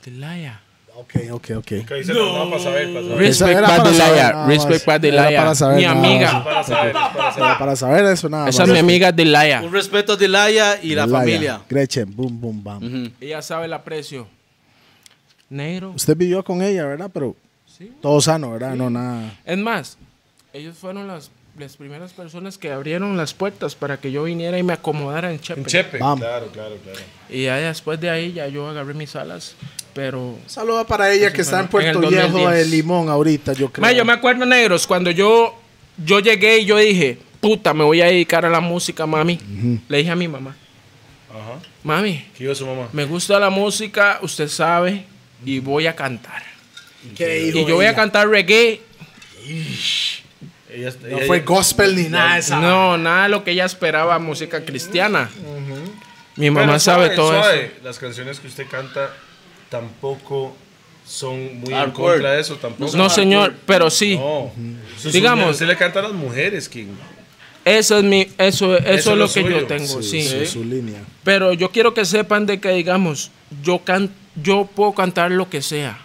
Speaker 2: Delaya.
Speaker 3: Ok, ok, ok.
Speaker 4: Que dice no. no, para saber, para saber.
Speaker 3: Esa
Speaker 2: Respect
Speaker 3: era
Speaker 2: para
Speaker 3: para saber,
Speaker 2: Delaya.
Speaker 3: nada
Speaker 2: Respect
Speaker 3: más.
Speaker 2: para
Speaker 3: Era
Speaker 2: Delaya.
Speaker 3: para saber,
Speaker 2: Mi
Speaker 3: nada
Speaker 2: amiga.
Speaker 3: más.
Speaker 4: Para saber, para saber.
Speaker 3: Era para saber eso, nada
Speaker 2: Esa
Speaker 3: más.
Speaker 2: es mi amiga Delaya.
Speaker 1: Un respeto a Delaya y la
Speaker 3: Laia,
Speaker 1: familia.
Speaker 3: Gretchen, boom, boom, bam.
Speaker 2: Ella sabe el aprecio. Negro.
Speaker 3: Usted vivió con ella, ¿verdad? Pero
Speaker 2: Sí.
Speaker 3: todo sano, ¿verdad? No, nada.
Speaker 2: Es más, ellos fueron las, las primeras personas que abrieron las puertas para que yo viniera y me acomodara en Chepe.
Speaker 4: Un chepe.
Speaker 3: Vamos.
Speaker 4: Claro, claro, claro.
Speaker 2: Y ya después de ahí ya yo agarré mis alas, pero...
Speaker 3: Saludos para ella que está en
Speaker 2: En el
Speaker 3: Puerto Viejo
Speaker 2: 2010.
Speaker 3: de Limón ahorita, yo creo.
Speaker 2: Ma, yo me acuerdo, negros, cuando yo, yo llegué y yo dije, puta, me voy a dedicar a la música, mami. Le dije a mi mamá,
Speaker 4: Ajá.
Speaker 2: mami,
Speaker 4: ¿Qué hizo su mamá?
Speaker 2: me gusta la música, usted sabe, y voy a cantar.
Speaker 3: ¿Qué
Speaker 2: Y yo voy a cantar reggae.
Speaker 4: Ella,
Speaker 3: No
Speaker 4: ella-
Speaker 3: fue gospel ni
Speaker 2: Ah,
Speaker 3: nada de esa.
Speaker 2: No, nada de lo que ella esperaba, música cristiana. Mi
Speaker 4: Pero
Speaker 2: mamá
Speaker 4: suave,
Speaker 2: sabe todo
Speaker 4: suave.
Speaker 2: eso.
Speaker 4: Las canciones que usted canta tampoco son muy en
Speaker 1: Hardcore.
Speaker 4: contra de eso, tampoco.
Speaker 2: No, señor, pero sí.
Speaker 4: No. Eso es
Speaker 2: Digamos.
Speaker 4: un- Usted le canta a las mujeres, King.
Speaker 2: Eso es mi, eso, eso,
Speaker 4: Eso
Speaker 2: es lo
Speaker 4: es
Speaker 2: que yo
Speaker 4: suyo.
Speaker 2: tengo, sí.
Speaker 3: Su, su línea.
Speaker 2: Pero yo quiero que sepan de que digamos, yo can, yo puedo cantar lo que sea.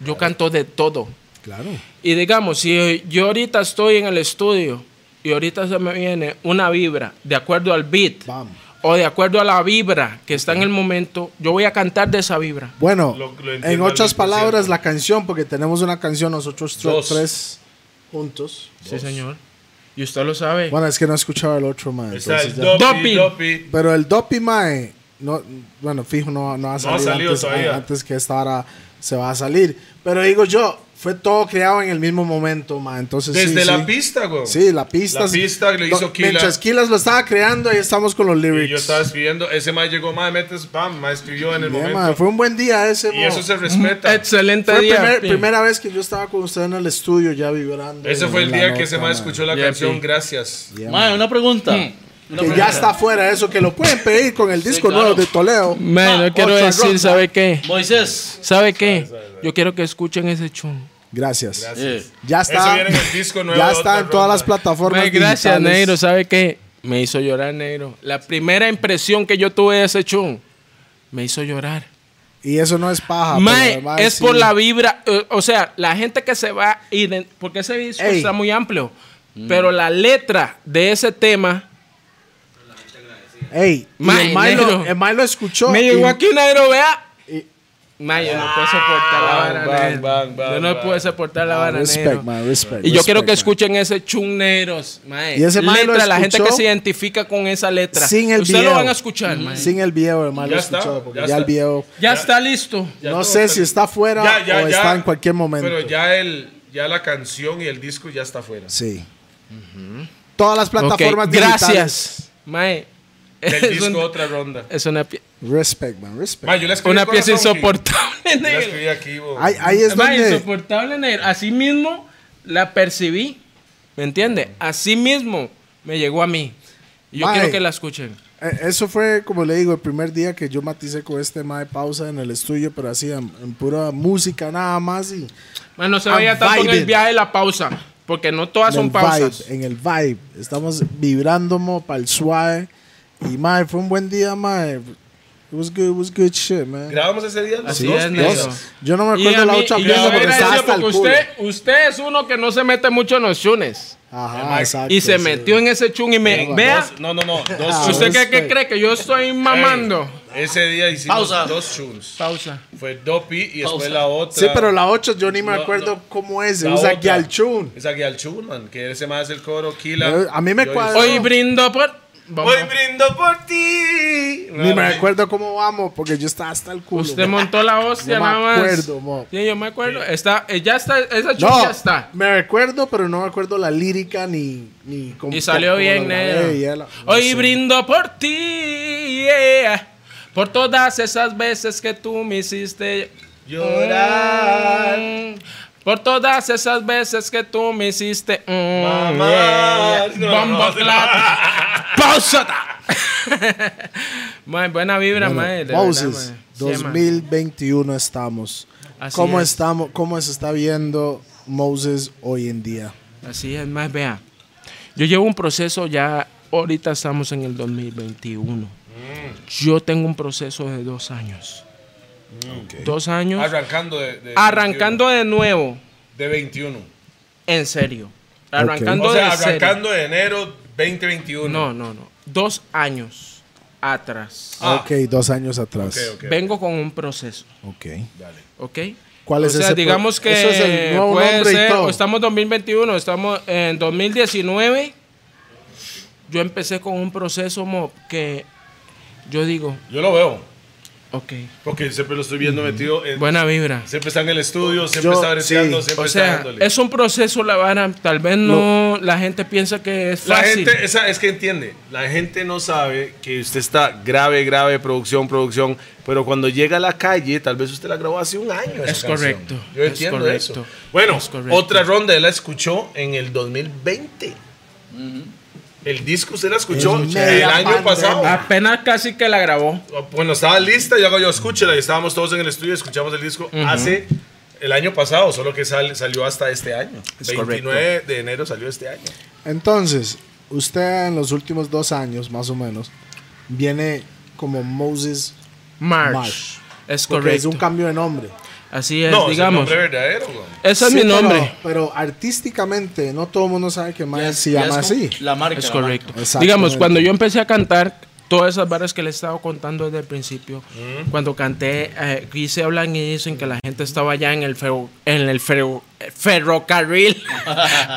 Speaker 2: Yo canto de todo.
Speaker 3: Claro.
Speaker 2: Y digamos, si yo ahorita estoy en el estudio y ahorita se me viene una vibra de acuerdo al beat
Speaker 3: Vamos.
Speaker 2: o de acuerdo a la vibra que está en el momento, yo voy a cantar de esa vibra.
Speaker 3: Bueno,
Speaker 4: Lo- lo entiendo
Speaker 3: en
Speaker 4: al
Speaker 3: otras
Speaker 4: 100%.
Speaker 3: palabras, la canción, porque tenemos una canción nosotros tr-
Speaker 4: Dos.
Speaker 3: tres juntos.
Speaker 2: Sí, señor. Y usted lo sabe.
Speaker 3: Bueno, es que no escuchaba el otro, mae.
Speaker 4: Está el
Speaker 3: entonces ya-
Speaker 4: Dopi,
Speaker 2: Dopi.
Speaker 4: Dopi.
Speaker 3: Pero el Dopi, mae, no, bueno, fijo, no, no ha salido,
Speaker 4: salido
Speaker 3: antes,
Speaker 4: todavía.
Speaker 3: antes que esta hora se va a salir. Pero digo yo, fue todo creado en el mismo momento, mae. Entonces, sí,
Speaker 4: Desde la
Speaker 3: sí.
Speaker 4: pista, güey.
Speaker 3: Sí, la pista.
Speaker 4: La pista lo hizo
Speaker 3: No,
Speaker 4: Kila.
Speaker 3: Mientras Kilas lo estaba creando, ahí estamos con los lyrics.
Speaker 4: Y yo estaba escribiendo, ese mae llegó, mae, metes, pam, mae escribió en el
Speaker 3: Yeah,
Speaker 4: momento.
Speaker 3: mae, fue un buen día ese,
Speaker 4: y
Speaker 3: mo.
Speaker 4: eso se respeta.
Speaker 2: Excelente
Speaker 3: Fue la
Speaker 2: día.
Speaker 3: primer-
Speaker 2: Pi.
Speaker 3: primera vez que yo estaba con usted en el estudio ya vibrando.
Speaker 4: Ese fue el
Speaker 3: en la
Speaker 4: día que
Speaker 3: nota,
Speaker 4: ese mae
Speaker 3: mae.
Speaker 4: escuchó la
Speaker 2: Yeah,
Speaker 4: canción,
Speaker 2: sí.
Speaker 4: gracias.
Speaker 3: Yeah,
Speaker 1: Mae, una pregunta. Una
Speaker 3: Que
Speaker 1: pregunta.
Speaker 3: ya está afuera eso, que lo pueden pedir con el disco
Speaker 1: claro.
Speaker 3: nuevo de Toledo.
Speaker 2: Man, yo quiero
Speaker 3: otra
Speaker 2: decir,
Speaker 3: ronda.
Speaker 2: ¿sabe qué?
Speaker 1: Moisés.
Speaker 2: ¿Sabe qué? Yo quiero que escuchen ese chun.
Speaker 3: Gracias.
Speaker 1: Eh,
Speaker 3: Ya está.
Speaker 4: Eso viene en el disco nuevo
Speaker 3: ya
Speaker 4: de
Speaker 3: está
Speaker 4: otra
Speaker 3: en todas
Speaker 4: ronda.
Speaker 3: las plataformas.
Speaker 2: Mae, gracias,
Speaker 3: digitales.
Speaker 2: Negro. ¿Sabe qué? Me hizo llorar, Negro. La primera impresión que yo tuve de ese chun me hizo llorar.
Speaker 3: Y eso no es paja. Ah,
Speaker 2: Mae,
Speaker 3: pero, mae,
Speaker 2: es
Speaker 3: sí.
Speaker 2: por la vibra. eh, o sea, la gente que se va a ir. Porque ese disco
Speaker 3: Ey. Mm.
Speaker 2: está muy amplio. Pero la letra de ese tema.
Speaker 3: Ey, y
Speaker 2: Mae,
Speaker 3: el, mae lo,
Speaker 2: negro.
Speaker 3: el mae lo escuchó.
Speaker 2: me
Speaker 3: y-
Speaker 2: llegó aquí, Negro, vea.
Speaker 3: y-
Speaker 2: Mae, yo no puedo soportar la vara,
Speaker 4: Ah, bang,
Speaker 2: negro.
Speaker 4: bang, bang,
Speaker 2: Yo no
Speaker 4: bang.
Speaker 2: puedo soportar la
Speaker 3: Ah,
Speaker 2: vara,
Speaker 3: Respect,
Speaker 2: negro.
Speaker 3: mae, respect.
Speaker 2: Y yo quiero que
Speaker 3: respect, mae.
Speaker 2: escuchen ese chungneros, mae.
Speaker 3: Y ese mae lo
Speaker 2: letra, la
Speaker 3: escuchó
Speaker 2: gente que se identifica con esa letra.
Speaker 3: Sin el
Speaker 2: Ustedes
Speaker 3: video.
Speaker 2: lo van a escuchar, mae.
Speaker 3: Sin el video, el mae
Speaker 4: Ya
Speaker 3: lo
Speaker 4: está,
Speaker 3: escuchó. Porque
Speaker 4: ya
Speaker 3: ya,
Speaker 4: está.
Speaker 3: el video.
Speaker 2: Ya, está listo.
Speaker 4: Ya
Speaker 3: no
Speaker 4: todo
Speaker 3: sé si está afuera
Speaker 4: Ya, ya,
Speaker 3: o
Speaker 4: ya.
Speaker 3: está en cualquier momento.
Speaker 4: Pero ya, el, ya la canción y el disco ya está afuera.
Speaker 3: Sí. Todas las plataformas
Speaker 2: Ok,
Speaker 3: digitales.
Speaker 2: Gracias, mae.
Speaker 4: El
Speaker 2: Es,
Speaker 4: disco,
Speaker 2: un-
Speaker 4: otra ronda.
Speaker 2: es una, pie-
Speaker 3: Respect, man, respect.
Speaker 4: Mae, yo la escribí
Speaker 2: una
Speaker 4: al
Speaker 2: pieza
Speaker 4: corazón, King.
Speaker 2: insoportable,
Speaker 4: Yo la
Speaker 2: negro.
Speaker 4: escribí aquí, bo.
Speaker 3: Ahí, ahí es
Speaker 2: Mae,
Speaker 3: donde.
Speaker 2: insoportable, negro. Así mismo la percibí. ¿Me entiendes? Así mismo me llegó a mí. Y yo
Speaker 3: Mae.
Speaker 2: quiero que la escuchen.
Speaker 3: Eh, Eso fue, como le digo, el primer día que yo maticé con este mae pausa en el estudio, pero así en, en pura música nada más. Y
Speaker 2: Mae, no se
Speaker 3: I'm
Speaker 2: vaya tanto en el
Speaker 3: vibing.
Speaker 2: viaje de la pausa. Porque no todas
Speaker 3: en el
Speaker 2: son pausas.
Speaker 3: vibe, en el vibe. Estamos vibrando para el suave. Y mae, fue un buen día, mae. It was good, it was good shit, man.
Speaker 4: Grabamos ese día los
Speaker 2: Así
Speaker 4: dos,
Speaker 2: es,
Speaker 4: King.
Speaker 2: negro.
Speaker 3: Dos. Yo no me
Speaker 2: Y
Speaker 3: acuerdo
Speaker 2: a
Speaker 3: la
Speaker 2: mí-
Speaker 3: otra
Speaker 2: y yo
Speaker 3: pieza
Speaker 2: le
Speaker 3: porque
Speaker 2: voy a
Speaker 3: estaba
Speaker 2: agradecer
Speaker 3: hasta el
Speaker 2: porque
Speaker 3: culo.
Speaker 2: usted, usted es uno que no se mete mucho en los chunes.
Speaker 3: Ajá, exacto,
Speaker 2: y se
Speaker 3: sí.
Speaker 2: metió en ese chun y me.
Speaker 4: Dos-
Speaker 2: Vea,
Speaker 4: No, no, no. Dos
Speaker 3: Ah,
Speaker 4: tunes.
Speaker 2: ¿usted qué, qué
Speaker 3: respect.
Speaker 2: cree? Que yo estoy mamando.
Speaker 4: Ey, ese día hicimos
Speaker 1: Pausa.
Speaker 4: dos tunes.
Speaker 2: Pausa.
Speaker 4: Fue Dopi y
Speaker 1: Pausa.
Speaker 4: después la otra.
Speaker 3: Sí, pero la 8 yo ni me
Speaker 4: No,
Speaker 3: acuerdo
Speaker 4: no.
Speaker 3: cómo es.
Speaker 4: La
Speaker 3: Usa
Speaker 4: otra.
Speaker 3: Gyalchun.
Speaker 4: Esa Gyalchun, man. Que ese más el coro, Kila.
Speaker 3: Eh, a mí me
Speaker 4: Yo
Speaker 3: cuadra.
Speaker 2: Hoy brindo por. Vamos.
Speaker 4: Hoy brindo por ti.
Speaker 3: Ni me acuerdo cómo vamos, porque yo estaba hasta el culo.
Speaker 2: Usted
Speaker 3: man.
Speaker 2: montó la hostia
Speaker 3: No me
Speaker 2: nada más.
Speaker 3: acuerdo, mo.
Speaker 2: Sí, yo me acuerdo. Está, eh, ya está, esa chun
Speaker 3: No,
Speaker 2: ya está.
Speaker 3: me recuerdo, pero no me acuerdo la lírica ni... ni cómo-
Speaker 2: Y salió
Speaker 3: cómo
Speaker 2: bien,
Speaker 3: la grabé,
Speaker 2: negro.
Speaker 3: y ya la-
Speaker 2: Hoy
Speaker 3: sí.
Speaker 2: brindo por ti, yeah. por todas esas veces que tú me hiciste
Speaker 4: Llorar.
Speaker 2: Mm, Por todas esas veces que tú me hiciste. mm,
Speaker 4: Mamá.
Speaker 2: yeah.
Speaker 4: No,
Speaker 2: Bombo
Speaker 4: no,
Speaker 2: clap. Pausa. Mae, buena vibra,
Speaker 3: Bueno,
Speaker 2: mae. de
Speaker 3: Moses,
Speaker 2: verdad, mae. Sí, mae.
Speaker 3: 2021 estamos.
Speaker 2: Así
Speaker 3: ¿Cómo,
Speaker 2: es.
Speaker 3: estamos. ¿Cómo se está viendo Moses hoy en día?
Speaker 2: Así es, mae, vea. Yo llevo un proceso ya. Ahorita estamos en el 2021. Yo tengo un proceso de dos años. Dos años.
Speaker 4: Arrancando de, de
Speaker 2: arrancando de nuevo.
Speaker 4: 21, de 21.
Speaker 2: En serio. Arrancando
Speaker 4: O sea,
Speaker 2: de serio.
Speaker 4: arrancando de enero 2021.
Speaker 2: No, no, no. Dos años atrás.
Speaker 4: Ah,
Speaker 3: Ok, dos años atrás.
Speaker 4: ok, ok.
Speaker 2: Vengo con un proceso,
Speaker 3: Ok.
Speaker 4: Dale.
Speaker 2: ¿ok?
Speaker 3: ¿Cuál
Speaker 2: o
Speaker 3: es
Speaker 2: sea,
Speaker 3: ese pro-
Speaker 2: digamos que
Speaker 3: Eso es el nuevo
Speaker 2: puede
Speaker 3: nombre y
Speaker 2: ser,
Speaker 3: todo.
Speaker 2: o estamos en 2021, estamos en 2019. Yo empecé con un proceso mo, que yo digo,
Speaker 4: Yo lo veo.
Speaker 2: ok,
Speaker 4: Porque siempre lo estoy viendo metido. En,
Speaker 2: buena vibra.
Speaker 4: Siempre está en el estudio, siempre
Speaker 3: Yo-
Speaker 4: está breteando,
Speaker 3: sí.
Speaker 4: siempre
Speaker 2: O
Speaker 4: está
Speaker 2: sea,
Speaker 4: pues, dándole.
Speaker 2: es un proceso la vara, tal vez no, la gente piensa que es
Speaker 4: La
Speaker 2: fácil.
Speaker 4: gente, esa, es que entiende, la gente no sabe que usted está grave, grave, producción, producción, pero cuando llega a la calle, tal vez usted la grabó hace un año. esa
Speaker 2: Es
Speaker 4: canción.
Speaker 2: correcto,
Speaker 4: Yo
Speaker 2: es
Speaker 4: entiendo
Speaker 2: correcto,
Speaker 4: eso. Bueno,
Speaker 2: es correcto.
Speaker 4: otra ronda, él la escuchó en el 2020. El disco usted la escuchó
Speaker 3: Es
Speaker 4: el
Speaker 3: media
Speaker 4: año pasado.
Speaker 2: Ah, Apenas casi que la grabó.
Speaker 4: Ah, Bueno, estaba lista, yo, yo escúchela, y estábamos todos en el estudio, escuchamos el disco hace el año pasado, solo que sal- salió hasta este año.
Speaker 10: Es
Speaker 4: 29 de enero salió este año.
Speaker 3: Entonces, usted en los últimos dos años, más o menos, viene como Moses.
Speaker 2: March.
Speaker 3: March.
Speaker 2: Es
Speaker 3: Porque
Speaker 2: correcto.
Speaker 3: es un cambio de nombre.
Speaker 2: Así es,
Speaker 4: no, es el
Speaker 2: digamos.
Speaker 4: nombre verdadero. güey.
Speaker 2: Ese es
Speaker 3: Sí,
Speaker 2: mi
Speaker 3: pero-
Speaker 2: nombre.
Speaker 3: Pero, artísticamente, no todo el mundo sabe que Mae
Speaker 9: Ya es-
Speaker 3: se
Speaker 9: ya
Speaker 3: llama
Speaker 9: es como
Speaker 3: así.
Speaker 9: La marca.
Speaker 2: Es
Speaker 9: la marca.
Speaker 2: correcto.
Speaker 3: Exactamente.
Speaker 2: Digamos, cuando yo empecé a cantar, todas esas barras que le he estado contando desde el principio, cuando canté, eh, quise hablar y dicen que la gente estaba allá en el, ferro- en el ferro- eh, ferrocarril.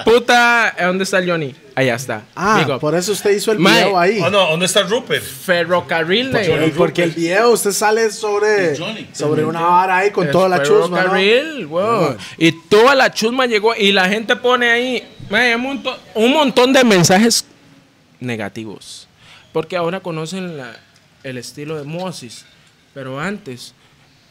Speaker 2: Puta, ¿eh, ¿dónde está el Johnny? Allá está.
Speaker 3: Ah,
Speaker 2: Big up.
Speaker 3: por eso usted hizo el
Speaker 2: Mae, oh,
Speaker 3: video ahí.
Speaker 4: Ah, no, ¿dónde está Rupert?
Speaker 2: ferrocarril.
Speaker 3: Eh,
Speaker 2: negro.
Speaker 3: Porque el video usted sale sobre,
Speaker 9: Johnny.
Speaker 3: sobre una vara ahí con toda la
Speaker 2: El
Speaker 3: chusma. ¿no?
Speaker 2: ferrocarril, wow. Y toda la chusma llegó y la gente pone ahí mae, un, montón, un montón de mensajes negativos. Porque ahora conocen la- el estilo de Moses, pero antes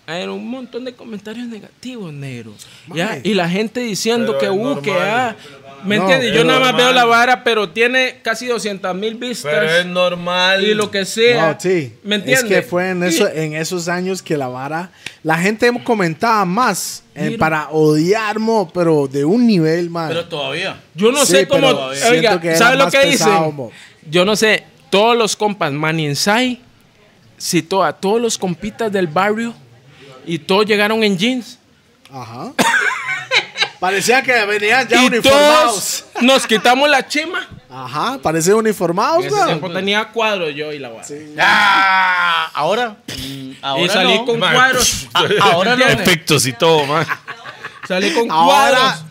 Speaker 2: eran un montón de comentarios negativos, negro. ¿ya? Y la gente diciendo
Speaker 4: Pero
Speaker 2: que,
Speaker 4: es
Speaker 2: uh,
Speaker 4: normal.
Speaker 2: que, ah, ¿me
Speaker 3: No,
Speaker 2: entiendes? Yo
Speaker 4: es
Speaker 2: nada más
Speaker 4: normal.
Speaker 2: veo la vara, pero tiene casi 200 mil
Speaker 4: Pero es
Speaker 2: vistas
Speaker 4: normal.
Speaker 2: y lo que sea.
Speaker 3: No, sí.
Speaker 2: ah, ¿Me entiendes?
Speaker 3: Es que fue en,
Speaker 2: Y-
Speaker 3: eso, en esos años que la vara, la gente comentaba más eh,
Speaker 2: Mira.
Speaker 3: para odiar, mo, pero de un nivel, más.
Speaker 9: Pero todavía.
Speaker 2: Yo no
Speaker 3: Sí,
Speaker 2: sé cómo.
Speaker 3: pero siento
Speaker 2: Oiga,
Speaker 3: que era
Speaker 2: ¿sabe lo
Speaker 3: más
Speaker 2: que
Speaker 3: pesado,
Speaker 2: dicen?
Speaker 3: mo.
Speaker 2: Yo no sé. Todos los compas, Manny Inside citó a todos los compitas del barrio y todos llegaron en jeans.
Speaker 3: Ajá. Parecía que venían ya
Speaker 2: y
Speaker 3: uniformados.
Speaker 2: todos nos quitamos la chima.
Speaker 3: Ajá, parecían uniformados,
Speaker 2: En ese
Speaker 3: weón.
Speaker 2: tiempo tenía cuadros yo y la guarda.
Speaker 9: Ah, ahora. Mm, ahora
Speaker 2: y salí
Speaker 9: no.
Speaker 2: con
Speaker 4: Man.
Speaker 2: cuadros.
Speaker 9: Ah, ahora no.
Speaker 4: Efectos y todo, man.
Speaker 2: salí con
Speaker 3: Ahora
Speaker 2: cuadros.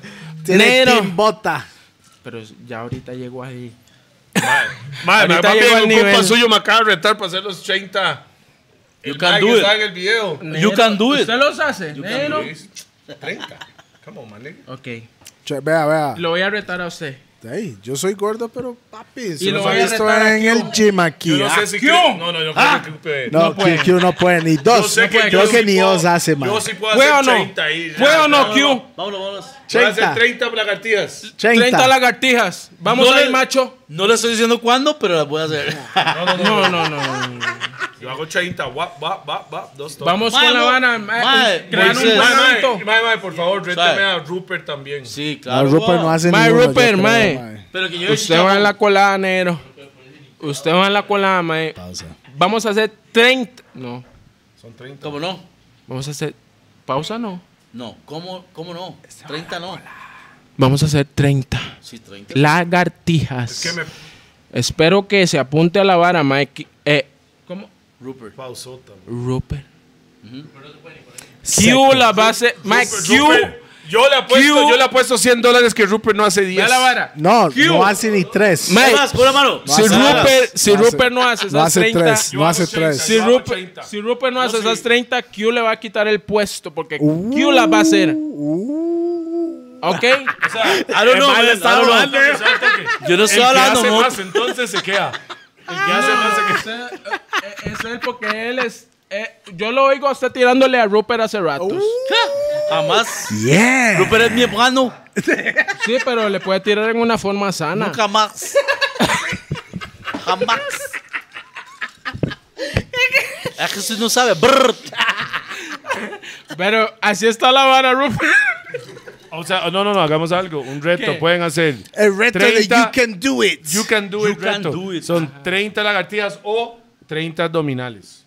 Speaker 3: tiene
Speaker 2: Negro.
Speaker 3: Team Bota.
Speaker 2: Pero ya ahorita llegó ahí.
Speaker 4: Man,
Speaker 2: Ahorita
Speaker 4: más
Speaker 2: llegó
Speaker 4: bien,
Speaker 2: al
Speaker 4: un compa
Speaker 2: nivel.
Speaker 4: suyo me acaba de retar para hacer los 30.
Speaker 9: You
Speaker 4: El
Speaker 9: can
Speaker 4: man
Speaker 9: do
Speaker 4: que
Speaker 9: it.
Speaker 4: está en el video.
Speaker 9: You can do it.
Speaker 2: ¿Usted los hace? negro?
Speaker 4: 30. Come on, man. nigga.
Speaker 2: Ok.
Speaker 3: Che, vea, vea.
Speaker 2: Lo voy a retar a usted.
Speaker 3: Ey, yo soy gordo, pero papi, si
Speaker 2: Y lo
Speaker 3: nos ha
Speaker 2: voy a
Speaker 3: visto
Speaker 2: retar
Speaker 3: en
Speaker 2: aquí,
Speaker 3: el
Speaker 2: weón.
Speaker 3: gym aquí.
Speaker 4: Yo no
Speaker 3: ah.
Speaker 4: sé si. creo- No, no, yo creo que puede.
Speaker 3: No,
Speaker 2: Ah. No puede.
Speaker 3: QQ no puede, ni
Speaker 4: Yo
Speaker 3: dos.
Speaker 4: sé que
Speaker 3: creo
Speaker 4: yo
Speaker 3: que
Speaker 4: sí
Speaker 3: ni
Speaker 4: puedo-
Speaker 3: dos hace, man.
Speaker 4: Yo sí puedo
Speaker 2: ¿Fue o
Speaker 4: hacer
Speaker 2: no?
Speaker 4: 30 ahí. ya.
Speaker 2: ¿Fue o no, Q?
Speaker 9: Vámonos, vámonos.
Speaker 4: Voy a hacer
Speaker 3: 30.
Speaker 4: 30 lagartijas.
Speaker 3: 30.
Speaker 2: 30 lagartijas. Vamos
Speaker 9: No
Speaker 2: a ir,
Speaker 9: le-
Speaker 2: macho.
Speaker 9: No le estoy diciendo cuándo, pero las voy a hacer.
Speaker 4: No, no, no.
Speaker 2: No, no, no. no.
Speaker 4: Yo hago 30. Wap, wap, wap, wap. Dos toques.
Speaker 2: Vamos con
Speaker 9: Mae,
Speaker 2: la
Speaker 9: mo-
Speaker 2: Habana.
Speaker 9: mae,
Speaker 2: mae, Crear un
Speaker 9: Moisés.
Speaker 4: Mae, mae,
Speaker 2: parlamento.
Speaker 4: mae, mae, por favor, réteme
Speaker 9: Sabe.
Speaker 4: a Rupert también.
Speaker 9: Sí,
Speaker 3: No,
Speaker 9: claro.
Speaker 3: Rupert
Speaker 9: wow.
Speaker 3: no hace
Speaker 2: Mae,
Speaker 3: ninguno, yo
Speaker 2: Rupert,
Speaker 3: creo,
Speaker 2: mae.
Speaker 9: Pero que yo
Speaker 2: Usted va en la colada, negro. Usted va en la colada, mae. Vamos a hacer 30. No.
Speaker 4: Son 30.
Speaker 9: ¿Cómo no?
Speaker 2: Vamos a hacer. Pausa, no.
Speaker 9: No, ¿cómo, cómo no? 30 no.
Speaker 2: Vamos a hacer 30.
Speaker 9: Sí, 30.
Speaker 2: Lagartijas.
Speaker 4: Es que me
Speaker 2: Espero que se apunte a la vara, mae. Qui- Eh, ¿Cómo?
Speaker 9: Rupert.
Speaker 4: pausó también.
Speaker 2: Rupert. Q la base. Mae, Q.
Speaker 4: Rupert, yo le apuesto,
Speaker 2: Q.
Speaker 4: yo le apuesto 100 dólares que Rupert no hace 10.
Speaker 2: Vea la vara.
Speaker 3: No,
Speaker 2: Q.
Speaker 3: no hace ni tres.
Speaker 2: Mae,
Speaker 9: Es más, pura mano.
Speaker 2: Si
Speaker 3: hace
Speaker 2: Rupert,
Speaker 3: tres.
Speaker 2: si
Speaker 3: No hace-
Speaker 2: Rupert no hace
Speaker 3: no
Speaker 2: esas
Speaker 3: hace
Speaker 2: 30,
Speaker 3: tres. No hace tres.
Speaker 2: si
Speaker 4: Yo hago
Speaker 2: Rupert,
Speaker 4: 30.
Speaker 2: si Rupert no hace
Speaker 4: sí.
Speaker 2: esas 30, Q le va a quitar el puesto porque Q la va a hacer.
Speaker 3: Uh,
Speaker 2: ¿Ok?
Speaker 4: O sea,
Speaker 9: I don't know, man, I don't know. Yo no estoy hablando,
Speaker 4: hace
Speaker 9: mo.
Speaker 4: más, entonces se queda. El que hace más se queda.
Speaker 2: Es él porque él es. eh, yo lo oigo a usted tirándole a Rupert hace ratos.
Speaker 3: Uh.
Speaker 9: Jamás.
Speaker 3: Yeah.
Speaker 9: Rupert es mi hermano.
Speaker 2: Sí, pero le puede tirar en una forma sana.
Speaker 9: Nunca más. Jamás. Es que usted no sabe. Brr.
Speaker 2: Pero así está la vara, Rupert.
Speaker 4: O sea, no, no, no, hagamos algo. Un reto,
Speaker 2: ¿Qué?
Speaker 4: pueden hacer.
Speaker 3: El reto de
Speaker 4: 30.
Speaker 3: You Can Do It.
Speaker 4: You can do
Speaker 9: You
Speaker 4: it,
Speaker 9: can
Speaker 4: reto.
Speaker 9: do it.
Speaker 4: Son 30 lagartijas o 30 abdominales.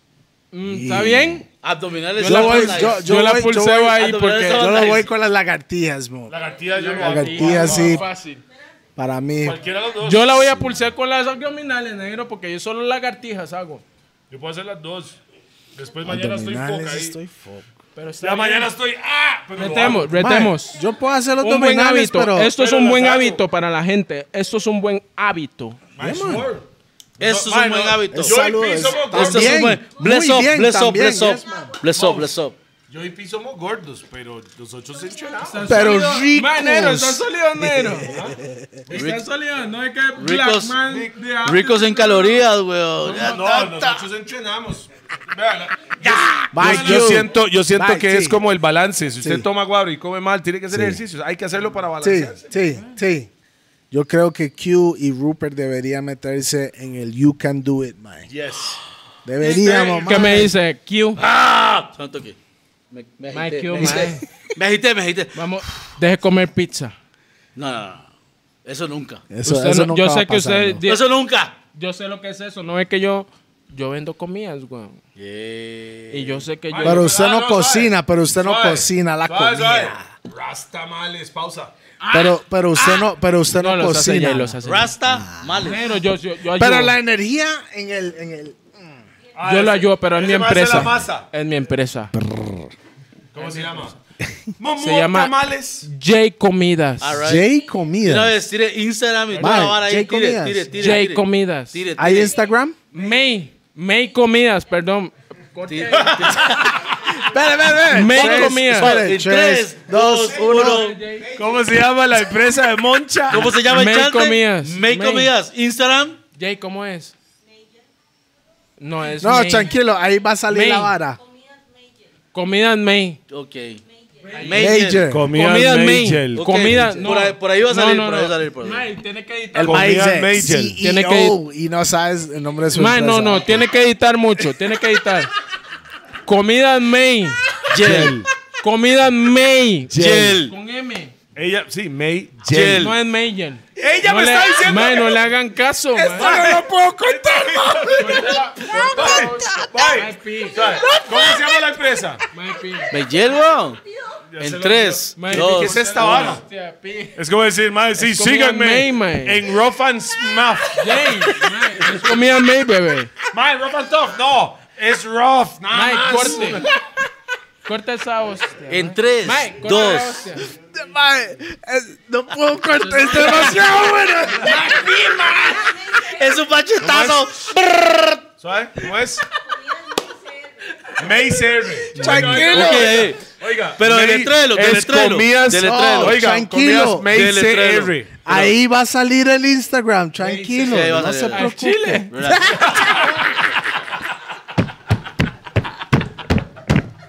Speaker 2: Mm, ¿Está bien?
Speaker 1: Abdominales.
Speaker 2: Yo la
Speaker 1: son
Speaker 2: voy-
Speaker 1: nice.
Speaker 2: yo- yo la
Speaker 3: voy-
Speaker 2: pulseo
Speaker 3: yo voy-
Speaker 2: ahí
Speaker 1: abdominales
Speaker 2: porque-
Speaker 1: son
Speaker 3: Yo lo
Speaker 1: nice.
Speaker 3: voy con las lagartijas, mo.
Speaker 4: Lagartija yo no.
Speaker 3: Lagartija, sí.
Speaker 2: Fácil.
Speaker 3: Para mí.
Speaker 4: Cualquiera de las dos.
Speaker 2: Yo la voy a pulsar con las abdominales, negro, porque yo solo lagartijas hago.
Speaker 4: Yo puedo hacer las dos. Después mañana estoy
Speaker 3: Abdominales
Speaker 4: foca ahí.
Speaker 3: estoy foca.
Speaker 2: Pero está
Speaker 4: Ya
Speaker 2: bien.
Speaker 4: mañana estoy. ¡Ah! Pero lo
Speaker 2: Retemos,
Speaker 4: hago.
Speaker 2: retemos.
Speaker 3: Mae, Yo puedo hacer los
Speaker 2: un buen
Speaker 3: abdominales,
Speaker 2: hábito.
Speaker 3: pero
Speaker 2: Esto es
Speaker 4: pero
Speaker 2: un
Speaker 4: los
Speaker 2: buen
Speaker 4: hago.
Speaker 2: hábito para la gente. Esto es un buen hábito.
Speaker 4: My sword.
Speaker 1: Eso es
Speaker 4: Mae,
Speaker 1: un buen
Speaker 4: no.
Speaker 1: hábito.
Speaker 4: Yo
Speaker 3: Salud,
Speaker 4: y piso
Speaker 3: es-
Speaker 4: somos
Speaker 1: Esto es
Speaker 4: gordos.
Speaker 1: un
Speaker 3: También,
Speaker 1: buen. Bless
Speaker 3: muy
Speaker 1: up,
Speaker 3: bien,
Speaker 1: bless up,
Speaker 3: también,
Speaker 1: bless up.
Speaker 3: yes, man.
Speaker 1: Bless up, bless up.
Speaker 4: Yo y piso somos gordos, pero nosotros entrenamos.
Speaker 3: Pero ricos.
Speaker 2: Manero, está sólido, negro. Está sólido, no hay que black
Speaker 1: Ricos,
Speaker 2: man de hambre.
Speaker 1: ricos en calorías, weón.
Speaker 4: No, no, nosotros entrenamos. Vea, la-
Speaker 3: Bye,
Speaker 4: yo,
Speaker 3: you.
Speaker 4: siento, yo siento
Speaker 3: Bye,
Speaker 4: que
Speaker 3: sí.
Speaker 4: es como el balance. Si usted
Speaker 3: Sí.
Speaker 4: toma guabra y come mal, tiene que hacer ejercicios. Hay que hacerlo para
Speaker 3: Sí,
Speaker 4: balancearse.
Speaker 3: sí, sí. Yo creo que Q y Rupert deberían meterse en el You Can Do It, man.
Speaker 4: Yes.
Speaker 3: Deberíamos,
Speaker 2: ¿Qué
Speaker 3: mae.
Speaker 2: me dice? Q.
Speaker 1: ¡Ah! Santo aquí. Me, me
Speaker 2: Mae,
Speaker 1: agité,
Speaker 2: Q,
Speaker 1: me agité. Me agité, me agité.
Speaker 2: Vamos, deje comer pizza.
Speaker 1: No, no, no. Eso nunca.
Speaker 3: Eso,
Speaker 2: Usted
Speaker 3: eso
Speaker 2: no-
Speaker 3: nunca
Speaker 2: yo
Speaker 3: va a
Speaker 2: sé que
Speaker 3: pasar,
Speaker 2: usted.
Speaker 3: ¿no?
Speaker 2: di-
Speaker 1: Eso nunca.
Speaker 2: Yo sé lo que es eso. No es que yo. Yo vendo comidas, güey.
Speaker 1: Yeah.
Speaker 2: Y yo sé que yo.
Speaker 3: Pero usted
Speaker 4: Ah,
Speaker 3: no
Speaker 4: no,
Speaker 3: cocina,
Speaker 4: suave.
Speaker 3: pero usted no
Speaker 4: Suave,
Speaker 3: cocina la
Speaker 4: suave, suave.
Speaker 3: comida.
Speaker 4: Rastamales, pausa.
Speaker 3: Pero, pero usted no, pero usted
Speaker 2: no,
Speaker 3: no,
Speaker 2: los hace
Speaker 3: cocina.
Speaker 2: ella y los hace. ella.
Speaker 1: Rasta, males.
Speaker 2: Pero yo, yo, yo ayudo.
Speaker 3: Pero la energía en el, en el
Speaker 4: Ah,
Speaker 2: yo
Speaker 4: ese-
Speaker 2: lo ayudo, pero es mi
Speaker 4: ese me hace la
Speaker 2: empresa.
Speaker 4: masa.
Speaker 2: Es mi empresa.
Speaker 4: ¿Cómo se llama? Momo
Speaker 2: Se llama-
Speaker 4: tamales.
Speaker 2: J Comidas.
Speaker 1: All right.
Speaker 3: J
Speaker 1: Una
Speaker 3: comida.
Speaker 1: vez tire Instagram y
Speaker 3: Mae,
Speaker 1: toda la vara ahí.
Speaker 3: Jay
Speaker 1: Tire,
Speaker 3: Comidas.
Speaker 1: tire, tire.
Speaker 2: Jay
Speaker 1: tire.
Speaker 2: Comidas.
Speaker 1: Tire,
Speaker 3: ¿Hay
Speaker 1: tire.
Speaker 3: Instagram?
Speaker 2: May. May Comidas, perdón.
Speaker 1: Tire,
Speaker 3: Espere, espere, espere.
Speaker 2: May
Speaker 3: Tres,
Speaker 2: Comidas.
Speaker 3: espere,
Speaker 1: tire. En
Speaker 3: tres,
Speaker 1: 3, 2, 1.
Speaker 3: ¿Cómo se llama la empresa de Moncha?
Speaker 1: ¿Cómo se llama el
Speaker 2: Make
Speaker 1: chante?
Speaker 2: comidas.
Speaker 1: Make
Speaker 2: Make.
Speaker 1: comidas. Instagram.
Speaker 2: Jay, ¿cómo es? No, es
Speaker 3: No,
Speaker 2: May.
Speaker 3: tranquilo, ahí va a salir
Speaker 2: May.
Speaker 3: la vara.
Speaker 2: Comidas May.
Speaker 1: Ok.
Speaker 3: Major.
Speaker 4: Comida
Speaker 2: Comidas May.
Speaker 1: Ok,
Speaker 2: Comida,
Speaker 1: por
Speaker 2: no.
Speaker 1: ahí- por ahí va a salir, por ahí va a salir, por ahí.
Speaker 2: May, tiene que editar.
Speaker 3: El
Speaker 4: Comida
Speaker 3: maíz
Speaker 4: Major.
Speaker 2: Tiene
Speaker 3: Tiene
Speaker 2: que-
Speaker 3: que E y no sabes el nombre de su
Speaker 2: May, no,
Speaker 3: empresa.
Speaker 2: no, tiene que editar mucho, tiene que editar. Comidas May.
Speaker 1: Gel.
Speaker 2: Comidas May.
Speaker 1: Gel.
Speaker 2: Con M.
Speaker 4: Ella, sí, May.
Speaker 1: Gel.
Speaker 2: No es Mayen.
Speaker 4: Ella
Speaker 2: no
Speaker 4: me
Speaker 2: le-
Speaker 4: está diciendo.
Speaker 2: Mae, no le hagan caso, mae.
Speaker 4: Bye. ¿Cómo se llama la empresa?
Speaker 2: Mae, pi.
Speaker 1: Me gel, weón.
Speaker 4: Ya se
Speaker 1: En
Speaker 4: lo-
Speaker 1: 3,
Speaker 2: Mae,
Speaker 4: ¿Qué
Speaker 1: 2,
Speaker 4: es esta vara?
Speaker 2: Hostia, pi.
Speaker 4: Es como decir, madre, sí,
Speaker 2: Es comida May,
Speaker 4: síganme
Speaker 2: mae.
Speaker 4: en Rough and Smuff.
Speaker 2: Jay, mae, es comida May, bebé.
Speaker 4: Mae, rough and tough. No, es rough. Nada
Speaker 2: Mae,
Speaker 4: más.
Speaker 2: corte. Corta esa hostia.
Speaker 1: en 3,
Speaker 2: Mae, corta la
Speaker 1: 2.
Speaker 2: hostia.
Speaker 3: Mae, es- no puedo cortar, es demasiado bueno.
Speaker 1: Es un machetazo.
Speaker 4: ¿Sabe? ¿Cómo es? May serve.
Speaker 1: Ok,
Speaker 3: Tranquilo.
Speaker 1: eh.
Speaker 4: Oiga,
Speaker 1: Pero
Speaker 4: May
Speaker 1: deletrelo,
Speaker 4: es
Speaker 1: deletrelo,
Speaker 4: Comidas,
Speaker 1: deletrelo.
Speaker 4: Oiga,
Speaker 3: Tranquilo.
Speaker 4: comidas May
Speaker 1: Deletrelo.
Speaker 4: serve.
Speaker 3: Ahí va a salir el Instagram, tranquilo.
Speaker 1: Sí, ahí va a
Speaker 3: No se
Speaker 1: salir. Al
Speaker 3: preocupe.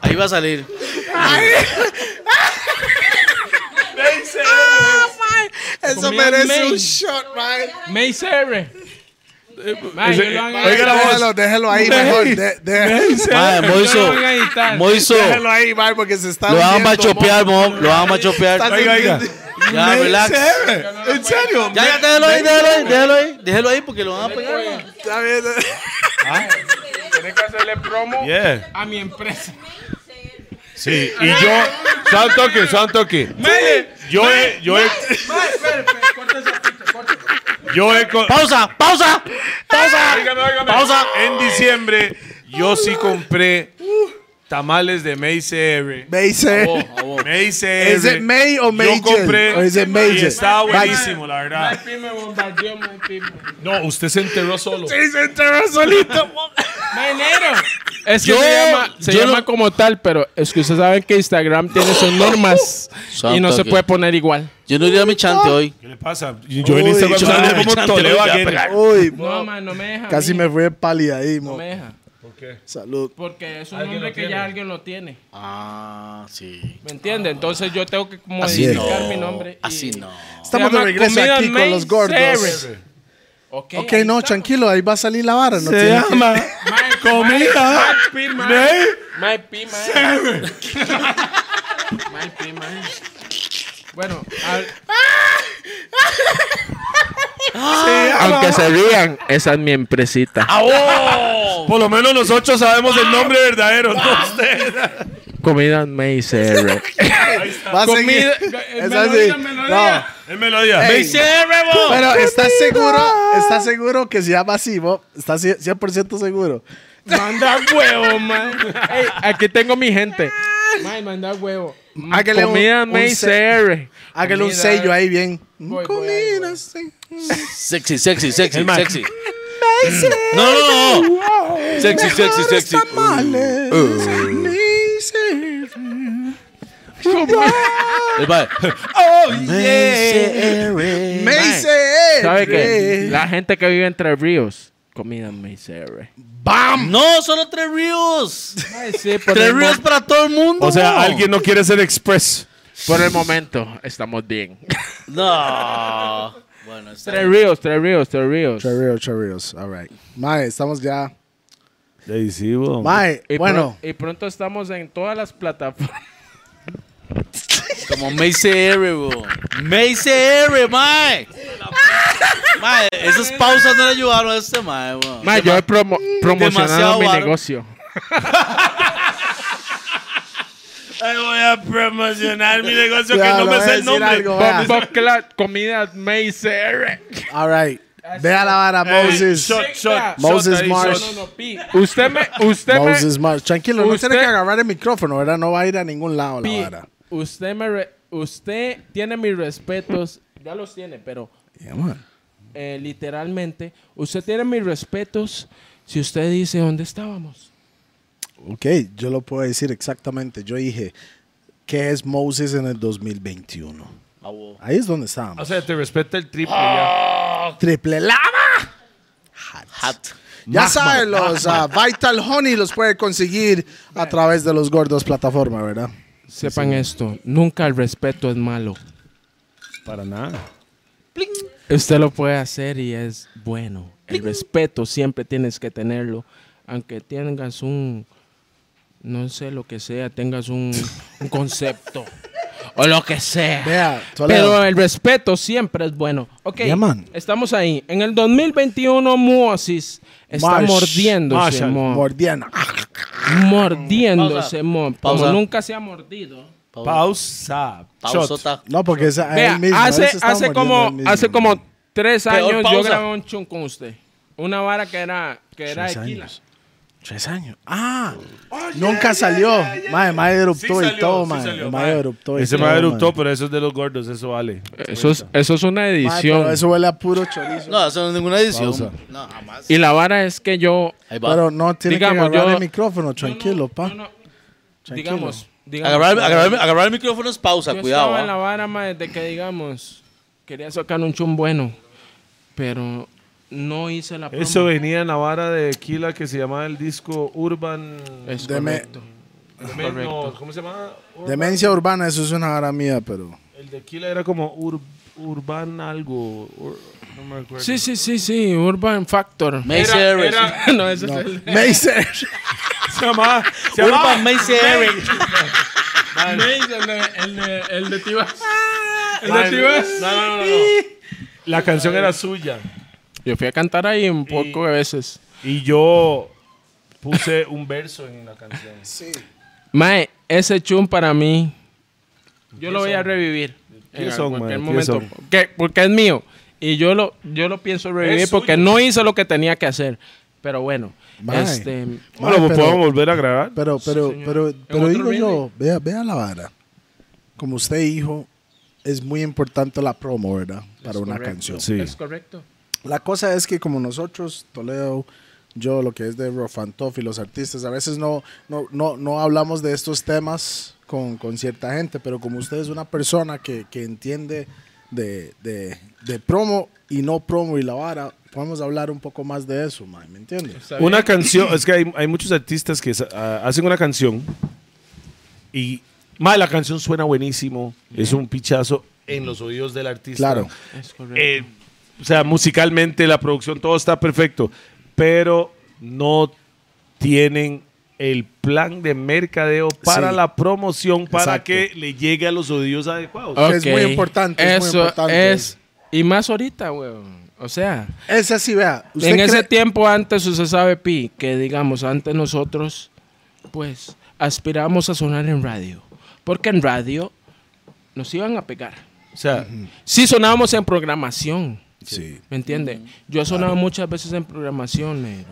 Speaker 1: Ahí va a salir.
Speaker 4: May serve.
Speaker 3: "Ah, Eso
Speaker 2: Comida
Speaker 3: merece
Speaker 2: May.
Speaker 3: un shot, mae.
Speaker 2: May Serre. Mae, yo lo van a
Speaker 4: Oiga la voz.
Speaker 3: Déjalo, déjalo ahí mejor. de- de-
Speaker 1: Mae,
Speaker 2: Yo
Speaker 1: Moiso.
Speaker 2: lo van a editar.
Speaker 1: Moiso.
Speaker 3: Déjalo ahí, mae, porque se está
Speaker 1: Lo van a
Speaker 3: hundiendo,
Speaker 1: machopear, mo. Lo van a machopear.
Speaker 4: Oiga, oiga.
Speaker 3: Ah,
Speaker 1: Ya, relax.
Speaker 4: ¿En serio?
Speaker 1: Ya, ya, déjalo ahí, déjalo ahí, déjalo ahí. Déjalo ahí porque lo van a pegar.
Speaker 3: mae. Está bien.
Speaker 2: Tiene que hacerle promo
Speaker 4: Yeah.
Speaker 2: a mi empresa.
Speaker 4: Sí, y yo. Santo que, santo que. Yo he. Yo he. Yo he. co-
Speaker 1: Pausa, pausa, pausa.
Speaker 4: Óigame, óigame.
Speaker 1: Pausa.
Speaker 4: En diciembre, yo sí compré tamales de May CR.
Speaker 3: Me dice.
Speaker 4: May CR.
Speaker 3: ¿Es it May o May
Speaker 4: Yo compré.
Speaker 3: Jane? ¿O es it May
Speaker 4: y
Speaker 3: Jane?
Speaker 4: estaba
Speaker 3: Bye.
Speaker 4: buenísimo, la verdad.
Speaker 2: Pi me Ah. bombardeó, mae, pi.
Speaker 4: No, usted se enteró solo.
Speaker 2: Mae, negro. Es que
Speaker 1: Yo-
Speaker 2: se llama, se
Speaker 1: yo
Speaker 2: llama
Speaker 1: lo-
Speaker 2: como tal, pero es que ustedes saben que Instagram tiene sus normas y no
Speaker 1: Santo
Speaker 2: se
Speaker 1: que-
Speaker 2: puede poner igual.
Speaker 1: Yo no iría a mi chante hoy.
Speaker 4: ¿Qué le pasa? Yo en
Speaker 3: Uy,
Speaker 4: Instagram
Speaker 3: yo
Speaker 4: salí
Speaker 1: no,
Speaker 4: como
Speaker 1: chante,
Speaker 4: Toledo
Speaker 1: no, ya,
Speaker 4: Aguirre.
Speaker 1: pegar.
Speaker 3: Uy,
Speaker 2: No, mae, no me deja. a
Speaker 3: casi
Speaker 2: mí.
Speaker 3: me fue pali ahí,
Speaker 2: No
Speaker 3: mo.
Speaker 2: me deja.
Speaker 3: Salud.
Speaker 2: Porque es un nombre que ya alguien lo tiene.
Speaker 1: Ah, sí.
Speaker 2: ¿Me entiendes? Entonces yo tengo que
Speaker 1: Así
Speaker 2: modificar
Speaker 1: no.
Speaker 2: mi nombre. y-
Speaker 1: Así no.
Speaker 3: Estamos
Speaker 2: llama
Speaker 3: de regreso
Speaker 2: Comida
Speaker 3: aquí con
Speaker 2: Main
Speaker 3: los gordos.
Speaker 2: Service. Ok,
Speaker 3: Ok,
Speaker 2: ahí
Speaker 3: no,
Speaker 2: está.
Speaker 3: tranquilo, ahí va a salir la vara. No tiene que-
Speaker 2: Mae, comida. Mae, pi, mae. Mae, pi, mae. Mae, pi, mae. Bueno, al-
Speaker 6: Aunque se rían, esa es mi empresita.
Speaker 2: ¡Ah,
Speaker 4: Por lo menos nosotros sabemos el nombre verdadero, no usted.
Speaker 6: Comida May CR.
Speaker 3: Va a seguir. Es así. No.
Speaker 4: Es melodía.
Speaker 3: Pero ¿estás seguro? ¿Estás seguro que se llama así, Bob? ¿Estás cien- 100% seguro?
Speaker 2: Manda huevo, man. Ey, aquí tengo mi gente. Man, manda huevo.
Speaker 3: Hágale un-
Speaker 2: Comida
Speaker 3: un
Speaker 2: May
Speaker 3: se-
Speaker 2: CR.
Speaker 3: Hágale un
Speaker 2: Comida-
Speaker 3: sello ahí bien.
Speaker 2: Voy, voy,
Speaker 3: Comida,
Speaker 2: voy.
Speaker 3: sí.
Speaker 1: Sexy, sexy, sexy, sexy. No, no, no. Sexy, sexy, Uh. sexy.
Speaker 3: Tamales. May serve.
Speaker 1: El baile.
Speaker 4: Oh,
Speaker 3: May serve.
Speaker 6: ¿Sabe qué? La gente que vive entre ríos, comida May CR.
Speaker 1: No, solo tres ríos.
Speaker 6: Ay, sí, por,
Speaker 1: Tres
Speaker 6: el mo-
Speaker 1: ríos para todo el mundo.
Speaker 4: O sea, alguien no quiere ser express.
Speaker 6: por el momento, estamos bien.
Speaker 1: No. Bueno, está
Speaker 6: tres ríos, tres ríos, tres ríos.
Speaker 3: Chorreos, chorreos. All right. Mae, estamos ya.
Speaker 4: Mae.
Speaker 3: Mae,
Speaker 6: Y
Speaker 3: bueno.
Speaker 6: pro- y pronto estamos en todas las plataformas.
Speaker 1: Como Mace R, bro. Mace R, mae. Mae, esas pausas no le ayudaron a este mae, bro.
Speaker 6: Ma, yo he promo- promocionado
Speaker 1: demasiado
Speaker 6: mi
Speaker 1: varo.
Speaker 6: negocio.
Speaker 4: Ay, voy a promocionar mi negocio
Speaker 3: Ya,
Speaker 4: que no
Speaker 3: le
Speaker 4: me
Speaker 3: voy a
Speaker 4: sé el
Speaker 3: decir
Speaker 4: nombre.
Speaker 3: algo, vea.
Speaker 6: Bombo Clat, comida May CR.
Speaker 3: All right. Vea la vara, Moses.
Speaker 4: Shot, shot,
Speaker 3: Moses
Speaker 4: shot ahí,
Speaker 3: Marsh.
Speaker 4: shot.
Speaker 6: Usted me, usted me,
Speaker 3: Moses Marsh. Tranquilo, no
Speaker 6: Usted-
Speaker 3: tiene que agarrar el micrófono, ¿verdad? No va a ir a ningún lado la
Speaker 6: Pi,
Speaker 3: vara.
Speaker 6: usted me re- usted tiene mis respetos, ya los tiene, pero
Speaker 3: Yeah, man.
Speaker 6: eh, literalmente, usted tiene mis respetos si usted dice dónde estábamos.
Speaker 3: Ok, yo lo puedo decir exactamente. Yo dije, ¿qué es Moses en el 2021? Ahí es donde estábamos.
Speaker 4: O sea, te respeta el triple ya.
Speaker 3: Triple lava.
Speaker 1: Hat.
Speaker 3: Ya saben, los ah, Vital Honey los puede conseguir a través de los gordos plataforma, ¿verdad?
Speaker 2: Sepan esto, nunca el respeto es malo.
Speaker 4: Para nada.
Speaker 2: Usted lo puede hacer y es bueno. El respeto siempre tienes que tenerlo. Aunque tengas un, no sé lo que sea, tengas un, un concepto o lo que sea.
Speaker 3: Vea,
Speaker 2: Pero el respeto siempre es bueno. Ok,
Speaker 3: Yeah, man.
Speaker 2: estamos ahí. En el 2021, Muosis está
Speaker 3: Marsh,
Speaker 2: mordiéndose,
Speaker 4: Marshall,
Speaker 2: mo.
Speaker 3: Mordiana.
Speaker 2: mordiéndose, mo.
Speaker 1: Pausa.
Speaker 2: Como nunca se ha mordido.
Speaker 4: Pausa. Shot.
Speaker 1: Pausota.
Speaker 3: No, porque es a
Speaker 2: Vea,
Speaker 3: él mismo, él
Speaker 2: hace,
Speaker 3: se está
Speaker 2: hace
Speaker 3: mordiendo
Speaker 2: como,
Speaker 3: él mismo.
Speaker 2: hace como tres
Speaker 1: Peor
Speaker 2: años yo
Speaker 1: pausa.
Speaker 2: grabé un chun con usted. Una vara que era, que era de Kila.
Speaker 3: Tres años. Ah,
Speaker 4: Oh,
Speaker 3: nunca salió. Mae, mae eruptó
Speaker 4: Sí
Speaker 3: y todo,
Speaker 4: salió, sí
Speaker 3: mae.
Speaker 4: salió,
Speaker 3: mae
Speaker 4: mae.
Speaker 3: eruptó y
Speaker 4: Ese
Speaker 3: todo,
Speaker 4: me eructó,
Speaker 3: mae.
Speaker 4: pero eso es de los gordos, eso vale.
Speaker 2: Eso es, eso es una
Speaker 3: Mae, pero
Speaker 2: edición.
Speaker 3: eso huele a puro chorizo.
Speaker 1: No, eso no es ninguna edición.
Speaker 3: Pausa.
Speaker 1: No, jamás.
Speaker 2: Y la vara es que yo,
Speaker 1: Ahí va.
Speaker 3: Pero no tiene
Speaker 2: Digamos,
Speaker 3: que agarrar
Speaker 2: yo-
Speaker 3: el micrófono, tranquilo, pa.
Speaker 2: no, no,
Speaker 3: Tranquilo.
Speaker 2: digamos, digamos,
Speaker 1: Agarrar, agarrar, agarrar el micrófono es pausa,
Speaker 2: yo
Speaker 1: cuidado.
Speaker 2: estaba en
Speaker 1: ah.
Speaker 2: la vara, ma, desde que, digamos, quería sacar un chun bueno, pero no hice la promo.
Speaker 4: Eso venía en la vara de Kila que se llamaba el disco Urban.
Speaker 2: Es
Speaker 3: Deme-
Speaker 2: correcto.
Speaker 4: Demen- no, ¿Cómo se llama? Ur-
Speaker 3: Demencia urbana, eso es una vara mía, pero.
Speaker 4: El de Kila era como Ur- Urban algo. Ur- no me acuerdo.
Speaker 2: Sí, sí, sí, sí, Urban Factor.
Speaker 1: Mace R.
Speaker 2: no, ese es el...
Speaker 3: Me dice.
Speaker 4: Se llamaba. Se llamaba
Speaker 1: Urban Mace R.
Speaker 2: el de, el de, el de Tibas. El
Speaker 4: Mae,
Speaker 2: de Tibas.
Speaker 4: No, no, no, no. La canción era suya.
Speaker 2: Yo fui a cantar ahí un poco de veces.
Speaker 4: Y yo puse un verso en la canción.
Speaker 2: Mae, ese chun para mí, yo lo voy a revivir.
Speaker 4: ¿Quiénes
Speaker 2: En
Speaker 4: son,
Speaker 2: cualquier
Speaker 4: mae? ¿Quiénes
Speaker 2: momento. Porque, porque es mío. Y yo lo, yo lo pienso revivir
Speaker 4: Es
Speaker 2: porque
Speaker 4: suyo.
Speaker 2: no hice lo que tenía que hacer. Pero bueno,
Speaker 3: Mae.
Speaker 2: este,
Speaker 4: Bueno,
Speaker 3: Mae,
Speaker 4: pues
Speaker 3: pero-
Speaker 4: podemos volver a grabar.
Speaker 3: Pero, pero, pero, pero
Speaker 2: otro
Speaker 3: digo yo,
Speaker 2: remake?
Speaker 3: vea, vea la vara. Como usted dijo, es muy importante la promo, ¿verdad? Para una canción.
Speaker 4: Sí.
Speaker 2: es correcto.
Speaker 3: La cosa es que como nosotros, Toledo, yo, lo que es de Rofantoff y los artistas, a veces no, no, no, no hablamos de estos temas con, con cierta gente, pero como usted es una persona que, que entiende de, de, de promo y no promo y la vara, podemos hablar un poco más de eso, man, ¿me entiendes?
Speaker 4: Una canción, es que hay, hay muchos artistas que sa- ah, hacen una canción y madre, la canción suena buenísimo, es un pichazo en los oídos del artista.
Speaker 3: Claro.
Speaker 2: Es correcto.
Speaker 4: Eh, o sea, musicalmente la producción todo está perfecto, pero no tienen el plan de mercadeo para
Speaker 3: Sí.
Speaker 4: la promoción para
Speaker 3: Exacto.
Speaker 4: que le llegue a los oídos adecuados.
Speaker 3: es muy
Speaker 2: Ok.
Speaker 3: importante, es muy
Speaker 2: Eso
Speaker 3: importante.
Speaker 2: es- Y más ahorita, weón. O sea,
Speaker 6: Esa sí, vea. Usted
Speaker 2: en ese
Speaker 6: cree-
Speaker 2: tiempo antes usted sabe, Pi, que digamos, antes nosotros, pues, aspiramos a sonar en radio. Porque en radio nos iban a pegar.
Speaker 4: O sea,
Speaker 2: Sí sonábamos en programación,
Speaker 3: Sí.
Speaker 2: ¿me entiende? Yo he sonado muchas veces en programación, negro.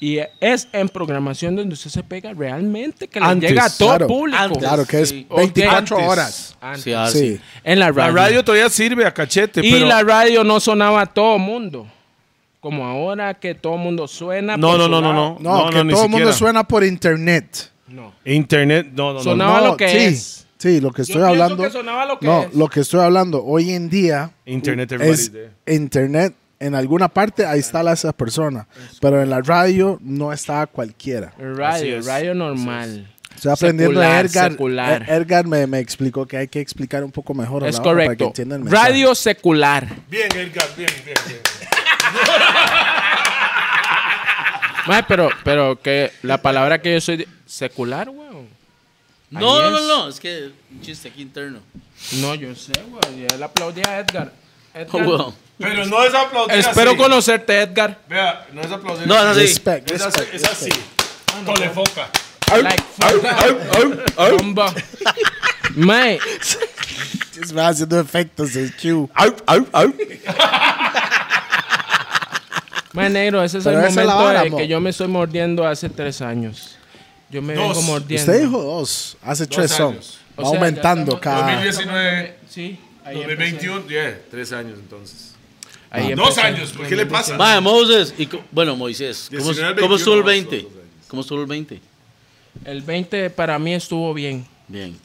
Speaker 2: Y es en programación donde usted se pega realmente, que le
Speaker 4: Antes,
Speaker 2: llega a todo
Speaker 3: claro.
Speaker 2: público.
Speaker 3: Claro que es
Speaker 2: Sí.
Speaker 3: 24
Speaker 2: Ok.
Speaker 3: horas.
Speaker 2: Antes.
Speaker 1: Sí, ah,
Speaker 3: Sí.
Speaker 1: sí.
Speaker 2: En la
Speaker 4: la
Speaker 2: radio.
Speaker 4: radio todavía sirve a cachete,
Speaker 2: y
Speaker 4: pero...
Speaker 2: la radio no sonaba a todo mundo. Como ahora que todo mundo suena.
Speaker 4: No,
Speaker 2: por
Speaker 4: no,
Speaker 2: su
Speaker 4: no, no,
Speaker 2: lado.
Speaker 4: no.
Speaker 3: No, que
Speaker 4: ni
Speaker 3: todo el mundo
Speaker 4: siquiera.
Speaker 3: suena por internet.
Speaker 2: No.
Speaker 4: Internet, no, no, no, no.
Speaker 2: Sonaba
Speaker 3: No,
Speaker 2: lo que
Speaker 3: sí,
Speaker 2: es.
Speaker 3: Sí, lo que estoy
Speaker 2: pienso
Speaker 3: hablando.
Speaker 2: que sonaba lo que
Speaker 3: no,
Speaker 2: es.
Speaker 3: lo que estoy hablando hoy en día
Speaker 4: Internet, everybody's
Speaker 3: es
Speaker 4: there.
Speaker 3: internet. En alguna parte ahí está la- esa persona, pero en la radio no está cualquiera.
Speaker 4: Así
Speaker 2: Radio,
Speaker 4: es.
Speaker 2: radio normal.
Speaker 3: Estoy aprendiendo de
Speaker 2: Secular,
Speaker 3: Edgar.
Speaker 2: secular.
Speaker 3: Eh, Edgar me, me explicó que hay que explicar un poco mejor. a
Speaker 2: Es
Speaker 3: la hora Para que
Speaker 2: correcto.
Speaker 3: entiendan el mensaje.
Speaker 2: Radio secular.
Speaker 4: Bien, Edgar, bien, bien, bien.
Speaker 2: Mae, pero, pero que la palabra que yo soy de- secular, weón.
Speaker 1: No,
Speaker 2: Ahí
Speaker 1: no,
Speaker 2: es.
Speaker 1: no, no, es que un chiste aquí interno.
Speaker 2: No, yo sé, weón. Él aplaudía a Edgar. Edgar,
Speaker 1: Oh,
Speaker 4: Oh,
Speaker 1: Wow.
Speaker 4: Pero no es aplaudir
Speaker 2: Espero
Speaker 4: así.
Speaker 2: conocerte, Edgar.
Speaker 4: Vea, no es aplaudir
Speaker 1: No, no, sí.
Speaker 3: Respect,
Speaker 4: Es así,
Speaker 3: respect,
Speaker 4: es así. Ah, Tole foca.
Speaker 2: Like, fuck that. Bomba. Mae,
Speaker 3: respect. Va haciendo efectos de Q.
Speaker 2: mae, negro, ese es
Speaker 3: Pero
Speaker 2: el
Speaker 3: esa es la
Speaker 2: momento
Speaker 3: hora,
Speaker 2: de
Speaker 3: mo.
Speaker 2: que yo me estoy mordiendo hace tres años. Yo me vengo mordiendo.
Speaker 3: Usted dijo dos, hace tres son.
Speaker 4: años.
Speaker 3: Va
Speaker 2: O sea, ya
Speaker 3: aumentando
Speaker 2: estamos-
Speaker 3: cada.
Speaker 4: 2010. 19.
Speaker 2: Sí. ahí empecé.
Speaker 4: 2021, yeah, tres años entonces.
Speaker 2: Ahí
Speaker 4: Dos
Speaker 2: empecé.
Speaker 4: años, pues. ¿por qué le pasa?
Speaker 1: Mae, Moses, y, co- bueno, Moisés, ¿cómo,
Speaker 4: 19,
Speaker 1: cómo estuvo el
Speaker 4: 21,
Speaker 1: 20? ¿Cómo estuvo el 20?
Speaker 2: El 20 para mí estuvo bien.
Speaker 1: Bien.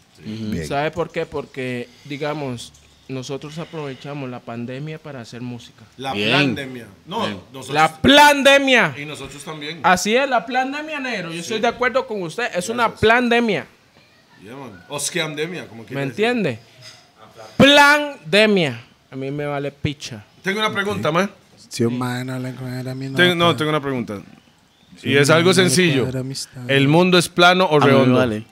Speaker 2: ¿Sabe por qué? Porque, digamos, nosotros aprovechamos la pandemia para hacer música.
Speaker 4: La
Speaker 1: Bien.
Speaker 4: pandemia. No, nosotros.
Speaker 2: La pandemia.
Speaker 4: y nosotros también.
Speaker 2: Así es, la pandemia, negro. Yo estoy de acuerdo con usted. Es una pandemia.
Speaker 4: Yeah, man. O scamdemia, como
Speaker 2: ¿Me
Speaker 4: quieras decir.
Speaker 2: entiende?
Speaker 4: Ah,
Speaker 2: Pandemia. A mí me vale picha.
Speaker 4: Tengo una pregunta, man.
Speaker 3: Si un man habla con él, a mí no.
Speaker 4: Tengo- no, tengo una pregunta. Y es algo sencillo.
Speaker 3: Era amistad.
Speaker 4: ¿El mundo es plano o
Speaker 1: A mí me
Speaker 4: redondo?
Speaker 1: vale.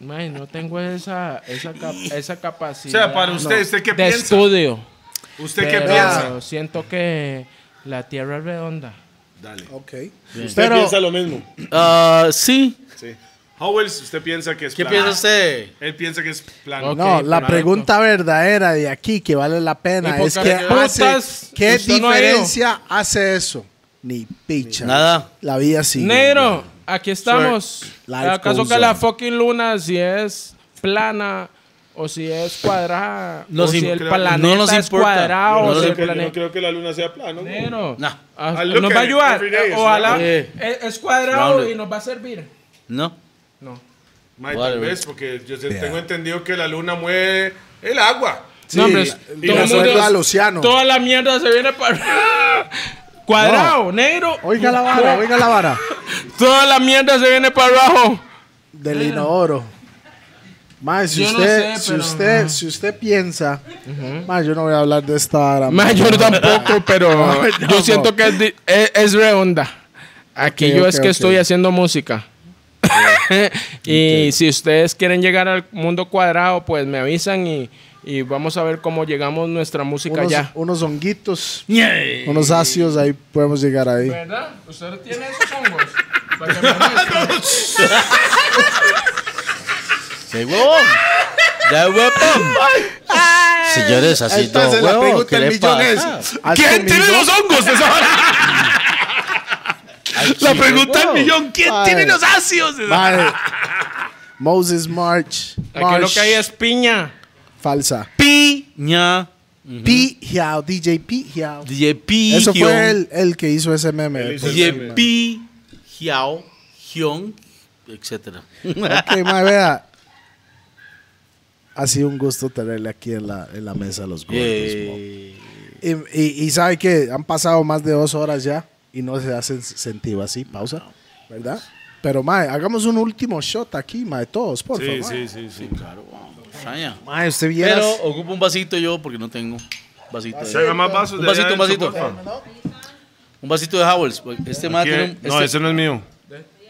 Speaker 2: Mae, no tengo esa, esa, cap- esa
Speaker 4: O
Speaker 2: capacidad.
Speaker 4: sea, para usted, ¿usted qué
Speaker 2: de
Speaker 4: piensa?
Speaker 2: estudio.
Speaker 4: ¿Usted qué
Speaker 2: Pero
Speaker 4: piensa?
Speaker 2: Siento que la tierra es redonda.
Speaker 4: Dale.
Speaker 3: Ok.
Speaker 4: ¿Usted piensa lo mismo?
Speaker 1: Ah, sí.
Speaker 4: Sí. Howells, ¿usted piensa que es
Speaker 1: ¿Qué
Speaker 4: plano?
Speaker 1: piensa usted?
Speaker 4: Él piensa que es plano.
Speaker 2: Ok,
Speaker 3: No, la
Speaker 2: perfecto.
Speaker 3: pregunta verdadera de aquí que vale la
Speaker 2: ¿Y
Speaker 3: pena
Speaker 2: por
Speaker 3: es
Speaker 2: qué
Speaker 3: que
Speaker 2: putas
Speaker 3: hace, ¿qué
Speaker 2: usted no ha ido?
Speaker 3: diferencia hace eso? Ni picha.
Speaker 1: Nada.
Speaker 3: La vida sigue.
Speaker 2: Negro, aquí estamos.
Speaker 3: Life
Speaker 2: ¿Acaso
Speaker 3: goes
Speaker 2: que la
Speaker 3: on.
Speaker 2: fucking luna, si es plana o si es cuadrada,
Speaker 1: Nos
Speaker 2: o si
Speaker 1: im-
Speaker 2: el
Speaker 1: creo-
Speaker 2: planeta
Speaker 1: no nos
Speaker 2: es
Speaker 1: importa.
Speaker 2: cuadrado,
Speaker 1: No nos
Speaker 2: o si el
Speaker 1: importa. Yo
Speaker 2: planeta.
Speaker 4: creo que la luna sea plana.
Speaker 2: Negro,
Speaker 1: Nah.
Speaker 2: ah,
Speaker 4: I look
Speaker 2: nos
Speaker 4: at
Speaker 2: va a
Speaker 4: it
Speaker 2: ayudar.
Speaker 4: every day,
Speaker 2: eh, Ojalá.
Speaker 1: eh.
Speaker 2: Es, es cuadrado
Speaker 1: Rounded.
Speaker 2: y nos va a servir.
Speaker 1: No.
Speaker 2: No.
Speaker 4: Mae,
Speaker 1: Whatever.
Speaker 4: tal vez, porque yo sé- tengo entendido que la luna mueve el agua.
Speaker 2: no, hombre, es-
Speaker 4: y
Speaker 2: todo el
Speaker 4: nosotros
Speaker 2: mundo-
Speaker 3: al océano.
Speaker 2: Toda la mierda se viene para. Cuadrado, negro.
Speaker 3: Oiga la vara, oiga la vara.
Speaker 2: Toda la mierda se viene para abajo.
Speaker 3: Del inodoro. Mae, si
Speaker 2: Yo no
Speaker 3: usted,
Speaker 2: sé,
Speaker 3: si
Speaker 2: pero-
Speaker 3: usted, si usted piensa, mae, yo no voy a hablar de esta vara.
Speaker 2: Ma,
Speaker 3: mae.
Speaker 2: yo tampoco, pero yo
Speaker 3: no.
Speaker 2: siento que es, di- es, es redonda. Aquí
Speaker 3: Ok,
Speaker 2: yo
Speaker 3: ok,
Speaker 2: es que
Speaker 3: ok.
Speaker 2: estoy haciendo música. y si ustedes quieren llegar al mundo cuadrado, pues me avisan y, y vamos a ver cómo llegamos nuestra música
Speaker 3: unos,
Speaker 2: allá.
Speaker 3: unos honguitos, unos ácidos, ahí podemos llegar ahí.
Speaker 2: ¿Verdad? ¿Usted tiene esos hongos? Para que me muestre.
Speaker 1: ¡Se huevón! ¡De huevón! Señores, así todo
Speaker 4: Entonces, la
Speaker 1: huevo.
Speaker 4: pregunta
Speaker 1: ¿Qué
Speaker 4: del
Speaker 1: le
Speaker 4: millón es,
Speaker 1: pasa?
Speaker 3: ¿Has
Speaker 4: ¿Quién tiene
Speaker 3: comido?
Speaker 4: los hongos de esa vara? La pregunta del
Speaker 1: huevón.
Speaker 4: millón, ¿quién
Speaker 3: Mae.
Speaker 4: tiene los ácidos? de esa vara?
Speaker 3: Mae, Moses March.
Speaker 2: Aquí lo
Speaker 3: March,
Speaker 2: que hay es piña.
Speaker 3: Falsa.
Speaker 1: Piña.
Speaker 3: Pete Hiao, DJ Pete Hiao.
Speaker 1: DJ Pi.
Speaker 3: Eso
Speaker 1: Hyun.
Speaker 3: fue el, el que hizo ese meme.
Speaker 4: hizo-
Speaker 1: DJ Pi. Hiao. Hyun. Etcétera.
Speaker 3: Ok, mae, vea. Ha sido un gusto tenerle aquí en la, en la mesa a los gordos. mo.
Speaker 1: Eh,
Speaker 3: Y, y- y sabe que han pasado más de dos horas ya y no se hace sentido así, pausa, ¿verdad? Pero, mae, hagamos un último shot aquí, mae, todos, por
Speaker 4: Sí,
Speaker 3: favor.
Speaker 4: sí, sí, sí.
Speaker 1: extraña.
Speaker 3: Mae, usted vieras.
Speaker 1: Pero ocupo un vasito yo porque no tengo. Vasito.
Speaker 4: Traiga más vasos
Speaker 1: Un
Speaker 4: de allá
Speaker 1: vasito, un vasito.
Speaker 4: adentro, porfa.
Speaker 1: Un vasito de Howells. Este
Speaker 2: Ah,
Speaker 1: más tiene un.
Speaker 4: ¿Quién? No,
Speaker 1: este-
Speaker 4: ese no es mío.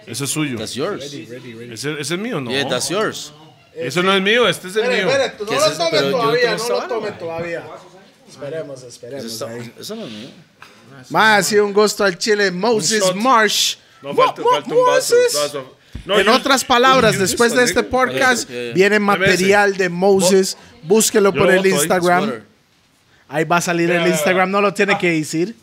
Speaker 4: Ese es suyo.
Speaker 1: That's yours.
Speaker 4: Ese, ese es mío, no.
Speaker 1: Yeah, that's yours.
Speaker 4: Eso no es mío, este es el
Speaker 3: Espere,
Speaker 4: mío.
Speaker 3: espere, tú no
Speaker 1: ¿Qué es
Speaker 3: lo
Speaker 1: eso?
Speaker 3: tomes
Speaker 1: Pero yo
Speaker 3: todavía,
Speaker 1: tomo
Speaker 3: no
Speaker 1: esta
Speaker 3: lo
Speaker 1: vara,
Speaker 3: tomes
Speaker 1: mae.
Speaker 3: todavía. Esperemos, esperemos. eh.
Speaker 1: Eso,
Speaker 3: ahí.
Speaker 1: eso no es mío.
Speaker 3: Mae, ha sido un gusto al chile, Moses
Speaker 4: shot.
Speaker 3: Marsh.
Speaker 4: No,
Speaker 3: Mo-
Speaker 4: falta,
Speaker 3: Mo-
Speaker 4: falta un vaso.
Speaker 3: Moses.
Speaker 4: vaso. No,
Speaker 3: en
Speaker 4: yo-
Speaker 3: otras palabras,
Speaker 4: yo-
Speaker 3: después de este podcast
Speaker 4: eh,
Speaker 1: Parece que-
Speaker 3: viene
Speaker 4: Debe
Speaker 3: material de Moses. Búsquelo
Speaker 4: Yo
Speaker 3: por
Speaker 4: lo
Speaker 3: el
Speaker 4: voto ahí,
Speaker 3: Instagram.
Speaker 1: Sweater.
Speaker 3: Ahí va a salir el
Speaker 4: Vea,
Speaker 3: Instagram. No lo tiene que decir.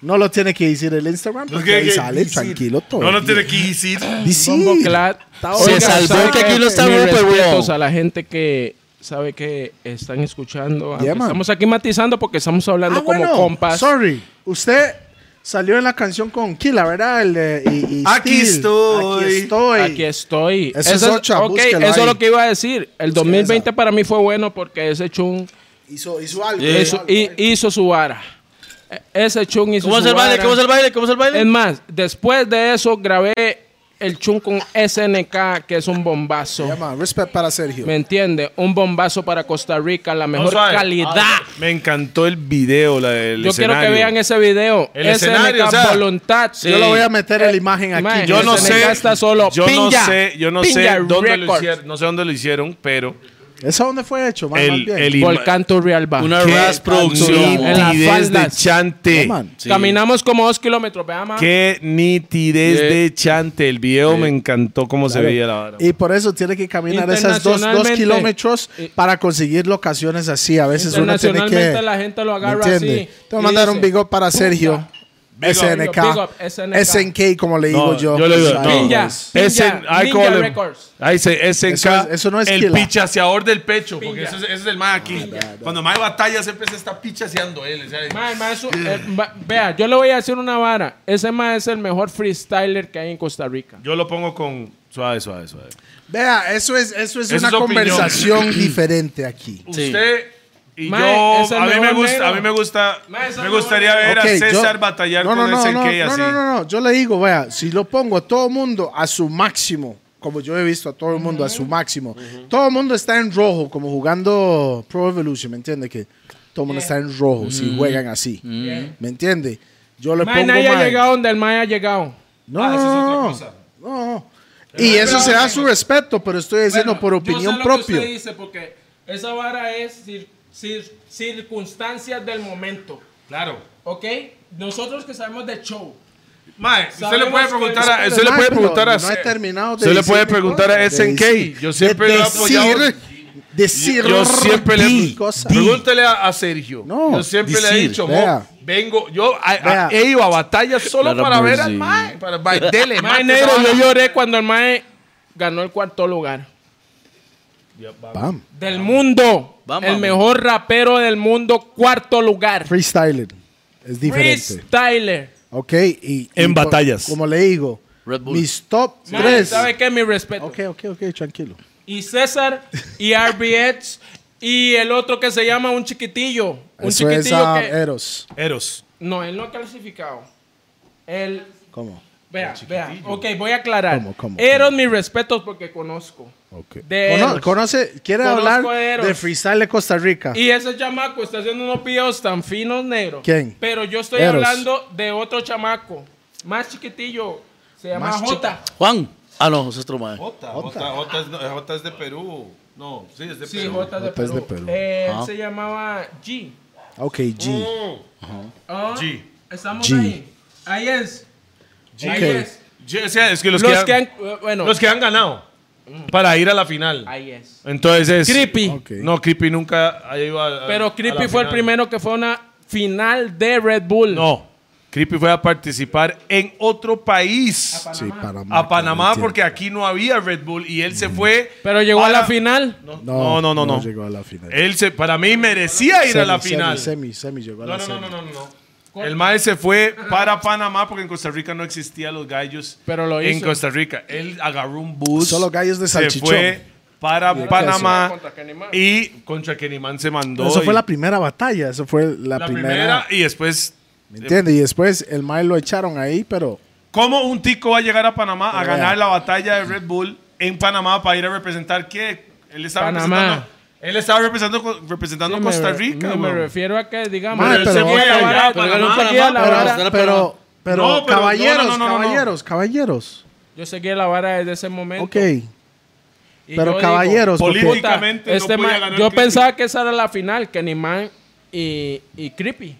Speaker 3: No lo tiene que decir el Instagram.
Speaker 4: No
Speaker 3: Porque
Speaker 4: ah. tiene
Speaker 3: ahí
Speaker 4: que
Speaker 3: sale
Speaker 4: decir.
Speaker 3: tranquilo todo.
Speaker 4: No, no tiene que decir.
Speaker 3: decir.
Speaker 2: Bombo Clad.
Speaker 3: Se salvó
Speaker 2: ¿sabe
Speaker 1: que
Speaker 2: qué?
Speaker 1: aquí no está
Speaker 2: Mis
Speaker 1: Rupert, weón.
Speaker 2: respetos a la gente que sabe que están escuchando. aunque
Speaker 3: Yeah, man.
Speaker 2: estamos aquí matizando porque estamos hablando
Speaker 3: Ah,
Speaker 2: como
Speaker 3: bueno,
Speaker 2: compas.
Speaker 3: Sorry. Usted salió en la canción con Killa, ¿verdad? El de- y- y
Speaker 4: Aquí
Speaker 3: Steel.
Speaker 4: estoy.
Speaker 3: Aquí estoy.
Speaker 2: Aquí estoy.
Speaker 3: Esa es otra,
Speaker 2: ok,
Speaker 3: búsquela
Speaker 2: eso
Speaker 3: ahí.
Speaker 2: es lo que iba a decir. El 2020 para mí fue bueno porque ese chun
Speaker 3: Hizo, hizo algo.
Speaker 2: hizo, hi- hizo su vara. E- Ese chun hizo
Speaker 1: ¿Cómo es
Speaker 2: su
Speaker 1: el
Speaker 2: vara.
Speaker 1: baile? ¿Cómo es el baile? ¿Cómo es el
Speaker 2: Es
Speaker 1: baile?
Speaker 2: más, después de eso grabé el chun con SNK, que es un bombazo.
Speaker 3: Llama, respect para Sergio.
Speaker 2: ¿Me entiende? Un bombazo para Costa Rica, la mejor
Speaker 4: suave.
Speaker 2: calidad.
Speaker 4: Me encantó Ah, el video, la del
Speaker 2: Yo quiero que
Speaker 4: escenario.
Speaker 2: vean ese video.
Speaker 4: El
Speaker 2: SNK
Speaker 4: escenario, o sea,
Speaker 2: Voluntad.
Speaker 3: Yo lo voy a meter en la imagen aquí.
Speaker 2: mae,
Speaker 4: Yo no
Speaker 2: SNK
Speaker 4: sé.
Speaker 2: está solo.
Speaker 4: Yo no
Speaker 2: Piña,
Speaker 4: sé, yo no sé
Speaker 2: Piña
Speaker 4: dónde lo
Speaker 2: Records.
Speaker 4: hicieron, no sé dónde lo hicieron, pero
Speaker 3: ¿Eso dónde fue hecho? Más, más
Speaker 4: el,
Speaker 3: bien.
Speaker 4: el ima-
Speaker 2: Volcán Turrialba.
Speaker 1: Una
Speaker 4: qué
Speaker 1: ras producción.
Speaker 2: En las
Speaker 4: nitidez de
Speaker 2: faldas.
Speaker 4: chante.
Speaker 3: Yeah, Oh, man.
Speaker 1: Sí.
Speaker 2: Caminamos como dos kilómetros, vea, ma.
Speaker 4: Qué nitidez
Speaker 1: Yeah.
Speaker 4: de chante. El video me encantó cómo se veía la vara.
Speaker 3: Y por eso tiene que caminar esas dos, dos
Speaker 2: Internacionalmente.
Speaker 3: kilómetros
Speaker 2: Eh,
Speaker 3: para conseguir locaciones así. A veces uno tiene que...
Speaker 2: Internacionalmente la gente lo
Speaker 3: ¿me
Speaker 2: agarra
Speaker 3: entiende?
Speaker 2: así.
Speaker 3: Te voy a
Speaker 2: y
Speaker 3: mandar
Speaker 2: dice,
Speaker 3: un big up para Sergio.
Speaker 4: Big up,
Speaker 3: SNK.
Speaker 2: big up, SNK.
Speaker 3: SNK, como le digo
Speaker 4: No,
Speaker 3: yo.
Speaker 4: yo le digo,
Speaker 3: Sabe,
Speaker 4: no.
Speaker 2: Pinja,
Speaker 3: pues.
Speaker 2: Pinja,
Speaker 4: Ese- I
Speaker 2: Ninja
Speaker 4: call him.
Speaker 2: Records.
Speaker 4: Ahí se SNK.
Speaker 3: Eso es- eso no es
Speaker 4: El
Speaker 3: Killa.
Speaker 4: pichaseador del pecho. Porque ese
Speaker 2: Pinja.
Speaker 4: es, ese es el más
Speaker 3: Ah,
Speaker 4: aquí. Cuando más batalla siempre se está pichaseando él. o sea,
Speaker 2: Ma, ma, eso- eh, ma- vea, yo le voy a decir una vara. Ese ma es el mejor freestyler que hay en Costa Rica.
Speaker 4: Yo lo pongo con suave, suave, suave.
Speaker 3: Vea, eso es, eso es
Speaker 4: Eso
Speaker 3: una
Speaker 4: es opinión.
Speaker 3: conversación diferente aquí.
Speaker 1: Sí.
Speaker 4: Usted y
Speaker 2: Mae, es
Speaker 4: yo,
Speaker 2: el
Speaker 4: a mí me
Speaker 2: mejor
Speaker 4: gusta,
Speaker 2: negro.
Speaker 4: a mí me gusta,
Speaker 2: Mae, es el
Speaker 4: me
Speaker 2: mejor
Speaker 4: gustaría
Speaker 2: negro.
Speaker 4: ver
Speaker 3: Ok,
Speaker 4: a César
Speaker 3: yo-
Speaker 4: batallar
Speaker 3: no, no,
Speaker 4: con
Speaker 3: no,
Speaker 4: SNK
Speaker 3: no, no,
Speaker 4: así.
Speaker 3: No, no, no, yo le digo, vea, si lo pongo a todo mundo a su máximo, como yo he visto a todo el mundo a su máximo, todo el mundo está en rojo, como jugando Pro Evolution, ¿me entiende? Que todo el mundo está en rojo si juegan así, ¿me entiende? Yo le
Speaker 2: Ma,
Speaker 3: pongo,
Speaker 2: nadie ha
Speaker 3: mae,
Speaker 2: llegado donde el ma ha llegado.
Speaker 3: no,
Speaker 4: Ah, eso es otra
Speaker 3: no, no,
Speaker 4: cosa.
Speaker 3: no, no. Y eso se da su respeto, pero estoy diciendo por
Speaker 2: Bueno, yo
Speaker 3: opinión
Speaker 2: sé lo que
Speaker 3: propia.
Speaker 2: usted dice porque esa vara es cir- cir- circunstancias del momento,
Speaker 4: Claro.
Speaker 2: ¿ok? Nosotros que sabemos de show.
Speaker 4: Mae, usted le
Speaker 2: Sabemos
Speaker 4: puede
Speaker 2: que-
Speaker 4: preguntar a,
Speaker 2: Espera,
Speaker 4: usted Ah, le
Speaker 3: Mae,
Speaker 4: puede
Speaker 3: pero
Speaker 4: preguntar a,
Speaker 3: no he terminado de
Speaker 4: usted le
Speaker 3: decir
Speaker 4: puede
Speaker 3: mi
Speaker 4: preguntar
Speaker 3: cosa,
Speaker 4: a
Speaker 3: de
Speaker 4: SNK.
Speaker 3: decir-
Speaker 4: Yo siempre
Speaker 3: de
Speaker 4: lo he apoyado.
Speaker 3: decir- Decir
Speaker 4: Yo siempre le
Speaker 3: di cosas.
Speaker 4: pregúntele a, a Sergio.
Speaker 3: No,
Speaker 4: yo siempre le he
Speaker 3: decir,
Speaker 4: dicho, mo,
Speaker 3: vea.
Speaker 4: vengo, yo a- a-
Speaker 3: Vea.
Speaker 4: he ido a batalla solo
Speaker 1: Claro,
Speaker 4: para ver al
Speaker 1: sí.
Speaker 4: Mae, para mae, dele, mae,
Speaker 2: Mae negro,
Speaker 4: esa
Speaker 2: yo
Speaker 4: vara.
Speaker 2: lloré cuando el mae ganó el cuarto lugar
Speaker 3: Bam.
Speaker 2: del mundo.
Speaker 1: Vamos.
Speaker 2: el mejor rapero del mundo, cuarto lugar.
Speaker 3: Freestyling. Es diferente.
Speaker 2: Freestyler.
Speaker 3: Ok. Y,
Speaker 4: En
Speaker 3: y co-
Speaker 4: batallas.
Speaker 3: Como le digo,
Speaker 1: Red Bull.
Speaker 3: mis top
Speaker 2: Mae,
Speaker 3: 3.
Speaker 2: ¿Sabe qué? Mi respeto.
Speaker 3: Ok, ok, ok, tranquilo.
Speaker 2: Y César, y RBX, y el otro que se llama un chiquitillo. Un
Speaker 3: Eso es
Speaker 2: chiquitillo
Speaker 3: ah,
Speaker 2: que...
Speaker 3: Eros.
Speaker 4: Eros.
Speaker 2: No, él no ha clasificado. Él...
Speaker 3: ¿Cómo?
Speaker 2: Vea, vea. Ok, voy a aclarar.
Speaker 3: ¿Cómo, cómo,
Speaker 2: Eros mis respetos porque conozco.
Speaker 3: Ok.
Speaker 2: De
Speaker 3: Cono-
Speaker 2: Eros.
Speaker 3: conoce, quiere
Speaker 2: Conozco
Speaker 3: hablar
Speaker 2: a Eros.
Speaker 3: de freestyle de Costa Rica.
Speaker 2: Y ese chamaco está haciendo unos videos tan finos, negro.
Speaker 3: ¿Quién?
Speaker 2: Pero yo estoy
Speaker 3: Eros.
Speaker 2: hablando de otro chamaco. Más chiquitillo. Se llama
Speaker 3: Más
Speaker 2: Jota.
Speaker 1: Juan. Ah, no, ese es otro mae.
Speaker 4: Jota,
Speaker 3: Jota.
Speaker 4: Jota, es, de Perú. No, sí, es de
Speaker 2: Sí, Jota de
Speaker 3: Jota es
Speaker 2: Perú.
Speaker 3: de Perú.
Speaker 2: Eh, él
Speaker 1: Ah.
Speaker 2: se llamaba G.
Speaker 3: ok, G.
Speaker 2: Mm. Ah,
Speaker 4: G.
Speaker 2: Estamos
Speaker 3: G.
Speaker 2: ahí. Ahí es.
Speaker 4: G.
Speaker 2: Ahí es.
Speaker 4: Yo- o sea, es que los,
Speaker 2: Los que han... eh, Bueno.
Speaker 4: los que han Mm. ganado para ir a la final.
Speaker 2: Ahí es.
Speaker 4: Entonces es-
Speaker 2: Creepy.
Speaker 3: Ok.
Speaker 4: No, Creepy nunca ha ido a, a- a
Speaker 2: Pero
Speaker 4: la
Speaker 2: Creepy fue el
Speaker 4: final.
Speaker 2: primero que fue a una final de Red Bull.
Speaker 4: No, Creepy fue a participar en otro país.
Speaker 3: Sí, Panamá.
Speaker 4: A Panamá
Speaker 3: Ah, entiendo. Mm.
Speaker 4: porque aquí no había Red Bull y él se fue.
Speaker 2: Pero llegó a
Speaker 4: para-
Speaker 2: la final.
Speaker 4: No, no, no, no. no.
Speaker 3: llegó a la final.
Speaker 4: Él se, para mí merecía ir a la
Speaker 3: Semi,
Speaker 4: final.
Speaker 3: Semi, semi, semi llegó a
Speaker 4: No,
Speaker 3: la
Speaker 4: no, no,
Speaker 3: semi.
Speaker 4: no, no, no, no. El mae se fue para Panamá porque en Costa Rica no existían los gallos.
Speaker 2: Pero lo
Speaker 4: En
Speaker 2: hizo.
Speaker 4: Costa Rica. Él agarró un bus.
Speaker 3: Solo gallos de
Speaker 4: Se
Speaker 3: salchichón.
Speaker 4: fue para Panamá
Speaker 2: Contra Kenimán.
Speaker 4: y contra Kenimán se mandó.
Speaker 3: Eso fue
Speaker 4: y-
Speaker 3: la primera batalla. Eso fue la,
Speaker 4: la
Speaker 3: primera.
Speaker 4: primera y después
Speaker 3: ¿Me entiendes? Y después el Mae lo echaron ahí, pero
Speaker 4: ¿Cómo un tico va a llegar a Panamá a
Speaker 3: Pero
Speaker 4: ganar
Speaker 3: vea.
Speaker 4: la batalla de Red Bull en Panamá para ir a representar qué? Él estaba
Speaker 2: Panamá.
Speaker 4: representando. Él estaba representando, representando
Speaker 2: Sí, me
Speaker 4: Costa
Speaker 2: re-
Speaker 4: Rica,
Speaker 2: no, me
Speaker 4: weón.
Speaker 2: refiero a que, digamos,
Speaker 3: Mae,
Speaker 2: él
Speaker 3: pero-
Speaker 2: se fue
Speaker 4: Pero
Speaker 2: a la
Speaker 4: allá,
Speaker 2: vara,
Speaker 4: Panamá,
Speaker 2: yo seguía la
Speaker 1: Panamá,
Speaker 2: vara-
Speaker 1: pero-
Speaker 3: pero, pero, pero,
Speaker 4: No, pero-
Speaker 3: caballeros,
Speaker 4: no, no, no, no, no.
Speaker 3: caballeros, caballeros.
Speaker 2: yo seguía la vara desde ese momento.
Speaker 3: Ok.
Speaker 2: Y
Speaker 3: Pero
Speaker 2: yo digo,
Speaker 3: caballeros, porque-
Speaker 2: puta,
Speaker 4: Políticamente no
Speaker 2: este
Speaker 4: podía
Speaker 2: ma-
Speaker 4: ganar
Speaker 2: yo
Speaker 4: Creepy.
Speaker 2: pensaba que esa era la final, que Nimán y, y Creepy.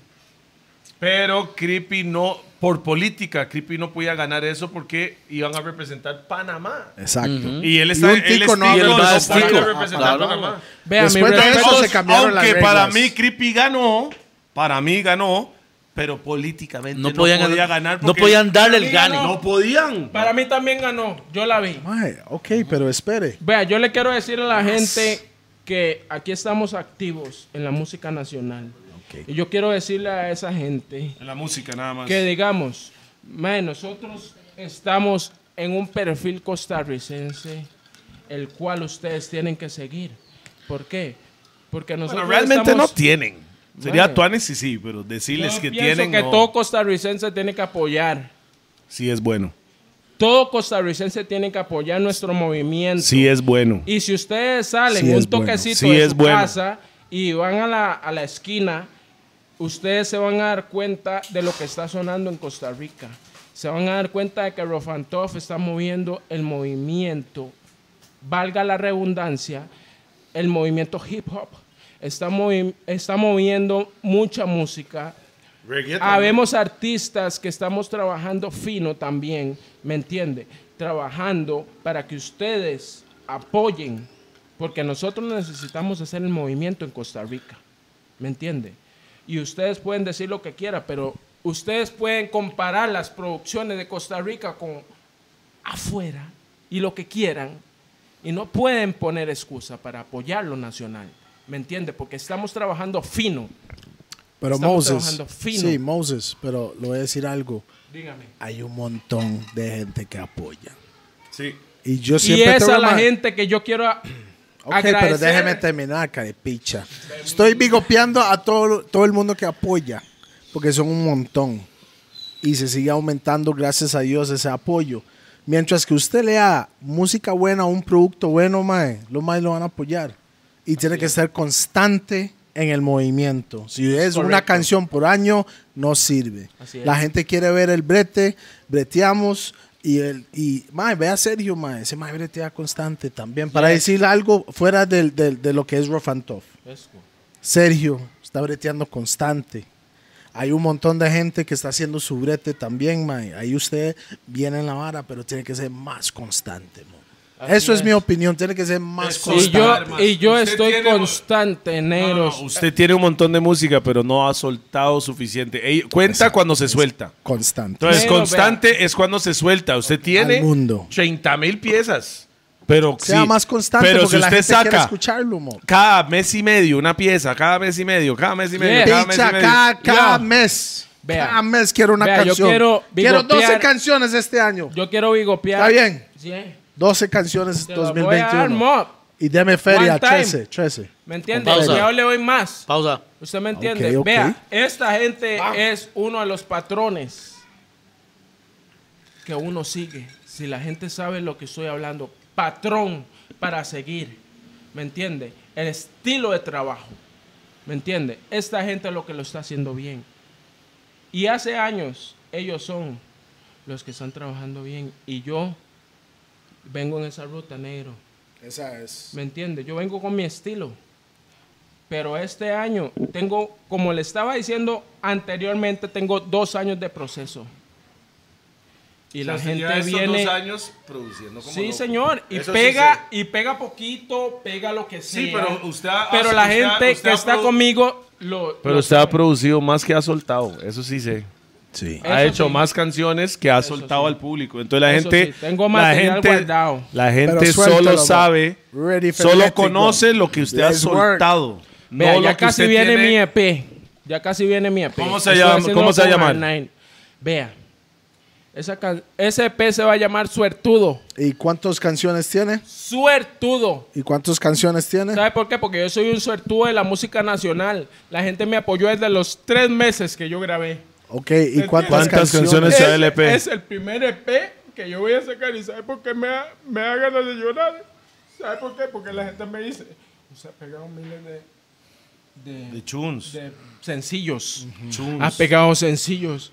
Speaker 4: Pero Creepy no, por política, Creepy no podía ganar eso porque iban a representar Panamá.
Speaker 3: Exacto.
Speaker 4: Y él está,
Speaker 3: Y un
Speaker 4: él es
Speaker 3: tico no
Speaker 4: tico,
Speaker 3: habla Ah,
Speaker 4: no
Speaker 1: de
Speaker 4: puede
Speaker 1: eso. Tico.
Speaker 4: representar
Speaker 1: Claro.
Speaker 4: Panamá.
Speaker 2: Vea, mi
Speaker 3: Después de
Speaker 2: respeto-
Speaker 3: eso se cambiaron las
Speaker 4: Aunque
Speaker 3: reglas.
Speaker 4: para mí Creepy ganó, para mí ganó, pero políticamente no,
Speaker 1: No podían
Speaker 4: podía
Speaker 1: ganar-
Speaker 4: ganar.
Speaker 1: no
Speaker 4: porque-
Speaker 1: podían darle el
Speaker 4: Para mí
Speaker 1: gane.
Speaker 4: ganó. No podían.
Speaker 2: Para mí también ganó, yo la vi.
Speaker 3: Mae, ok, pero espere.
Speaker 2: Vea, yo le quiero decir a la gente que aquí estamos activos en la música nacional. Y yo quiero decirle a esa gente
Speaker 4: En la música nada más.
Speaker 2: que digamos, mae, nosotros estamos en un perfil costarricense el cual ustedes tienen que seguir. ¿Por qué? Porque nosotros
Speaker 4: Bueno, realmente
Speaker 2: estamos-
Speaker 4: no tienen. Sería
Speaker 2: Bueno.
Speaker 4: Tuanes sí, sí, pero decirles
Speaker 2: Yo
Speaker 4: que
Speaker 2: pienso
Speaker 4: tienen
Speaker 2: que
Speaker 4: no.
Speaker 2: todo costarricense tiene que apoyar.
Speaker 4: sí es bueno.
Speaker 2: Todo costarricense tiene que apoyar nuestro movimiento.
Speaker 4: Sí es bueno.
Speaker 2: Y si ustedes salen
Speaker 3: Sí
Speaker 2: un
Speaker 3: es bueno.
Speaker 2: toquecito
Speaker 4: Sí
Speaker 2: de
Speaker 4: es
Speaker 2: su
Speaker 4: bueno.
Speaker 2: casa y van a la, a la esquina, ustedes se van a dar cuenta de lo que está sonando en Costa Rica. Se van a dar cuenta de que Rofantoff está moviendo el movimiento, valga la redundancia, el movimiento hip hop. Está, movi- está moviendo mucha música. Habemos artistas que estamos trabajando fino también, ¿me entiende? Trabajando para que ustedes apoyen, porque nosotros necesitamos hacer el movimiento en Costa Rica, ¿me entiende? Y ustedes pueden decir lo que quieran, pero ustedes pueden comparar las producciones de Costa Rica con afuera y lo que quieran, y no pueden poner excusa para apoyar lo nacional, ¿me entiende? Porque estamos trabajando fino.
Speaker 3: Pero
Speaker 2: Estamos
Speaker 3: Moses.
Speaker 2: trabajando fino.
Speaker 3: Sí, Moses, pero le voy a decir algo.
Speaker 2: Dígame.
Speaker 3: Hay un montón de gente que apoya.
Speaker 4: Sí.
Speaker 3: Y yo
Speaker 2: Y
Speaker 3: siempre
Speaker 2: esa
Speaker 3: tengo
Speaker 2: es la
Speaker 3: ma-
Speaker 2: gente que yo quiero a-
Speaker 3: Ok, pero
Speaker 2: agradecer.
Speaker 3: déjeme terminar, caripicha. Estoy bigopeando a todo, todo el mundo que apoya, porque son un montón. Y se sigue aumentando, gracias a Dios, ese apoyo. Mientras que usted lea música buena, un producto bueno, mae, los mae lo van a apoyar. Y tiene que ser constante en el movimiento. Si es una
Speaker 2: Correcto.
Speaker 3: canción por año, no sirve.
Speaker 2: Así es.
Speaker 3: La gente quiere ver el brete, breteamos. Y, el, y mae, ve a Sergio, mae, ese mae bretea constante también. Para decir algo fuera del- del- de lo que es Rofantov. Sergio está breteando constante. Hay un montón de gente que está haciendo su brete también, mae. Ahí usted viene en la vara, pero tiene que ser más constante, mo.
Speaker 2: Así
Speaker 3: Eso es,
Speaker 2: es.
Speaker 3: mi opinión, tiene que ser más
Speaker 4: Eso
Speaker 2: Y
Speaker 4: es.
Speaker 3: constante.
Speaker 2: yo, y yo
Speaker 4: Usted
Speaker 2: estoy
Speaker 4: tiene-
Speaker 2: constante, negros.
Speaker 4: usted tiene un montón de música, pero no ha soltado suficiente. Ey, cuenta cuando se suelta.
Speaker 3: Constante.
Speaker 4: Entonces,
Speaker 2: Pero,
Speaker 4: constante es cuando se suelta. Usted tiene
Speaker 3: Al mundo.
Speaker 4: 30 mil piezas. Pero
Speaker 3: Sea
Speaker 4: sí,
Speaker 3: más constante
Speaker 4: pero
Speaker 3: porque
Speaker 4: si
Speaker 3: la
Speaker 4: usted
Speaker 3: gente quiere
Speaker 4: saca
Speaker 3: escucharlo, mo.
Speaker 4: cada mes y medio una pieza, cada mes y medio, cada mes y medio,
Speaker 2: Yeah.
Speaker 4: cada mes y
Speaker 3: Picha,
Speaker 4: medio.
Speaker 3: cada, cada
Speaker 2: Yo.
Speaker 3: mes.
Speaker 2: Vea.
Speaker 3: Cada mes quiero una
Speaker 2: Vea, yo
Speaker 3: canción.
Speaker 2: quiero
Speaker 3: quiero 12
Speaker 2: bigotear-
Speaker 3: canciones este año.
Speaker 2: Yo quiero bigopear.
Speaker 3: Está bien.
Speaker 2: Sí, eh.
Speaker 3: 12 canciones
Speaker 2: Te la voy a dar,
Speaker 3: 2021.
Speaker 2: mob.
Speaker 3: Y deme feria,
Speaker 2: One time.
Speaker 3: 13, 13.
Speaker 2: ¿Me entiende?
Speaker 1: pausa.
Speaker 2: Ya le doy más.
Speaker 1: Pausa.
Speaker 2: ¿Usted me entiende?
Speaker 3: ok.
Speaker 2: Vea, esta gente es uno de los patrones que uno sigue. Si la gente sabe lo que estoy hablando, patrón para seguir. ¿Me entiende? El estilo de trabajo. ¿Me entiende? Esta gente es lo que lo está haciendo bien. Y hace años ellos son los que están trabajando bien y yo vengo en esa ruta negro.
Speaker 3: Esa es.
Speaker 2: ¿Me entiendes? Yo vengo con mi estilo. Pero este año tengo, como le estaba diciendo anteriormente, tengo dos años de proceso. Y la gente viene.
Speaker 4: años produciendo
Speaker 2: Sí, señor. Y
Speaker 4: Eso sí
Speaker 2: pega, y pega poquito, pega lo que sea.
Speaker 4: Sí, pero usted ha-
Speaker 2: Pero la
Speaker 4: usted ha-
Speaker 2: gente
Speaker 4: usted
Speaker 2: que
Speaker 4: ha
Speaker 2: está
Speaker 4: produ-
Speaker 2: conmigo lo.
Speaker 4: Pero
Speaker 2: lo
Speaker 4: usted ha
Speaker 2: sabe.
Speaker 4: producido más que ha soltado, eso sí sé.
Speaker 3: Sí.
Speaker 4: Ha
Speaker 2: Eso
Speaker 4: hecho
Speaker 2: sí.
Speaker 4: más canciones que ha
Speaker 2: Eso
Speaker 4: soltado
Speaker 2: sí.
Speaker 4: al público. Entonces la
Speaker 2: Eso
Speaker 4: gente,
Speaker 2: sí, tengo
Speaker 4: la
Speaker 2: material
Speaker 4: gente,
Speaker 2: guardado.
Speaker 4: la gente
Speaker 3: Pero
Speaker 4: solo
Speaker 3: suéltalo,
Speaker 4: sabe,
Speaker 3: bro. Ready for
Speaker 4: solo
Speaker 3: letting go.
Speaker 4: conoce lo que usted ha
Speaker 3: Let's work.
Speaker 4: soltado.
Speaker 2: Vea,
Speaker 4: no lo
Speaker 2: ya
Speaker 4: que
Speaker 2: casi
Speaker 4: usted
Speaker 2: viene
Speaker 4: tiene.
Speaker 2: mi EP. Ya casi viene mi E EP.
Speaker 4: ¿Cómo se
Speaker 2: Estoy
Speaker 4: llama-
Speaker 2: haciendo
Speaker 4: cómo se
Speaker 2: con
Speaker 4: llama?
Speaker 2: Arnine. Vea. Esa can- ese EP se va a llamar Suertudo.
Speaker 3: ¿Y cuántas canciones tiene?
Speaker 2: Suertudo.
Speaker 3: ¿Y cuántas canciones tiene?
Speaker 2: ¿Sabe por qué? Porque yo soy un suertudo de la música nacional. La gente me apoyó desde los tres meses que yo grabé.
Speaker 3: Ok, ¿y cuántas,
Speaker 4: ¿Cuántas
Speaker 3: canciones?
Speaker 4: canciones?
Speaker 2: Es,
Speaker 4: Ese LP.
Speaker 2: es el primer EP que yo voy a sacar. ¿Y sabe por qué me da, me da ganas de llorar? ¿Sabe por qué? Porque la gente me dice, usted ha pegado miles de, de-
Speaker 4: De Chuns.
Speaker 2: de sencillos.
Speaker 4: Chuns.
Speaker 2: Ha pegado sencillos.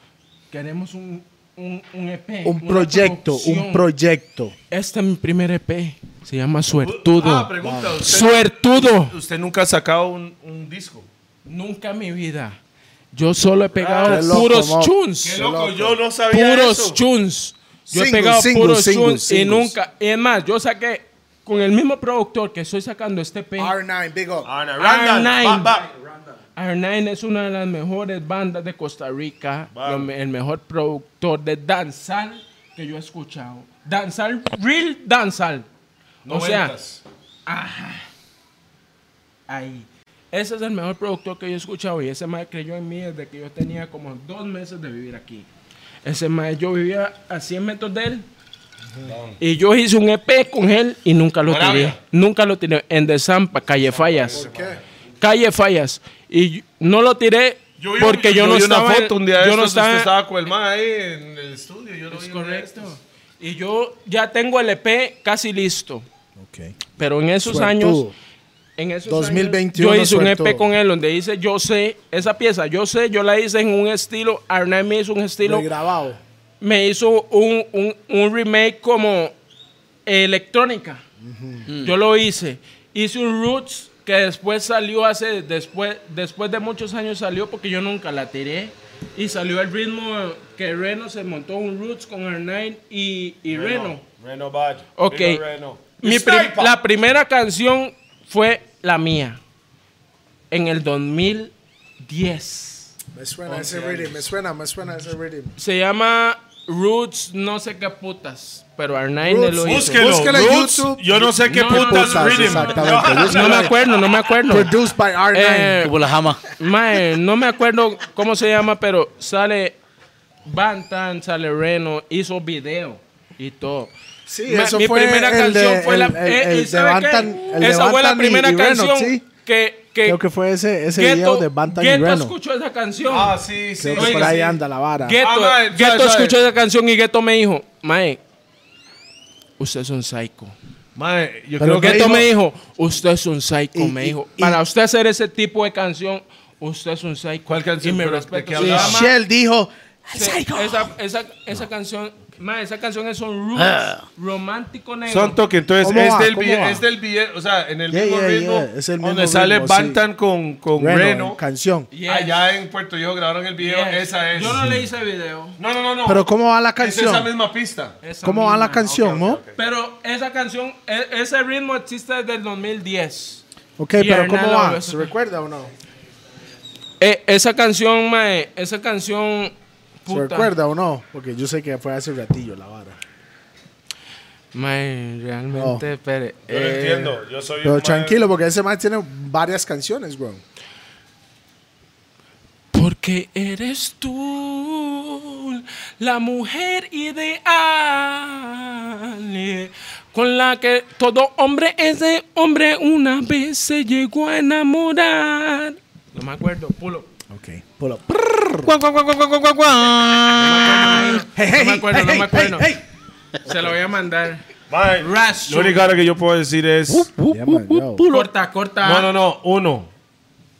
Speaker 2: Queremos un, un, un EP.
Speaker 3: Un
Speaker 2: una
Speaker 3: proyecto,
Speaker 2: producción.
Speaker 3: un proyecto.
Speaker 2: Este es mi primer EP. Se llama Suertudo.
Speaker 4: Ah, pregunta. ¿usted,
Speaker 2: Suertudo.
Speaker 4: usted nunca ha sacado un, un disco?
Speaker 2: Nunca en mi vida. Yo solo he pegado
Speaker 3: Qué loco,
Speaker 2: puros
Speaker 3: Mau.
Speaker 4: Qué
Speaker 2: chuns.
Speaker 4: loco, yo no sabía
Speaker 2: Puros
Speaker 4: eso.
Speaker 2: chuns. Yo he
Speaker 3: Singles,
Speaker 2: pegado
Speaker 3: singles,
Speaker 2: puros
Speaker 3: singles,
Speaker 2: chuns y
Speaker 3: singles.
Speaker 2: nunca. y es más, yo saqué con el mismo productor que estoy sacando este P.
Speaker 3: R9, big up.
Speaker 4: Ah, no, Randall,
Speaker 2: R9.
Speaker 4: va, va.
Speaker 2: R9 es una de las mejores bandas de Costa Rica,
Speaker 4: Wow.
Speaker 2: lo me- el mejor productor de danzal que yo he escuchado. Danzal, real danzal. O sea,
Speaker 4: Noventas.
Speaker 2: ahí. Ese es el mejor productor que yo he escuchado y ese mae creyó en mí desde que yo tenía como dos meses de vivir aquí. Ese mae, yo vivía a 100 metros de él y yo hice un EP con él y nunca lo
Speaker 4: Moravia.
Speaker 2: tiré. Nunca lo tiré. En De Zampa, Calle Fallas. Calle Fallas. Y yo- no lo tiré
Speaker 4: Yo vi-
Speaker 2: porque yo,
Speaker 4: yo
Speaker 2: no
Speaker 4: vi
Speaker 2: estaba...
Speaker 4: una foto un día de
Speaker 2: yo no
Speaker 4: estos, este usted
Speaker 2: estaba...
Speaker 4: estaba con el man ahí en el estudio. Yo lo
Speaker 2: Es
Speaker 4: vi un día de
Speaker 2: correcto.
Speaker 4: estos.
Speaker 2: Y yo ya tengo el EP casi listo. Pero en esos
Speaker 3: Suertudo.
Speaker 2: años... En esos
Speaker 3: 2021
Speaker 2: años, yo hice un
Speaker 3: suelto.
Speaker 2: EP con él donde dice yo sé, esa pieza, yo sé, yo la hice en un estilo, Arnay me hizo un estilo,
Speaker 3: Grabado.
Speaker 2: me hizo un, un- un remake como electrónica. Yo lo hice. Hice un Roots que después salió hace, después, después de muchos años salió porque yo nunca la tiré. Y salió el ritmo que Reno se montó un Roots con R9 y, y Reno.
Speaker 4: Reno Bad.
Speaker 2: Ok.
Speaker 4: Viva Reno.
Speaker 2: Mi prim-
Speaker 4: Sniper.
Speaker 2: la primera canción fue la mía. En el 2010.
Speaker 3: Me suena ese rhythm, me suena, me suena ese rhythm.
Speaker 2: Se llama Roots no sé qué putas. Pero R9 lo hizo.
Speaker 4: Búsquelo.
Speaker 3: Búsquela en
Speaker 4: Roots,
Speaker 3: YouTube.
Speaker 4: Yo no sé qué
Speaker 2: No,
Speaker 4: putas
Speaker 2: no,
Speaker 4: puta
Speaker 2: no, no,
Speaker 4: rhythm.
Speaker 3: exactamente.
Speaker 2: No me acuerdo, no me acuerdo.
Speaker 3: Produced by R9.
Speaker 2: Eh,
Speaker 1: Como la jama.
Speaker 2: mae, no me acuerdo cómo se llama, pero sale Bantan, sale Reno, hizo video y todo.
Speaker 3: Sí,
Speaker 2: Ma-
Speaker 3: eso
Speaker 2: mi
Speaker 3: fue
Speaker 2: primera
Speaker 3: el
Speaker 2: canción
Speaker 3: de-
Speaker 2: fue la.
Speaker 3: el- el-
Speaker 2: eh,
Speaker 3: el
Speaker 2: ¿y
Speaker 3: de
Speaker 2: sabe qué?
Speaker 3: Bantan- el de
Speaker 2: Esa fue la
Speaker 3: Bantan y-
Speaker 2: primera
Speaker 3: y Reno,
Speaker 2: canción
Speaker 3: sí.
Speaker 2: que, que
Speaker 3: Creo que fue ese, ese
Speaker 2: Ghetto-
Speaker 3: video de Bantan y
Speaker 2: Ghetto
Speaker 3: Reno.
Speaker 2: escuchó esa canción.
Speaker 4: Ah, sí, sí.
Speaker 3: Creo que
Speaker 4: sí,
Speaker 3: por ahí
Speaker 4: sí.
Speaker 3: anda la vara.
Speaker 2: Ghetto,
Speaker 4: Ah, mae,
Speaker 2: Ghetto
Speaker 4: sabe, sabe.
Speaker 2: escuchó esa canción y Ghetto me dijo, Mae, usted es un psycho.
Speaker 4: Mae, yo creo
Speaker 3: Pero
Speaker 2: Pero
Speaker 4: que.
Speaker 2: Ghetto me dijo, usted es un psycho,
Speaker 3: Y-
Speaker 2: me
Speaker 3: y-
Speaker 2: dijo.
Speaker 3: y-
Speaker 2: Para usted hacer ese tipo de canción, usted es un psycho.
Speaker 4: ¿Cuál canción?
Speaker 2: Y me
Speaker 4: Pero, ¿de
Speaker 2: respeto.
Speaker 4: qué
Speaker 2: Se
Speaker 4: hablaba?
Speaker 2: llama-
Speaker 3: Shell dijo,
Speaker 2: se- esa, esa, esa canción, mae, esa canción es un roots
Speaker 3: Ah.
Speaker 2: romántico negro.
Speaker 4: Son toque, entonces
Speaker 3: ¿Cómo
Speaker 4: es,
Speaker 3: va?
Speaker 4: del
Speaker 3: ¿Cómo
Speaker 4: video,
Speaker 3: va?
Speaker 4: es del video, o sea, en el
Speaker 3: Yeah,
Speaker 4: mismo
Speaker 3: yeah,
Speaker 4: ritmo,
Speaker 3: yeah, es el mismo
Speaker 4: donde sale
Speaker 3: ritmo, sí.
Speaker 4: Bantan con, con
Speaker 3: Reno,
Speaker 4: Reno.
Speaker 3: canción.
Speaker 2: Yes,
Speaker 4: Allá en Puerto Rico grabaron el video,
Speaker 2: yes.
Speaker 4: Ah, esa es.
Speaker 2: Yo no le hice video.
Speaker 4: no, no, no, no.
Speaker 3: Pero ¿cómo va la
Speaker 4: es esa
Speaker 3: canción?
Speaker 4: misma pista.
Speaker 2: Esa
Speaker 3: ¿Cómo va la
Speaker 2: misma.
Speaker 3: canción, no?
Speaker 2: Pero esa canción, e- ese ritmo existe desde el 2010.
Speaker 3: Ok,
Speaker 2: Y
Speaker 3: pero
Speaker 2: Hernán
Speaker 3: ¿cómo
Speaker 2: lo
Speaker 3: va?
Speaker 2: vio.
Speaker 3: ¿Se recuerda o no?
Speaker 2: Eh, esa canción, mae, esa canción.
Speaker 3: ¿Se
Speaker 2: Puta.
Speaker 3: recuerda o no? Porque yo sé que fue hace ratillo la vara.
Speaker 2: Mae,
Speaker 3: No.
Speaker 2: realmente, espere.
Speaker 4: Yo lo
Speaker 2: eh,
Speaker 4: entiendo, yo soy un
Speaker 3: Pero
Speaker 4: mae-
Speaker 3: tranquilo, porque ese man tiene varias canciones, bro.
Speaker 2: Porque eres tú la mujer ideal eh, con la que todo hombre ese hombre una vez se llegó a enamorar. No me acuerdo, pulo.
Speaker 3: Ok, pull up.
Speaker 1: Guau, guau, guau, guau, guau, guau, guau.
Speaker 2: No me acuerdo, no me acuerdo. Se lo voy a mandar.
Speaker 4: Mae,
Speaker 2: Rash.
Speaker 4: Lo único ahora que yo puedo decir es.
Speaker 3: Yeah,
Speaker 2: Uh,
Speaker 3: man, yo.
Speaker 2: Corta, corta.
Speaker 4: No, no, no. Uno,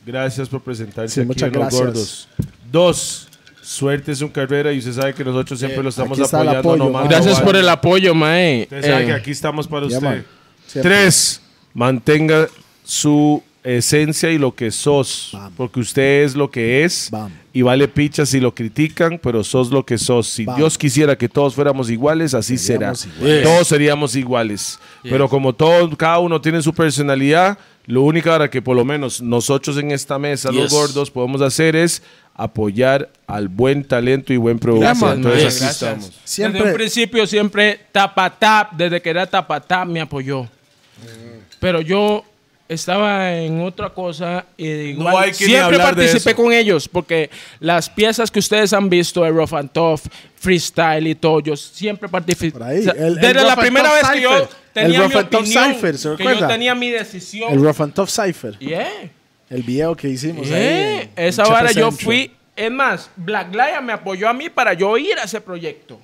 Speaker 4: gracias por presentarse
Speaker 3: Sí,
Speaker 4: aquí
Speaker 3: muchas
Speaker 4: en Los
Speaker 3: gracias.
Speaker 4: Gordos. Dos, suerte en su carrera y usted sabe que nosotros siempre lo estamos
Speaker 3: aquí está el
Speaker 4: apoyando.
Speaker 3: apoyo,
Speaker 4: no más,
Speaker 3: mae.
Speaker 2: Gracias
Speaker 4: no
Speaker 2: por
Speaker 4: vale.
Speaker 2: el apoyo, mae.
Speaker 4: Usted sabe
Speaker 2: Eh,
Speaker 4: que aquí estamos para
Speaker 3: Ya,
Speaker 4: usted.
Speaker 3: man. Siempre.
Speaker 4: Tres, mantenga su esencia y lo que sos.
Speaker 3: Bam.
Speaker 4: Porque usted es lo que es.
Speaker 3: Bam.
Speaker 4: Y vale picha si lo critican, pero sos lo que sos. Si
Speaker 3: Bam.
Speaker 4: Dios quisiera que todos fuéramos iguales, así
Speaker 3: Seríamos
Speaker 4: será.
Speaker 3: iguales.
Speaker 4: Todos seríamos iguales. Pero como todos, cada uno tiene su personalidad, lo único ahora que por lo menos nosotros en esta mesa, los
Speaker 1: Yes.
Speaker 4: gordos, podemos hacer es apoyar al buen talento y buen producto.
Speaker 3: Gracias, man.
Speaker 4: Entonces
Speaker 1: Bien,
Speaker 4: así
Speaker 2: gracias.
Speaker 4: estamos.
Speaker 3: Siempre-
Speaker 2: Desde un principio siempre Tapatap, desde que era Tapatap me apoyó.
Speaker 3: Mm.
Speaker 2: Pero yo estaba en otra cosa y de igual
Speaker 4: hay que ni
Speaker 2: siempre
Speaker 4: hablar de
Speaker 2: participé
Speaker 4: eso.
Speaker 2: con ellos porque las piezas que ustedes han visto de Rough and Tough, Freestyle y todo, yo siempre participé.
Speaker 3: Por ahí,
Speaker 2: O sea,
Speaker 3: el- el
Speaker 2: desde
Speaker 3: Rough
Speaker 2: la
Speaker 3: and
Speaker 2: primera
Speaker 3: Tough
Speaker 2: vez que yo
Speaker 3: Cypher.
Speaker 2: tenía
Speaker 3: El
Speaker 2: mi
Speaker 3: Rough and Tough
Speaker 2: opinión,
Speaker 3: Cypher, ¿se
Speaker 2: que yo
Speaker 3: recuerda?
Speaker 2: tenía mi decisión.
Speaker 3: El Rough and Tough Cypher.
Speaker 2: Yeah.
Speaker 3: El video que hicimos
Speaker 2: Yeah,
Speaker 3: ahí. en-
Speaker 2: Esa
Speaker 3: en
Speaker 2: vara
Speaker 3: Chepe
Speaker 2: yo
Speaker 3: Centro.
Speaker 2: fui. Es más, Black Lion me apoyó a mí para yo ir a ese proyecto.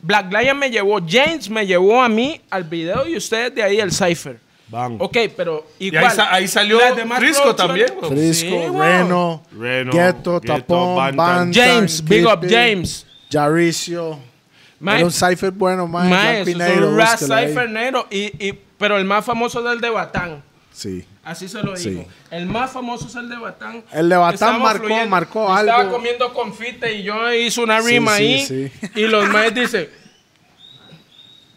Speaker 2: Black Lion me llevó, James me llevó a mí al video y ustedes de ahí el Cypher.
Speaker 4: Bam.
Speaker 2: Ok, pero
Speaker 4: Y
Speaker 2: igual.
Speaker 4: ahí, sa- ahí salió
Speaker 2: las demás
Speaker 4: Frisco
Speaker 2: producciones-
Speaker 4: también. güey.
Speaker 3: Frisco,
Speaker 2: Sí, weón.
Speaker 3: Reno,
Speaker 4: Reno,
Speaker 3: Ghetto,
Speaker 4: Ghetto,
Speaker 3: Tapón,
Speaker 4: Bantan.
Speaker 3: Bantan,
Speaker 2: James, big up
Speaker 3: Kipe,
Speaker 2: James.
Speaker 3: Jaricio.
Speaker 2: Mae,
Speaker 3: Era un cipher bueno, mae.
Speaker 2: mae,
Speaker 3: Black
Speaker 2: eso es
Speaker 3: Pinero,
Speaker 2: un rap
Speaker 3: búsquelo ahí.
Speaker 2: cipher negro. Y, y, pero el más famoso es el de Batán.
Speaker 3: Sí.
Speaker 2: Así se lo digo. El más famoso es el de Batán.
Speaker 3: El de Batán
Speaker 2: Estábamos
Speaker 3: marcó- marcó
Speaker 2: yo Estaba
Speaker 3: algo.
Speaker 2: comiendo confite y yo hice una
Speaker 3: Sí,
Speaker 2: rima
Speaker 3: sí,
Speaker 2: ahí.
Speaker 3: sí.
Speaker 2: Y los maes dicen.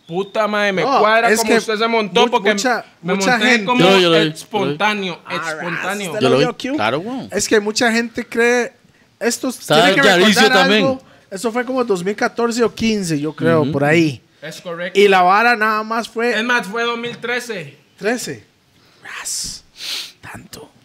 Speaker 2: Puta madre, me
Speaker 3: No,
Speaker 2: cuadra
Speaker 3: es
Speaker 2: como
Speaker 3: que
Speaker 2: usted se montó
Speaker 3: mu-
Speaker 2: porque
Speaker 3: mucha-
Speaker 2: me
Speaker 3: mucha
Speaker 2: monté
Speaker 3: gente-
Speaker 2: como
Speaker 1: Yo- yo lo vi,
Speaker 2: espontáneo, espontáneo.
Speaker 3: Usted
Speaker 1: Yo lo
Speaker 3: lo
Speaker 1: vi.
Speaker 3: vio, Q.
Speaker 1: Claro, weón.
Speaker 3: Es que mucha gente cree. Esto
Speaker 1: Estaba
Speaker 3: tiene que
Speaker 1: Yaricio
Speaker 3: recordar
Speaker 1: también.
Speaker 3: algo. Eso fue como 2014 o 15, yo creo, por ahí.
Speaker 2: Es correcto.
Speaker 3: Y la vara nada más
Speaker 2: Es
Speaker 3: fue
Speaker 2: más, fue 2013.
Speaker 3: 13.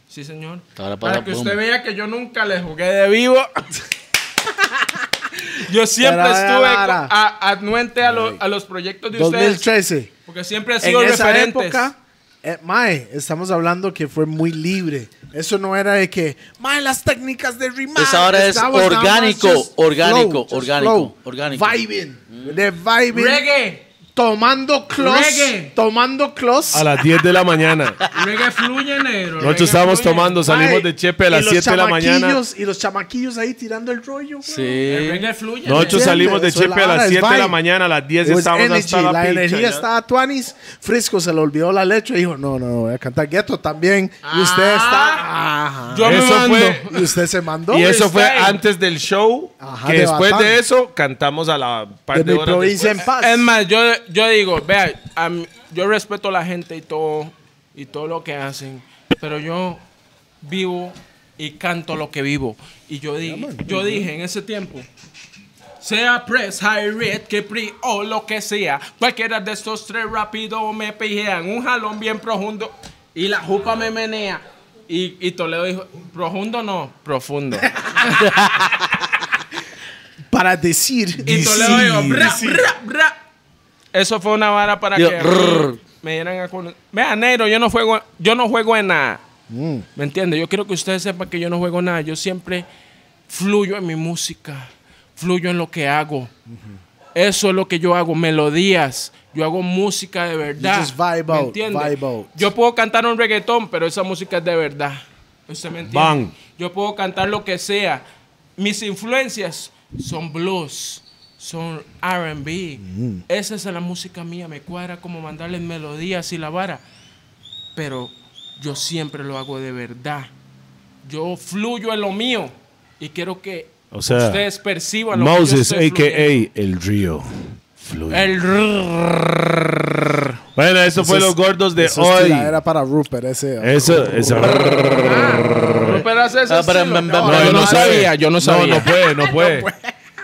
Speaker 2: Sí, señor.
Speaker 1: Ahora para
Speaker 2: Para que
Speaker 1: boom.
Speaker 2: usted vea que yo nunca le jugué de vivo. yo siempre
Speaker 3: Pero,
Speaker 2: estuve
Speaker 3: ahora,
Speaker 2: co-
Speaker 3: ahora.
Speaker 2: a- anuente a, lo- a los proyectos de ustedes.
Speaker 3: 2013.
Speaker 2: Porque siempre he sido
Speaker 3: En esa
Speaker 2: referentes.
Speaker 3: época, eh, Mae, estamos hablando que fue muy libre. Eso no era de que, Mae, las técnicas de rimar.
Speaker 1: Esa ahora es
Speaker 3: estaba nada más
Speaker 1: orgánico,
Speaker 3: just
Speaker 1: orgánico,
Speaker 3: just
Speaker 1: orgánico, orgánico. Mm.
Speaker 3: Vibing, de vibing.
Speaker 2: Reggae.
Speaker 3: Tomando close,
Speaker 2: Reggae.
Speaker 3: tomando close.
Speaker 6: A las 10 de la mañana.
Speaker 2: Reggae fluye, negro. reggae
Speaker 6: Nosotros estábamos
Speaker 2: fluye.
Speaker 6: tomando, salimos
Speaker 3: Mae,
Speaker 6: de Chepe a
Speaker 3: y
Speaker 6: las
Speaker 3: los
Speaker 6: 7 de la mañana.
Speaker 3: chamaquillos- Y los chamaquillos ahí tirando el rollo. güey.
Speaker 1: Sí.
Speaker 2: El reggae fluye.
Speaker 6: Nosotros
Speaker 2: negro.
Speaker 6: salimos de
Speaker 3: Eso es
Speaker 6: Chepe
Speaker 3: la
Speaker 6: a las
Speaker 3: hora, es
Speaker 6: 7 de la
Speaker 3: vibe.
Speaker 6: mañana, a las 10
Speaker 3: It was
Speaker 6: estábamos hasta
Speaker 3: Pues energy,
Speaker 6: la,
Speaker 3: la, energía
Speaker 6: picha, ya.
Speaker 3: estaba a tuanis. Frisco se le olvidó la letra y dijo, no, no, voy a cantar gueto también.
Speaker 2: Ah.
Speaker 3: Y usted está... Ajá.
Speaker 2: Yo me
Speaker 6: Eso
Speaker 2: mando.
Speaker 6: fue-
Speaker 3: Y usted se mandó.
Speaker 6: Y eso fue
Speaker 2: freestyle.
Speaker 6: antes del show.
Speaker 3: Ajá,
Speaker 6: que
Speaker 3: de
Speaker 6: después
Speaker 3: Batán.
Speaker 6: de eso cantamos a la parte
Speaker 3: de
Speaker 6: de
Speaker 3: mi
Speaker 6: horas
Speaker 3: provincia
Speaker 6: después.
Speaker 3: en paz.
Speaker 2: Es más, yo, yo digo, vea, a mí- yo respeto a la gente y todo, y todo lo que hacen, pero yo vivo y canto lo que vivo. Y yo, di- yo dije en ese tiempo, sea press, high red, que pre o lo que sea, cualquiera de estos tres rápido me pijean, un jalón bien profundo y la jupa me menea. Y, y Toledo dijo, profundo no, profundo.
Speaker 3: Para decir...
Speaker 2: Y Toledo dijo, bra, bra, bra. Eso fue una vara para
Speaker 1: Yo,
Speaker 2: que
Speaker 1: rrr.
Speaker 2: me dieran a conocer. Vea, negro, yo no juego, yo no juego en nada.
Speaker 3: Mm.
Speaker 2: ¿Me entiendes? Yo quiero que ustedes sepan que yo no juego nada. Yo siempre fluyo en mi música, fluyo en lo que hago. Eso es lo que yo hago, melodías. Yo hago música de verdad.
Speaker 3: just vibe
Speaker 2: ¿me
Speaker 3: out,
Speaker 2: entiende?
Speaker 3: vibe out.
Speaker 2: Yo puedo cantar un reggaetón, pero esa música es de verdad. ¿Usted me entiende?
Speaker 6: Bang.
Speaker 2: Yo puedo cantar lo que sea. Mis influencias son blues, son RB. Esa es la música mía. Me cuadra como mandarle melodías y la vara. Pero yo siempre lo hago de verdad. Yo fluyo en lo mío y quiero que
Speaker 6: O sea,
Speaker 2: ustedes perciban lo
Speaker 6: Moses,
Speaker 2: que yo estoy fluyendo.
Speaker 6: a.k.a. El Río. Fluye.
Speaker 2: El rrrr.
Speaker 6: Bueno, eso, fue
Speaker 3: es-
Speaker 6: los gordos de
Speaker 3: Eso es
Speaker 6: hoy. Eh,
Speaker 3: tiradera para Rupert, ese...
Speaker 6: Eso, eso.
Speaker 2: Pero hace ese
Speaker 1: Ah, pero-
Speaker 2: estilo.
Speaker 1: pero-
Speaker 2: No,
Speaker 1: pero-
Speaker 2: yo no
Speaker 6: sabe.
Speaker 2: sabía, yo no sabía.
Speaker 6: No, no puede, no puede.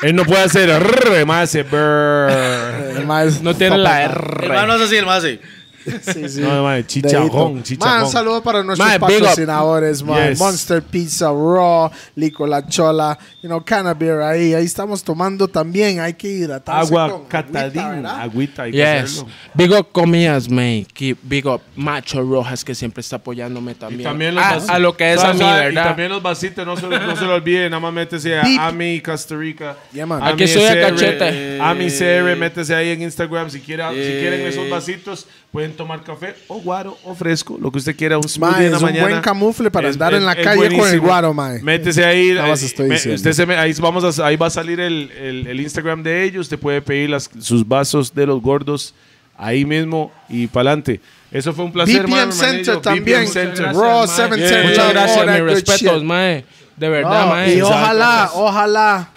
Speaker 6: Él no puede hacer rrr, más hace brrr.
Speaker 3: El mae es-
Speaker 2: No tiene la R.
Speaker 1: El man no es así, el man así.
Speaker 3: Sí, sí.
Speaker 6: No, mae,
Speaker 3: Dedito.
Speaker 6: chicharrón,
Speaker 3: Mae,
Speaker 6: chicharrón.
Speaker 3: un saludo para nuestros
Speaker 6: Mae, big up.
Speaker 3: patrocinadores, mae.
Speaker 6: Yes.
Speaker 3: Monster Pizza, Raw, Lico La Chola, you know, Cannabis ahí. Ahí estamos tomando también. Hay que hidratarse
Speaker 6: Agua
Speaker 3: con
Speaker 6: catadín,
Speaker 3: agüita, ¿verdad?
Speaker 6: agüita hay que
Speaker 2: Yes.
Speaker 6: hacerlo.
Speaker 2: Big up Comías, May. Keep- Big up Macho Rojas, que siempre está apoyándome también. Ah,
Speaker 6: vas-
Speaker 2: a, a lo que es
Speaker 6: Sabe,
Speaker 2: a mí,
Speaker 6: sabe, Y
Speaker 2: ¿verdad?
Speaker 6: también los vasitos, no se, no se lo olviden, nada más métese a
Speaker 3: Beep.
Speaker 6: Ami Costa Rica.
Speaker 3: Yeah, man.
Speaker 6: Ami
Speaker 2: Aquí soy a
Speaker 6: SR,
Speaker 2: cachete.
Speaker 6: Ami CR, métese ahí en Instagram si, quiera, si quieren esos vasitos, pueden tomar café o guaro o fresco, lo que usted quiera, un smoothie
Speaker 3: Mae,
Speaker 6: en la
Speaker 3: es un
Speaker 6: mañana.
Speaker 3: buen camufle para
Speaker 6: Es-
Speaker 3: andar
Speaker 6: es-
Speaker 3: en la
Speaker 6: es
Speaker 3: calle con el
Speaker 6: buenísimo.
Speaker 3: guaro, mae.
Speaker 6: Métese ahí.
Speaker 3: Nada más
Speaker 6: eh,
Speaker 3: estoy
Speaker 6: me-
Speaker 3: diciendo.
Speaker 6: usted se me- ahí, vamos a- ahí va a salir el, el- el Instagram de ellos. Usted puede pedir las- sus vasos de los gordos ahí mismo y para adelante. Eso fue un placer,
Speaker 3: BPM
Speaker 6: mano,
Speaker 3: Center
Speaker 6: hermanillo.
Speaker 3: también.
Speaker 6: BPM Center.
Speaker 3: Raw
Speaker 2: Gracias, mae.
Speaker 3: 710.
Speaker 2: Muchas gracias,
Speaker 3: Ahora,
Speaker 2: mis
Speaker 3: good
Speaker 2: respetos,
Speaker 3: shit.
Speaker 2: mae. De verdad,
Speaker 3: No,
Speaker 2: mae.
Speaker 3: y ojalá, ojalá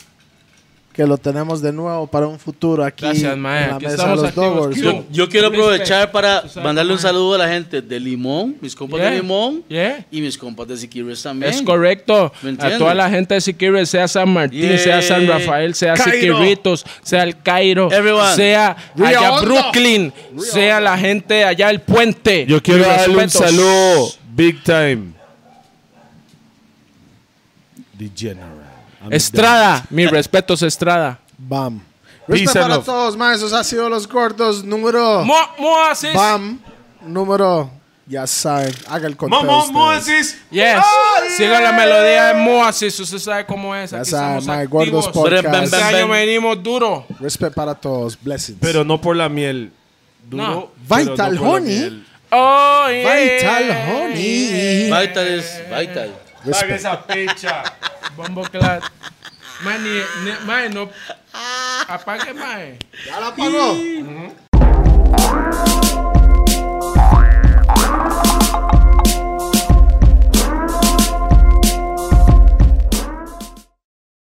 Speaker 3: que lo tenemos de nuevo para un futuro aquí
Speaker 2: Gracias, mae.
Speaker 3: en la
Speaker 2: Aquí
Speaker 3: mesa de
Speaker 2: estamos
Speaker 3: los
Speaker 2: activos.
Speaker 3: Doggers.
Speaker 2: Yo-
Speaker 1: Yo quiero
Speaker 2: Respect.
Speaker 1: aprovechar para
Speaker 2: Tú sabes
Speaker 1: mandarle un
Speaker 2: cómo es.
Speaker 1: saludo a la gente de Limón, mis compas
Speaker 2: Yeah,
Speaker 1: de Limón
Speaker 2: yeah.
Speaker 1: y mis compas de Siquirres también.
Speaker 2: Es correcto.
Speaker 1: ¿Me
Speaker 2: A
Speaker 1: entiendes?
Speaker 2: toda la gente de Siquirres, sea San Martín,
Speaker 1: Yeah.
Speaker 2: sea San Rafael, sea
Speaker 3: Cairo.
Speaker 2: Siquirritos, sea el Cairo,
Speaker 1: Everyone.
Speaker 2: sea
Speaker 3: Río
Speaker 2: allá
Speaker 3: Hondo.
Speaker 2: Brooklyn, sea la gente allá del puente.
Speaker 6: Yo quiero
Speaker 2: Mis
Speaker 6: darle un
Speaker 2: respetos.
Speaker 6: saludo big time. The General. I'm
Speaker 2: Estrada, mis respetos, Estrada.
Speaker 3: Bam.
Speaker 6: Peace
Speaker 3: Respeto
Speaker 6: and
Speaker 3: para
Speaker 6: love.
Speaker 3: todos, mae. Esos han sido los gordos número...
Speaker 2: Mo- Moasis.
Speaker 3: Bam. Número... Ya saben. Haga el
Speaker 6: done. Mo-
Speaker 3: conteo
Speaker 6: mo-
Speaker 3: ustedes.
Speaker 6: Moasis.
Speaker 2: Yes.
Speaker 3: Oh,
Speaker 2: Siga la melodía de Moasis. Usted sabe cómo es.
Speaker 3: Ya
Speaker 2: Aquí
Speaker 3: saben,
Speaker 2: estamos
Speaker 3: mae.
Speaker 2: activos.
Speaker 3: Gordos
Speaker 1: Bam,
Speaker 3: Podcast.
Speaker 2: Este
Speaker 1: bam,
Speaker 2: año
Speaker 1: bam.
Speaker 2: venimos duro.
Speaker 3: Respeto para todos. Blessings.
Speaker 6: Pero no por la miel.
Speaker 2: No.
Speaker 6: Duro, pero
Speaker 3: Vital
Speaker 6: por la
Speaker 3: Honey.
Speaker 6: miel.
Speaker 2: Oh, yeah.
Speaker 3: Vital
Speaker 6: Eh.
Speaker 3: Honey.
Speaker 1: Vital es Vital.
Speaker 6: Saca esa pecha.
Speaker 2: Bombo Clat. Mae, ni- ni- mae, no.
Speaker 11: apague, mae.
Speaker 2: Ya la apagó.